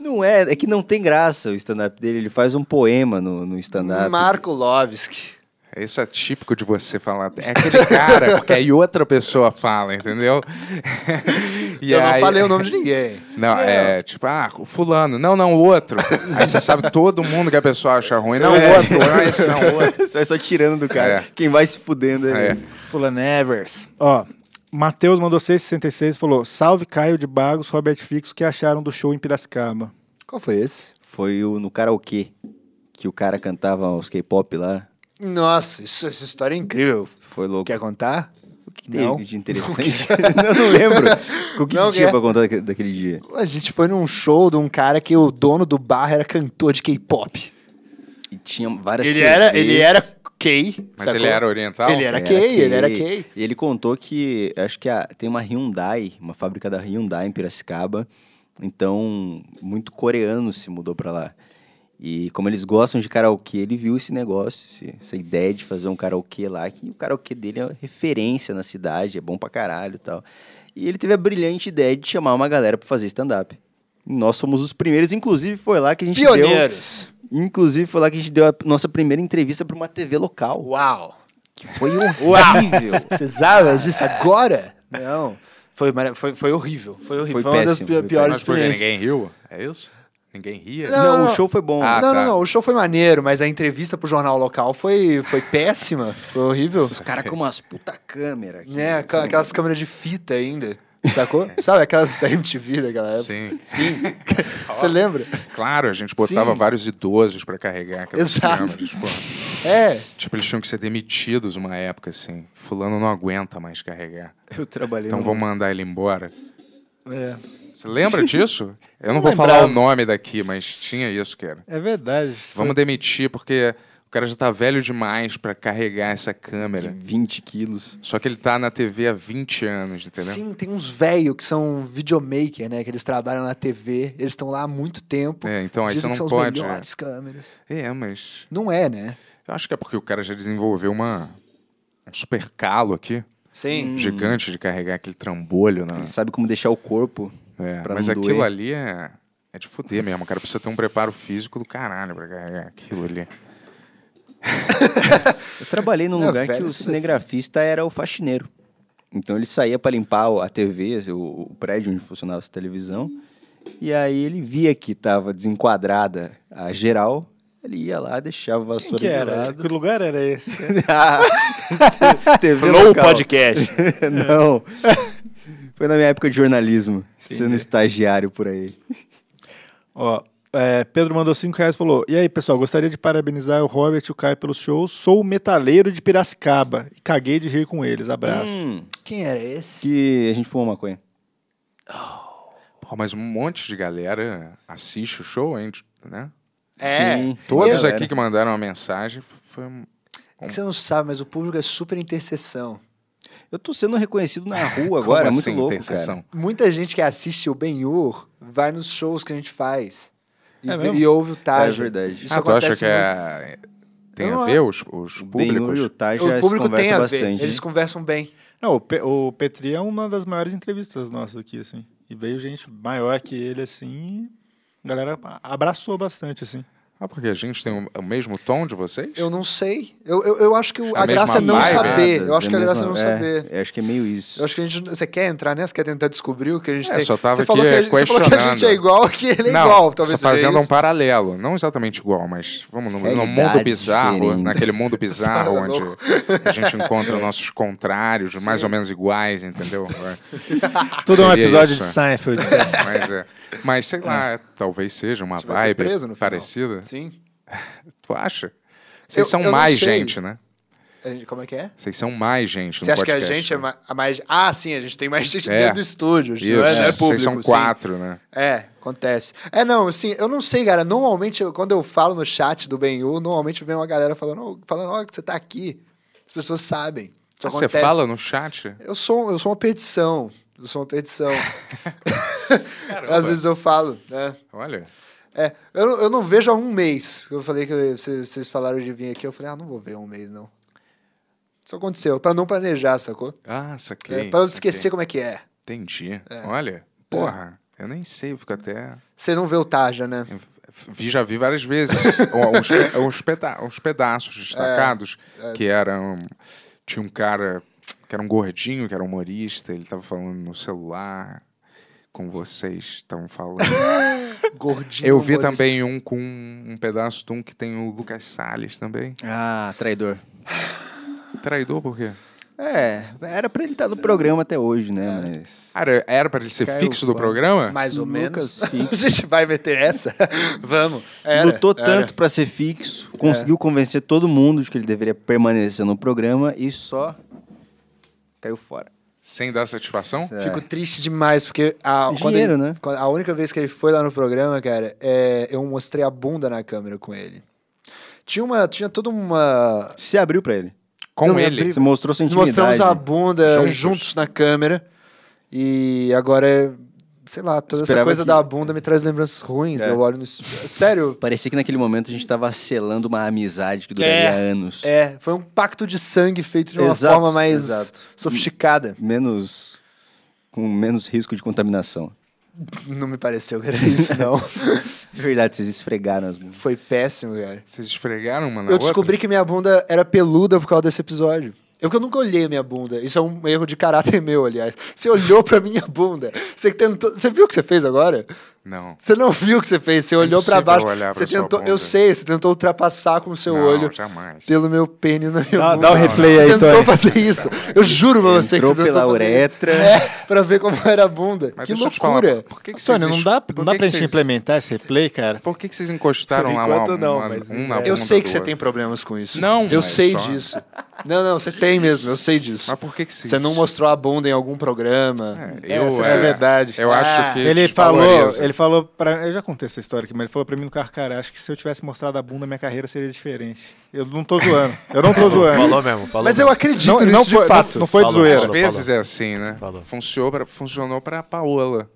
S8: Não é, é que não tem graça o stand-up dele. Ele faz um poema no, no stand-up. [LAUGHS]
S7: Marco Lovski.
S5: Isso é típico de você falar. É aquele cara, porque aí outra pessoa fala, entendeu? [LAUGHS] E
S7: Eu não
S5: aí-
S7: falei o nome de ninguém.
S5: Não, é tipo, ah, o fulano. Não, não, o outro. aí você sabe todo mundo que a pessoa acha ruim. Não,
S7: É.
S5: o outro. Não, esse não, o outro.
S8: Você vai só tirando do cara.
S5: É.
S8: Quem vai se fudendo é.
S5: É.
S8: ele.
S4: Fulanevers. Ó, Matheus mandou 666 e falou: Salve Caio de Bagos, Robert Fixo, que acharam do show em Piracicaba.
S7: Qual foi esse?
S8: Foi o, no karaokê que o cara cantava os K-pop lá.
S7: Nossa, isso- essa história é incrível.
S8: Foi louco.
S7: Quer contar?
S8: O
S7: [LAUGHS]
S8: que
S7: Não.
S8: teve de interessante? [LAUGHS] não, não
S7: [LAUGHS]
S8: lembro. O que,
S7: Não é.
S8: que tinha
S7: quer.
S8: pra contar daque- daquele dia?
S7: A gente foi num show de um cara que o dono do bar era cantor de K-pop.
S8: E tinha várias
S7: Ele era,
S8: TVs.
S7: ele era gay.
S5: Mas
S7: sacou?
S5: ele era oriental?
S7: Ele era gay, ele era gay.
S8: É, E ele contou que acho que a- tem uma Hyundai, uma fábrica da Hyundai em Piracicaba. Então, muito coreano se mudou pra lá. E como eles gostam de karaokê, ele viu esse negócio, esse- essa ideia de fazer um karaokê lá, que o karaokê dele é referência na cidade, é bom pra caralho e tal. E ele teve a brilhante ideia de chamar uma galera pra fazer stand-up. Nós somos os primeiros, inclusive foi lá que a gente deu.
S7: Pioneiros.
S8: Inclusive foi lá que a gente deu a nossa primeira entrevista pra uma TV local.
S7: Uau.
S8: Foi horrível.
S7: Você sabe disso agora? Não. Foi, mara- foi, foi horrível. Foi horrível.
S8: Foi
S7: Foi, uma das
S8: péssimo,
S7: pi-
S8: foi
S7: piores
S5: Mas porque
S7: experiências.
S5: ninguém riu? É isso? Ninguém ria?
S7: Não,
S8: Não, o show foi bom.
S5: Ah,
S7: não,
S5: tá.
S7: não, não. O show foi maneiro, mas a entrevista pro jornal local foi, foi péssima. Foi horrível.
S8: Os caras com umas puta câmera. aqui.
S7: Né, aqua- aquelas câmeras de fita ainda.
S5: [LAUGHS]
S7: Sacou? Sabe aquelas da MTV daquela época?
S5: Sim.
S7: Sim.
S5: [LAUGHS]
S7: Você lembra?
S5: Claro, a gente botava
S7: Sim.
S5: vários idosos pra carregar aquelas
S7: Exato.
S5: câmeras, pô.
S7: É.
S5: Tipo, eles tinham que ser demitidos uma época, assim. Fulano não aguenta mais carregar.
S8: Eu trabalhei.
S5: Então
S8: num-
S5: vamos mandar ele embora.
S4: É,
S5: Você lembra
S7: [LAUGHS]
S5: disso? Eu não vou falar o nome daqui, mas tinha isso, cara.
S4: é verdade.
S5: Vamos demitir porque o cara já tá velho demais pra carregar essa câmera.
S8: 20 quilos.
S5: Só que ele tá na TV há 20 anos, entendeu?
S7: Sim, tem uns velhos que são videomaker, né? Que eles trabalham na TV, eles estão lá há muito tempo.
S5: É, então aí
S7: Dizem que
S5: você
S7: são
S5: não pode.
S7: os
S5: né?
S7: melhores câmeras.
S5: É, mas
S7: Não é, né?
S5: eu acho que é porque o cara já desenvolveu uma um super calo aqui,
S7: Sim.
S5: gigante de carregar aquele trambolho, né?
S8: Ele sabe como deixar o corpo.
S5: É,
S8: pra
S5: mas
S8: não
S5: aquilo
S8: doer.
S5: ali é, é de fuder mesmo, cara. Precisa ter um preparo físico do caralho pra carregar aquilo ali.
S8: Eu trabalhei num
S7: É,
S8: lugar
S7: velho,
S8: que o
S7: tudo assim.
S8: cinegrafista era o faxineiro. Então ele saía pra limpar o- a TV, o, o prédio onde funcionava essa televisão. E aí ele via que tava desenquadrada a geral. Ele ia lá, deixava a
S4: Quem
S8: vassoura
S4: que
S8: do [LAUGHS]
S4: era?
S8: lado.
S4: É Que lugar era esse?
S8: Ah, TV local.
S7: podcast.
S8: [LAUGHS] Não. Foi na minha época de jornalismo, sendo estagiário por aí.
S4: [LAUGHS] Ó, é, Pedro mandou 5 reais e falou: E aí, pessoal, gostaria de parabenizar o Robert e o Caio pelos shows. Sou o metaleiro de Piracicaba e caguei de rir com eles. Abraço.
S8: Hum,
S7: Quem era esse?
S8: que a gente fumou maconha.
S5: Pô, mas um monte de galera assiste o show, hein, né?
S7: É.
S8: Sim,
S5: Todos
S8: galera.
S5: aqui que mandaram uma mensagem f- foi um-
S7: É que você não sabe, mas o público é super interseção.
S8: Eu tô sendo reconhecido
S7: Ah,
S8: na rua agora, é
S5: Como
S8: muito
S5: assim,
S8: louco, cara.
S5: interseção?
S7: Muita gente que assiste o Ben-Hur vai nos shows que a gente faz. E,
S4: É
S7: vê-
S4: mesmo?
S7: e ouve o Taj.
S8: É verdade.
S7: Isso
S5: ah, tu
S7: acontece
S5: acha que é- tem
S7: Eu
S5: a
S7: não
S5: ver os, os
S8: O Benhur
S5: públicos?
S8: e o Tai
S7: muito.
S8: já
S7: O
S8: se
S7: público tem
S8: conversam
S7: a
S8: bastante.
S7: ver. Eles
S8: hein?
S7: conversam bem.
S4: Não, o, Pe- o Petri é uma das maiores entrevistas nossas aqui, assim. E veio gente maior que ele, assim. e A galera abraçou bastante, assim.
S5: Ah, porque a gente tem o, o mesmo tom de vocês?
S7: Eu não sei. Eu, eu, eu acho que o-
S5: A
S7: a graça é
S5: mesma
S7: não
S5: vibe,
S7: saber.
S8: Piadas,
S7: Eu acho que a
S8: mesma-
S7: graça é não
S8: é,
S7: saber.
S8: eu acho que é meio isso.
S7: Eu acho que a gente. Você quer entrar nessa? Quer tentar descobrir o que a gente
S5: É,
S7: tem?
S5: só tava
S7: você, falou
S5: aqui
S7: que a gente, você falou que a gente
S5: questionando.
S7: é igual, que ele é
S5: não,
S7: igual. Talvez
S5: só
S7: seja
S5: fazendo um
S7: isso.
S5: paralelo. Não exatamente igual, mas vamos no, no mundo
S8: Realidades
S5: bizarro,
S8: diferentes.
S5: naquele
S7: [LAUGHS]
S5: mundo bizarro
S7: Tá
S5: onde
S7: louco.
S5: a gente encontra nossos contrários, mais ou menos iguais, entendeu?
S4: Tudo é um
S5: Seria
S4: episódio
S5: isso.
S4: de
S5: [LAUGHS]
S4: Seinfeld.
S5: mas, é, mas sei lá, talvez seja uma
S7: A gente vai ser
S5: vibe
S7: É. preso no final.
S5: parecida.
S7: Sim.
S5: Tu acha? Vocês
S7: Eu-
S5: são
S7: eu não
S5: mais
S7: sei.
S5: gente, né?
S7: A gente- Como é que é?
S5: Vocês são mais gente no
S8: um
S7: Você acha que a
S5: podcast,
S7: gente é
S5: né?
S7: ma- a mais. Ah, sim, a gente tem mais gente
S5: É.
S7: dentro do estúdio. a gente
S5: Isso,
S7: não é, não é público.
S5: vocês são
S7: sim.
S5: quatro, né?
S7: É, acontece. É, não, assim, eu não sei, cara. Normalmente, eu- quando eu falo no chat do Benhu, normalmente vem uma galera falando, "Ô, falando, ó, que você tá aqui. As pessoas sabem. Isso
S5: Ah, Você
S7: acontece.
S5: fala no chat?
S7: Eu sou, um, eu sou uma petição. Eu sou uma petição.
S5: [LAUGHS] Caramba.
S7: Às vezes eu falo, né?
S5: Olha,
S7: É, eu, não- eu não vejo há um mês. Eu falei que eu- vocês vocês falaram de vir aqui, eu falei, ah, não vou ver há um mês, não. Isso aconteceu, pra não planejar, sacou?
S5: ah, saquei.
S7: É, pra eu
S5: saquei.
S7: esquecer como é que é.
S5: Entendi. Olha, porra, eu nem sei, eu fico até.
S7: Você não vê o Tarja, né?
S5: Vi, já vi várias
S7: [LAUGHS]
S5: vezes Ó, uns, pe- uns peda- uns pedaços destacados
S7: É,
S5: que eram. Tinha um cara que era um gordinho, que era humorista, ele tava falando no celular com vocês, estavam
S7: [LAUGHS]
S5: falando.
S7: Gordinho.
S5: Eu vi
S7: humorista.
S5: também um com um pedaço de um que tem o Lucas Salles também.
S8: Ah, traidor.
S5: Traidor por quê?
S8: É, era pra ele estar no programa até hoje, né?
S7: É.
S8: Mas.
S5: Cara, era pra ele ser
S8: Caiu
S5: fixo do
S8: fora.
S5: programa?
S7: Mais ou [LAUGHS] menos.
S8: Lucas Fitch.
S7: A gente vai meter
S8: [LAUGHS]
S7: essa? Vamos. Era,
S8: Lutou
S7: era. É.
S8: tanto pra ser fixo, conseguiu convencer todo mundo de que ele deveria permanecer no programa e só caiu fora.
S5: Sem dar satisfação?
S7: Fico triste demais, porque a,
S8: É. Engenheiro,
S7: quando ele-
S8: né?
S7: quando- a única vez que ele foi lá no programa, cara, é, eu mostrei a bunda na câmera com ele. Tinha uma. Tinha toda uma.
S8: Se abriu pra ele.
S5: Com
S7: Não, eu
S5: ele.
S7: abri-
S8: Você mostrou sua intimidade.
S7: Mostramos a bunda
S5: Juntos.
S7: juntos. na câmera. E agora, sei lá, toda essa
S8: Esperava
S7: coisa
S8: que- É.
S7: da bunda me traz lembranças ruins. Eu olho no. es- Sério,
S8: Parecia que naquele momento a gente tava selando uma amizade que duraria anos.
S7: é. Foi um pacto de sangue feito de uma
S8: Exato,
S7: forma mais
S8: exato.
S7: sofisticada.
S8: Menos. Com menos risco de contaminação.
S7: Não me pareceu que era isso,
S8: [LAUGHS]
S7: não.
S8: De verdade, vocês esfregaram as mãos.
S7: foi péssimo, cara.
S5: Vocês esfregaram uma na
S7: eu
S5: outra?
S7: descobri que minha bunda era peluda por causa desse episódio. É Eu que eu nunca olhei minha bunda. Isso é um erro de caráter [LAUGHS] meu, aliás. Você olhou pra minha bunda. Você tentou. Você viu o que você fez agora?
S5: Não.
S7: Você não viu o que você fez. Você olhou pra
S5: impossível
S7: baixo.
S5: olhar pra
S7: Você
S5: sua
S7: tentou.
S5: bunda.
S7: Eu sei. Você tentou ultrapassar com o seu
S5: Não,
S7: olho
S5: jamais.
S7: pelo meu pênis na minha
S4: Dá,
S7: bunda.
S4: dá o replay
S7: Você
S4: aí,
S7: tentou
S4: Tony.
S7: fazer isso. Eu juro pra você que
S8: Entrou
S7: você tentou
S8: pela
S7: fazer isso.
S8: uretra.
S7: É, pra ver como era a bunda.
S5: Mas
S7: que
S5: deixa eu te
S7: loucura.
S5: Falar, por que que
S4: Tony,
S5: vocês
S4: não
S5: es-
S4: dá,
S5: por
S4: não dá
S5: que
S4: pra
S5: que
S4: gente
S5: vocês-
S4: implementar esse replay, cara?
S5: Por que, que vocês encostaram
S9: Por
S5: lá
S9: enquanto
S5: uma,
S9: não,
S5: uma,
S9: mas
S5: um na
S9: é.
S5: bunda
S7: Eu sei
S5: do
S7: que você
S5: outro?
S7: tem problemas com isso.
S5: Não,
S7: Eu
S5: mas
S7: sei
S5: só-
S7: disso. Não, não, você tem mesmo, eu sei disso.
S5: Mas por que que vocês...
S7: Você não mostrou a bunda em algum programa.
S5: É, eu,
S4: Essa é a verdade.
S5: Eu acho
S7: Ah,
S5: que tipo,
S4: Ele falou, é
S5: desvaloriza.
S4: ele falou para, eu já contei essa história aqui, mas ele falou pra mim no Carcará, acho que se eu tivesse mostrado a bunda, minha carreira seria diferente. Eu não tô zoando. Eu não tô zoando.
S9: Falou mesmo, falou.
S7: Mas eu
S9: mesmo.
S4: Não,
S7: acredito nisso
S4: não
S7: de
S4: foi,
S7: fato.
S4: não, não foi de
S9: Falou,
S5: Às
S4: zoeira.
S9: falou.
S5: vezes é assim, né?
S9: Falou.
S5: Funcionou pra, funcionou pra Paola.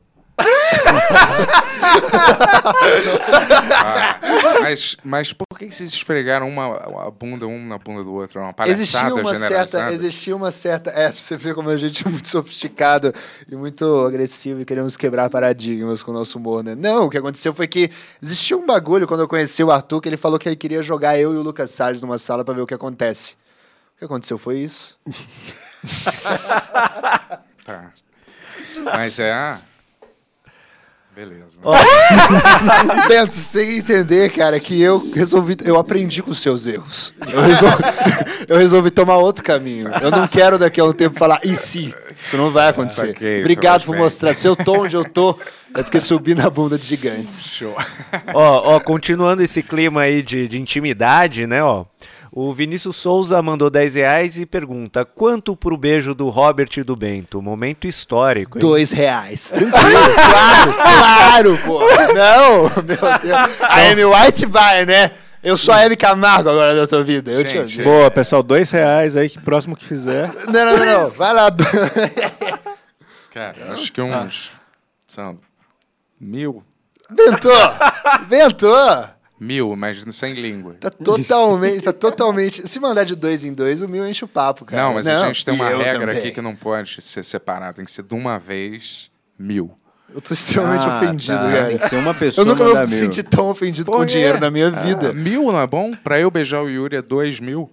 S5: Ah, mas, mas por que que vocês esfregaram uma a bunda, um na bunda do outro? É uma palhaçada
S7: Existia uma certa,
S5: generalizada?
S7: existia uma certa. É, pra você ver como a gente é muito sofisticado e muito agressivo e queremos quebrar paradigmas com o nosso humor, né? Não, o que aconteceu foi que existia um bagulho quando eu conheci o Arthur que ele falou que ele queria jogar eu e o Lucas Salles numa sala pra ver o que acontece. O que aconteceu foi isso.
S5: Tá. Mas é... ah, Beleza.
S7: Bento, você tem que entender, cara, que eu resolvi. Eu aprendi com os seus erros. Eu resolvi, [LAUGHS] eu resolvi tomar outro caminho. Eu não quero daqui a um tempo falar, e se? Isso não vai acontecer.
S5: Saquei,
S7: Obrigado
S5: Thomas
S7: por
S5: Paine.
S7: mostrar. Se eu tô onde eu tô, é porque subi na bunda de gigantes.
S5: Show.
S9: Ó, ó, continuando esse clima aí de, de intimidade, né, ó. O Vinícius Souza mandou 10 reais e pergunta: quanto pro beijo do Robert e do Bento? Momento histórico. hein?
S7: Dois reais. Tranquilo, [LAUGHS] claro, claro, pô. Não, meu Deus. A Amy White vai, né? Eu sou a Amy Camargo agora da tua vida. Eu te
S5: Gente,
S7: ajudo.
S4: Boa, pessoal, dois reais aí, que próximo que fizer.
S7: Não, não, não, não. Vai lá. [LAUGHS] do-
S5: Cara, acho que uns...
S4: Ah.
S5: São mil.
S7: Ventou! Ventou!
S5: Mil, mas sem língua.
S7: Tá totalmente, tá totalmente. Se mandar de dois em dois, o mil enche o papo, cara.
S5: Não, mas a gente tem
S7: E
S5: uma
S7: eu
S5: regra
S7: também.
S5: aqui que não pode ser separado, tem que ser de uma vez mil.
S7: Eu tô extremamente
S8: Ah,
S7: ofendido,
S8: tá.
S7: cara.
S8: Tem que ser uma
S7: eu
S8: pessoa
S7: nunca
S8: mandar
S7: me
S8: mil.
S7: senti tão ofendido
S5: Pô,
S7: com
S5: é.
S7: dinheiro na minha
S5: Ah,
S7: vida.
S5: mil não é bom? Pra eu beijar o Yuri é dois mil?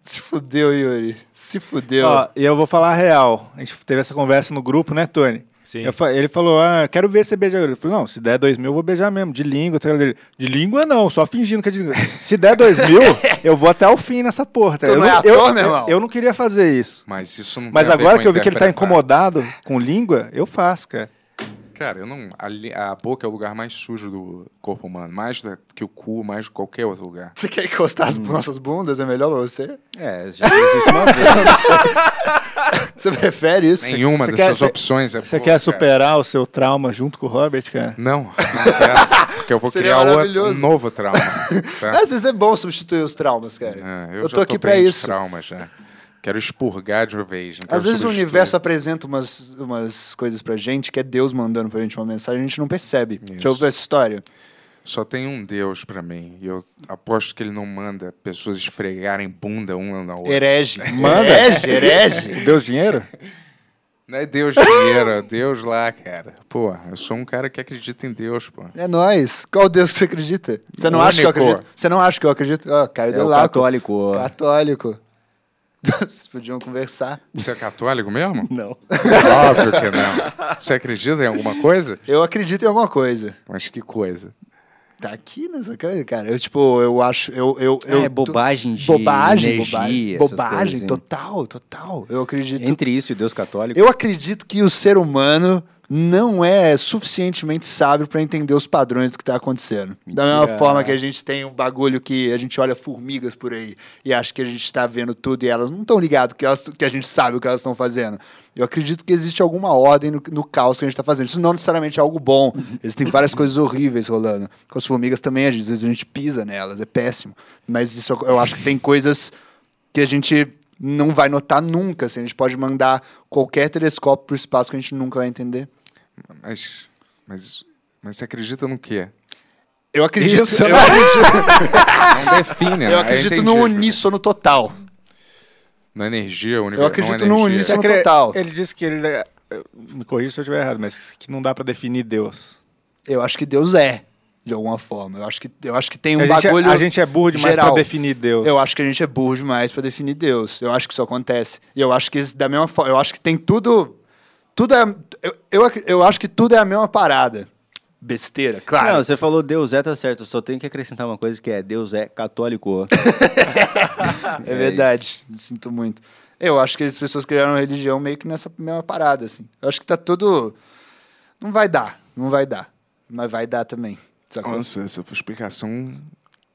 S7: Se fudeu, Yuri. Se fudeu.
S4: Ó, e eu vou falar a real. A gente teve essa conversa no grupo, né, Tony?
S9: Sim.
S4: Eu fa- ele falou, ah, quero ver você beijar. Eu falei, não, se der dois mil, eu vou beijar mesmo. De língua, tá ligado? Ele, De língua não, só fingindo que é de língua. [LAUGHS] Se der dois mil, eu vou até o fim nessa porra. tá
S7: Tu
S4: ligado?
S7: não é
S4: eu,
S7: ator,
S4: eu,
S7: meu irmão?
S4: eu não queria fazer isso.
S5: Mas isso não
S4: Mas
S5: tem a ver
S4: agora
S5: com
S4: que eu vi que ele tá
S5: interpretar.
S4: incomodado com língua, eu faço, cara.
S5: Cara, eu não. A, li- a boca é o lugar mais sujo do corpo humano. Mais da- que o cu, mais que qualquer outro lugar.
S7: Você quer encostar as nossas bundas? É melhor pra você?
S8: É, já fiz isso uma vez.
S7: Você prefere isso?
S5: Nenhuma
S4: cê quer-
S5: dessas
S4: cê-
S5: opções é
S4: Você
S5: boa,
S4: quer
S5: cara.
S4: superar o seu trauma junto com o Robert, cara?
S5: Não, não quero. Porque eu vou
S7: Seria
S5: criar outro, um
S7: maravilhoso.
S5: novo trauma.
S7: [LAUGHS]
S5: tá?
S7: Às vezes é bom substituir os traumas, cara.
S5: É,
S7: eu,
S5: já
S7: tô aqui pra
S5: bem de
S7: isso.
S5: Trauma já. né? Quero expurgar de uma vez. não quero
S7: Às vezes o
S5: substituir.
S7: universo apresenta umas, umas coisas pra gente, que é Deus mandando pra gente uma mensagem, a gente não percebe.
S5: Isso.
S7: Já ouviu essa história?
S5: Só tem um Deus pra mim. E eu aposto que ele não manda pessoas
S7: É.
S5: esfregarem bunda uma na outra.
S7: Herege.
S4: Manda.
S7: Herege, herege.
S4: Deu dinheiro?
S5: Não é Deus dinheiro, Deus lá, cara. Pô, eu sou um cara que acredita em Deus, pô.
S7: É nóis. Qual Deus que você acredita? Você não acha que eu
S5: Único.
S7: acredito? Você não acha que eu acredito? Ó, Caio
S8: É
S7: deu
S8: o
S7: lá.
S8: católico, ó.
S7: Católico. [LAUGHS] Vocês podiam conversar.
S5: Você é católico
S7: [LAUGHS]
S5: mesmo?
S8: Não.
S5: Óbvio que não. Você acredita em alguma coisa?
S7: Eu acredito em alguma coisa.
S5: Mas que coisa.
S7: Tá aqui nessa coisa, cara. Eu, tipo, eu acho. Eu, eu, eu
S8: É, bobagem de
S7: bobagem,
S8: energia, essas
S7: bobagem. Bobagem,
S8: coisas, hein?
S7: total, total. Eu acredito.
S8: Entre isso e Deus católico.
S7: Eu acredito que o ser humano não é suficientemente sábio para entender os padrões do que tá acontecendo. Da mesma
S8: Mentira.
S7: forma que a gente tem um bagulho que a gente olha formigas por aí e acha que a gente tá vendo tudo e elas não estão ligadas que, elas- que a gente sabe o que elas estão fazendo. Eu acredito que existe alguma ordem no, no caos que a gente tá fazendo. Isso não necessariamente é algo bom. Existem várias coisas horríveis rolando. Com as formigas também, às vezes a gente pisa nelas, é péssimo. Mas isso eu acho que tem coisas que a gente não vai notar nunca. Assim, a gente pode mandar qualquer telescópio pro espaço que a gente nunca vai entender.
S5: Mas, mas, mas você acredita no quê?
S7: Eu acredito,
S5: Isso,
S7: eu
S5: né?
S7: acredito, É,
S5: Não define, né?
S7: [LAUGHS] eu acredito
S5: entendi.
S7: no uníssono total.
S5: Na energia, univer...
S7: Eu
S5: não
S7: acredito
S5: é
S7: no
S5: energia.
S7: uníssono.
S4: que ele-
S7: total.
S4: Ele disse que ele. eh, Me corrija se eu estiver errado, mas que não dá pra definir Deus.
S7: Eu acho que Deus é, de alguma forma. Eu acho que, eu acho que tem um
S4: a, gente,
S7: bagulho.
S4: é- a gente é burro demais
S7: geral.
S4: pra definir Deus.
S7: Eu acho que a gente é burro demais pra definir Deus. Eu acho que isso acontece. E eu acho que isso, da mesma forma, eu acho que tem tudo. Tudo é. Eu, eu, ac- eu acho que tudo é a mesma parada. Besteira, claro.
S8: Não, você falou Deus é, tá certo. Eu só tenho que acrescentar uma coisa que é Deus é católico. ó.
S7: [LAUGHS]
S4: Ah,
S7: É verdade, sinto muito. Eu acho que as pessoas criaram a religião meio que nessa mesma parada, assim. Eu acho que tá tudo. Não vai dar, não vai dar. Mas vai dar também. sacou?
S5: Nossa, essa foi uma explicação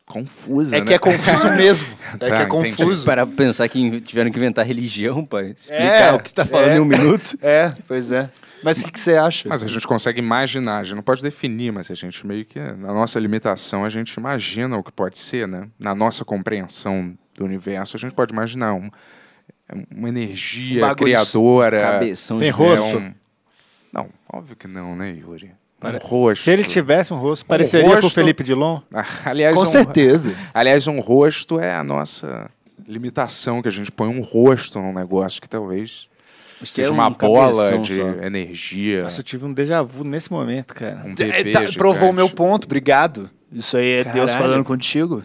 S5: confusa,
S7: É
S5: né?
S7: que é confuso mesmo. [LAUGHS]
S5: Tá,
S7: É que é
S5: entendi.
S8: Mas
S7: confuso.
S8: para pensar que tiveram que inventar religião, pai.
S7: É,
S8: Explicar o que você tá falando
S7: é.
S8: em um minuto.
S7: [LAUGHS] É, pois é. Mas o que, que você acha?
S5: Mas a gente consegue imaginar, a gente não pode definir, mas a gente meio que, na nossa limitação, a gente imagina o que pode ser, né? Na nossa compreensão do universo, a gente pode imaginar um- uma energia
S7: Um Bagulho de
S5: criadora.
S8: Cabeção
S4: Tem
S8: de
S5: é,
S4: rosto?
S5: um- Não, óbvio que não, né, Yuri? Um rosto.
S4: Se ele tivesse um rosto, pareceria com o
S5: rosto-
S4: Felipe Dilon?
S5: [LAUGHS] Aliás,
S7: Com
S5: um- [LAUGHS]
S7: certeza.
S5: Aliás, um rosto é a nossa limitação, que a gente põe um rosto num negócio que talvez
S8: Acho que
S5: seja
S8: é
S5: uma
S8: um
S5: bola
S8: cabeção
S5: de
S8: só.
S5: energia,
S4: Nossa, eu tive um déjà vu nesse momento, cara.
S5: um
S7: É,
S5: bebê
S7: tá,
S5: gigante.
S7: provou o meu ponto, obrigado. Isso aí é Deus
S4: Caralho.
S7: falando contigo.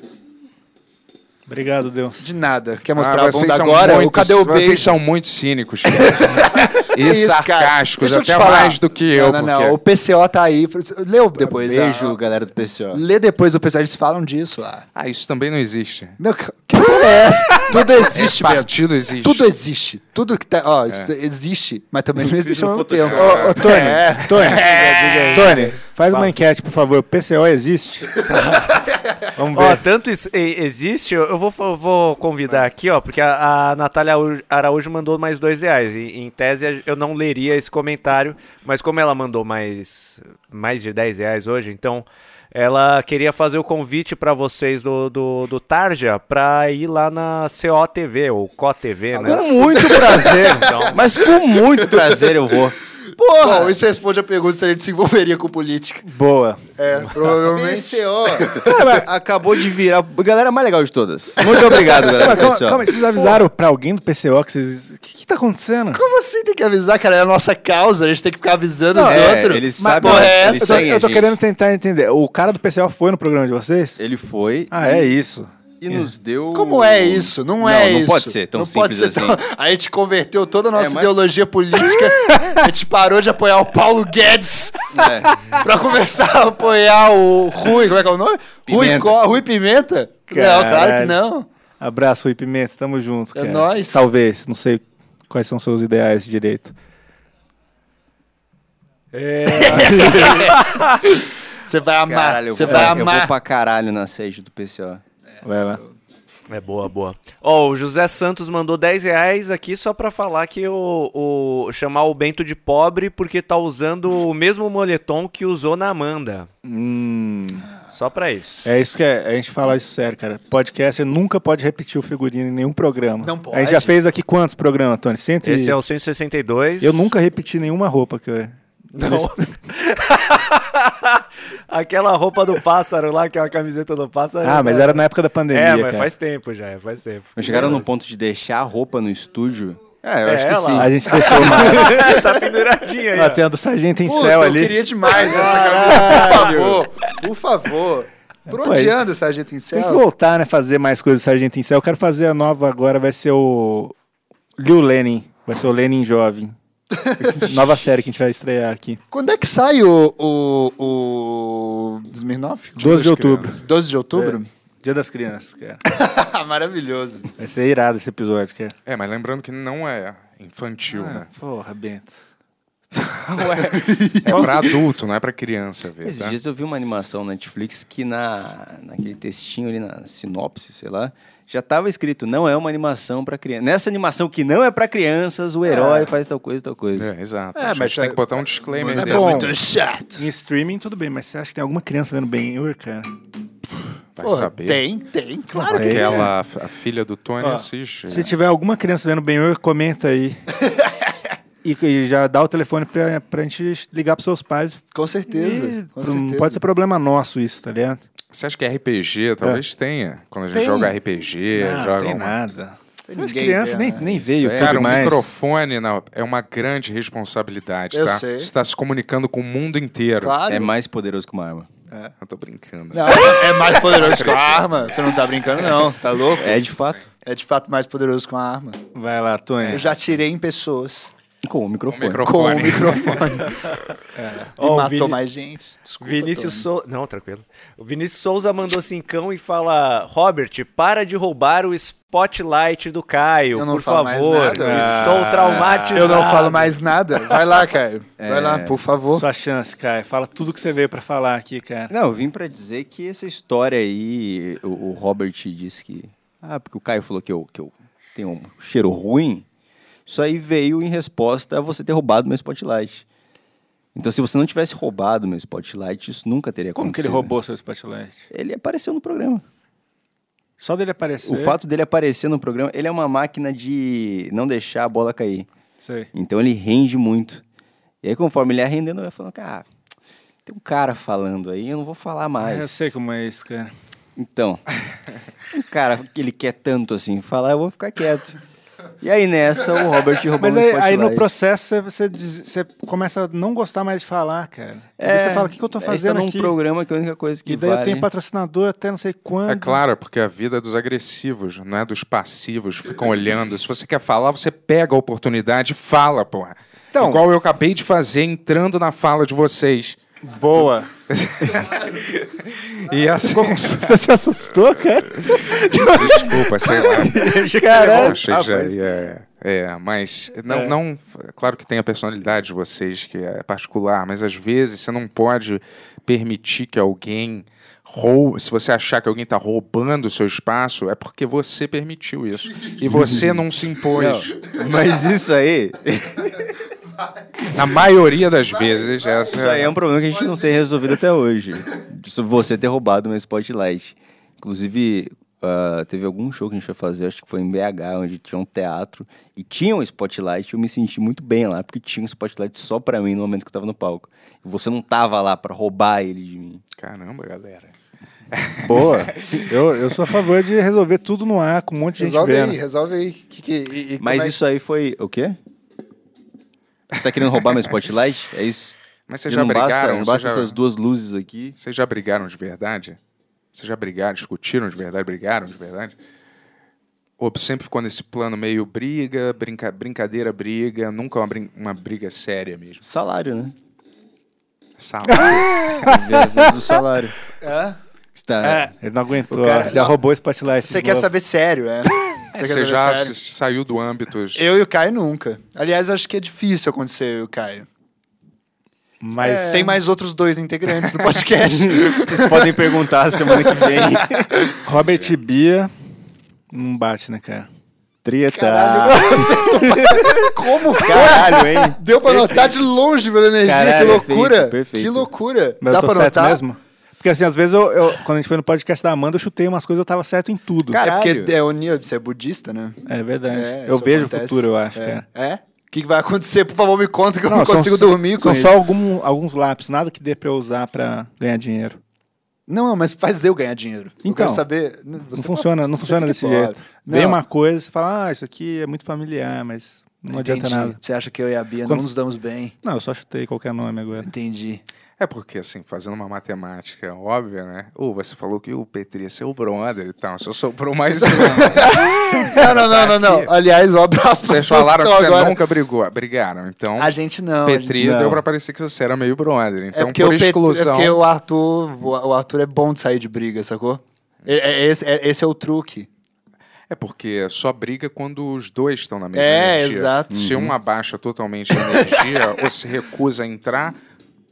S4: Obrigado, Deus.
S7: De nada. Quer
S5: Ah,
S7: mostrar a
S5: vocês
S7: bunda
S5: são
S7: agora?
S5: muito-
S7: o cadê o
S5: vocês
S7: beijo?
S5: são muito
S7: [LAUGHS]
S5: cínicos cara. e
S7: Que isso, cara?
S5: sarcásticos,
S7: Deixa eu te
S5: até
S7: falar.
S5: mais do que eu.
S7: Não, não, não. O
S5: porque-
S7: PCO tá aí. Leu depois. ah.
S8: um Beijo, galera do PCO.
S7: Lê depois o pessoal, eles falam disso lá.
S5: Ah, isso também não existe.
S7: Não, que que porra
S5: [LAUGHS]
S7: é essa? Tudo existe, Bento.
S5: Partido existe. É.
S7: Tudo existe. Tudo que tá. Ó, isso existe, mas também não existe ao mesmo tempo.
S4: Ô, ô, Tony, Tony, Tony, faz uma enquete, por favor. PCO existe? Vamos
S9: Ó,
S4: ver.
S9: tanto is- e- existe, eu eu vou, eu vou convidar aqui, ó, porque a, a Natália Au- Araújo mandou mais dois reais. E, em tese, eu não leria esse comentário, mas como ela mandou mais, mais de 10 reais hoje, então ela queria fazer o convite pra vocês do, do, do Tarja pra ir lá na COTV, ou COTV, né?
S8: Com muito [LAUGHS] prazer. Mas com [LAUGHS] muito prazer eu vou.
S7: Porra! Bom, isso responde a pergunta se a gente se envolveria com política.
S4: Boa.
S7: É, provavelmente.
S8: Acabou de virar a galera mais legal de todas. Muito obrigado, galera
S4: Mas
S8: do
S4: calma,
S8: PCO.
S4: calma aí, vocês avisaram pra alguém do PCO que vocês. O que, que tá acontecendo?
S7: [LAUGHS] Como assim tem que avisar, cara? É a nossa causa, a gente tem que ficar avisando os
S8: é,
S7: outros.
S8: eles
S7: Mas
S8: sabem,
S7: porra é
S8: eles
S4: Eu
S7: essa?
S4: tô,
S8: seguem a
S4: eu tô
S8: gente.
S4: querendo tentar entender. O cara do PCO foi no programa de vocês?
S8: Ele foi
S4: Ah, é isso.
S8: e nos deu.
S7: Como é isso? Não, é isso.
S8: Uh. Não pode ser tão
S7: não pode
S8: simples
S7: ser
S8: assim. É,
S7: tão- [LAUGHS] A gente converteu toda a nossa
S8: mas-
S7: ideologia
S8: [LAUGHS]
S7: política. a gente parou de apoiar o Paulo Guedes.
S8: É.
S7: [LAUGHS] pra começar a apoiar o Rui, como é que é o nome? Rui,
S8: Pimenta.
S7: Co- Rui Pimenta? Não, claro
S4: Caralho.
S7: que não.
S4: Abraço, Rui Pimenta. Tamo junto.
S7: É
S4: cara.
S7: nóis.
S4: Talvez. Não sei quais são seus ideais direito.
S7: Você vai amar.
S8: Caralho, eu
S7: você
S8: vou-
S7: vai
S8: Eu vou
S7: amar.
S8: pra caralho na sede do PCO.
S4: Vai lá.
S9: É boa, boa. Ó, o José Santos mandou 10 reais aqui só pra falar que o, o- chamar o Bento de pobre porque tá usando o mesmo moletom que usou na Amanda. Só pra isso.
S4: Hum. É isso que é, a gente fala isso sério, cara. Podcaster nunca pode repetir o figurino em nenhum programa.
S7: Não
S4: A gente
S7: pode.
S4: já fez aqui quantos programas, Tony? Cento e-
S9: Esse é o 162.
S4: Eu nunca repeti nenhuma roupa que eu...
S9: Não. [LAUGHS] Aquela roupa do pássaro lá, que é uma camiseta do pássaro.
S4: Ah, mas era na época da pandemia,
S9: É, mas
S4: cara.
S9: faz tempo já, é, faz tempo.
S8: Mas chegaram
S9: Sei lá.
S8: no ponto de deixar a roupa no estúdio É, eu acho que
S9: ela.
S8: sim.
S4: A gente deixou uma,
S9: [LAUGHS]
S4: [LAUGHS]
S9: tá penduradinha aí.
S4: a
S9: ó.
S4: tenda do Sargento em
S7: Puta,
S4: céu
S7: eu
S4: ali.
S7: queria demais essa camisa. Por favor, por favor. Por
S4: Pô,
S8: é
S7: onde
S4: isso-
S7: anda o Sargento em
S4: Tem que
S7: Céu?
S4: voltar, né? Fazer mais coisas do Sargento em Céu. Eu quero fazer a nova agora, vai ser o Liu Lenin. Vai ser o Lenin
S7: [LAUGHS]
S4: Jovem. nova série que a gente vai estrear aqui.
S7: Quando é que sai o, o, o Smirnoff?
S4: 12 de outubro.
S7: 12 de outubro? Ah,
S4: Dia das Crianças, cara.
S7: [LAUGHS]
S9: É.
S7: Maravilhoso.
S4: Vai ser irado esse episódio, cara.
S5: É, mas lembrando que não é infantil,
S7: Ah.
S5: né?
S4: Porra, Bento.
S5: É
S7: [LAUGHS]
S5: pra adulto, não é pra criança ver,
S8: Esses
S5: tá?
S8: dias eu vi uma animação na Netflix que na, naquele textinho ali, na sinopse, sei lá, já tava escrito, não é uma animação pra criança. Nessa animação que não é pra crianças, o herói faz tal coisa, tal coisa.
S5: É, exato.
S4: É,
S5: a gente
S4: mas
S5: tem
S4: tá-
S5: que botar um disclaimer
S4: Mas é
S5: desse.
S4: bom.
S7: chato.
S4: Em streaming, tudo bem, mas você acha que tem alguma criança vendo bem Ur, cara?
S5: Vai
S7: Porra,
S5: saber.
S7: Tem, tem. Claro que
S4: Tem.
S7: tem.
S5: Aquela, a filha do Tony
S4: Ó,
S5: assiste.
S4: Se tiver alguma criança vendo bem Ur, comenta aí. E, e já dá o telefone pra, pra gente ligar pros seus pais.
S7: Com certeza.
S4: E
S7: com
S4: não
S7: certeza.
S4: um, pode ser problema nosso isso, tá ligado?
S5: Você acha que é RPG? Talvez tenha. Quando a gente
S7: Tem.
S5: joga RPG, joga
S4: tem
S5: uma-
S4: nada.
S7: Tem
S4: As
S7: ninguém
S4: crianças
S7: vendo,
S4: nem,
S7: né?
S4: nem veio,
S5: É,
S4: cara,
S5: Cara, um
S4: mais.
S5: microfone na- é uma grande responsabilidade,
S7: Eu
S5: tá?
S7: sei.
S5: Você tá se comunicando com o mundo inteiro.
S7: Claro.
S8: É, mais poderoso que uma arma.
S5: Eu tô brincando.
S7: Não, é mais poderoso com a arma. Você não tá brincando, não. Você tá louco?
S8: É de fato.
S7: É de fato mais poderoso com a arma.
S4: Vai lá, Tony.
S7: Eu já tirei em pessoas
S8: Com o
S5: O
S8: microfone.
S7: com o
S5: microfone.
S7: microfone. E
S9: Ó, o
S7: matou
S9: Vini-
S7: mais gente. Desculpa,
S9: Vinícius
S7: Tony.
S9: Souza. Não, tranquilo. O Vinícius Souza mandou cincão e fala: Robert, para de roubar o spotlight do Caio,
S7: Eu não
S9: por
S7: falo
S9: favor.
S7: mais nada. Ah.
S9: Estou traumatizado.
S7: Eu não falo mais nada. Vai lá, Caio. Vai lá, por favor.
S4: Sua chance, cara. Fala tudo que você veio pra falar aqui, cara.
S8: Não, eu vim pra dizer que essa história aí, o, o Robert disse que. Ah, porque o Caio falou que eu, que eu tenho um cheiro ruim. Isso aí veio em resposta a você ter roubado meu spotlight. Então, se você não tivesse roubado meu spotlight, isso nunca teria
S4: Como que
S8: acontecido.
S4: ele roubou seu spotlight?
S8: Ele apareceu no programa.
S4: Só dele aparecer.
S8: O fato dele aparecer no programa, ele é uma máquina de não deixar a bola cair.
S4: Sei.
S8: Então ele rende muito. E aí, conforme ele ia rendendo, eu ia falando, cara, tem um cara falando aí, eu não vou falar mais.
S4: Ah, Eu sei como é isso, cara. [LAUGHS]
S8: Então, um cara que ele quer tanto assim falar, eu vou ficar quieto. E aí nessa, o Robert roubou
S4: Mas
S8: meu
S4: aí, aí no
S8: spotlight.
S4: processo você, você diz- você começa a não gostar mais de falar, cara.
S8: É,
S4: Aí você fala, o que, que eu tô
S8: aí você tá
S4: fazendo
S8: num
S4: aqui?
S8: programa que a única coisa que
S4: E daí
S8: vale...
S4: eu
S8: [LAUGHS]
S4: tenho patrocinador até não sei quando.
S5: É claro, porque a vida é dos agressivos, não é dos passivos, ficam olhando. Se você quer falar, você pega a oportunidade e fala, porra.
S4: Então-
S5: Igual eu acabei de fazer entrando na fala de vocês.
S4: Boa.
S5: E assim,
S4: [LAUGHS] você se assustou, cara?
S5: desculpa, sei lá. Eu
S4: Caralho.
S5: achei que já ia- É, mas não, não. Claro que tem a personalidade de vocês que é particular, mas às vezes você não pode permitir que alguém roube. Se você achar que alguém está roubando o seu espaço, é porque você permitiu isso. E você não se impôs.
S8: Mas isso aí,
S5: Na maioria das vezes, essa
S8: Isso aí é um problema que a gente não tem resolvido até hoje. Sobre você ter roubado meu spotlight. Inclusive, ah, teve algum show que a gente foi fazer, [LAUGHS] acho que foi em BH, onde tinha um teatro e tinha um spotlight. Eu me senti muito bem lá, porque tinha um spotlight só pra mim no momento que eu tava no palco. E você não tava lá pra roubar ele de mim.
S5: Caramba, galera.
S4: Boa. Eu, eu sou a favor de resolver tudo no ar, com um monte de
S7: Resolve
S4: gente vendo.
S7: aí, resolve aí. Que, que, e- e
S8: Mas
S7: como é-
S8: isso aí foi. O quê? Você tá querendo roubar meu spotlight? É isso?
S5: Mas vocês
S8: E
S5: já
S8: não basta,
S5: brigaram?
S8: não
S5: Vocês
S8: basta
S5: já-
S8: essas duas luzes aqui.
S5: Vocês já brigaram de verdade? Vocês já brigaram, discutiram de verdade, brigaram de verdade? Ou sempre ficou nesse plano meio briga, brinca, brincadeira, briga, nunca uma, brin- uma briga séria
S7: [LAUGHS]
S5: mesmo.
S8: Salário, né?
S5: Salário.
S8: Às vezes o salário.
S7: É?
S8: Está...
S7: É.
S4: Ele não aguentou.
S8: O cara-
S4: ó. já roubou o spotlight.
S7: Você
S4: de
S7: quer
S4: novo.
S7: saber sério, é? Você quer
S5: Você
S7: saber
S5: já
S7: sério?
S5: se- saiu do âmbito. de-
S7: Eu e o Caio nunca. Aliás, acho que é difícil acontecer eu e o Caio.
S4: Mas
S5: É.
S7: Tem mais outros dois integrantes no podcast.
S8: [LAUGHS] Vocês podem perguntar semana que vem.
S4: Robert e Bia não bate, né, cara?
S8: Treta.
S7: Ah. Como
S8: Caralho, hein?
S7: Deu pra notar de longe pela energia,
S8: Caralho,
S7: que loucura!
S8: perfeito, perfeito.
S7: Que loucura!
S4: Mas
S7: Dá
S4: eu tô
S7: pra
S4: certo
S7: notar?
S4: mesmo? Porque assim, às vezes eu, eu- quando a gente foi no podcast da Amanda, eu chutei umas coisas, eu tava certo em tudo.
S7: É
S8: Caralho.
S7: porque é, o Neo, você é budista, né?
S4: é verdade.
S7: É,
S4: eu
S7: isso
S4: vejo
S7: acontece.
S4: o futuro, eu acho,
S7: É.
S4: cara.
S7: É? O que, que vai acontecer? Por favor, me conta que eu não,
S4: são-
S7: consigo dormir com
S4: São
S7: isso.
S4: só algum- alguns lápis, nada que dê pra eu usar pra ganhar dinheiro.
S7: Não, mas faz eu ganhar dinheiro. eu
S4: Então,
S7: quero saber. Você
S4: não funciona, não
S7: você
S4: funciona
S7: fica
S4: desse
S7: bolado.
S4: jeito.
S7: Não,
S4: Vem uma coisa, você fala, ah, isso aqui é muito familiar, mas Não adianta
S7: Entendi.
S4: nada.
S7: Você acha que eu e a Bia
S4: Quando-
S7: não nos damos bem?
S4: Não, eu só chutei qualquer nome agora. [LAUGHS]
S7: Entendi.
S5: É porque, assim, fazendo uma matemática óbvia, né? Ou você falou que o Petri é seu brother e tal, só sobrou
S7: [LAUGHS]
S5: mais um.
S7: Não, não, não, não, não. Aliás, um abraço pra
S5: Vocês falaram que
S7: estão
S5: você
S7: agora.
S5: nunca brigou. Brigaram, então...
S7: A gente não. a gente
S5: Petri
S7: não.
S5: deu pra parecer que você era meio brother.
S7: É
S5: Então,
S7: porque,
S5: por
S7: o Pet-
S5: exclusão...
S7: é porque o Arthur, o Arthur é bom de sair de briga, sacou? É- é- esse, é, esse é o truque.
S5: É porque só briga quando os dois estão na mesma
S7: É,
S5: energia.
S7: exato.
S5: Se um abaixa totalmente a energia [LAUGHS] ou se recusa a entrar,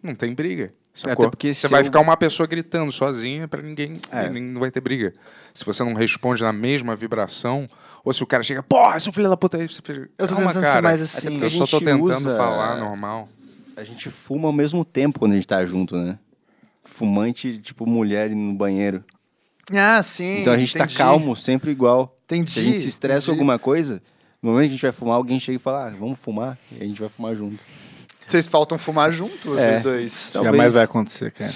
S5: não tem briga. Sacou?
S8: Até porque
S5: você
S8: se
S5: vai
S8: eu-
S5: ficar uma pessoa gritando sozinha pra ninguém,
S7: É.
S5: nem- não vai ter briga. Se você não responde na mesma vibração ou se o cara chega, porra, seu filho da puta aí, você fica,
S7: Eu tô
S5: "Calma,
S7: tentando ser
S5: cara. É
S7: mais assim."
S5: Eu
S8: A
S5: só tô
S8: gente
S5: tentando
S8: usa-
S5: falar normal.
S8: A gente fuma ao mesmo tempo quando a gente tá junto, né? Fumante, tipo, mulher no banheiro.
S7: Ah, sim.
S8: então a gente
S7: entendi.
S8: tá calmo, sempre igual. Se a
S7: Entendi,
S8: gente se estressa com
S7: entendi.
S8: alguma coisa, no momento que a gente vai fumar, alguém chega e fala, ah, vamos fumar, e a gente vai fumar junto.
S7: Vocês faltam fumar junto, vocês
S8: É.
S7: dois.
S8: Talvez.
S4: Jamais vai acontecer, cara.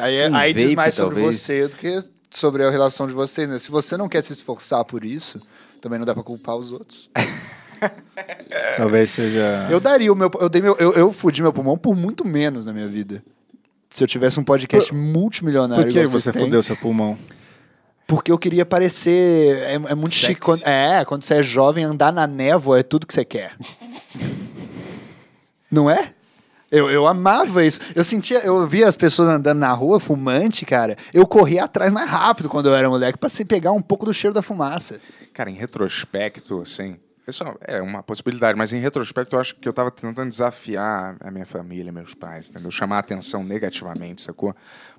S7: Aí, é-
S8: Um
S7: aí diz
S8: vape,
S7: mais sobre
S8: talvez.
S7: você do que sobre a relação de vocês, né? Se você não quer se esforçar por isso, também não dá pra culpar os outros.
S4: Talvez seja.
S7: Eu daria o meu. Eu, dei meu, eu, eu fudi meu pulmão por muito menos na minha vida. Se eu tivesse um podcast multimilionário.
S4: Por que
S7: igual vocês
S4: você
S7: têm,
S4: fudeu seu
S7: [LAUGHS]
S4: pulmão?
S7: Porque eu queria parecer. É, é muito chique. Quando, é, quando você é jovem, andar na névoa é tudo que você quer. Não é? Eu, eu amava isso. Eu sentia, eu via as pessoas andando na rua, fumante, cara. Eu corria atrás mais rápido quando eu era moleque, pra se pegar um pouco do cheiro da fumaça.
S5: Cara, em retrospecto, assim, isso é uma possibilidade, mas em retrospecto eu acho que eu tava tentando desafiar a minha família, meus pais, entendeu? Chamar a atenção negativamente, sacou?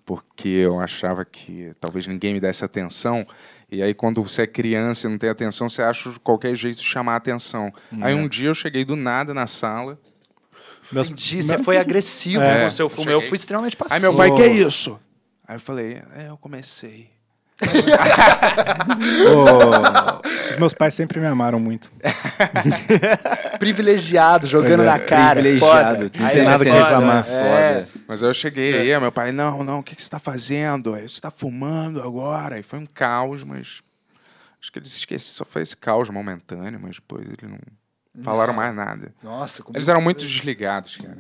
S5: Porque eu achava que talvez ninguém me desse atenção. E aí, quando você é criança e não tem atenção, você acha de qualquer jeito de chamar a atenção. Aí um dia eu cheguei do nada na sala.
S4: Meus...
S7: Entendi, você foi agressivo
S8: É.
S7: no seu fumo. Eu
S5: cheguei.
S7: fui extremamente passivo.
S5: Aí meu pai, que é isso? Aí eu falei, é, eu comecei.
S4: Ô, Os meus pais sempre me amaram muito.
S7: Privilegiado, jogando na cara.
S8: é, Privilegiado,
S7: foda.
S8: não
S7: Aí
S8: tem
S7: é
S8: nada que
S7: foda,
S8: reclamar.
S7: É.
S8: Foda.
S5: Mas aí eu cheguei aí, aí meu pai, não, não, o que, que você tá fazendo? Aí, Você tá fumando agora? E foi um caos, mas. Acho que eles esqueceram, só foi esse caos momentâneo, mas depois eles não falaram mais nada.
S7: Nossa, como...
S5: Eles eram muito desligados, cara.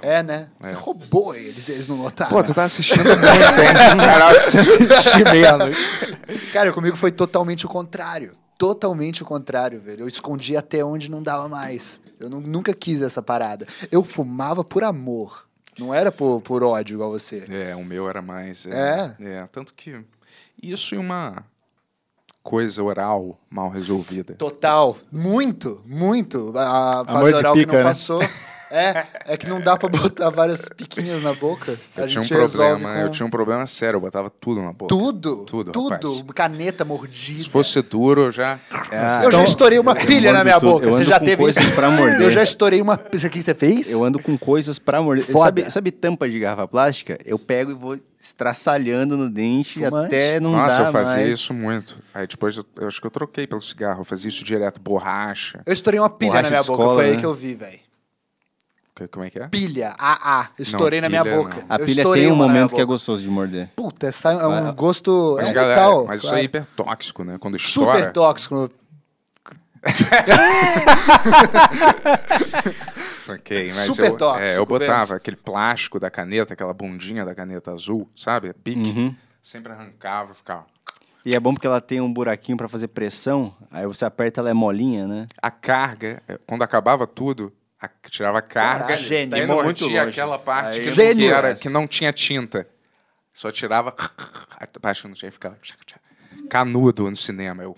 S7: É, né? Você roubou eles, eles não notaram.
S5: Pô, tu tá [LAUGHS] assistindo muito, hein?
S7: [LAUGHS]
S5: Caralho, você assistiu menos.
S7: Cara, comigo foi totalmente o contrário. Totalmente o contrário, velho. Eu escondi até onde não dava mais. Eu nu- nunca quis essa parada. Eu fumava por amor. Não era por, por ódio igual você.
S5: É, o meu era mais.
S7: É?
S5: é, tanto que. Isso e uma coisa oral mal resolvida.
S7: Então, Total. Muito, muito. A a fase
S4: Amor de
S7: oral que
S4: pica,
S7: não
S4: né?
S7: passou. É, é que não dá pra botar várias piquinhas na boca.
S5: Eu
S7: a
S5: tinha um
S7: gente resolve
S5: problema,
S7: com
S5: eu tinha um problema sério, eu botava tudo na boca.
S7: tudo,
S5: Tudo,
S7: tudo,
S5: rapaz.
S7: caneta mordida.
S5: Se fosse duro, eu já.
S7: É.
S8: Ah, então,
S7: Eu já estourei uma pilha na
S8: ando
S7: minha
S8: tudo,
S7: boca.
S8: eu
S7: Você
S8: ando
S7: já
S8: com
S7: teve isso?
S8: coisas pra morder.
S7: Eu já estourei uma. Isso aqui que você fez?
S8: Eu ando com coisas pra morder.
S7: Foda.
S8: Sabe, sabe tampa de garrafa plástica? Eu pego e vou estraçalhando no dente
S7: Fumante?
S8: até não
S5: Nossa,
S8: dar
S5: eu fazia
S8: mais.
S5: isso muito. Aí depois eu, eu acho que eu troquei pelo cigarro, eu fazia isso direto, borracha.
S7: Eu estourei uma pilha
S8: Borracha
S7: na minha
S8: de
S7: boca,
S8: escola,
S7: foi aí
S8: né?
S7: que eu vi, velho.
S5: Que- Como é que é?
S7: Pilha, AA. Estourei
S5: Não,
S7: na minha
S5: pilha
S7: boca.
S5: não.
S8: A
S7: Eu
S8: pilha
S7: estourei
S8: tem um
S7: uma na minha
S8: momento que é
S7: boca.
S8: gosto de morder.
S7: Puta, sai é um gosto.
S5: Mas,
S7: é um
S5: galera,
S7: metal,
S5: mas isso
S7: claro.
S5: é hiper tóxico, né? Quando
S7: Super
S5: estoura.
S7: tóxico.
S5: Saquei, mas
S7: Super
S5: eu,
S7: tóxico,
S5: É, eu botava
S7: Bento.
S5: aquele plástico da caneta, aquela bundinha da caneta azul, sabe? Pique.
S7: Uhum.
S5: Sempre arrancava, ficava.
S8: E é bom porque ela tem um buraquinho pra fazer pressão, aí você aperta, ela é molinha, né?
S5: A carga, é, quando acabava tudo, a- tirava a carga
S7: Caralho, gênio. Tá
S5: e
S7: indo muito
S5: mordia
S8: longe.
S5: aquela parte
S8: Aí-
S5: que, não, que
S7: Gênio.
S5: era, que não tinha tinta. Só tirava [LAUGHS] a parte que não tinha e ficava. Canudo no cinema. Eu...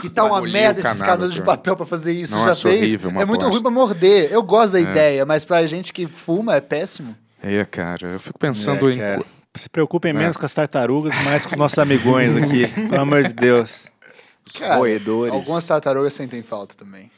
S7: Que tá uma
S5: Olhei o
S7: merda esses
S5: canal,
S7: canudos de
S5: cara.
S7: papel pra fazer isso.
S5: Nossa,
S7: já fez?
S5: horrível, uma
S7: é muito
S5: bosta.
S7: ruim pra morder. Eu gosto da ideia, mas pra gente que fuma é péssimo.
S5: É, cara, eu fico pensando
S4: É,
S5: em.
S4: cara,
S5: co-
S4: Se preocupem menos com as tartarugas, mais com os nossos amigões [LAUGHS] aqui. Pelo amor de Deus.
S7: Cara,
S8: roedores.
S7: É. Algumas tartarugas sentem falta também.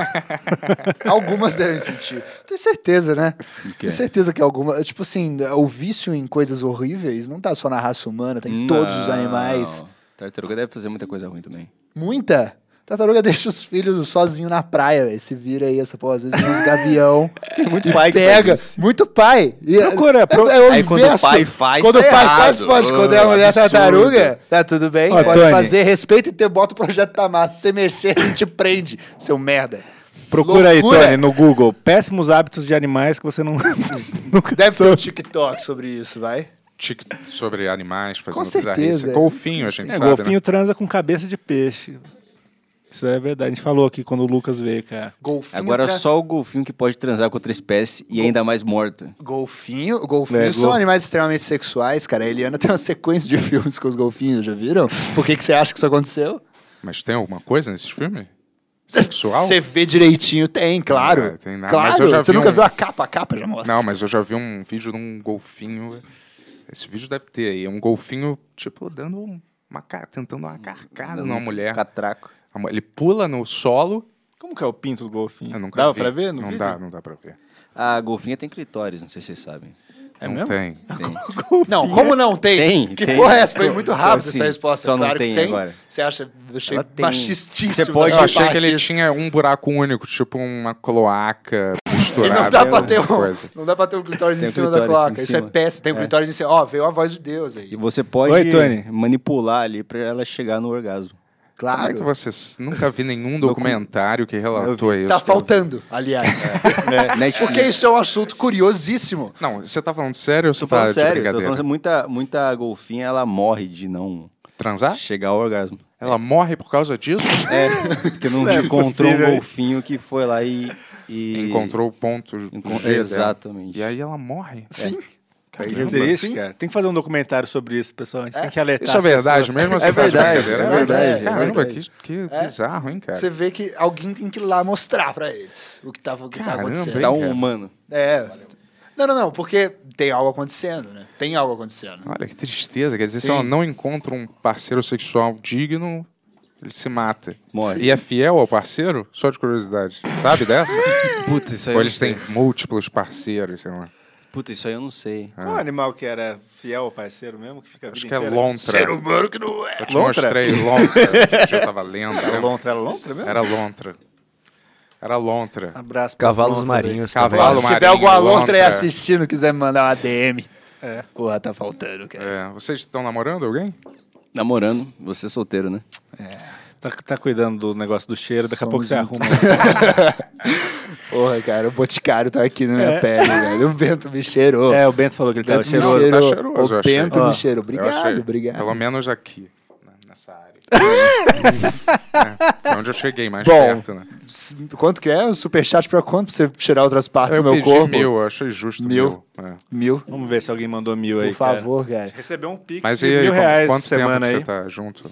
S7: [LAUGHS] algumas devem sentir. Tenho certeza, né? Tenho certeza que algumas. Tipo assim, o vício em coisas horríveis não tá só na raça humana, tá
S8: Hum,
S7: em todos os
S8: Não.
S7: animais.
S8: Tartaruga deve fazer muita coisa ruim também.
S7: Muita. Tartaruga [LAUGHS] deixa os filhos sozinho na praia, velho. Se vira aí essa porra, às vezes uns gavião.
S8: muito
S7: e
S8: pai que faz
S7: pega.
S8: isso.
S7: Muito pai. E-
S4: Procura, pro-
S7: é, é o
S8: Aí quando o
S7: inverso.
S8: pai faz,
S7: Quando
S8: tá
S7: o pai
S8: errado.
S7: faz, pode. Quando é a
S8: Ah,
S7: mulher
S8: absurdo.
S7: tartaruga, tá tudo bem.
S4: Ó,
S7: pode
S4: Tony.
S7: fazer, respeita e te bota o projeto da massa. Se você mexer, a gente prende, seu merda.
S4: Procura
S7: Loucura.
S4: aí, Tony, no Google. Péssimos hábitos de animais que você não. [LAUGHS] nunca
S7: Deve ter
S4: soube.
S7: um TikTok sobre isso, vai.
S5: Tic- sobre animais fazendo
S7: Com certeza,
S5: bizarrice.
S7: é.
S5: Golfinho, a gente
S4: É,
S5: sabe, né?
S4: golfinho transa com cabeça de peixe. Isso é verdade. A gente falou aqui quando o Lucas veio, cara.
S7: Golfinho.
S8: Agora
S7: tra-
S8: só o golfinho que pode transar com outra espécie e ainda mais morta.
S7: Golfinho. Golfinhos
S4: É,
S7: são
S4: gol-
S7: animais extremamente sexuais, cara. A Eliana tem uma sequência de [LAUGHS] filmes com os golfinhos, já viram? Por que, que você acha que isso aconteceu?
S5: Mas tem alguma coisa nesses filmes? Sexual?
S7: Você vê direitinho, tem, claro.
S5: É, tem nada, mas
S7: Claro,
S5: eu já
S7: você
S5: vi
S7: nunca
S5: um-
S7: viu a capa, a capa já mostra.
S5: Não, mas eu já vi um vídeo de um golfinho. Esse vídeo deve ter aí. Um golfinho, tipo, dando um- uma ca- tentando uma carcada numa mulher.
S8: Catraco.
S5: A mu- Ele pula no solo.
S4: Como que é o pinto do golfinho?
S5: Eu nunca
S4: Dava
S5: vi.
S4: pra ver? No
S5: Não
S4: vídeo?
S5: dá, não dá pra ver.
S8: A golfinha tem clitóris, não sei se vocês sabem.
S4: É
S5: não
S4: mesmo?
S5: tem.
S7: Não, como não tem?
S8: Tem,
S7: que
S8: tem.
S7: porra é essa? Foi muito
S8: Então,
S7: rápido
S8: assim,
S7: essa resposta.
S8: só não
S7: claro
S8: tem
S7: que tem.
S8: agora.
S7: Você acha? Eu achei
S8: Ela tem.
S7: machistíssimo.
S8: Você
S7: da
S8: pode-
S5: Eu
S7: sua
S5: achei que
S7: parte
S5: ele
S7: isso.
S5: tinha um buraco único, tipo uma cloaca
S7: E
S5: misturada.
S7: não dá, pra
S5: alguma
S7: ter um,
S5: ah, coisa.
S7: não dá pra ter um clitóris
S8: Tem
S7: em
S8: um
S7: cima da
S8: clitóris
S7: cloaca.
S8: em
S7: Isso
S8: cima. é
S7: é péssimo. Tem um clitóris em cima. Ó, veio a voz de Deus
S8: E
S7: aí.
S8: você pode
S4: Oi, Tony.
S8: manipular ali pra ela chegar no [LAUGHS] orgasmo.
S5: Como é que
S7: Claro.
S5: vocês nunca vi nenhum documentário que relatou isso?
S7: Tá faltando, aliás.
S8: Netflix.
S7: Porque isso é um assunto curiosíssimo.
S5: Não, você tá falando sério ou você
S8: Tô
S5: tá
S8: falando
S5: de
S8: sério, tô
S5: brincadeira?
S8: falando sério, muita, muita golfinha ela morre de não
S5: Transar?
S8: chegar ao orgasmo.
S5: Ela morre por causa disso?
S8: É, porque não
S4: É
S8: encontrou
S4: possível,
S8: um
S4: hein?
S8: golfinho que foi lá e. [LAUGHS] e-
S5: Encontrou o ponto
S8: Encon-
S5: G dela.
S8: Exatamente.
S5: E aí ela morre.
S7: Sim.
S4: Isso, é isso, cara. Tem que fazer um documentário sobre isso, pessoal. A gente tem que alertar.
S5: Isso é
S4: as
S5: verdade
S4: pessoas.
S5: mesmo?
S8: É
S5: Você tá de
S8: verdade,
S5: brincadeira?
S8: é
S7: verdade, é
S5: Caramba,
S8: verdade. É.
S5: que, que bizarro, hein, cara?
S7: Você vê que alguém tem que ir lá mostrar pra eles o que tá, o que tá
S5: Caramba,
S7: acontecendo.
S5: hein?
S8: Tá um
S5: cara.
S8: humano.
S7: É. Não, não, não, porque tem algo acontecendo, né? Tem algo acontecendo.
S5: Olha, que tristeza. Quer dizer, se
S7: Sim.
S5: ela não encontra um parceiro sexual digno, ele se mata.
S8: Morre.
S5: E é fiel ao parceiro? Só de curiosidade. Sabe dessa?
S8: [LAUGHS] Puta, isso aí.
S5: Ou
S8: eu não
S5: eles têm
S8: sei.
S5: múltiplos parceiros, sei lá.
S8: Puta, isso aí eu não sei.
S4: Qual animal que era fiel ao parceiro mesmo? Que fica a
S5: né? Acho
S4: vida
S5: que é
S4: inteira?
S5: lontra.
S7: Ser humano que não é.
S5: Eu te
S4: Lontra?
S5: mostrei lontra. Eu tava lendo.
S4: Era
S5: né?
S4: lontra, era lontra mesmo?
S5: Era lontra. Era lontra.
S4: Abraço. pros
S9: Cavalos
S4: lontras
S9: marinhos.
S5: Cavalo
S9: talvez.
S5: marinho.
S7: Se tiver alguma lontra aí
S5: lontra.
S7: assistindo, quiser me mandar uma DM.
S4: É.
S7: Porra, tá faltando, cara.
S5: É, vocês estão namorando alguém?
S8: Namorando, você é solteiro, né?
S4: aí. Tá, tá cuidando do negócio do cheiro, daqui a pouco você arruma.
S5: É.
S7: Porra, cara, o boticário tá aqui na minha pele, velho. O vento me
S4: [LAUGHS]
S7: cheirou.
S4: é, Ah. o Bento falou que ele
S7: o
S4: tava
S7: vento me
S4: cheiroso.
S7: cheirou.
S5: Tá cheiroso, eu
S7: o
S5: achei.
S7: vento
S4: Ó,
S7: me cheirou.
S5: Eu achei.
S7: Obrigado, obrigado.
S5: Pelo menos aqui, na- nessa área. É, foi onde eu cheguei mais
S7: Bom,
S5: perto, né?
S7: S- Quanto que é? Um superchat pra quanto pra você cheirar outras partes
S5: Eu
S7: do meu
S5: pedi
S7: corpo?
S5: mil, eu achei justo mil.
S7: Mil.
S5: é.
S7: Mil,
S4: Vamos ver se alguém mandou mil
S7: por
S4: aí, cara.
S7: favor, cara.
S4: Recebeu um pix
S5: Mas
S4: de
S5: e aí,
S4: mil
S5: quanto,
S4: reais
S5: quanto tempo
S4: semana
S5: que
S4: aí.
S5: você tá junto?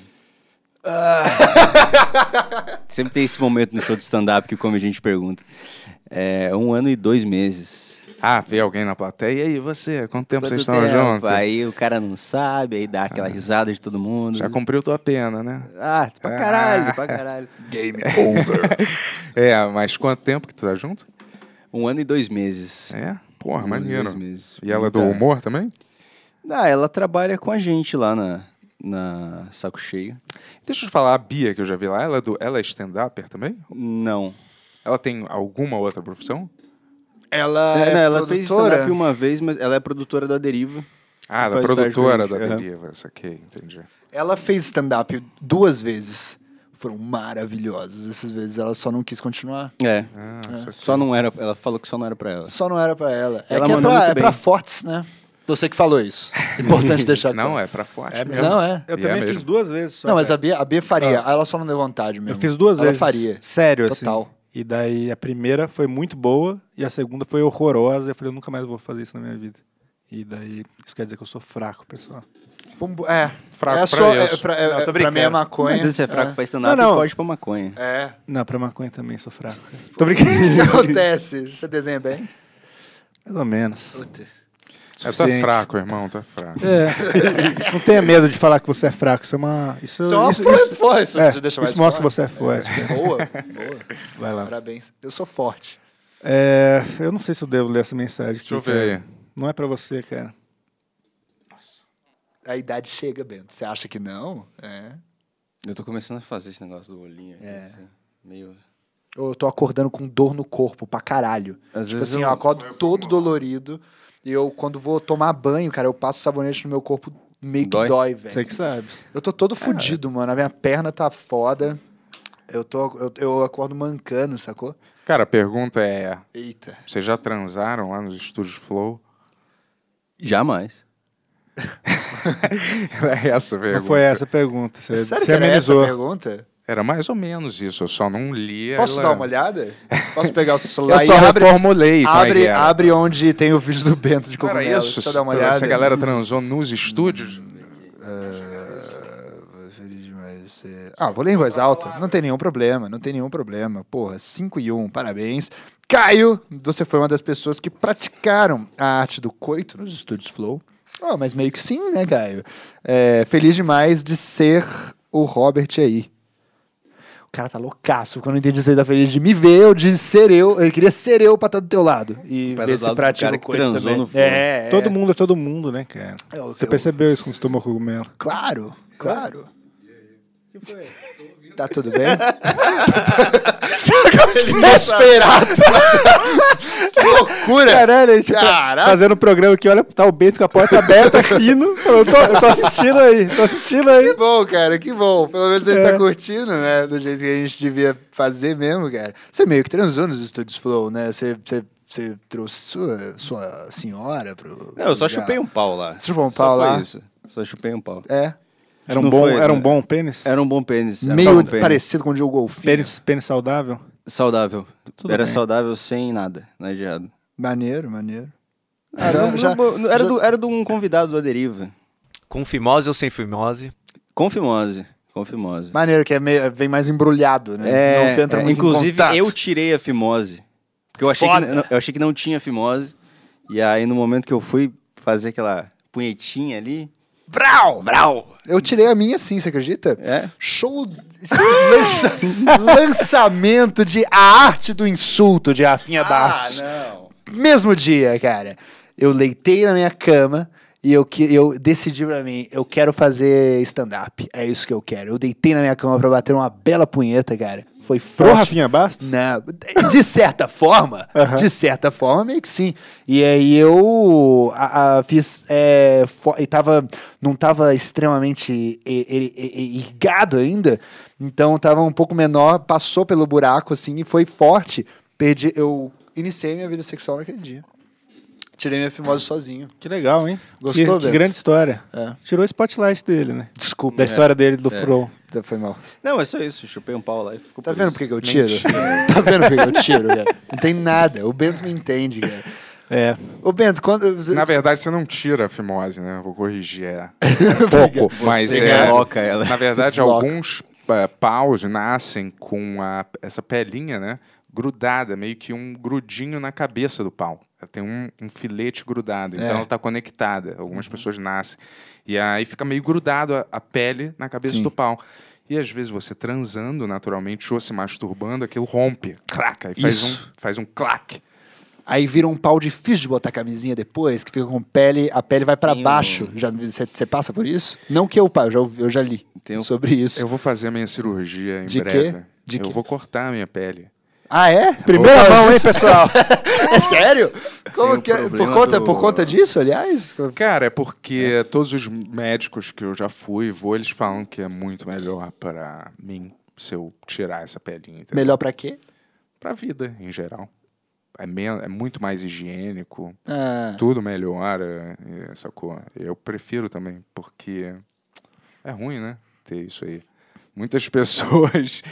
S8: Sempre tem esse momento no show de stand-up que o comediante pergunta. É um ano e dois meses.
S5: Ah, vê alguém na plateia. E aí, você? Quanto tempo vocês
S8: Quanto
S5: estão
S8: tempo?
S5: juntos?
S8: Aí o cara não sabe, aí dá aquela risada de todo mundo.
S5: Já cumpriu tua pena, né? [LAUGHS]
S8: Ah, pra caralho, pra caralho. [LAUGHS] Game.
S5: É, mas quanto tempo que tu tá junto?
S8: Um ano e dois meses.
S5: É? Porra,
S8: Um ano
S5: maneiro.
S8: e dois meses.
S5: E ela é do
S8: Muita-
S5: humor também?
S8: Ah, ela trabalha com a gente lá na, na Saco Cheio.
S5: Deixa eu te falar, a Bia que eu já vi lá, ela é, do, ela é stand-upper também?
S8: Não.
S5: Ela tem alguma outra profissão?
S7: Ela
S8: É,
S7: é,
S8: não, ela fez
S7: produtora?
S8: stand-up uma vez, mas ela é produtora da Deriva.
S5: Ah, ela é
S8: Faz
S5: produtora da
S8: tarde, é.
S5: Deriva, saquei, entendi.
S7: Ela fez stand-up duas vezes. Foram maravilhosas essas vezes. Ela só não quis continuar.
S8: É.
S5: Ah, saquei.
S8: Só não era. Ela falou que só não era pra ela.
S7: Só não era pra ela.
S8: Ela
S7: é que é
S8: mandou
S7: pra,
S8: muito
S7: é
S8: bem.
S7: pra fortes, né? Você que falou isso. Importante deixar claro.
S5: Não, é pra forte
S4: É
S5: mesmo.
S4: mesmo?
S7: Não, é.
S4: Eu
S5: E é
S4: também
S5: mesmo.
S4: fiz duas vezes só.
S7: Não, mas a
S4: cara.
S7: Bia, a Bia faria. Ela só não deu vontade mesmo.
S4: é. Eu fiz duas
S7: ela
S4: vezes.
S7: faria.
S4: Sério,
S7: Total.
S4: assim. E daí a primeira foi muito boa e a segunda foi horrorosa. Eu falei, eu nunca mais vou fazer isso na minha vida. E daí, isso quer dizer que eu sou fraco, pessoal.
S7: Pumbu- É.
S5: Fraco pra
S7: é só, é,
S5: isso.
S7: pra, é,
S4: Não, tô
S7: é, pra
S4: brincando.
S7: mim é maconha.
S8: Mas você é fraco pra stand-up
S4: Não, não.
S8: e pode pra maconha.
S7: É. [LAUGHS]
S4: Não, pra maconha também sou fraco. cara. Tô brincando.
S7: O que acontece? Você desenha bem?
S4: Mais ou menos.
S5: É, tu é
S4: Suficiente.
S5: fraco, irmão, tu é fraco.
S4: É. Não tenha medo de falar que você é fraco. Isso é uma. Isso,
S7: Isso é uma
S4: isso,
S7: força.
S4: isso-
S7: força,
S4: é,
S7: você deixa
S4: isso
S7: mais
S4: mostra que
S7: forte.
S4: você é forte.
S7: Boa, boa.
S4: Vai lá.
S7: Parabéns. Eu sou forte.
S4: É, eu não sei se eu devo ler essa mensagem. aqui,
S5: Deixa eu
S4: cara.
S5: ver aí.
S4: Não é pra você, cara.
S7: A idade chega, Bento. Você acha que não? É.
S8: Eu tô começando a fazer esse negócio do olhinho aqui.
S7: É.
S8: assim, meio.
S7: Eu tô acordando com dor no corpo pra caralho.
S8: Às
S7: tipo
S8: vezes
S7: assim,
S8: eu-
S7: eu, acordo
S5: é
S7: todo dolorido. E eu, quando vou tomar banho, cara, eu passo sabonete no meu corpo meio que
S8: Dói?
S7: dói, velho.
S4: Você que sabe.
S7: Eu tô todo fudido, mano. A minha perna tá foda. Eu, tô, eu, eu acordo mancando, sacou?
S5: Cara, a pergunta é:
S7: Eita.
S5: vocês já transaram lá nos estúdios Flow? [LAUGHS]
S8: Jamais.
S5: Era essa a pergunta.
S4: Não foi essa a pergunta. Você,
S7: É Sério
S4: você
S7: que era essa a
S4: amenizou.
S7: pergunta?
S5: Era mais ou menos isso, eu só não li.
S7: Posso
S5: ela-
S7: dar uma olhada? Posso pegar o seu
S5: Eu
S7: celular e
S5: só
S7: abre,
S5: reformulei. como é que
S7: abre,
S5: era.
S7: abre onde tem o vídeo do Bento de
S5: Cara,
S7: cogumelo.
S5: isso,
S7: Só dar uma
S5: essa
S7: olhada.
S5: galera transou nos estúdios?
S7: Ah, feliz demais ser- Ah, vou ler em voz alta. Não tem nenhum problema, não tem nenhum problema. Porra, 5 e 1, parabéns. Caio, você foi uma das pessoas que praticaram a arte do coito nos estúdios Flow. Oh, mas meio que sim, né, Caio? É, feliz demais de ser o Robert aí. O cara tá loucaço. Quando eu entendi isso aí da feliz de me ver, eu disse ser eu. Ele queria ser eu pra estar do teu lado. E
S8: Pra
S7: ver
S8: do
S7: se
S8: lado do
S7: pratica
S8: cara
S7: o
S8: que
S7: coito
S8: transou
S7: também.
S8: no Flow.
S7: É, é.
S4: Todo mundo é todo mundo, né, cara?
S7: Eu-
S4: Você
S7: eu-
S4: percebeu isso quando você tomou cogumelo?
S7: Claro, claro. Tá tudo
S4: [LAUGHS]
S7: bem? Desperado! que loucura!
S4: Caralho, a gente tá
S7: Caraca.
S4: fazendo um programa aqui, olha, tá o Bento com a porta aberta,
S7: [LAUGHS]
S4: fino. Eu tô, eu tô assistindo aí, tô assistindo
S7: Que
S4: aí.
S7: bom, cara, que bom. Pelo menos ele
S4: É.
S7: tá curtindo, né? Do jeito que a gente devia fazer mesmo, cara. Você meio que transou nos estúdios Flow, né? Você, você, você trouxe sua, sua senhora pro.
S8: Não, eu só
S7: pro lugar.
S8: chupei um pau lá.
S7: Você chupou um
S8: Só
S7: pau
S8: foi
S7: lá?
S8: isso. Só chupei um pau.
S7: É.
S4: Era um
S8: Não
S4: bom,
S8: foi,
S4: era
S8: né?
S4: um bom pênis?
S8: Era um bom pênis. Era só
S7: Meio
S8: um pênis.
S7: parecido com o Diogo Golfinho.
S4: Pênis, pênis saudável?
S8: Saudável.
S4: Tudo
S8: era
S4: bem.
S8: saudável sem nada, né, Gerardo?
S7: Maneiro, maneiro.
S8: Ah,
S7: Já-
S8: não-
S7: já-
S8: não- não- era,
S7: já-
S8: do, era de um convidado da deriva.
S9: Com fimose ou sem fimose?
S8: Confimose. Confimose.
S7: Maneiro, que é meio- vem mais embrulhado, né?
S8: É,
S7: Não entra
S8: é,
S7: muito em
S8: inclusive,
S7: contato.
S8: eu tirei a fimose. Porque eu achei, que,
S7: Foda.
S8: n- eu achei que não tinha fimose. E aí, no momento que eu fui fazer aquela punhetinha ali.
S7: Brau!
S8: Brau!
S7: Eu tirei a minha sim, você acredita?
S8: É?
S7: Show. esse
S8: [LAUGHS]
S7: lança- lançamento de A Arte do Insulto de Rafinha Bastos.
S8: Ah, não.
S7: Mesmo dia, cara. Eu deitei na minha cama e eu, que- eu decidi pra mim, eu quero fazer stand-up. É isso que eu quero. Eu deitei na minha cama pra bater uma bela punheta, cara. Foi
S4: Pro
S7: forte.
S4: Rafinha Bastos?
S7: Na- né? de certa forma,
S4: Aham.
S7: de certa forma, meio que sim. E aí eu a- a- fiz. É, fo- e tava, não tava extremamente e- e- e- e- irrigado ainda, então tava um pouco menor, passou pelo buraco assim e foi forte. Perdi, eu iniciei minha vida sexual naquele dia. Tirei minha fimose sozinho.
S4: Que legal, hein?
S7: Gostou,
S4: que, que
S7: Bento?
S4: grande história.
S7: É.
S4: Tirou o spotlight dele, né?
S7: Desculpa,
S4: Da história dele do Fro.
S7: É. Tá, foi mal.
S8: Não, é só isso. Chupei um pau lá e ficou
S7: Tá
S8: por
S7: vendo
S8: isso.
S7: por que que eu tiro? [LAUGHS] Tá vendo por que que eu tiro, cara? Não tem nada. O Bento me entende, cara.
S4: É.
S7: Ô, Bento, quando. você-
S5: Na verdade, você não tira a fimose, né? Vou corrigir. É
S7: [LAUGHS]
S5: pouco, mas
S8: Você
S5: é.
S8: coloca ela.
S5: Na verdade,
S7: Desloca.
S5: alguns eh, paus nascem com a- essa pelinha, né? Grudada, meio que um grudinho na cabeça do pau. Ela Tem um, um filete grudado, então
S7: É. Uhum.
S5: ela está conectada. Algumas pessoas nascem. E aí fica meio grudado a, a pele na cabeça do pau. E às vezes você transando naturalmente ou se masturbando, aquilo rompe, craca, e faz um,
S7: Isso.
S5: faz um claque.
S7: Aí vira um pau difícil de botar camisinha depois, que fica com pele, a pele vai pra
S8: Tem um-
S7: baixo. Já você passa por isso? Não que eu, pa- eu já, ouvi- eu já li
S8: Tem um-
S7: sobre isso.
S5: Eu vou fazer a minha cirurgia em
S7: De quê?
S5: breve.
S7: De
S5: eu
S7: quê?
S5: vou cortar a minha pele.
S7: Ah, é?
S4: Primeira
S7: Opa,
S4: mão, hein,
S7: isso-
S4: pessoal?
S7: [LAUGHS] é sério? Como
S8: Tem um
S7: que é? Por
S8: problema
S7: conta,
S8: do-
S7: por conta disso, aliás? Foi-
S5: Cara, é porque todos os médicos que eu já fui e vou, eles falam que é muito melhor para mim se eu tirar essa pelinha. Entendeu?
S7: Melhor pra quê?
S5: Pra vida, em geral. É, men- é muito mais higiênico,
S7: Ah,
S5: tudo melhora, é, sacou? Eu prefiro também, porque é ruim, né? Ter isso aí. Muitas [LAUGHS] pessoas.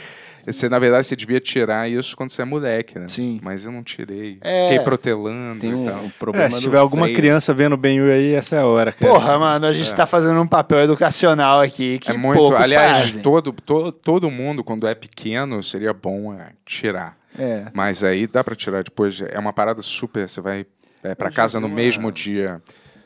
S5: Você, na verdade, você devia tirar isso quando você é moleque, né?
S7: Sim.
S5: Mas eu não tirei.
S7: É.
S5: Fiquei protelando
S8: Tem
S5: e
S8: um,
S5: tal.
S8: um
S4: É,
S8: problema
S4: se
S8: do
S4: tiver alguma
S8: freio.
S4: criança vendo o Ben aí, essa é a hora, cara.
S7: porra, mano, a gente tá fazendo um papel educacional aqui que
S5: é muito,
S7: poucos
S5: aliás,
S7: fazem.
S5: todo, todo, todo mundo quando é pequeno seria bom é, tirar.
S7: É.
S5: Mas aí dá pra tirar depois, é uma parada super, você vai é, para casa no mesmo dia.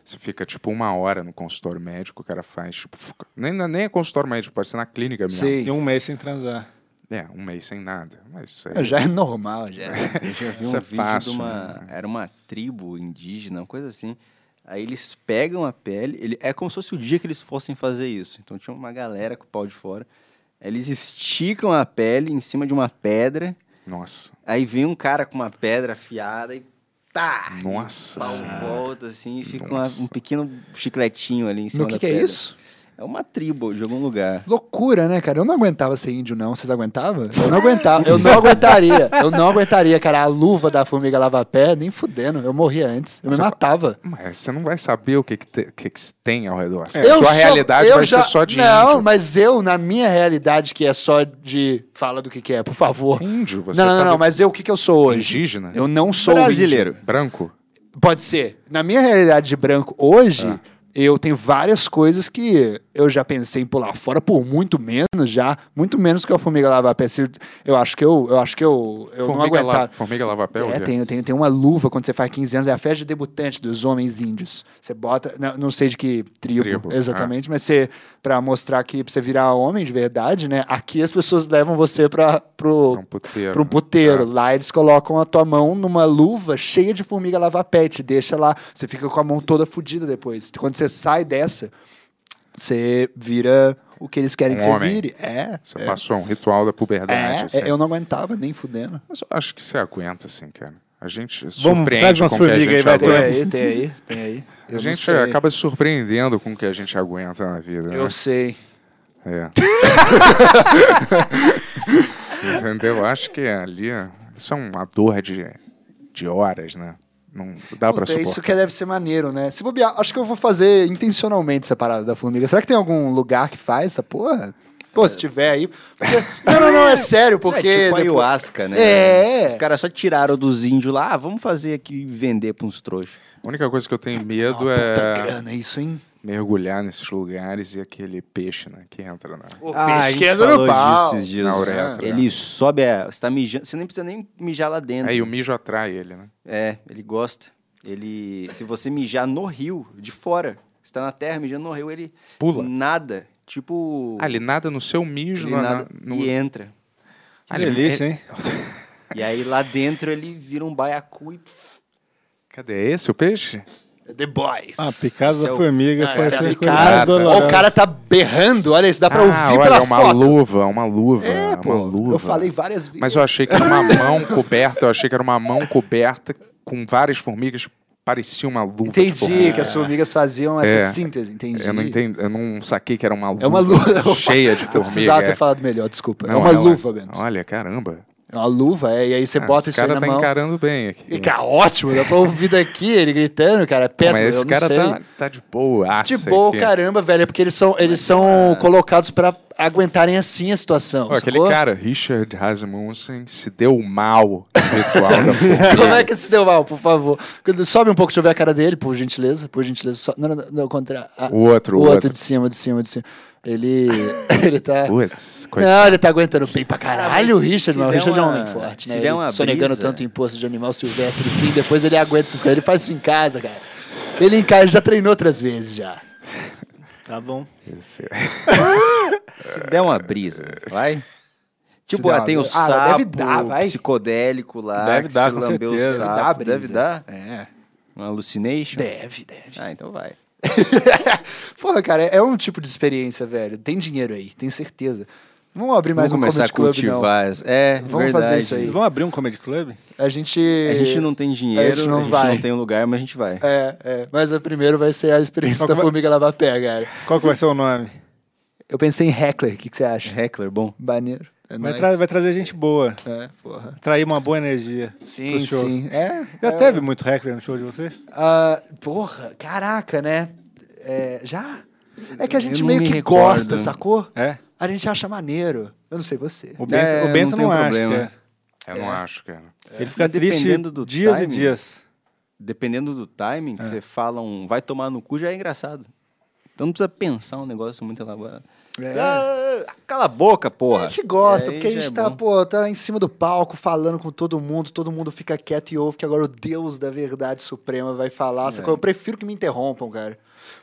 S5: Você fica tipo uma hora no consultório médico, o cara faz tipo, fica- nem na- nem é consultório médico, pode ser na clínica mesmo.
S7: Sim.
S4: E um mês sem transar.
S5: É, um mês sem nada. Mas isso aí,
S7: É, Já é normal, já.
S8: Eu já vi um
S5: Isso é
S8: vídeo
S5: fácil,
S8: de uma.
S5: né?
S8: Era uma tribo indígena, uma coisa assim. Aí eles pegam a pele, ele, é como se fosse o dia que eles fossem fazer isso. Então tinha uma galera com o pau de fora. Aí Eles esticam a pele em cima de uma pedra.
S7: É.
S5: nossa.
S8: Aí vem um cara com uma pedra afiada e tá!
S5: Nossa.
S8: O pau
S5: senhora.
S8: volta assim e fica uma-
S5: Nossa.
S8: um pequeno chicletinho ali em cima
S7: No que,
S8: da
S7: que é
S8: pedra.
S7: isso?
S8: É uma tribo de algum lugar.
S7: Loucura, né, cara? Eu não aguentava ser índio, não. Vocês aguentavam? Eu não aguentava. Eu não aguentaria. Eu não aguentaria, cara. A luva da formiga lava-pé, nem fudendo. Eu morria antes. Eu me matava.
S5: Mas você não vai saber o que, que, te- que, que se tem ao redor.
S7: Eu
S5: É, Sua
S7: sou-
S5: realidade
S7: eu
S5: vai
S7: já-
S5: ser só de
S7: Não,
S5: índio.
S7: mas eu, na minha realidade, que é só de... Fala do que que é, por favor.
S5: Índio, você tá
S7: não, não,
S5: tava
S7: não, mas eu, o que que eu sou hoje?
S5: indígena?
S7: Eu não sou
S8: Brasileiro.
S5: Branco?
S7: índio. Pode ser. Na minha realidade de branco hoje,
S5: Ah.
S7: eu tenho várias coisas que eu já pensei em pular fora por muito menos já. Muito menos que a formiga lavar pé. Se- Eu acho que eu, eu, acho que eu, eu não
S5: formiga,
S7: aguentava.
S5: la... formiga lava pé?
S7: É,
S5: hoje
S7: tem, tem, tem uma luva quando você faz 15 anos, é a festa de debutante dos homens índios. Você bota, não, não sei de que tribo,
S5: Tribo, é.
S7: exatamente, mas você, pra mostrar que pra você virar homem de verdade, né? Aqui as pessoas levam você pra, pro,
S5: Pra um puteiro,
S7: pra um
S5: né?
S7: puteiro. Lá eles colocam a tua mão numa luva cheia de formiga lava-pé, te deixa lá. Você fica com a mão toda fodida depois. Quando você sai dessa, você vira o que eles querem
S5: Um
S7: que você
S5: homem.
S7: vire. É.
S5: Você passou um ritual da puberdade.
S7: É,
S5: assim.
S7: eu não aguentava nem fudendo.
S5: Mas eu acho que você aguenta, assim, cara. A gente
S4: traz
S5: surpreende com
S4: umas
S5: o que a
S4: formigas aí,
S5: gente
S4: vai,
S7: Tem
S5: aguenta.
S7: aí, tem aí, tem aí. Eu
S5: A
S7: não
S5: gente
S7: sei.
S5: acaba se surpreendendo com o que a gente aguenta na vida, né?
S7: Eu sei. [LAUGHS]
S5: É. Entendeu? Eu Acho que ali, ó, isso é uma dor de, de horas, né? Não dá pra
S7: Puta,
S5: suportar.
S7: isso que é deve ser maneiro, né? Se bobear, acho que eu vou fazer intencionalmente essa parada da formiga. Será que tem algum lugar que faz essa porra? Pô, se tiver aí.
S5: [LAUGHS]
S7: porque- Não, não, não, é sério, porque.
S8: é tipo
S7: depois-
S8: ayahuasca, né?
S7: É.
S8: Os caras só tiraram dos índios lá, ah, vamos fazer aqui e vender pra uns trouxas.
S5: A única coisa que eu tenho
S7: Uma
S5: medo
S7: puta
S5: é
S7: grana, isso, hein?
S5: mergulhar nesses lugares e aquele peixe, né? Que entra na.
S7: Pô,
S8: Ah, a gente
S7: pesquisa
S8: falou
S7: no pau.
S8: disso esses dias. assim.
S5: Na uretra.
S8: Ele sobe, a, você tá mijando, você nem precisa nem mijar lá dentro.
S5: Aí É, o mijo atrai ele, né?
S8: É, ele gosta. Ele, se você mijar no rio, de fora, você tá na terra mijando no rio, ele
S5: Pula.
S8: nada, tipo
S5: Ah, ele nada no seu mijo,
S8: ele
S5: na-
S8: nada
S5: no.
S8: e é entra.
S5: Ah, ele-
S4: Delícia, hein?
S8: E aí lá dentro ele vira um baiacu e
S5: [LAUGHS] Cadê É esse o peixe?
S7: É The Boys.
S4: Ah, picada
S8: Esse é
S4: da
S8: o-
S4: formiga.
S7: Ah,
S4: foi
S7: esse é
S4: a coisa
S7: picada.
S4: mais
S7: Ó,
S4: dolorosa.
S7: o cara tá berrando, olha isso, dá pra
S5: ah,
S7: ouvir
S5: olha,
S7: pela
S5: é uma
S7: foto.
S5: luva, uma luva, é,
S7: pô,
S5: uma luva.
S7: Eu falei várias vezes.
S5: Mas eu achei que era uma mão coberta, eu achei que era uma mão coberta com várias formigas, parecia uma luva. de
S7: Entendi
S5: formiga.
S7: que as formigas faziam essa
S5: É.
S7: síntese, entendi.
S5: Eu não entendi, eu não saquei que era uma luva,
S7: É uma luva. [LAUGHS]
S5: cheia de
S7: Eu
S5: formiga.
S7: precisava
S5: é.
S7: ter falado melhor, desculpa.
S5: Não,
S7: é uma
S5: ela-
S7: luva, Bento.
S5: Olha, caramba.
S7: É uma luva, é, e aí você
S5: Ah, esse
S7: bota isso aí
S5: cara
S7: na
S5: tá
S7: mão.
S5: encarando bem aqui.
S7: E, cara, ótimo, dá pra ouvir daqui ele gritando, cara, é péssimo,
S5: Mas esse
S7: eu não
S5: cara
S7: sei.
S5: tá, tá de boa.
S7: De boa, caramba, velho, é porque eles são, eles são colocados pra aguentarem assim a situação,
S5: aquele
S7: sacou?
S5: cara, Richard Rasmussen, se deu mal no ritual
S4: [LAUGHS]
S5: da formiga.
S7: [LAUGHS] Como é que se deu mal, por favor? Sobe um pouco, deixa eu ver a cara dele, por gentileza, por gentileza. so- Não, não, não, não, contra... a-
S5: O outro,
S7: o
S5: o
S7: outro,
S5: outro.
S7: de cima, de cima, de cima. Ele, [LAUGHS] ele tá...
S5: Putz,
S4: É.
S5: coitado.
S7: Não, ele tá aguentando bem pra
S8: Cara,
S7: caralho,
S8: mas
S7: o Richard,
S8: se
S7: mas o
S8: der
S7: Richard é um
S8: uma-
S7: homem forte,
S8: se
S7: né?
S8: der
S7: Ele
S8: uma
S7: sonegando
S8: brisa-
S7: tanto imposto de animal silvestre, sim, depois ele aguenta essas coisas, ele faz isso em casa, cara. Ele em casa já treinou outras vezes já.
S4: Tá bom.
S5: Esse-
S8: se der uma brisa, vai. Tipo,
S7: der
S8: ah,
S7: uma
S8: tem o
S7: brisa.
S8: sapo
S7: Ah, deve dar, vai.
S8: psicodélico lá,
S4: Deve
S8: que
S4: dar,
S8: se
S4: com
S8: lambeu o
S4: certeza.
S8: sapo.
S7: Dá brisa.
S8: Ah, Deve dar.
S7: É.
S8: Uma hallucination?
S7: Deve, deve.
S8: Ah, então vai.
S7: [LAUGHS] Porra, cara, é um tipo de experiência, velho. Tem dinheiro aí, tenho certeza. Não vamos abrir mais
S8: Vamos
S7: um
S8: começar a
S7: comedy club, não.
S8: cultivar. as- É,
S7: Vamos
S8: verdade.
S7: fazer isso aí.
S4: Vocês vão abrir um comedy club?
S7: A gente...
S8: A gente não tem dinheiro, a gente não,
S7: vai.
S8: tem um lugar, mas a gente vai.
S7: É, é. Mas a primeiro vai ser a experiência
S4: Qual
S7: da
S4: que vai-
S7: formiga lavar pé, cara.
S4: Qual que vai ser o nome?
S7: Eu pensei em heckler, o que, que você acha?
S8: Heckler, bom.
S7: Baneiro. É
S4: Vai,
S7: nóis.
S4: tra- vai trazer gente boa,
S7: É, porra.
S4: atrair uma boa energia.
S7: Sim,
S4: pros shows.
S7: sim. É,
S4: Já
S7: é.
S4: teve muito heckler no show de vocês?
S7: Ah, porra, caraca, né? É, já? É que a gente
S8: não
S7: meio
S8: me
S7: que
S8: recordo.
S7: gosta, sacou?
S4: É.
S7: A gente acha maneiro. Eu não sei você.
S4: O Bento,
S8: É,
S4: o Bento não,
S8: não tem
S4: acha.
S8: problema. É,
S4: cara.
S5: Eu não acho, cara.
S4: Ele fica triste
S8: Dependendo do
S4: dias
S8: timing.
S4: e dias. É.
S8: Dependendo do timing, que você fala um vai tomar no cu, já é engraçado. Então não precisa pensar um negócio muito elaborado.
S7: É.
S8: Ah, cala a boca, porra.
S7: A gente gosta,
S8: É,
S7: porque a
S8: já
S7: gente
S8: é
S7: tá,
S8: bom.
S7: pô, tá em cima do palco falando com todo mundo, todo mundo fica quieto e ouve que agora o Deus da verdade suprema vai falar.
S8: É.
S7: sacou? Eu prefiro que me interrompam, cara.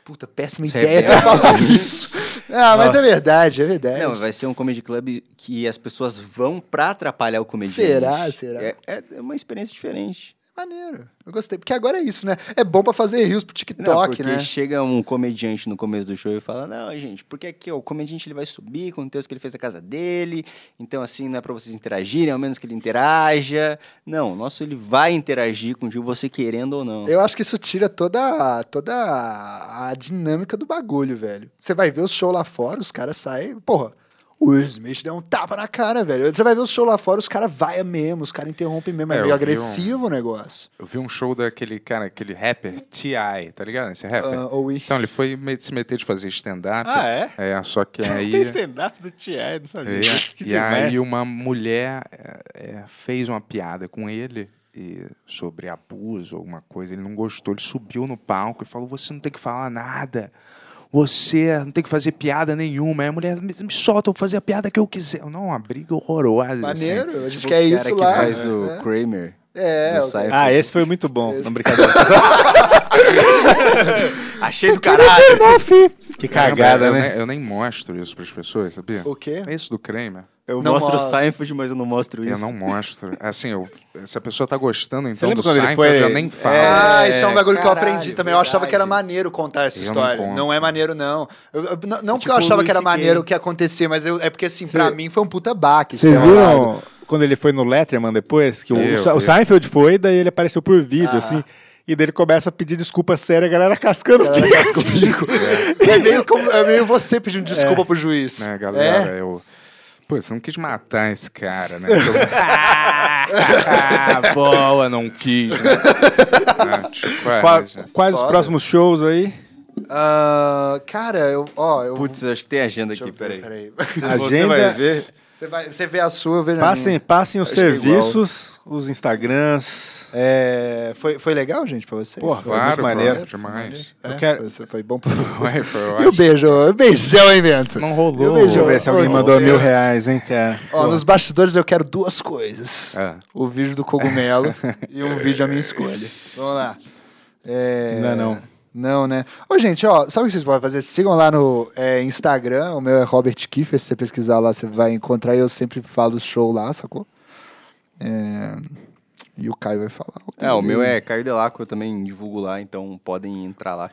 S7: Puta, péssima
S5: Você é
S7: ideia pra falar
S8: [LAUGHS]
S7: isso. Ah, mas é verdade, é verdade.
S8: Não, vai ser um comedy club que as pessoas vão pra atrapalhar o comediante.
S7: Será? Será?
S8: É, é uma experiência diferente.
S7: Maneiro. Eu gostei. Porque agora é isso, né? É bom pra fazer rios pro
S8: Não,
S7: TikTok,
S8: porque
S7: né?
S8: chega um comediante no começo do show e fala: Não, gente, porque aqui ó, o comediante ele vai subir com o texto que ele fez da casa dele, então assim, não é pra vocês interagirem, ao menos que ele interaja. Não, o nosso ele vai É interagir com o Gil, você querendo ou não.
S7: Eu acho que isso tira toda, a- toda a a dinâmica do bagulho, velho. Você vai ver o show lá fora, os caras saem. Porra, o Will Smith deu um tapa na cara, velho. Você vai ver o show lá fora, os caras vaiam mesmo, os caras interrompem mesmo. É,
S5: É, eu vi
S7: meio
S5: um-
S7: agressivo o negócio.
S5: Eu vi um show daquele cara, aquele rapper, T.I., tá ligado? Esse rapper.
S7: Ah, Oi.
S5: Então, ele foi meio de se meter de fazer stand-up.
S4: Ah, é?
S5: É, só que aí...
S4: Tem stand-up do T.I., não [LAUGHS] sabia.
S5: É,
S4: que
S5: e aí
S4: demais.
S5: uma mulher é, é, fez uma piada com ele e- sobre abuso, alguma coisa. Ele não gostou, ele subiu no palco e falou: Você não tem que falar nada. Você não tem que fazer piada nenhuma. Aí a mulher me, me solta, eu vou fazer a piada que eu quiser. Não, uma briga horrorosa. assim.
S7: é Maneiro, a gente
S8: O
S7: quer
S8: cara
S7: isso
S8: que
S7: lá.
S8: faz
S7: né?
S8: o Kramer.
S7: É,
S8: do
S7: o-
S8: Seinfeld.
S4: Ah, esse foi muito bom. Não, brincadeira.
S8: [LAUGHS] Achei do caralho.
S4: Que
S5: Caramba,
S4: cagada,
S5: eu,
S4: né?
S5: nem- Eu nem mostro isso para as pessoas, sabia? É
S7: O quê?
S5: Isso do Kramer.
S8: Eu
S7: Não
S8: mostro o
S7: mostra.
S8: Seinfeld, mas eu não mostro isso.
S5: Eu não mostro. Assim, eu, se a pessoa tá gostando, então,
S4: lembra
S5: do
S4: quando ele
S5: Seinfeld,
S4: foi-
S5: eu nem falo.
S7: Ah, isso é um bagulho que eu
S5: caralho,
S7: aprendi também. Eu achava que era maneiro contar essa
S5: Eu não
S7: história. Não,
S5: conto.
S7: é maneiro, não. Eu- eu- não não porque
S8: tipo
S7: eu achava
S8: Louis
S7: que era
S8: CK.
S7: maneiro o que acontecia, mas eu- é porque, assim, pra
S4: Cê-
S7: mim foi um puta baque.
S4: Vocês
S7: sei lá.
S4: viram quando ele foi no Letterman depois? Que o,
S5: Eu,
S4: o Sa- o
S5: eu.
S4: Seinfeld foi, daí ele apareceu por vídeo, assim. E daí ele começa a pedir desculpa séria, a galera cascando o bico. [LAUGHS]
S7: É meio, como- é meio você pedindo
S8: É.
S7: desculpa pro juiz. É?
S5: né, galera? Eu. Pô, você não quis matar esse cara, né? Eu... Boa, não quis, né? Ah, tipo, é,
S4: Qua-
S5: mas, é.
S4: Quais os
S7: Foda.
S4: próximos shows aí?
S7: Ah, cara, eu, ó, eu.
S8: Putz, eu acho que tem agenda
S7: deixa eu
S8: aqui,
S7: ver,
S8: peraí.
S7: peraí. [LAUGHS]
S8: Você vai ver.
S7: Você, vai, você vê a sua, eu vejo a
S4: Passem,
S7: minha.
S4: passem os
S8: Acho que é
S4: serviços, os Instagrams.
S7: É, foi, foi legal, gente, pra vocês?
S4: Porra,
S7: foi,
S4: muito
S5: Claro,
S4: maneiro.
S5: brother, demais.
S7: é,
S4: eu quero-
S7: foi- foi bom pra vocês.
S5: Foi, foi
S7: E o
S5: ótimo.
S7: beijo, o beijão, hein, Bento?
S5: Não
S7: Eu
S5: rolou.
S7: beijo.
S4: Deixa eu ver se alguém
S7: Ô,
S4: mandou
S7: Deus.
S4: mil reais, hein, cara.
S7: Ó, nos bastidores eu quero duas coisas.
S5: É.
S7: O vídeo do cogumelo e um vídeo à minha escolha. Vamos lá. É...
S4: Não é não.
S7: Não, né? Ô, gente, ó, sabe o que vocês podem fazer? Sigam lá no é, Instagram, o meu é Robert Kiefer, se você pesquisar lá, você vai encontrar, eu sempre falo show lá, sacou? É, E o Caio vai falar.
S8: É, o meu é Caio Delaco, eu também divulgo lá, então podem entrar lá.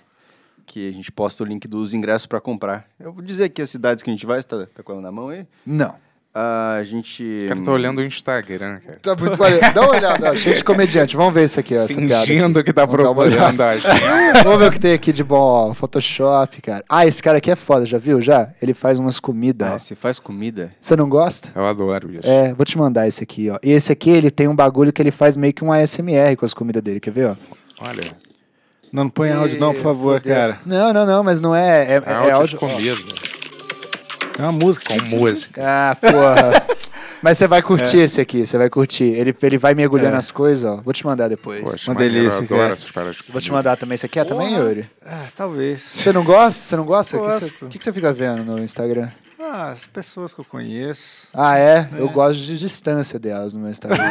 S8: Que a gente posta o link dos ingressos pra comprar. Eu vou dizer aqui as cidades que a gente vai, você tá, tá com ela na mão aí? Ah,
S7: Não.
S8: A gente.
S5: O cara tá olhando o Instagram, cara.
S7: Tá muito valeu. Dá uma olhada, ó, cheio de comediante. Vamos ver isso aqui, ó, essa piada. aqui.
S5: Fingindo que tá
S7: Vamos dar uma olhada.
S5: procurando a gente.
S7: Vamos ver o que tem aqui de bom, ó. Photoshop, cara. Ah, esse cara aqui é foda, já viu? Já? Ele faz umas comidas,
S8: Ah,
S7: ó.
S8: você faz comida?
S7: Você não gosta?
S5: Eu adoro isso.
S7: É, vou te mandar esse aqui, ó. E esse aqui, ele tem um bagulho que ele faz meio que um ASMR com as comidas dele, quer ver, ó?
S5: Olha,
S4: Não, não põe áudio não, por favor, cara.
S7: Não, não, não, mas não é... É,
S5: é
S7: é
S5: áudio, de
S7: áudio...
S5: comida.
S4: É uma música.
S5: Com música.
S7: Ah,
S5: [LAUGHS]
S7: porra. mas você vai
S5: É.
S7: curtir esse aqui, você vai curtir. Ele, ele vai mergulhando as coisas, ó. Vou te mandar depois.
S5: Poxa,
S4: Uma
S5: maneiro,
S4: delícia,
S5: Eu adoro
S4: cara.
S5: essas paradas de
S7: Vou te
S5: comida.
S7: mandar também. Você quer também, Yuri?
S4: Ah, talvez.
S7: Você não gosta? Você não gosta? O que você-
S4: Gosto.
S7: O que você fica vendo no Instagram?
S4: Ah, as pessoas que eu conheço.
S7: Ah, é? Eu gosto de distância delas no meu
S5: [LAUGHS]
S7: Instagram.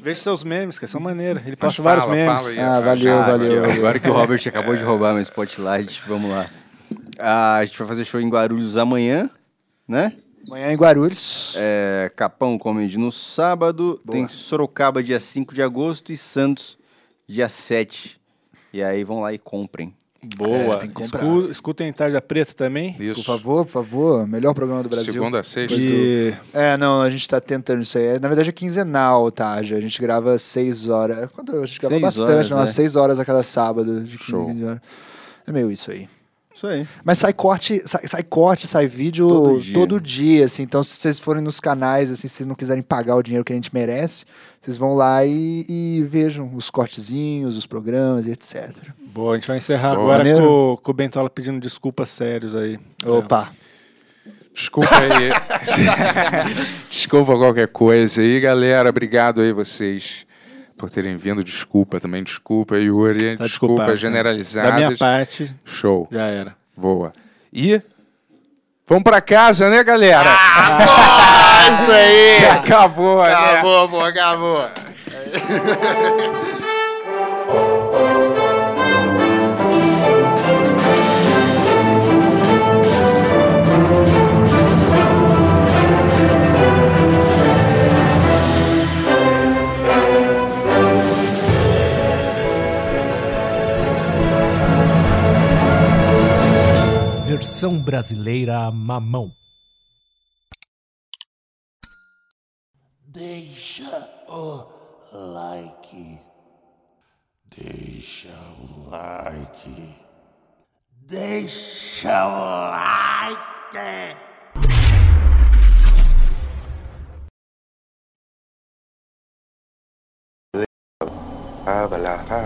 S4: Veja seus memes, cara, são maneiros. Ele
S5: Mas
S4: posta vários
S5: fala,
S4: memes.
S5: fala aí.
S7: ah, valeu,
S5: Ah,
S7: valeu.
S5: valeu.
S7: valeu.
S8: Agora que o Robert acabou de roubar meu spotlight, vamos lá. Ah, a gente vai fazer show em Guarulhos amanhã, né?
S7: Amanhã em Guarulhos.
S8: É, Capão Comedy no sábado,
S7: Boa.
S8: tem Sorocaba dia 5 de agosto e Santos dia 7. E aí vão lá e comprem.
S4: Boa.
S7: tem que comprar.
S4: É, Escu- Escutem Tarja Preta também.
S5: Isso.
S7: Por favor, por favor. Melhor programa do Brasil.
S5: Segunda a sexta.
S4: E
S7: É, não, a gente tá tentando isso aí. É, Na verdade é quinzenal, tá? Já. A gente grava seis horas. É, Quando a gente grava
S8: Seis
S7: bastante,
S8: horas,
S7: não, umas
S8: é.
S7: seis horas a cada sábado. De 15
S5: Show.
S7: 15 horas. É meio isso aí.
S8: Isso aí.
S7: Mas sai corte, sai, sai corte, sai vídeo todo
S8: Todo
S7: dia.
S8: dia.
S7: assim. Então, se vocês forem nos canais, assim, se vocês não quiserem pagar o dinheiro que a gente merece, vocês vão lá e, e vejam os cortezinhos, os programas e etc.
S4: Boa, a gente vai encerrar
S5: Boa.
S4: agora
S7: Maneiro.
S4: com, o- com o Bentola pedindo desculpas sérios aí.
S8: É.
S7: Opa!
S5: Desculpa [LAUGHS] aí. Desculpa qualquer coisa aí, galera. Obrigado aí vocês por terem vindo. Desculpa também, desculpa, Yuri.
S4: Tá desculpado,
S5: desculpa
S4: cara.
S5: generalizadas.
S4: Da minha parte,
S5: Show.
S4: já era.
S5: Boa. E vamos pra casa, né, galera? [LAUGHS]
S7: Isso aí!
S5: acabou, né?
S7: amor, acabou!
S9: Versão brasileira mamão.
S10: Deixa o Oh, like. Deixa o like. Deixa o like.
S5: Abalaha,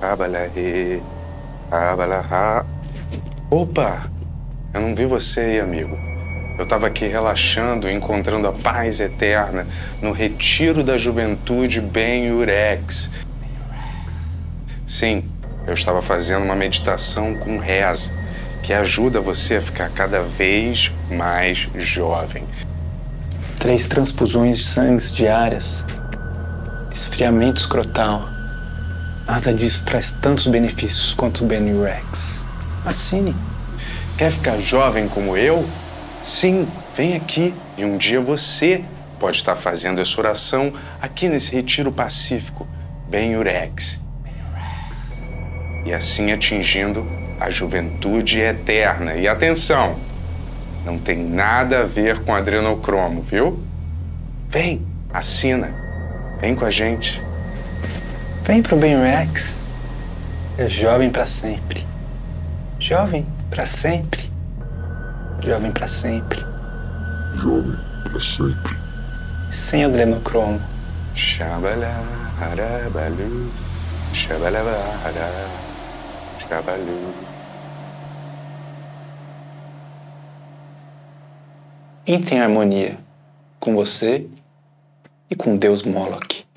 S5: abalahe, abalaha. Opa! Eu não vi você aí, amigo. Eu tava aqui relaxando, encontrando a paz eterna no retiro da juventude Ben Urex. Sim, eu estava fazendo uma meditação com reza, que ajuda você a ficar cada vez mais jovem.
S4: Três transfusões de sangue diárias. Esfriamento escrotal. Nada disso traz tantos benefícios quanto o Ben Rex. Assine.
S5: Quer ficar jovem como eu? Sim, vem aqui e um dia você pode estar fazendo essa oração aqui nesse retiro pacífico, Ben Urex. E assim atingindo a juventude eterna. E atenção, não tem nada a ver com adrenocromo, viu? Vem, assina. Vem com a gente.
S4: Vem pro Ben Rex. É jovem pra sempre. Jovem pra sempre. Jovem pra sempre.
S2: Jovem para sempre.
S4: Sem adrenocromo.
S5: Xabalá, arabalu, xabalabará, xabalu.
S4: Entre em harmonia com você e com Deus Moloch.